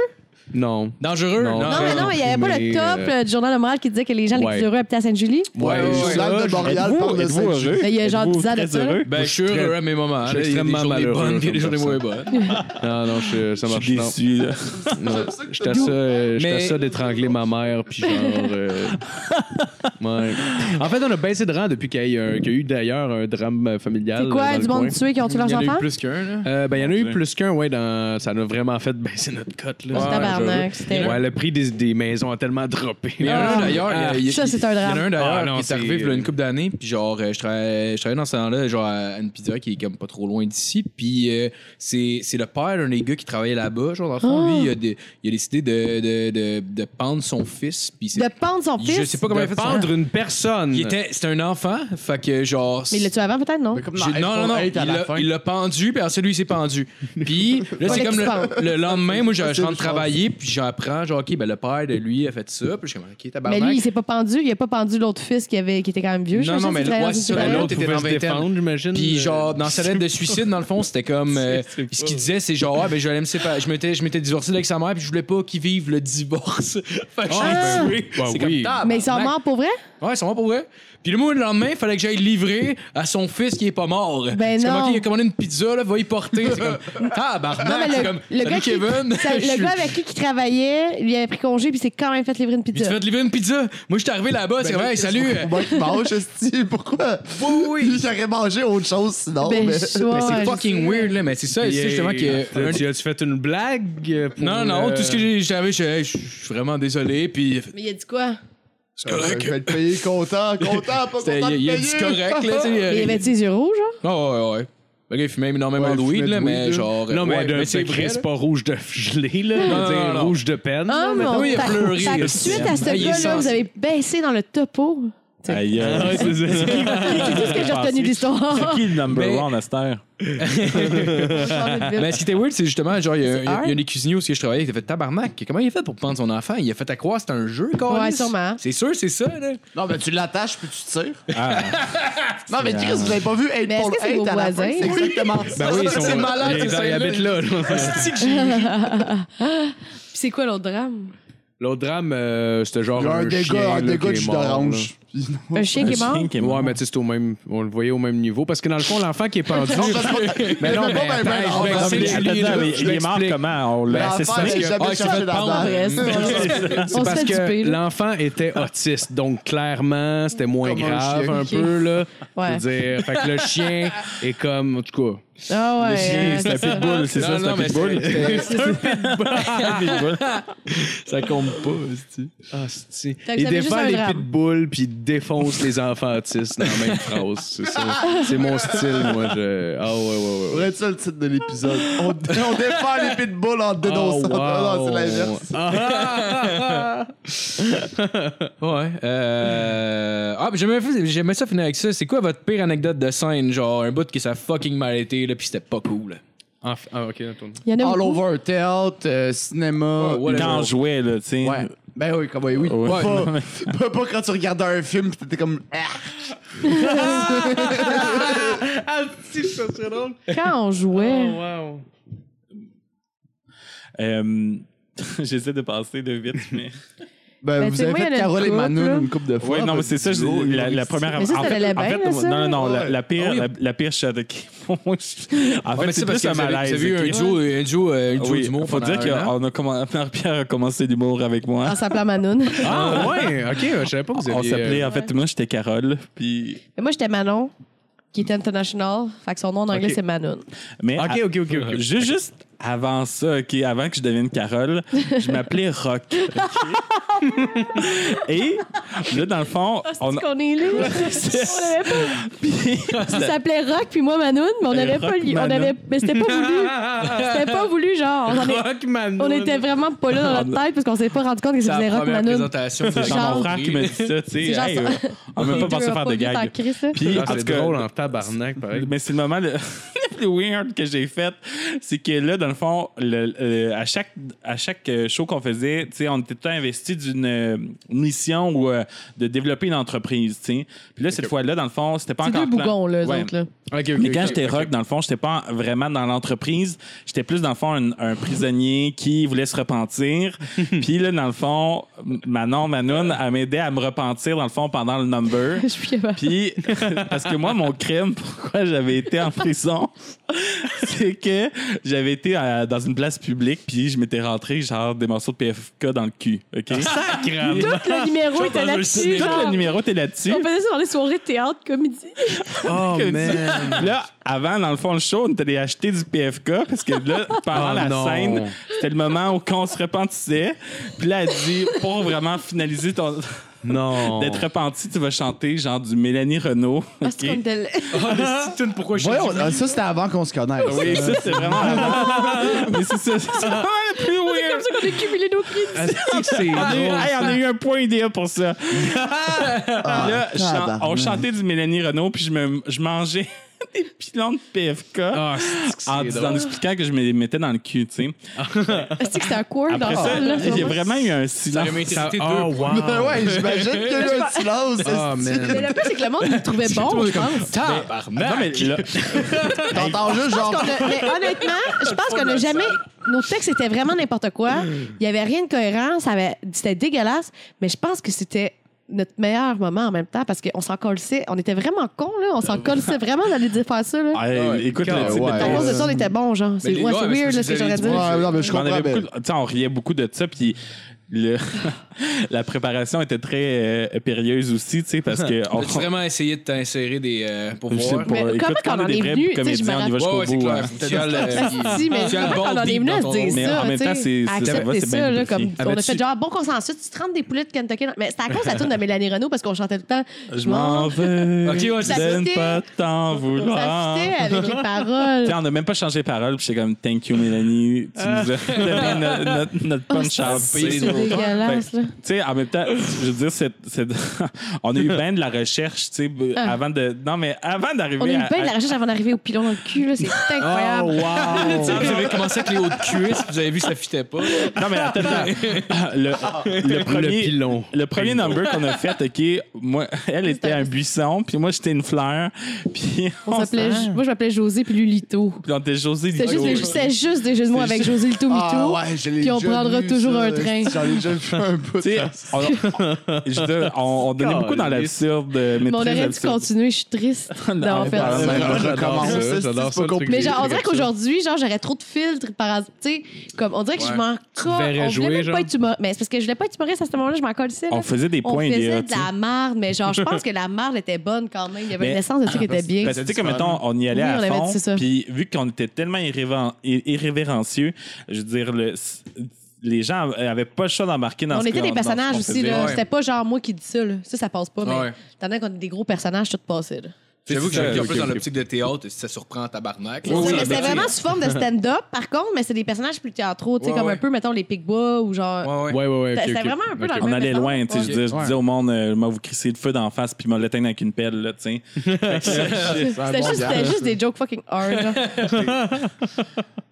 [SPEAKER 4] Non.
[SPEAKER 3] Dangereux?
[SPEAKER 4] Non.
[SPEAKER 2] Non, mais non, mais il n'y avait pas le
[SPEAKER 4] Mais,
[SPEAKER 2] top
[SPEAKER 4] euh,
[SPEAKER 2] euh, du journal de Montréal qui disait que les gens les
[SPEAKER 4] ouais.
[SPEAKER 2] plus heureux habitaient à Sainte-Julie.
[SPEAKER 3] Ouais, ouais, ouais.
[SPEAKER 5] Journal de Montréal
[SPEAKER 6] Êtes-vous-
[SPEAKER 5] parle de
[SPEAKER 6] êtes-vous
[SPEAKER 5] Sainte-Julie.
[SPEAKER 6] heureux?
[SPEAKER 2] Ben, il y a genre
[SPEAKER 6] Êtes-vous
[SPEAKER 2] 10 ans de
[SPEAKER 6] très
[SPEAKER 2] ça.
[SPEAKER 6] heureux?
[SPEAKER 3] Ben, je suis heureux à mes moments.
[SPEAKER 4] je suis
[SPEAKER 3] là. Il y a des
[SPEAKER 4] extrêmement
[SPEAKER 3] journées
[SPEAKER 4] malheureux
[SPEAKER 3] bonnes, puis il y a des
[SPEAKER 4] comme
[SPEAKER 3] journées moins bonnes.
[SPEAKER 4] Non, non, je, ça
[SPEAKER 6] Je
[SPEAKER 4] marche
[SPEAKER 6] suis
[SPEAKER 4] non.
[SPEAKER 6] déçu. là.
[SPEAKER 4] non. J'étais à ça, euh, j'étais à
[SPEAKER 3] Mais-
[SPEAKER 4] ça d'étrangler ma mère, puis genre. euh, ouais. En fait, on a baissé de rang depuis qu'il y, a eu un- qu'il y a eu d'ailleurs un drame euh, familial.
[SPEAKER 2] C'est
[SPEAKER 4] euh,
[SPEAKER 2] quoi,
[SPEAKER 4] dans
[SPEAKER 2] du
[SPEAKER 4] le
[SPEAKER 2] monde
[SPEAKER 4] coin.
[SPEAKER 2] tué qui ont tué leurs
[SPEAKER 3] Il y en a eu
[SPEAKER 2] enfants?
[SPEAKER 3] plus qu'un, là.
[SPEAKER 4] Euh, ben, il y en a eu
[SPEAKER 6] Ouais.
[SPEAKER 4] plus qu'un, ouais, dans... ça nous a vraiment fait baisser notre cote, là.
[SPEAKER 3] Ah,
[SPEAKER 2] Tabarnak, c'était.
[SPEAKER 4] Ouais, le prix des, des maisons a tellement droppé.
[SPEAKER 3] Il y en a un d'ailleurs.
[SPEAKER 4] Ah.
[SPEAKER 3] il y a-
[SPEAKER 2] Ça, c'est un drame.
[SPEAKER 3] Il y en a un
[SPEAKER 4] Ah,
[SPEAKER 3] d'ailleurs
[SPEAKER 4] non,
[SPEAKER 3] qui est arrivé
[SPEAKER 4] c'est-
[SPEAKER 3] il y a une couple d'années. Puis genre, euh, je travaillais, je travaillais dans ce temps-là, genre à une pizzeria qui est comme pas trop loin d'ici. Puis euh, c'est c'est le père d'un des gars qui travaillait là-bas. Genre, dans le fond,
[SPEAKER 2] Ah.
[SPEAKER 3] lui, il a, dé- il a décidé de, de, de, de pendre son fils. Puis c'est-
[SPEAKER 2] De pendre son
[SPEAKER 3] Je
[SPEAKER 2] fils.
[SPEAKER 3] sais pas comment il a
[SPEAKER 4] de
[SPEAKER 3] fait ça.
[SPEAKER 4] pendre une personne.
[SPEAKER 3] Il était, c'était un enfant, fait que genre.
[SPEAKER 2] Mais il l'a tué avant, peut-être, non?
[SPEAKER 5] Mais comme dans
[SPEAKER 3] J'ai- non, non, non,
[SPEAKER 5] April
[SPEAKER 3] il
[SPEAKER 5] Hate à la
[SPEAKER 3] l'a-
[SPEAKER 5] fin.
[SPEAKER 3] il l'a pendu, puis ensuite, lui, il s'est pendu. Puis là,
[SPEAKER 2] Fallait
[SPEAKER 3] c'est comme
[SPEAKER 2] qu'il
[SPEAKER 3] le,
[SPEAKER 2] se pende.
[SPEAKER 3] le lendemain, moi, je, je rentre
[SPEAKER 5] C'est une
[SPEAKER 3] travailler, puis j'apprends, genre, OK, ben le père de lui a fait ça, puis je suis comme, OK,
[SPEAKER 2] Mais
[SPEAKER 3] tabarnak.
[SPEAKER 2] lui, il s'est pas pendu. Il a pas pendu l'autre fils qui, avait, qui était quand même vieux. je
[SPEAKER 3] Non,
[SPEAKER 2] sais
[SPEAKER 3] non,
[SPEAKER 2] pas
[SPEAKER 3] mais
[SPEAKER 2] si travaillait
[SPEAKER 3] ouais,
[SPEAKER 2] dans une
[SPEAKER 3] c'est ça,
[SPEAKER 2] pizzeria.
[SPEAKER 3] l'autre
[SPEAKER 4] l'autre
[SPEAKER 3] était
[SPEAKER 4] pouvait
[SPEAKER 3] dans
[SPEAKER 4] se
[SPEAKER 3] vingtaine.
[SPEAKER 4] défendre, j'imagine.
[SPEAKER 3] Puis genre, dans sa lettre de suicide, dans le fond, c'était comme... euh,
[SPEAKER 4] C'est- c'est
[SPEAKER 3] puis ce
[SPEAKER 4] pas-
[SPEAKER 3] qu'il disait, c'est genre, ah, ben, je, vais aller me séparer. je m'étais je m'étais divorcé avec sa mère, puis je voulais pas qu'il vive le divorce. fait que je l'ai
[SPEAKER 2] Ah!
[SPEAKER 3] tué.
[SPEAKER 4] Bah
[SPEAKER 3] C'est
[SPEAKER 4] oui.
[SPEAKER 3] comme, tabarnak.
[SPEAKER 2] Mais ils sont morts pour vrai?
[SPEAKER 3] Ouais, ils sont morts pour vrai. Puis le mois le lendemain, il fallait que j'aille livrer à son fils qui est pas mort.
[SPEAKER 2] Ben
[SPEAKER 3] c'est
[SPEAKER 2] non.
[SPEAKER 3] comme, OK, il a commandé une pizza, là, va y porter. C'est comme, tabarnak.
[SPEAKER 2] Non, mais
[SPEAKER 3] c'est
[SPEAKER 2] le,
[SPEAKER 3] comme,
[SPEAKER 2] le
[SPEAKER 3] salut,
[SPEAKER 2] gars qui-
[SPEAKER 3] Kevin.
[SPEAKER 2] ça-
[SPEAKER 3] Je suis-
[SPEAKER 2] le gars avec qui il travaillait, il avait pris congé puis il s'est quand même fait livrer une
[SPEAKER 3] Puis tu
[SPEAKER 2] pizza.
[SPEAKER 3] vas te livrer une pizza. Moi, je suis arrivé là-bas,
[SPEAKER 4] Ben
[SPEAKER 5] Ben,
[SPEAKER 3] c'est comme, hey, salut. euh,
[SPEAKER 5] Moi qui mange, esti, pourquoi?
[SPEAKER 3] Oui, oui.
[SPEAKER 5] J'aurais mangé autre chose sinon,
[SPEAKER 2] Ben,
[SPEAKER 5] mais...
[SPEAKER 2] je-
[SPEAKER 3] Mais
[SPEAKER 2] ouais,
[SPEAKER 3] c'est
[SPEAKER 2] je sais.
[SPEAKER 3] fucking weird, là. Mais c'est ça, c'est justement que.
[SPEAKER 4] Tu as-tu fait une blague? pour,
[SPEAKER 3] Non, non,
[SPEAKER 4] euh,
[SPEAKER 3] tout ce que j'ai- j'avais, je hey, je suis vraiment désolé. Puis il a fait,
[SPEAKER 2] Mais il a dit quoi?
[SPEAKER 3] c'est
[SPEAKER 5] Euh,
[SPEAKER 3] correct.
[SPEAKER 5] Je vais te payer content, content, pas content
[SPEAKER 3] C'était- Il il a
[SPEAKER 5] de
[SPEAKER 3] dit
[SPEAKER 5] payer.
[SPEAKER 3] c'est correct, là. tu sais,
[SPEAKER 2] Mais il avait
[SPEAKER 3] il-
[SPEAKER 2] ses yeux rouges, genre?
[SPEAKER 3] Ah, ouais, ouais. Le gars, il fumait énormément
[SPEAKER 5] Ouais,
[SPEAKER 3] de
[SPEAKER 5] il
[SPEAKER 3] weed,
[SPEAKER 5] fumait
[SPEAKER 3] là,
[SPEAKER 5] du
[SPEAKER 3] mais
[SPEAKER 5] weed, là.
[SPEAKER 3] genre.
[SPEAKER 4] euh, Non, mais
[SPEAKER 3] ouais,
[SPEAKER 4] d'un
[SPEAKER 3] c'est
[SPEAKER 4] secret,
[SPEAKER 3] vrai,
[SPEAKER 4] c'est
[SPEAKER 3] là.
[SPEAKER 4] pas rouge de gelé, là.
[SPEAKER 3] Non,
[SPEAKER 4] Je veux
[SPEAKER 3] non,
[SPEAKER 4] dire,
[SPEAKER 3] non.
[SPEAKER 4] rouge de peine.
[SPEAKER 2] Ah, mon
[SPEAKER 3] oui, il a
[SPEAKER 2] tac-
[SPEAKER 3] pleuré,
[SPEAKER 2] tac-
[SPEAKER 3] le
[SPEAKER 2] Suite
[SPEAKER 3] petit.
[SPEAKER 2] à ce
[SPEAKER 3] Ah, il est
[SPEAKER 2] gars-là,
[SPEAKER 3] sensible.
[SPEAKER 2] vous avez baissé dans le topo.
[SPEAKER 6] Aïe, aïe.
[SPEAKER 4] Ouais, c'est ça.
[SPEAKER 2] C'est tout ce que j'ai retenu de
[SPEAKER 6] C'est
[SPEAKER 2] l'histoire.
[SPEAKER 6] qui le number
[SPEAKER 3] Mais-
[SPEAKER 6] one à cette heure?
[SPEAKER 3] Mais ce qui était weird, c'est justement, genre, il y a, il y a-
[SPEAKER 2] hard.
[SPEAKER 3] il y a des cuisiniers aussi que je travaillais qui étaient fait tabarnak. Comment il a fait pour pendre son enfant? Il a fait à croire que c'était un jeu, quoi.
[SPEAKER 2] Ouais, sûrement.
[SPEAKER 3] C'est sûr, c'est ça, là.
[SPEAKER 5] Non, mais tu l'attaches puis tu tires.
[SPEAKER 6] Ah.
[SPEAKER 5] Non, mais Chris, vous avez pas vu Hate
[SPEAKER 2] Mais est-ce
[SPEAKER 5] for
[SPEAKER 2] que c'est vos
[SPEAKER 5] Hate à la fin?
[SPEAKER 2] voisins?
[SPEAKER 5] C'est exactement ça.
[SPEAKER 4] Ben oui, ils sont
[SPEAKER 5] C'est malade,
[SPEAKER 4] ils-
[SPEAKER 5] c'est
[SPEAKER 4] ils
[SPEAKER 5] ça.
[SPEAKER 4] habitent là. là.
[SPEAKER 2] Puis c'est quoi l'autre drame?
[SPEAKER 4] L'autre drame, euh, c'était genre.
[SPEAKER 5] Il y a un
[SPEAKER 4] chien,
[SPEAKER 5] dégât, un
[SPEAKER 4] là, qui
[SPEAKER 5] dégât
[SPEAKER 4] est
[SPEAKER 5] de jus
[SPEAKER 4] mort, là.
[SPEAKER 5] d'orange.
[SPEAKER 2] Un chien qui est mort?
[SPEAKER 6] Chien qui est mort.
[SPEAKER 4] Ouais, mais tu sais, c'est au même. On le voyait au même niveau. Parce que dans le fond, l'enfant qui est pendu.
[SPEAKER 5] Mais non,
[SPEAKER 4] mais attends, je vais
[SPEAKER 6] Attends,
[SPEAKER 4] expliquer.
[SPEAKER 6] mais
[SPEAKER 4] C'est
[SPEAKER 6] attends,
[SPEAKER 4] lui, là,
[SPEAKER 6] mais
[SPEAKER 4] je
[SPEAKER 6] il est mort
[SPEAKER 4] l'explique.
[SPEAKER 6] comment? On
[SPEAKER 5] Ben,
[SPEAKER 6] l'a assassiné?
[SPEAKER 3] Ah,
[SPEAKER 5] L'affaire, jamais
[SPEAKER 3] il s'est fait
[SPEAKER 5] changé
[SPEAKER 3] pendre.
[SPEAKER 5] d'affaire.
[SPEAKER 2] Bref, c'est- On se
[SPEAKER 4] C'est parce
[SPEAKER 2] fait duper,
[SPEAKER 4] que
[SPEAKER 2] là.
[SPEAKER 4] l'enfant était autiste, donc clairement, c'était moins
[SPEAKER 5] Comme un
[SPEAKER 4] grave
[SPEAKER 5] chien.
[SPEAKER 4] un
[SPEAKER 5] Ok.
[SPEAKER 4] peu, là.
[SPEAKER 2] Ouais.
[SPEAKER 4] Je veux dire, fait que le chien est comme, en tout cas,
[SPEAKER 2] Ah ouais.
[SPEAKER 6] Le chien,
[SPEAKER 2] hein,
[SPEAKER 6] c'est un
[SPEAKER 2] ça.
[SPEAKER 6] pitbull, c'est
[SPEAKER 3] Non,
[SPEAKER 6] ça, c'est un
[SPEAKER 3] non, mais
[SPEAKER 6] pitbull.
[SPEAKER 3] c'est-
[SPEAKER 6] C'est un pitbull.
[SPEAKER 3] Ça compte pas, c'est-tu.
[SPEAKER 4] Ah, c'est
[SPEAKER 2] Fait que
[SPEAKER 4] Il
[SPEAKER 2] ça fait juste
[SPEAKER 4] défend
[SPEAKER 2] un
[SPEAKER 4] les
[SPEAKER 2] drame.
[SPEAKER 4] pitbulls puis il défonce les enfantistes dans la même phrase. C'est ça. C'est mon style, moi. Je... Ah ouais, ouais, ouais, ouais.
[SPEAKER 5] Pourrait être ça le titre de l'épisode. On, on défend les pitbulls en dénonçant.
[SPEAKER 4] Ah,
[SPEAKER 5] Non,
[SPEAKER 4] wow.
[SPEAKER 5] c'est l'inverse.
[SPEAKER 4] Ah, ah,
[SPEAKER 3] Ouais. Euh... Ah, mais j'aimais j'aimais ça finir avec ça. C'est quoi votre pire anecdote de scène? Genre, un bout qui s'est fucking mal été, là, pis c'était pas cool.
[SPEAKER 4] ah. Enf- ah, ok, attends.
[SPEAKER 2] Il y en a
[SPEAKER 5] All
[SPEAKER 2] beaucoup.
[SPEAKER 5] over théâtre, euh, cinéma.
[SPEAKER 3] Oh, whatever.
[SPEAKER 6] Quand je jouais, là, tu sais.
[SPEAKER 5] Ouais. Ben oui, comme, oui, oui.
[SPEAKER 6] Ouais.
[SPEAKER 5] Pas, pas, pas quand tu regardais un film pis t'étais comme. Ah!
[SPEAKER 4] Ah, si, ça serait drôle.
[SPEAKER 2] Quand on jouait.
[SPEAKER 4] wow.
[SPEAKER 6] Euh, J'essaie de passer de vite, mais.
[SPEAKER 5] Ben,
[SPEAKER 2] Ben, tu
[SPEAKER 5] vous
[SPEAKER 2] sais,
[SPEAKER 5] avez
[SPEAKER 2] moi, il
[SPEAKER 5] fait
[SPEAKER 2] y en a une
[SPEAKER 5] Carole et
[SPEAKER 2] couple, là.
[SPEAKER 5] Manon une couple de fois. ben, oh,
[SPEAKER 6] Oui, non, mais
[SPEAKER 5] parce
[SPEAKER 6] c'est ça,
[SPEAKER 5] que
[SPEAKER 6] je-
[SPEAKER 5] l'eau,
[SPEAKER 6] la,
[SPEAKER 5] l'eau,
[SPEAKER 6] la
[SPEAKER 5] c'est-
[SPEAKER 6] première
[SPEAKER 2] Mais ça,
[SPEAKER 6] en
[SPEAKER 2] ça
[SPEAKER 6] fait,
[SPEAKER 2] allait
[SPEAKER 6] en
[SPEAKER 2] bien,
[SPEAKER 6] fait,
[SPEAKER 2] là, ça?
[SPEAKER 6] non, non, non, la, la pire,
[SPEAKER 3] Ah oui.
[SPEAKER 6] la, la pire shot de En
[SPEAKER 3] Ah, mais
[SPEAKER 6] fait,
[SPEAKER 3] parce
[SPEAKER 6] c'est plus
[SPEAKER 3] que
[SPEAKER 6] un
[SPEAKER 3] vous avez,
[SPEAKER 6] malaise.
[SPEAKER 3] vous avez eu
[SPEAKER 6] ok?
[SPEAKER 3] un duo, un duo, euh, un duo
[SPEAKER 6] Oui,
[SPEAKER 3] d'humour
[SPEAKER 6] faut
[SPEAKER 3] pendant
[SPEAKER 6] dire
[SPEAKER 3] un an.
[SPEAKER 6] qu'on a commencé, Pierre a commencé l'humour avec moi.
[SPEAKER 2] En s'appelant Manon.
[SPEAKER 4] Ah, ouais, ok, je savais pas que vous
[SPEAKER 6] On
[SPEAKER 4] aviez.
[SPEAKER 6] s'appelait,
[SPEAKER 3] euh,
[SPEAKER 6] en fait,
[SPEAKER 2] Ouais.
[SPEAKER 6] moi, j'étais Carole, puis...
[SPEAKER 2] Mais moi, j'étais Manon, qui était international. Fait que son nom en anglais,
[SPEAKER 4] Ok.
[SPEAKER 2] c'est Manon.
[SPEAKER 6] Mais
[SPEAKER 4] Ok,
[SPEAKER 6] à-
[SPEAKER 4] ok, ok. ok.
[SPEAKER 6] Ju- Juste avant ça, OK, avant que je devienne Carole, je m'appelais Rock. ok? Et là, dans le fond,
[SPEAKER 2] Ah, c'est
[SPEAKER 6] on,
[SPEAKER 2] qu'on est là. on l'avait pas. Il s'appelait Rock, puis moi, Manon, mais on
[SPEAKER 6] Euh,
[SPEAKER 2] n'avait
[SPEAKER 6] Rock
[SPEAKER 2] pas lieu. On
[SPEAKER 6] Manon.
[SPEAKER 2] avait... Mais c'était pas voulu. C'était pas voulu, genre. On, en est-
[SPEAKER 4] euh, Rock Manon.
[SPEAKER 2] on était vraiment pas là dans notre tête, parce qu'on s'est pas rendu compte que
[SPEAKER 3] C'est
[SPEAKER 2] ça faisait
[SPEAKER 3] la
[SPEAKER 2] Rock
[SPEAKER 3] première
[SPEAKER 2] Manon.
[SPEAKER 3] présentation.
[SPEAKER 6] c'est genre mon frère qui me dit ça, tu sais.
[SPEAKER 2] C'est genre
[SPEAKER 6] Hey,
[SPEAKER 2] ça.
[SPEAKER 6] euh, on n'a même pas pensé faire de gag. Puis,
[SPEAKER 4] Ah,
[SPEAKER 6] en tout
[SPEAKER 4] C'est
[SPEAKER 6] cas,
[SPEAKER 3] hein.
[SPEAKER 4] drôle en tabarnak, pareil.
[SPEAKER 6] Mais c'est le moment le, le plus weird que j'ai fait. C'est que là, dans le fond, le- le- à, chaque, à chaque euh, show qu'on faisait, tu sais, on était tout le temps investi d'une euh, mission ou euh, de développer une entreprise. tu sais. Puis là, cette fois-là, dans le fond, c'était pas
[SPEAKER 2] C'est
[SPEAKER 6] encore.
[SPEAKER 2] deux
[SPEAKER 6] plan-
[SPEAKER 2] bougons, là, eux
[SPEAKER 6] Ouais.
[SPEAKER 2] autres, là.
[SPEAKER 4] Ok, ok,
[SPEAKER 6] Mais quand
[SPEAKER 4] ok,
[SPEAKER 6] j'étais
[SPEAKER 4] ok.
[SPEAKER 6] rock, dans le fond, j'étais pas en- vraiment dans l'entreprise. J'étais plus, dans le fond, un, un prisonnier qui voulait se repentir. Puis là, dans le fond, Manon, Manon, elle m'aidait à me repentir, dans le fond, pendant le number.
[SPEAKER 2] Je suis plus capable.
[SPEAKER 6] Puis, parce que moi, mon crime, pourquoi j'avais été en prison, c'est que j'avais été euh, dans une place publique, puis je m'étais rentré, genre, des morceaux de PFK dans le cul. OK?
[SPEAKER 2] Tout le numéro était là-dessus,
[SPEAKER 6] Tout
[SPEAKER 2] genre. Oh, ben.
[SPEAKER 6] le numéro, t'es là-dessus.
[SPEAKER 2] On faisait ça dans les soirées de théâtre, comédie.
[SPEAKER 4] Oh,
[SPEAKER 6] Puis
[SPEAKER 4] man.
[SPEAKER 6] Là, avant, dans le fond, le show, on était allé acheter du PFK parce que là, pendant
[SPEAKER 4] Oh
[SPEAKER 6] la
[SPEAKER 4] non.
[SPEAKER 6] scène, c'était le moment où on se repentissait. Puis là, elle dit, pour vraiment finaliser ton,
[SPEAKER 2] Oh.
[SPEAKER 4] Non.
[SPEAKER 6] d'être repenti, tu vas chanter genre du Mélanie Renault.
[SPEAKER 2] Parce qu'on était là.
[SPEAKER 3] pourquoi je
[SPEAKER 5] Voyons, ah, ça c'était avant qu'on se connaisse.
[SPEAKER 6] Oui, ça, c'est vraiment avant. Mais c'est ça, c'est vraiment le plus
[SPEAKER 2] C'est comme
[SPEAKER 6] weird.
[SPEAKER 2] ça qu'on a cumulé nos clips.
[SPEAKER 4] Asti que c'est
[SPEAKER 6] On a, eu,
[SPEAKER 4] drôle.
[SPEAKER 6] hey, on a eu un point idéal pour ça.
[SPEAKER 5] Ah,
[SPEAKER 6] Là, je chan-
[SPEAKER 5] tabarnak.
[SPEAKER 6] on chantait du Mélanie Renault, puis je, me, je mangeais des pilons de PFK
[SPEAKER 4] Ah, asti que c'est
[SPEAKER 6] en, disant- en
[SPEAKER 4] drôle.
[SPEAKER 6] expliquant que je me les mettais dans le cul, tu sais.
[SPEAKER 2] C'est que c'était un queer dans
[SPEAKER 6] Après
[SPEAKER 2] le
[SPEAKER 6] ça,
[SPEAKER 2] sol, Ah, là.
[SPEAKER 6] il y a vraiment eu un silence.
[SPEAKER 4] Ça-
[SPEAKER 3] Ah,
[SPEAKER 4] Oh,
[SPEAKER 5] Ben
[SPEAKER 4] wow.
[SPEAKER 5] ouais,
[SPEAKER 6] Ah.
[SPEAKER 5] j'imagine qu'il y a eu un silence.
[SPEAKER 4] Ah,
[SPEAKER 5] esti.
[SPEAKER 2] Mais le pire, c'est que le monde le trouvait bon, je pense.
[SPEAKER 6] Non, mais là,
[SPEAKER 5] T'entends juste genre.
[SPEAKER 2] Qu'on a- mais honnêtement, je pense qu'on n'a jamais. Nos textes étaient vraiment n'importe quoi. Il n'y avait rien de cohérent. ça avait- C'était dégueulasse. Mais je pense que c'était notre meilleur moment en même temps parce qu'on s'en colissait. On était vraiment cons, là. On s'en colissait vraiment d'aller dire faire ça, là.
[SPEAKER 6] Hey,
[SPEAKER 4] ouais,
[SPEAKER 6] écoute,
[SPEAKER 4] ouais,
[SPEAKER 6] le type de
[SPEAKER 5] ouais.
[SPEAKER 2] À cause de ça, on était bons, genre. C'est
[SPEAKER 3] les-
[SPEAKER 2] ouais,
[SPEAKER 3] ouais,
[SPEAKER 2] c'est
[SPEAKER 3] mais
[SPEAKER 2] weird,
[SPEAKER 3] c'est
[SPEAKER 2] là,
[SPEAKER 3] parce
[SPEAKER 2] ce que
[SPEAKER 3] que
[SPEAKER 2] j'aurais
[SPEAKER 3] vous
[SPEAKER 2] dit.
[SPEAKER 3] avez dit-
[SPEAKER 5] Ouais, non, mais je
[SPEAKER 6] on,
[SPEAKER 5] comprends.
[SPEAKER 6] avait
[SPEAKER 5] Ben,
[SPEAKER 6] beaucoup de- tu sais, on riait beaucoup de ça, puis le- la préparation était très euh, périlleuse aussi, tu sais, parce que on,
[SPEAKER 3] As-tu vraiment essayé de t'insérer des. euh, pour
[SPEAKER 6] Je sais
[SPEAKER 3] voir?
[SPEAKER 6] pas.
[SPEAKER 2] Mais
[SPEAKER 6] Écoute,
[SPEAKER 2] comment
[SPEAKER 6] quand
[SPEAKER 2] qu'on
[SPEAKER 6] on est des
[SPEAKER 2] en est
[SPEAKER 6] vrais
[SPEAKER 2] venu, tu sais,
[SPEAKER 6] comédiens,
[SPEAKER 2] je me
[SPEAKER 6] on y va
[SPEAKER 3] Ouais, ouais, c'est
[SPEAKER 6] jusqu'au bout.
[SPEAKER 3] clair.
[SPEAKER 6] hein.
[SPEAKER 3] Tu as le-
[SPEAKER 2] Si, mais
[SPEAKER 3] tu as le
[SPEAKER 2] quand on
[SPEAKER 3] ball
[SPEAKER 2] est
[SPEAKER 3] deep
[SPEAKER 2] venu à
[SPEAKER 3] dans
[SPEAKER 2] se
[SPEAKER 3] ton
[SPEAKER 2] dire
[SPEAKER 3] rôle.
[SPEAKER 6] Mais
[SPEAKER 2] ça,
[SPEAKER 6] en même temps,
[SPEAKER 2] tu
[SPEAKER 6] c'est-
[SPEAKER 2] sais,
[SPEAKER 6] c'est-
[SPEAKER 2] à
[SPEAKER 6] ouais,
[SPEAKER 2] accepter
[SPEAKER 6] c'est bien
[SPEAKER 2] ça, là,
[SPEAKER 6] justifié.
[SPEAKER 2] comme
[SPEAKER 4] Ah,
[SPEAKER 2] on
[SPEAKER 4] ben,
[SPEAKER 2] a fait
[SPEAKER 4] tu-
[SPEAKER 2] genre bon consensus, tu te rentres des poulettes de Kentucky. dans- Mais c'est à cause de la tourne de Mélanie Renault parce qu'on chantait tout le temps.
[SPEAKER 6] Je m'en veux.
[SPEAKER 3] Ok, ouais, c'est
[SPEAKER 6] de
[SPEAKER 2] ça.
[SPEAKER 6] ne pas t'en
[SPEAKER 2] Ça
[SPEAKER 6] vouloir.
[SPEAKER 2] fitait avec les
[SPEAKER 6] Tu sais,
[SPEAKER 2] paroles.
[SPEAKER 6] on n'a même pas changé de parole, puis c'est comme thank you, Mélanie. Tu nous as donné notre, notre, notre punch
[SPEAKER 2] Ah,
[SPEAKER 6] out.
[SPEAKER 2] C'est
[SPEAKER 6] Tu
[SPEAKER 2] c'est dégueulasse, là.
[SPEAKER 6] sais, en même temps, je veux dire, c'est- c'est- on a eu bien de la recherche, tu sais, b-
[SPEAKER 2] Ah.
[SPEAKER 6] avant de. Non, mais avant d'arriver
[SPEAKER 2] On a eu
[SPEAKER 6] à. Ah,
[SPEAKER 2] bien de la recherche avant d'arriver au pilon dans le cul, là. C'est incroyable.
[SPEAKER 3] Vous avez commencé avec les hauts de cuisse, puis vous avez vu ça fitait pas.
[SPEAKER 6] à- Non, mais attends, attends. le, le
[SPEAKER 4] Le
[SPEAKER 6] premier.
[SPEAKER 4] pilon.
[SPEAKER 6] Le premier number qu'on a fait, OK, moi, elle était un buisson, puis moi, j'étais une fleur, puis
[SPEAKER 2] On
[SPEAKER 6] on,
[SPEAKER 2] s'appelait- Moi, je m'appelais José puis Lulito.
[SPEAKER 6] puis on était José
[SPEAKER 2] C'était juste,
[SPEAKER 6] Lito.
[SPEAKER 2] les- c'était juste des jeux de mots avec José Lito Mito.
[SPEAKER 5] Ah ouais, je l'ai
[SPEAKER 2] Puis on
[SPEAKER 5] déjà
[SPEAKER 2] prendra
[SPEAKER 5] vu,
[SPEAKER 2] toujours
[SPEAKER 5] ça,
[SPEAKER 2] un train.
[SPEAKER 5] esti, J'en ai déjà vu un bout.
[SPEAKER 6] Tu sais, ah, on, je dis- on- on donnait beaucoup dans l'absurde, euh, mais
[SPEAKER 2] Mais on
[SPEAKER 6] très
[SPEAKER 2] aurait dû
[SPEAKER 6] absurde.
[SPEAKER 2] continuer, je suis triste d'en
[SPEAKER 6] mais
[SPEAKER 2] faire
[SPEAKER 5] Ah,
[SPEAKER 2] ça.
[SPEAKER 5] mais
[SPEAKER 4] J'adore
[SPEAKER 5] je
[SPEAKER 4] ça,
[SPEAKER 5] recommence, ça,
[SPEAKER 4] j'adore
[SPEAKER 5] c'est
[SPEAKER 4] ça,
[SPEAKER 5] pas
[SPEAKER 4] le truc.
[SPEAKER 5] compliqué.
[SPEAKER 2] Mais genre, on
[SPEAKER 4] Comme
[SPEAKER 2] dirait
[SPEAKER 4] ça.
[SPEAKER 2] qu'aujourd'hui, genre, j'aurais trop de filtres par. Tu sais, comme on dirait que je
[SPEAKER 3] Ouais.
[SPEAKER 2] m'en colle.
[SPEAKER 4] verrais
[SPEAKER 2] On voulait
[SPEAKER 4] jouer,
[SPEAKER 2] même
[SPEAKER 4] genre?
[SPEAKER 2] pas être humoriste. Mais c'est parce que je voulais pas être humoriste à ce moment-là, je m'en collais.
[SPEAKER 6] On faisait des
[SPEAKER 2] On
[SPEAKER 6] points
[SPEAKER 2] faisait
[SPEAKER 6] idiots,
[SPEAKER 2] de
[SPEAKER 6] tu sais.
[SPEAKER 2] la marde, mais genre, je pense que la marde était bonne quand même. Il y avait
[SPEAKER 6] Mais-
[SPEAKER 2] une essence de truc qui était bien.
[SPEAKER 6] Parce que, tu sais, comme mettons, on y allait
[SPEAKER 2] Oui, on
[SPEAKER 6] à
[SPEAKER 2] avait dit
[SPEAKER 6] fond.
[SPEAKER 2] ça.
[SPEAKER 6] Puis, vu qu'on était tellement irréven- i- irrévérencieux, je veux dire, le- les gens avaient pas le choix d'embarquer dans
[SPEAKER 2] on
[SPEAKER 6] ce
[SPEAKER 2] était
[SPEAKER 6] qu'on-
[SPEAKER 2] des
[SPEAKER 6] dans ce
[SPEAKER 2] personnages
[SPEAKER 6] qu'on
[SPEAKER 2] aussi,
[SPEAKER 6] faisait.
[SPEAKER 2] là.
[SPEAKER 3] Ouais.
[SPEAKER 2] C'était pas genre moi qui dis ça, là. Ça, ça passe pas, mais
[SPEAKER 3] Ouais.
[SPEAKER 2] t'en as qu'on est des gros personnages tout passés, là.
[SPEAKER 3] J'avoue que
[SPEAKER 6] ça,
[SPEAKER 3] j'avais été en
[SPEAKER 6] ok,
[SPEAKER 3] plus dans
[SPEAKER 6] ok.
[SPEAKER 3] l'optique de théâtre, et ça surprend en tabarnak.
[SPEAKER 2] C'est ça,
[SPEAKER 3] Ouais,
[SPEAKER 2] mais c'était
[SPEAKER 3] ouais,
[SPEAKER 2] vraiment sous forme de stand-up, par contre, mais c'est des personnages plus théâtraux, tu sais,
[SPEAKER 3] Ouais,
[SPEAKER 2] comme
[SPEAKER 3] ouais.
[SPEAKER 2] un peu, mettons, les Picbois ou genre.
[SPEAKER 3] Ouais, ouais.
[SPEAKER 4] Ouais, ouais, ouais. ok,
[SPEAKER 2] C'était
[SPEAKER 4] ok.
[SPEAKER 2] vraiment un peu
[SPEAKER 4] Ok.
[SPEAKER 2] dans le
[SPEAKER 6] On
[SPEAKER 2] même
[SPEAKER 6] allait
[SPEAKER 2] essence.
[SPEAKER 6] loin, tu sais.
[SPEAKER 2] Ouais.
[SPEAKER 6] Je, veux dire, je disais au monde, euh, moi, vous crissez le feu d'en face, puis moi, l'éteindre avec une pelle, là, tu sais. Fait que-
[SPEAKER 5] C'est un
[SPEAKER 2] C'était
[SPEAKER 5] bon
[SPEAKER 2] juste,
[SPEAKER 5] gage, ça.
[SPEAKER 2] c'était juste des jokes fucking hard. là.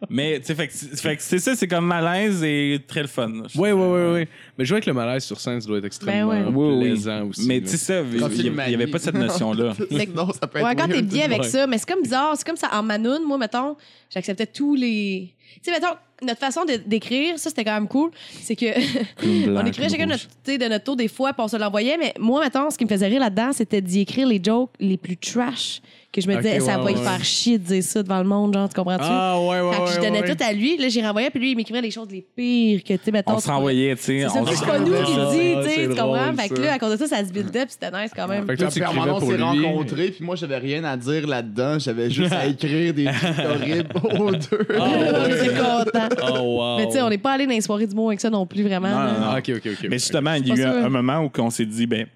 [SPEAKER 6] mais, tu sais, fait que c'est- fait que c'est ça, c'est comme malaise et très le fun. Je-
[SPEAKER 4] Ouais, ouais, ouais, ouais. Mais jouer avec le malaise sur scène, ça doit être extrêmement
[SPEAKER 2] Ben
[SPEAKER 6] Oui, oui.
[SPEAKER 4] plaisant aussi.
[SPEAKER 6] Mais
[SPEAKER 4] là.
[SPEAKER 6] tu sais, ça, il
[SPEAKER 5] Profil
[SPEAKER 6] n'y avait
[SPEAKER 5] Manny.
[SPEAKER 6] pas cette notion-là.
[SPEAKER 5] Sinon, ça peut être
[SPEAKER 2] Ouais, quand t'es
[SPEAKER 5] weird.
[SPEAKER 2] bien avec
[SPEAKER 4] Ouais.
[SPEAKER 2] ça, mais c'est comme bizarre. C'est comme ça, en Manoun, moi, mettons, j'acceptais tous les. Tu sais, mettons, notre façon de- d'écrire, ça, c'était quand même cool. C'est que. on écrivait chacun notre, tu sais, de notre tour des fois, puis on se l'envoyait, mais moi, mettons, ce qui me faisait rire là-dedans, c'était d'y écrire les jokes les plus trash. Que je me
[SPEAKER 4] Ok,
[SPEAKER 2] disais, ça
[SPEAKER 4] ouais,
[SPEAKER 2] va y
[SPEAKER 4] ouais.
[SPEAKER 2] faire chier de dire ça devant le monde, genre, tu comprends-tu?
[SPEAKER 4] Ah, ouais, ouais,
[SPEAKER 2] Fait que
[SPEAKER 4] ouais.
[SPEAKER 2] je donnais
[SPEAKER 4] ouais.
[SPEAKER 2] tout à lui, là, j'y renvoyais, puis lui, il m'écrivait les choses les pires que, tu sais, mettons.
[SPEAKER 6] On se renvoyait, tu sais.
[SPEAKER 2] C'est ça,
[SPEAKER 6] on
[SPEAKER 2] c'est
[SPEAKER 6] se
[SPEAKER 2] pas nous qui le
[SPEAKER 4] renvoyait. Ah,
[SPEAKER 2] dit, tu
[SPEAKER 4] C'est
[SPEAKER 2] sais, tu comprends?
[SPEAKER 4] drôle,
[SPEAKER 2] Fait que
[SPEAKER 4] ça.
[SPEAKER 2] là, à cause de ça, ça se build up, c'était nice quand même.
[SPEAKER 4] Fait que
[SPEAKER 5] Toi,
[SPEAKER 4] toi, tu
[SPEAKER 5] puis à un
[SPEAKER 4] écrivais
[SPEAKER 5] moment, on
[SPEAKER 4] pour
[SPEAKER 5] s'est
[SPEAKER 4] lui.
[SPEAKER 5] rencontrés, puis moi, j'avais rien à dire là-dedans. J'avais juste à écrire des trucs horribles aux deux.
[SPEAKER 4] Ah,
[SPEAKER 2] On était contents.
[SPEAKER 4] Oh, wow.
[SPEAKER 2] Mais tu sais, on n'est pas allé dans les soirées du mot avec ça non plus, vraiment.
[SPEAKER 6] Non,
[SPEAKER 2] là.
[SPEAKER 6] non, non.
[SPEAKER 4] Ah, ok, ok, ok.
[SPEAKER 6] Mais justement, il y a
[SPEAKER 2] pas
[SPEAKER 6] eu un,
[SPEAKER 2] sûr.
[SPEAKER 6] un moment où on s'est dit, ben,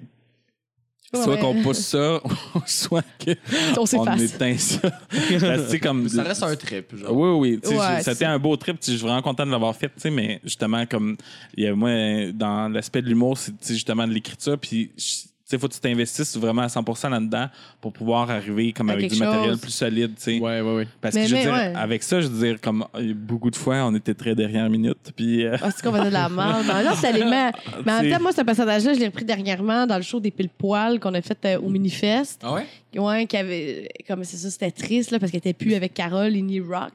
[SPEAKER 2] Ouais,
[SPEAKER 6] soit
[SPEAKER 2] ouais.
[SPEAKER 6] qu'on pousse ça, soit que
[SPEAKER 2] On
[SPEAKER 6] on
[SPEAKER 2] s'efface.
[SPEAKER 6] éteint ça. Parce que, tu sais, Ben, comme. Ah
[SPEAKER 5] Ça reste un trip, genre.
[SPEAKER 6] Oui, oui. tu sais,
[SPEAKER 2] Ouais,
[SPEAKER 6] je- ça a été
[SPEAKER 2] c'est-
[SPEAKER 6] un beau trip. tu sais, Je suis vraiment content de l'avoir fait. tu sais, Mais justement, comme il y a, moi, dans l'aspect de l'humour, c'est tu sais, justement de l'écriture. Puis, je- tu sais, faut que tu t'investisses vraiment à 100 là-dedans pour pouvoir arriver comme
[SPEAKER 2] À
[SPEAKER 6] avec du
[SPEAKER 2] quelque
[SPEAKER 6] matériel
[SPEAKER 2] chose.
[SPEAKER 6] plus solide. tu sais.
[SPEAKER 4] Ouais, ouais, ouais.
[SPEAKER 6] Parce
[SPEAKER 2] Mais-
[SPEAKER 6] que je veux
[SPEAKER 2] mais
[SPEAKER 6] dire,
[SPEAKER 2] ouais.
[SPEAKER 6] avec ça, je veux dire, comme euh, beaucoup de fois, on était très dernière minute. Puis, euh,
[SPEAKER 2] Ah, c'est qu'on faisait de la merde. Mais en même temps, c'était les mêmes- Mais en même temps, moi, ce personnage-là, je l'ai repris dernièrement dans le show des pile-poils qu'on a fait euh, au Minifest.
[SPEAKER 3] Ah ouais?
[SPEAKER 2] Ouais, qui avait. Comme c'est ça, c'était triste, là, parce qu'elle était plus avec Carole, Inni Rock,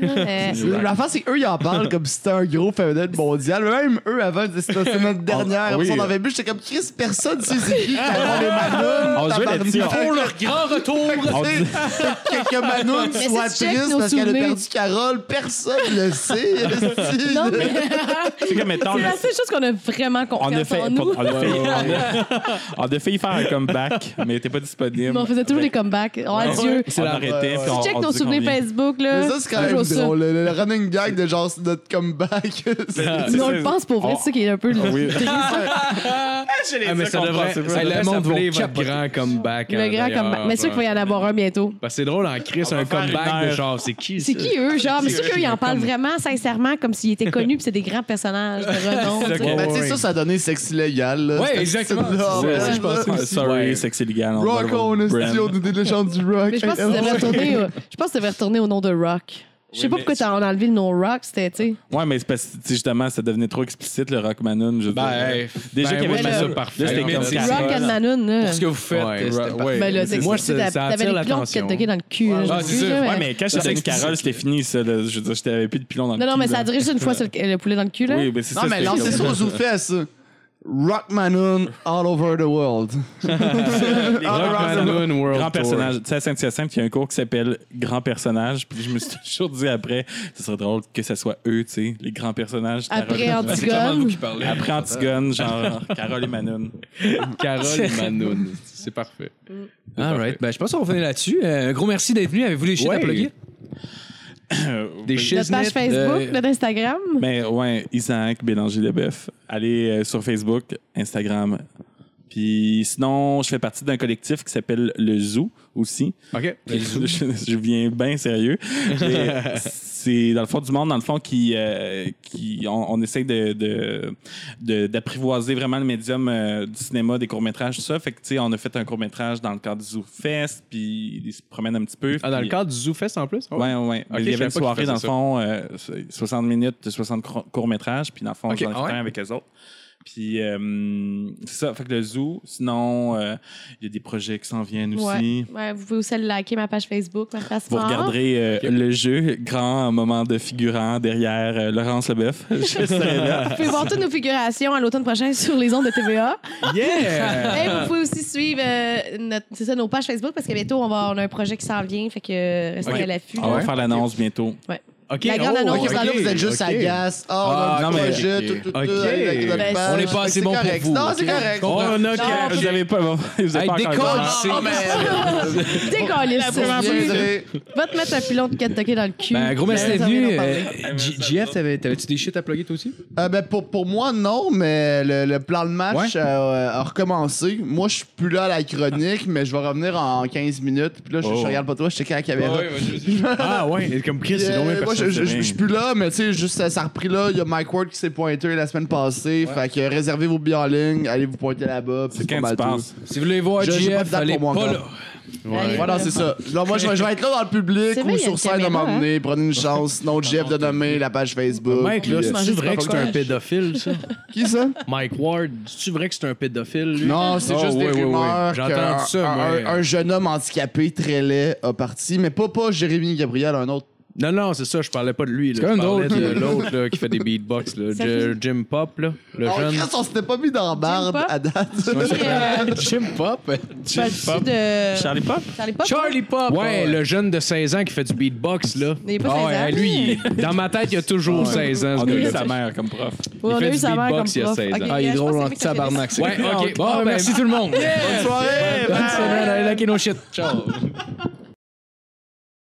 [SPEAKER 2] là. Euh,
[SPEAKER 5] La fin, c'est qu'eux, ils en parlent comme si c'était un gros phénomène mondial. Mais Même eux, avant, ils disaient c'était c'était
[SPEAKER 4] Ah,
[SPEAKER 5] notre dernière.
[SPEAKER 6] oui.
[SPEAKER 5] On avait bu, j'étais comme Chris, personne, c'est qui T'as les Manoum,
[SPEAKER 6] On jouait
[SPEAKER 5] tabarnak.
[SPEAKER 6] là-dessus, on-
[SPEAKER 5] Pour le
[SPEAKER 4] grand retour!
[SPEAKER 5] retour, tu sais, que- que Manoum
[SPEAKER 2] Mais si
[SPEAKER 5] soit
[SPEAKER 2] tu checkes
[SPEAKER 5] triste
[SPEAKER 2] nos
[SPEAKER 5] parce qu'elle a
[SPEAKER 2] souvenirs-
[SPEAKER 5] perdu Carole, personne le sait. esti.
[SPEAKER 2] Non, mais.
[SPEAKER 6] tu sais, comme, mettons,
[SPEAKER 2] c'est
[SPEAKER 6] le-
[SPEAKER 2] la seule chose qu'on a vraiment
[SPEAKER 6] on a
[SPEAKER 2] confiance
[SPEAKER 6] fait,
[SPEAKER 2] en nous.
[SPEAKER 6] on a failli- on a failli faire un comeback, mais t'es pas disponible.
[SPEAKER 2] Mais on faisait toujours des comebacks. Oh, adieu.
[SPEAKER 6] C'est la arrêté.
[SPEAKER 5] Ouais,
[SPEAKER 6] puis
[SPEAKER 5] ouais.
[SPEAKER 6] on-
[SPEAKER 2] Check
[SPEAKER 6] on
[SPEAKER 2] nos
[SPEAKER 6] dit qu'on
[SPEAKER 2] souvenirs
[SPEAKER 6] vient.
[SPEAKER 2] Facebook,
[SPEAKER 5] Mais
[SPEAKER 2] là.
[SPEAKER 5] ça, c'est quand même
[SPEAKER 2] Toujours euh, ça.
[SPEAKER 5] drôle. Le, le running gag de genre c'est notre comeback. C'est-
[SPEAKER 2] Mais on le pense pour vrai,
[SPEAKER 6] On-
[SPEAKER 2] c'est ça qui est un peu le
[SPEAKER 6] Oui.
[SPEAKER 4] Ah, mais ça devrait, ça devrait
[SPEAKER 3] Le monde va
[SPEAKER 4] s'appeler votre
[SPEAKER 3] capoter.
[SPEAKER 4] grand comeback. hein,
[SPEAKER 2] Le grand
[SPEAKER 4] d'ailleurs,
[SPEAKER 2] comeback. Mais c'est sûr
[SPEAKER 4] genre.
[SPEAKER 2] qu'il va y en avoir un bientôt.
[SPEAKER 4] Parce que c'est drôle en Chris, un
[SPEAKER 6] faire une
[SPEAKER 4] comeback de
[SPEAKER 6] heure.
[SPEAKER 4] genre, c'est qui
[SPEAKER 2] C'est
[SPEAKER 4] ça?
[SPEAKER 2] qui eux, genre? Mais c'est sûr
[SPEAKER 4] qui,
[SPEAKER 2] qu'eux, ils en
[SPEAKER 4] comme-
[SPEAKER 2] parlent vraiment sincèrement comme s'ils étaient connus, puis c'est des grands personnages de renom. tu sais.
[SPEAKER 5] Ben, tu sais,
[SPEAKER 4] ouais.
[SPEAKER 5] ça, ça a donné sexe illégal. là.
[SPEAKER 3] Oh, Ouais,
[SPEAKER 5] Cette
[SPEAKER 3] exactement.
[SPEAKER 5] petite-là,
[SPEAKER 6] Ouais,
[SPEAKER 5] ouais,
[SPEAKER 6] je pense
[SPEAKER 5] là.
[SPEAKER 6] que sorry,
[SPEAKER 4] Ouais.
[SPEAKER 6] sexe illégal. on
[SPEAKER 5] Rock
[SPEAKER 6] va le
[SPEAKER 5] on,
[SPEAKER 6] brand.
[SPEAKER 5] esti, on est des légendes du rock.
[SPEAKER 2] Mais je pense que tu devrais retourner, au- je pense que tu devrais retourner au nom de Rock. Je sais
[SPEAKER 6] Oui,
[SPEAKER 2] pas
[SPEAKER 6] mais-
[SPEAKER 2] pourquoi t'as- on a enlevé le nom Rock, c'était, tu sais.
[SPEAKER 6] Ouais, mais c'est parce que tu sais, justement, ça devenait trop explicite le Rock Manon. Je veux dire. euh,
[SPEAKER 3] Ben, hey,
[SPEAKER 6] déjà
[SPEAKER 4] ben,
[SPEAKER 6] qu'il y
[SPEAKER 2] moi,
[SPEAKER 6] avait
[SPEAKER 2] je trouve
[SPEAKER 6] ça
[SPEAKER 4] ça parfait.
[SPEAKER 6] Là, c'était
[SPEAKER 3] Mais
[SPEAKER 6] comme
[SPEAKER 3] c'est
[SPEAKER 6] Carole.
[SPEAKER 2] Rock and Manon, là.
[SPEAKER 3] Pour ce que vous faites,
[SPEAKER 4] Ouais,
[SPEAKER 3] euh,
[SPEAKER 4] c'était
[SPEAKER 3] ouais.
[SPEAKER 4] parfait.
[SPEAKER 2] Ben là,
[SPEAKER 4] c'est-
[SPEAKER 2] t'sais,
[SPEAKER 4] moi,
[SPEAKER 2] t'sais,
[SPEAKER 4] ça-
[SPEAKER 2] t'as-
[SPEAKER 4] ça
[SPEAKER 2] t'avais
[SPEAKER 4] attire
[SPEAKER 2] les plombs qui
[SPEAKER 4] l'attention.
[SPEAKER 2] te toquaient dans le cul. là,
[SPEAKER 3] Ah,
[SPEAKER 2] j'ai
[SPEAKER 3] c'est
[SPEAKER 2] vu
[SPEAKER 3] ça.
[SPEAKER 2] ça,
[SPEAKER 3] Ouais,
[SPEAKER 6] Ouais,
[SPEAKER 2] mais-
[SPEAKER 6] mais quand
[SPEAKER 3] Ça,
[SPEAKER 6] j'étais avec
[SPEAKER 3] c'est-
[SPEAKER 6] Carole, c'était fini, ça. là. je veux dire, j'étais plus de pilon dans le
[SPEAKER 2] Non, non,
[SPEAKER 6] cul,
[SPEAKER 2] mais ça
[SPEAKER 6] là.
[SPEAKER 2] a duré juste une fois sur le, le poulet dans le cul, là.
[SPEAKER 6] Oui, mais c'est ça.
[SPEAKER 5] Non, mais
[SPEAKER 6] c'était
[SPEAKER 5] lancez
[SPEAKER 6] comme-
[SPEAKER 5] ça aux fesses. Rock Manon all over the world.
[SPEAKER 6] Les grands
[SPEAKER 5] Rock
[SPEAKER 6] personnages-
[SPEAKER 4] Ah, Manon World
[SPEAKER 6] Grand
[SPEAKER 4] Tour.
[SPEAKER 6] personnage. Tu sais, à Saint-Hyacinthe, il y a un cours qui s'appelle Grand personnage. Puis je me suis toujours dit après, ce serait drôle que ça soit eux, tu sais, les grands personnages. Carole-
[SPEAKER 2] Après
[SPEAKER 3] Ben, c'est clairement
[SPEAKER 2] Antigone.
[SPEAKER 3] vous qui parlez.
[SPEAKER 6] Après Antigone, genre Carole et Manon.
[SPEAKER 4] Carole et Manoun. C'est parfait.
[SPEAKER 2] Mm.
[SPEAKER 3] All right. Ben, je pense qu'on va finir là-dessus. Euh, un gros merci d'être venu. Avez-vous les shit à
[SPEAKER 4] Ouais.
[SPEAKER 3] plugger?
[SPEAKER 6] Euh,
[SPEAKER 2] Notre
[SPEAKER 4] Des
[SPEAKER 2] page
[SPEAKER 4] chisnettes.
[SPEAKER 2] Facebook,
[SPEAKER 3] euh,
[SPEAKER 2] notre Instagram.
[SPEAKER 6] Mais ouais, Isaac Bélanger Leboeuf. Allez euh, sur Facebook, Instagram. Puis sinon, je fais partie d'un collectif qui s'appelle le Zoo aussi.
[SPEAKER 4] OK.
[SPEAKER 6] Puis je, Ben, je viens bien sérieux. Et C'est dans le fond du monde, dans le fond, qui, euh, qui on, on essaye de, de- de- d'apprivoiser vraiment le médium euh, du cinéma, des courts-métrages, tout ça. Fait que, tu sais, on a fait un court-métrage dans le cadre du Zoo Fest, puis ils se promènent un petit peu.
[SPEAKER 4] Ah, dans le
[SPEAKER 6] Puis-
[SPEAKER 4] cadre du ZooFest en plus?
[SPEAKER 6] Ouais, ouais. ouais. Mais il
[SPEAKER 4] je
[SPEAKER 6] y avait
[SPEAKER 4] savais
[SPEAKER 6] une
[SPEAKER 4] pas
[SPEAKER 6] soirée,
[SPEAKER 4] qu'ils
[SPEAKER 6] dans le
[SPEAKER 4] faisaient
[SPEAKER 6] fond, euh, 60 minutes, 60 courts-métrages, puis dans le fond,
[SPEAKER 3] Ok,
[SPEAKER 6] j'en ai fait
[SPEAKER 3] ah ouais?
[SPEAKER 6] un avec eux autres. Puis euh, c'est ça, fait que le zoo, sinon, euh, il y a des projets qui s'en viennent aussi.
[SPEAKER 2] Ouais, vous pouvez aussi aller liker ma page Facebook, ma page
[SPEAKER 6] Vous regarderez euh, le jeu, grand moment de figurant derrière euh, Laurence Leboeuf.
[SPEAKER 4] Ah
[SPEAKER 6] Je serai là.
[SPEAKER 2] Vous pouvez voir toutes nos figurations à l'automne prochain sur les ondes de TVA.
[SPEAKER 4] Yeah!
[SPEAKER 2] Et vous pouvez aussi suivre euh, notre- c'est ça, nos pages Facebook parce que bientôt, on, va, on a un projet qui s'en vient. Fait que euh, restez
[SPEAKER 6] Ok.
[SPEAKER 2] à l'affût.
[SPEAKER 3] Ah
[SPEAKER 6] On va
[SPEAKER 2] là.
[SPEAKER 6] faire l'annonce bientôt.
[SPEAKER 2] Ouais.
[SPEAKER 4] OK.
[SPEAKER 2] La grande annonce,
[SPEAKER 5] Ok,
[SPEAKER 2] Vous
[SPEAKER 5] là,
[SPEAKER 2] avez-
[SPEAKER 5] vous êtes juste à gasse. Oh,
[SPEAKER 3] Ah,
[SPEAKER 5] on a
[SPEAKER 3] non,
[SPEAKER 5] un
[SPEAKER 3] mais-
[SPEAKER 5] projet, tout, tout, tout.
[SPEAKER 4] Ok.
[SPEAKER 5] avec notre
[SPEAKER 2] Ben,
[SPEAKER 5] page.
[SPEAKER 3] on est pas assez
[SPEAKER 5] C'est
[SPEAKER 3] bon pour
[SPEAKER 5] correct.
[SPEAKER 3] vous,
[SPEAKER 5] Non,
[SPEAKER 3] ok?
[SPEAKER 5] c'est correct.
[SPEAKER 3] Bon,
[SPEAKER 4] On a
[SPEAKER 2] Non,
[SPEAKER 4] que-
[SPEAKER 6] Vous avez pas, vous avez
[SPEAKER 3] Hey,
[SPEAKER 6] pas encore
[SPEAKER 3] décolle!
[SPEAKER 6] commencé.
[SPEAKER 5] Non, non, mais-
[SPEAKER 2] Décollez ça.
[SPEAKER 5] Vous viendrez.
[SPEAKER 2] Va te mettre un pilon de Kentucky dans le cul.
[SPEAKER 3] Ben, gros merci d'être
[SPEAKER 2] Ça vient
[SPEAKER 3] venu.
[SPEAKER 2] d'en parler.
[SPEAKER 3] Euh, J- JF, t'avais- t'avais-tu des shit à plugger toi aussi?
[SPEAKER 5] Euh, ben, pour, pour moi, non, mais le, le plan de match
[SPEAKER 3] Ouais.
[SPEAKER 5] euh, a recommencé. Moi, je suis plus là à la chronique, mais je vais revenir en 15 minutes. Puis là, je, je
[SPEAKER 6] Oh.
[SPEAKER 5] regarde pas toi, je check à la caméra.
[SPEAKER 4] Ah ouais, comme Chris,
[SPEAKER 5] Puis,
[SPEAKER 4] c'est
[SPEAKER 5] euh,
[SPEAKER 4] long, mais
[SPEAKER 5] moi, je,
[SPEAKER 4] personne.
[SPEAKER 5] je- je- je suis plus là, mais tu sais, juste ça, ça a repris là. Il y a Mike Ward qui s'est pointé la semaine passée. Fait que réservez vos billets en ligne, allez vous pointer là-bas. puis
[SPEAKER 6] C'est
[SPEAKER 5] pas
[SPEAKER 6] quand
[SPEAKER 5] mal
[SPEAKER 6] tu
[SPEAKER 5] tout.
[SPEAKER 6] penses.
[SPEAKER 3] Si vous voulez voir
[SPEAKER 5] Je- j'ai pas de
[SPEAKER 3] JF,
[SPEAKER 5] date
[SPEAKER 3] allez
[SPEAKER 5] pour moi
[SPEAKER 3] pas là.
[SPEAKER 5] encore.
[SPEAKER 2] Allez,
[SPEAKER 5] Voilà,
[SPEAKER 2] là.
[SPEAKER 5] c'est ça. Non, moi, je vais, je vais être là dans le public
[SPEAKER 2] C'est vrai,
[SPEAKER 5] ou
[SPEAKER 2] il y a une
[SPEAKER 5] sur scène à
[SPEAKER 2] caméra, hein.
[SPEAKER 5] m'emmener. Prenez une chance. Sinon, Jeff de nommer la page Facebook.
[SPEAKER 4] Mike, là,
[SPEAKER 5] Puis, euh,
[SPEAKER 4] c'est-tu vrai que c'est un pédophile, ça?
[SPEAKER 5] Qui ça?
[SPEAKER 4] Mike Ward, c'est-tu vrai que c'est un pédophile, lui?
[SPEAKER 5] Non, c'est
[SPEAKER 4] Oh,
[SPEAKER 5] juste
[SPEAKER 4] ouais,
[SPEAKER 5] des
[SPEAKER 4] ouais,
[SPEAKER 5] rumeurs
[SPEAKER 4] ouais. J'ai
[SPEAKER 5] qu'un-
[SPEAKER 4] entendu ça,
[SPEAKER 5] un,
[SPEAKER 4] moi.
[SPEAKER 5] un- un jeune homme handicapé très laid a parti, mais pas pas Jérémy Gabriel, un autre.
[SPEAKER 4] Non, non, c'est ça, je parlais pas de lui. Là.
[SPEAKER 3] C'est comme
[SPEAKER 4] je parlais
[SPEAKER 3] d'autres.
[SPEAKER 4] de l'autre là, qui fait des beatbox, là.
[SPEAKER 2] Ça
[SPEAKER 4] J-
[SPEAKER 2] fait-
[SPEAKER 4] Jim Pop, là, le
[SPEAKER 5] Oh,
[SPEAKER 4] jeune.
[SPEAKER 5] Chris, on s'était pas mis dans la barbe
[SPEAKER 2] Pop?
[SPEAKER 5] à date.
[SPEAKER 2] Et, euh,
[SPEAKER 3] Jim Pop.
[SPEAKER 2] tu parles-tu de.
[SPEAKER 6] Charlie Pop?
[SPEAKER 2] Charlie Pop? hein?
[SPEAKER 3] Charlie Pop.
[SPEAKER 4] Ouais, le jeune de 16 ans qui fait du beatbox, là.
[SPEAKER 2] Il est pas
[SPEAKER 3] Ah
[SPEAKER 2] 16
[SPEAKER 3] ouais,
[SPEAKER 2] ans.
[SPEAKER 3] lui, il est-
[SPEAKER 4] Dans ma tête, il a toujours 16 ans, ce
[SPEAKER 6] On a eu
[SPEAKER 4] gars-là.
[SPEAKER 6] sa mère comme prof.
[SPEAKER 2] Ouais, on
[SPEAKER 4] fait
[SPEAKER 2] a eu
[SPEAKER 4] du
[SPEAKER 2] sa mère comme
[SPEAKER 4] beatbox il y a
[SPEAKER 2] prof.
[SPEAKER 4] 16 ans.
[SPEAKER 2] Ok,
[SPEAKER 3] Ah, il est
[SPEAKER 2] je pense
[SPEAKER 3] drôle
[SPEAKER 2] que
[SPEAKER 3] en
[SPEAKER 2] c'est ça que je connais.
[SPEAKER 3] tabarnak. c'est
[SPEAKER 5] Ah,
[SPEAKER 4] Ouais,
[SPEAKER 3] clair.
[SPEAKER 4] ok.
[SPEAKER 3] Bon, ben, merci tout le monde.
[SPEAKER 5] Bonne soirée!
[SPEAKER 3] Bonne semaine. Allez, liker nos shit. Ciao.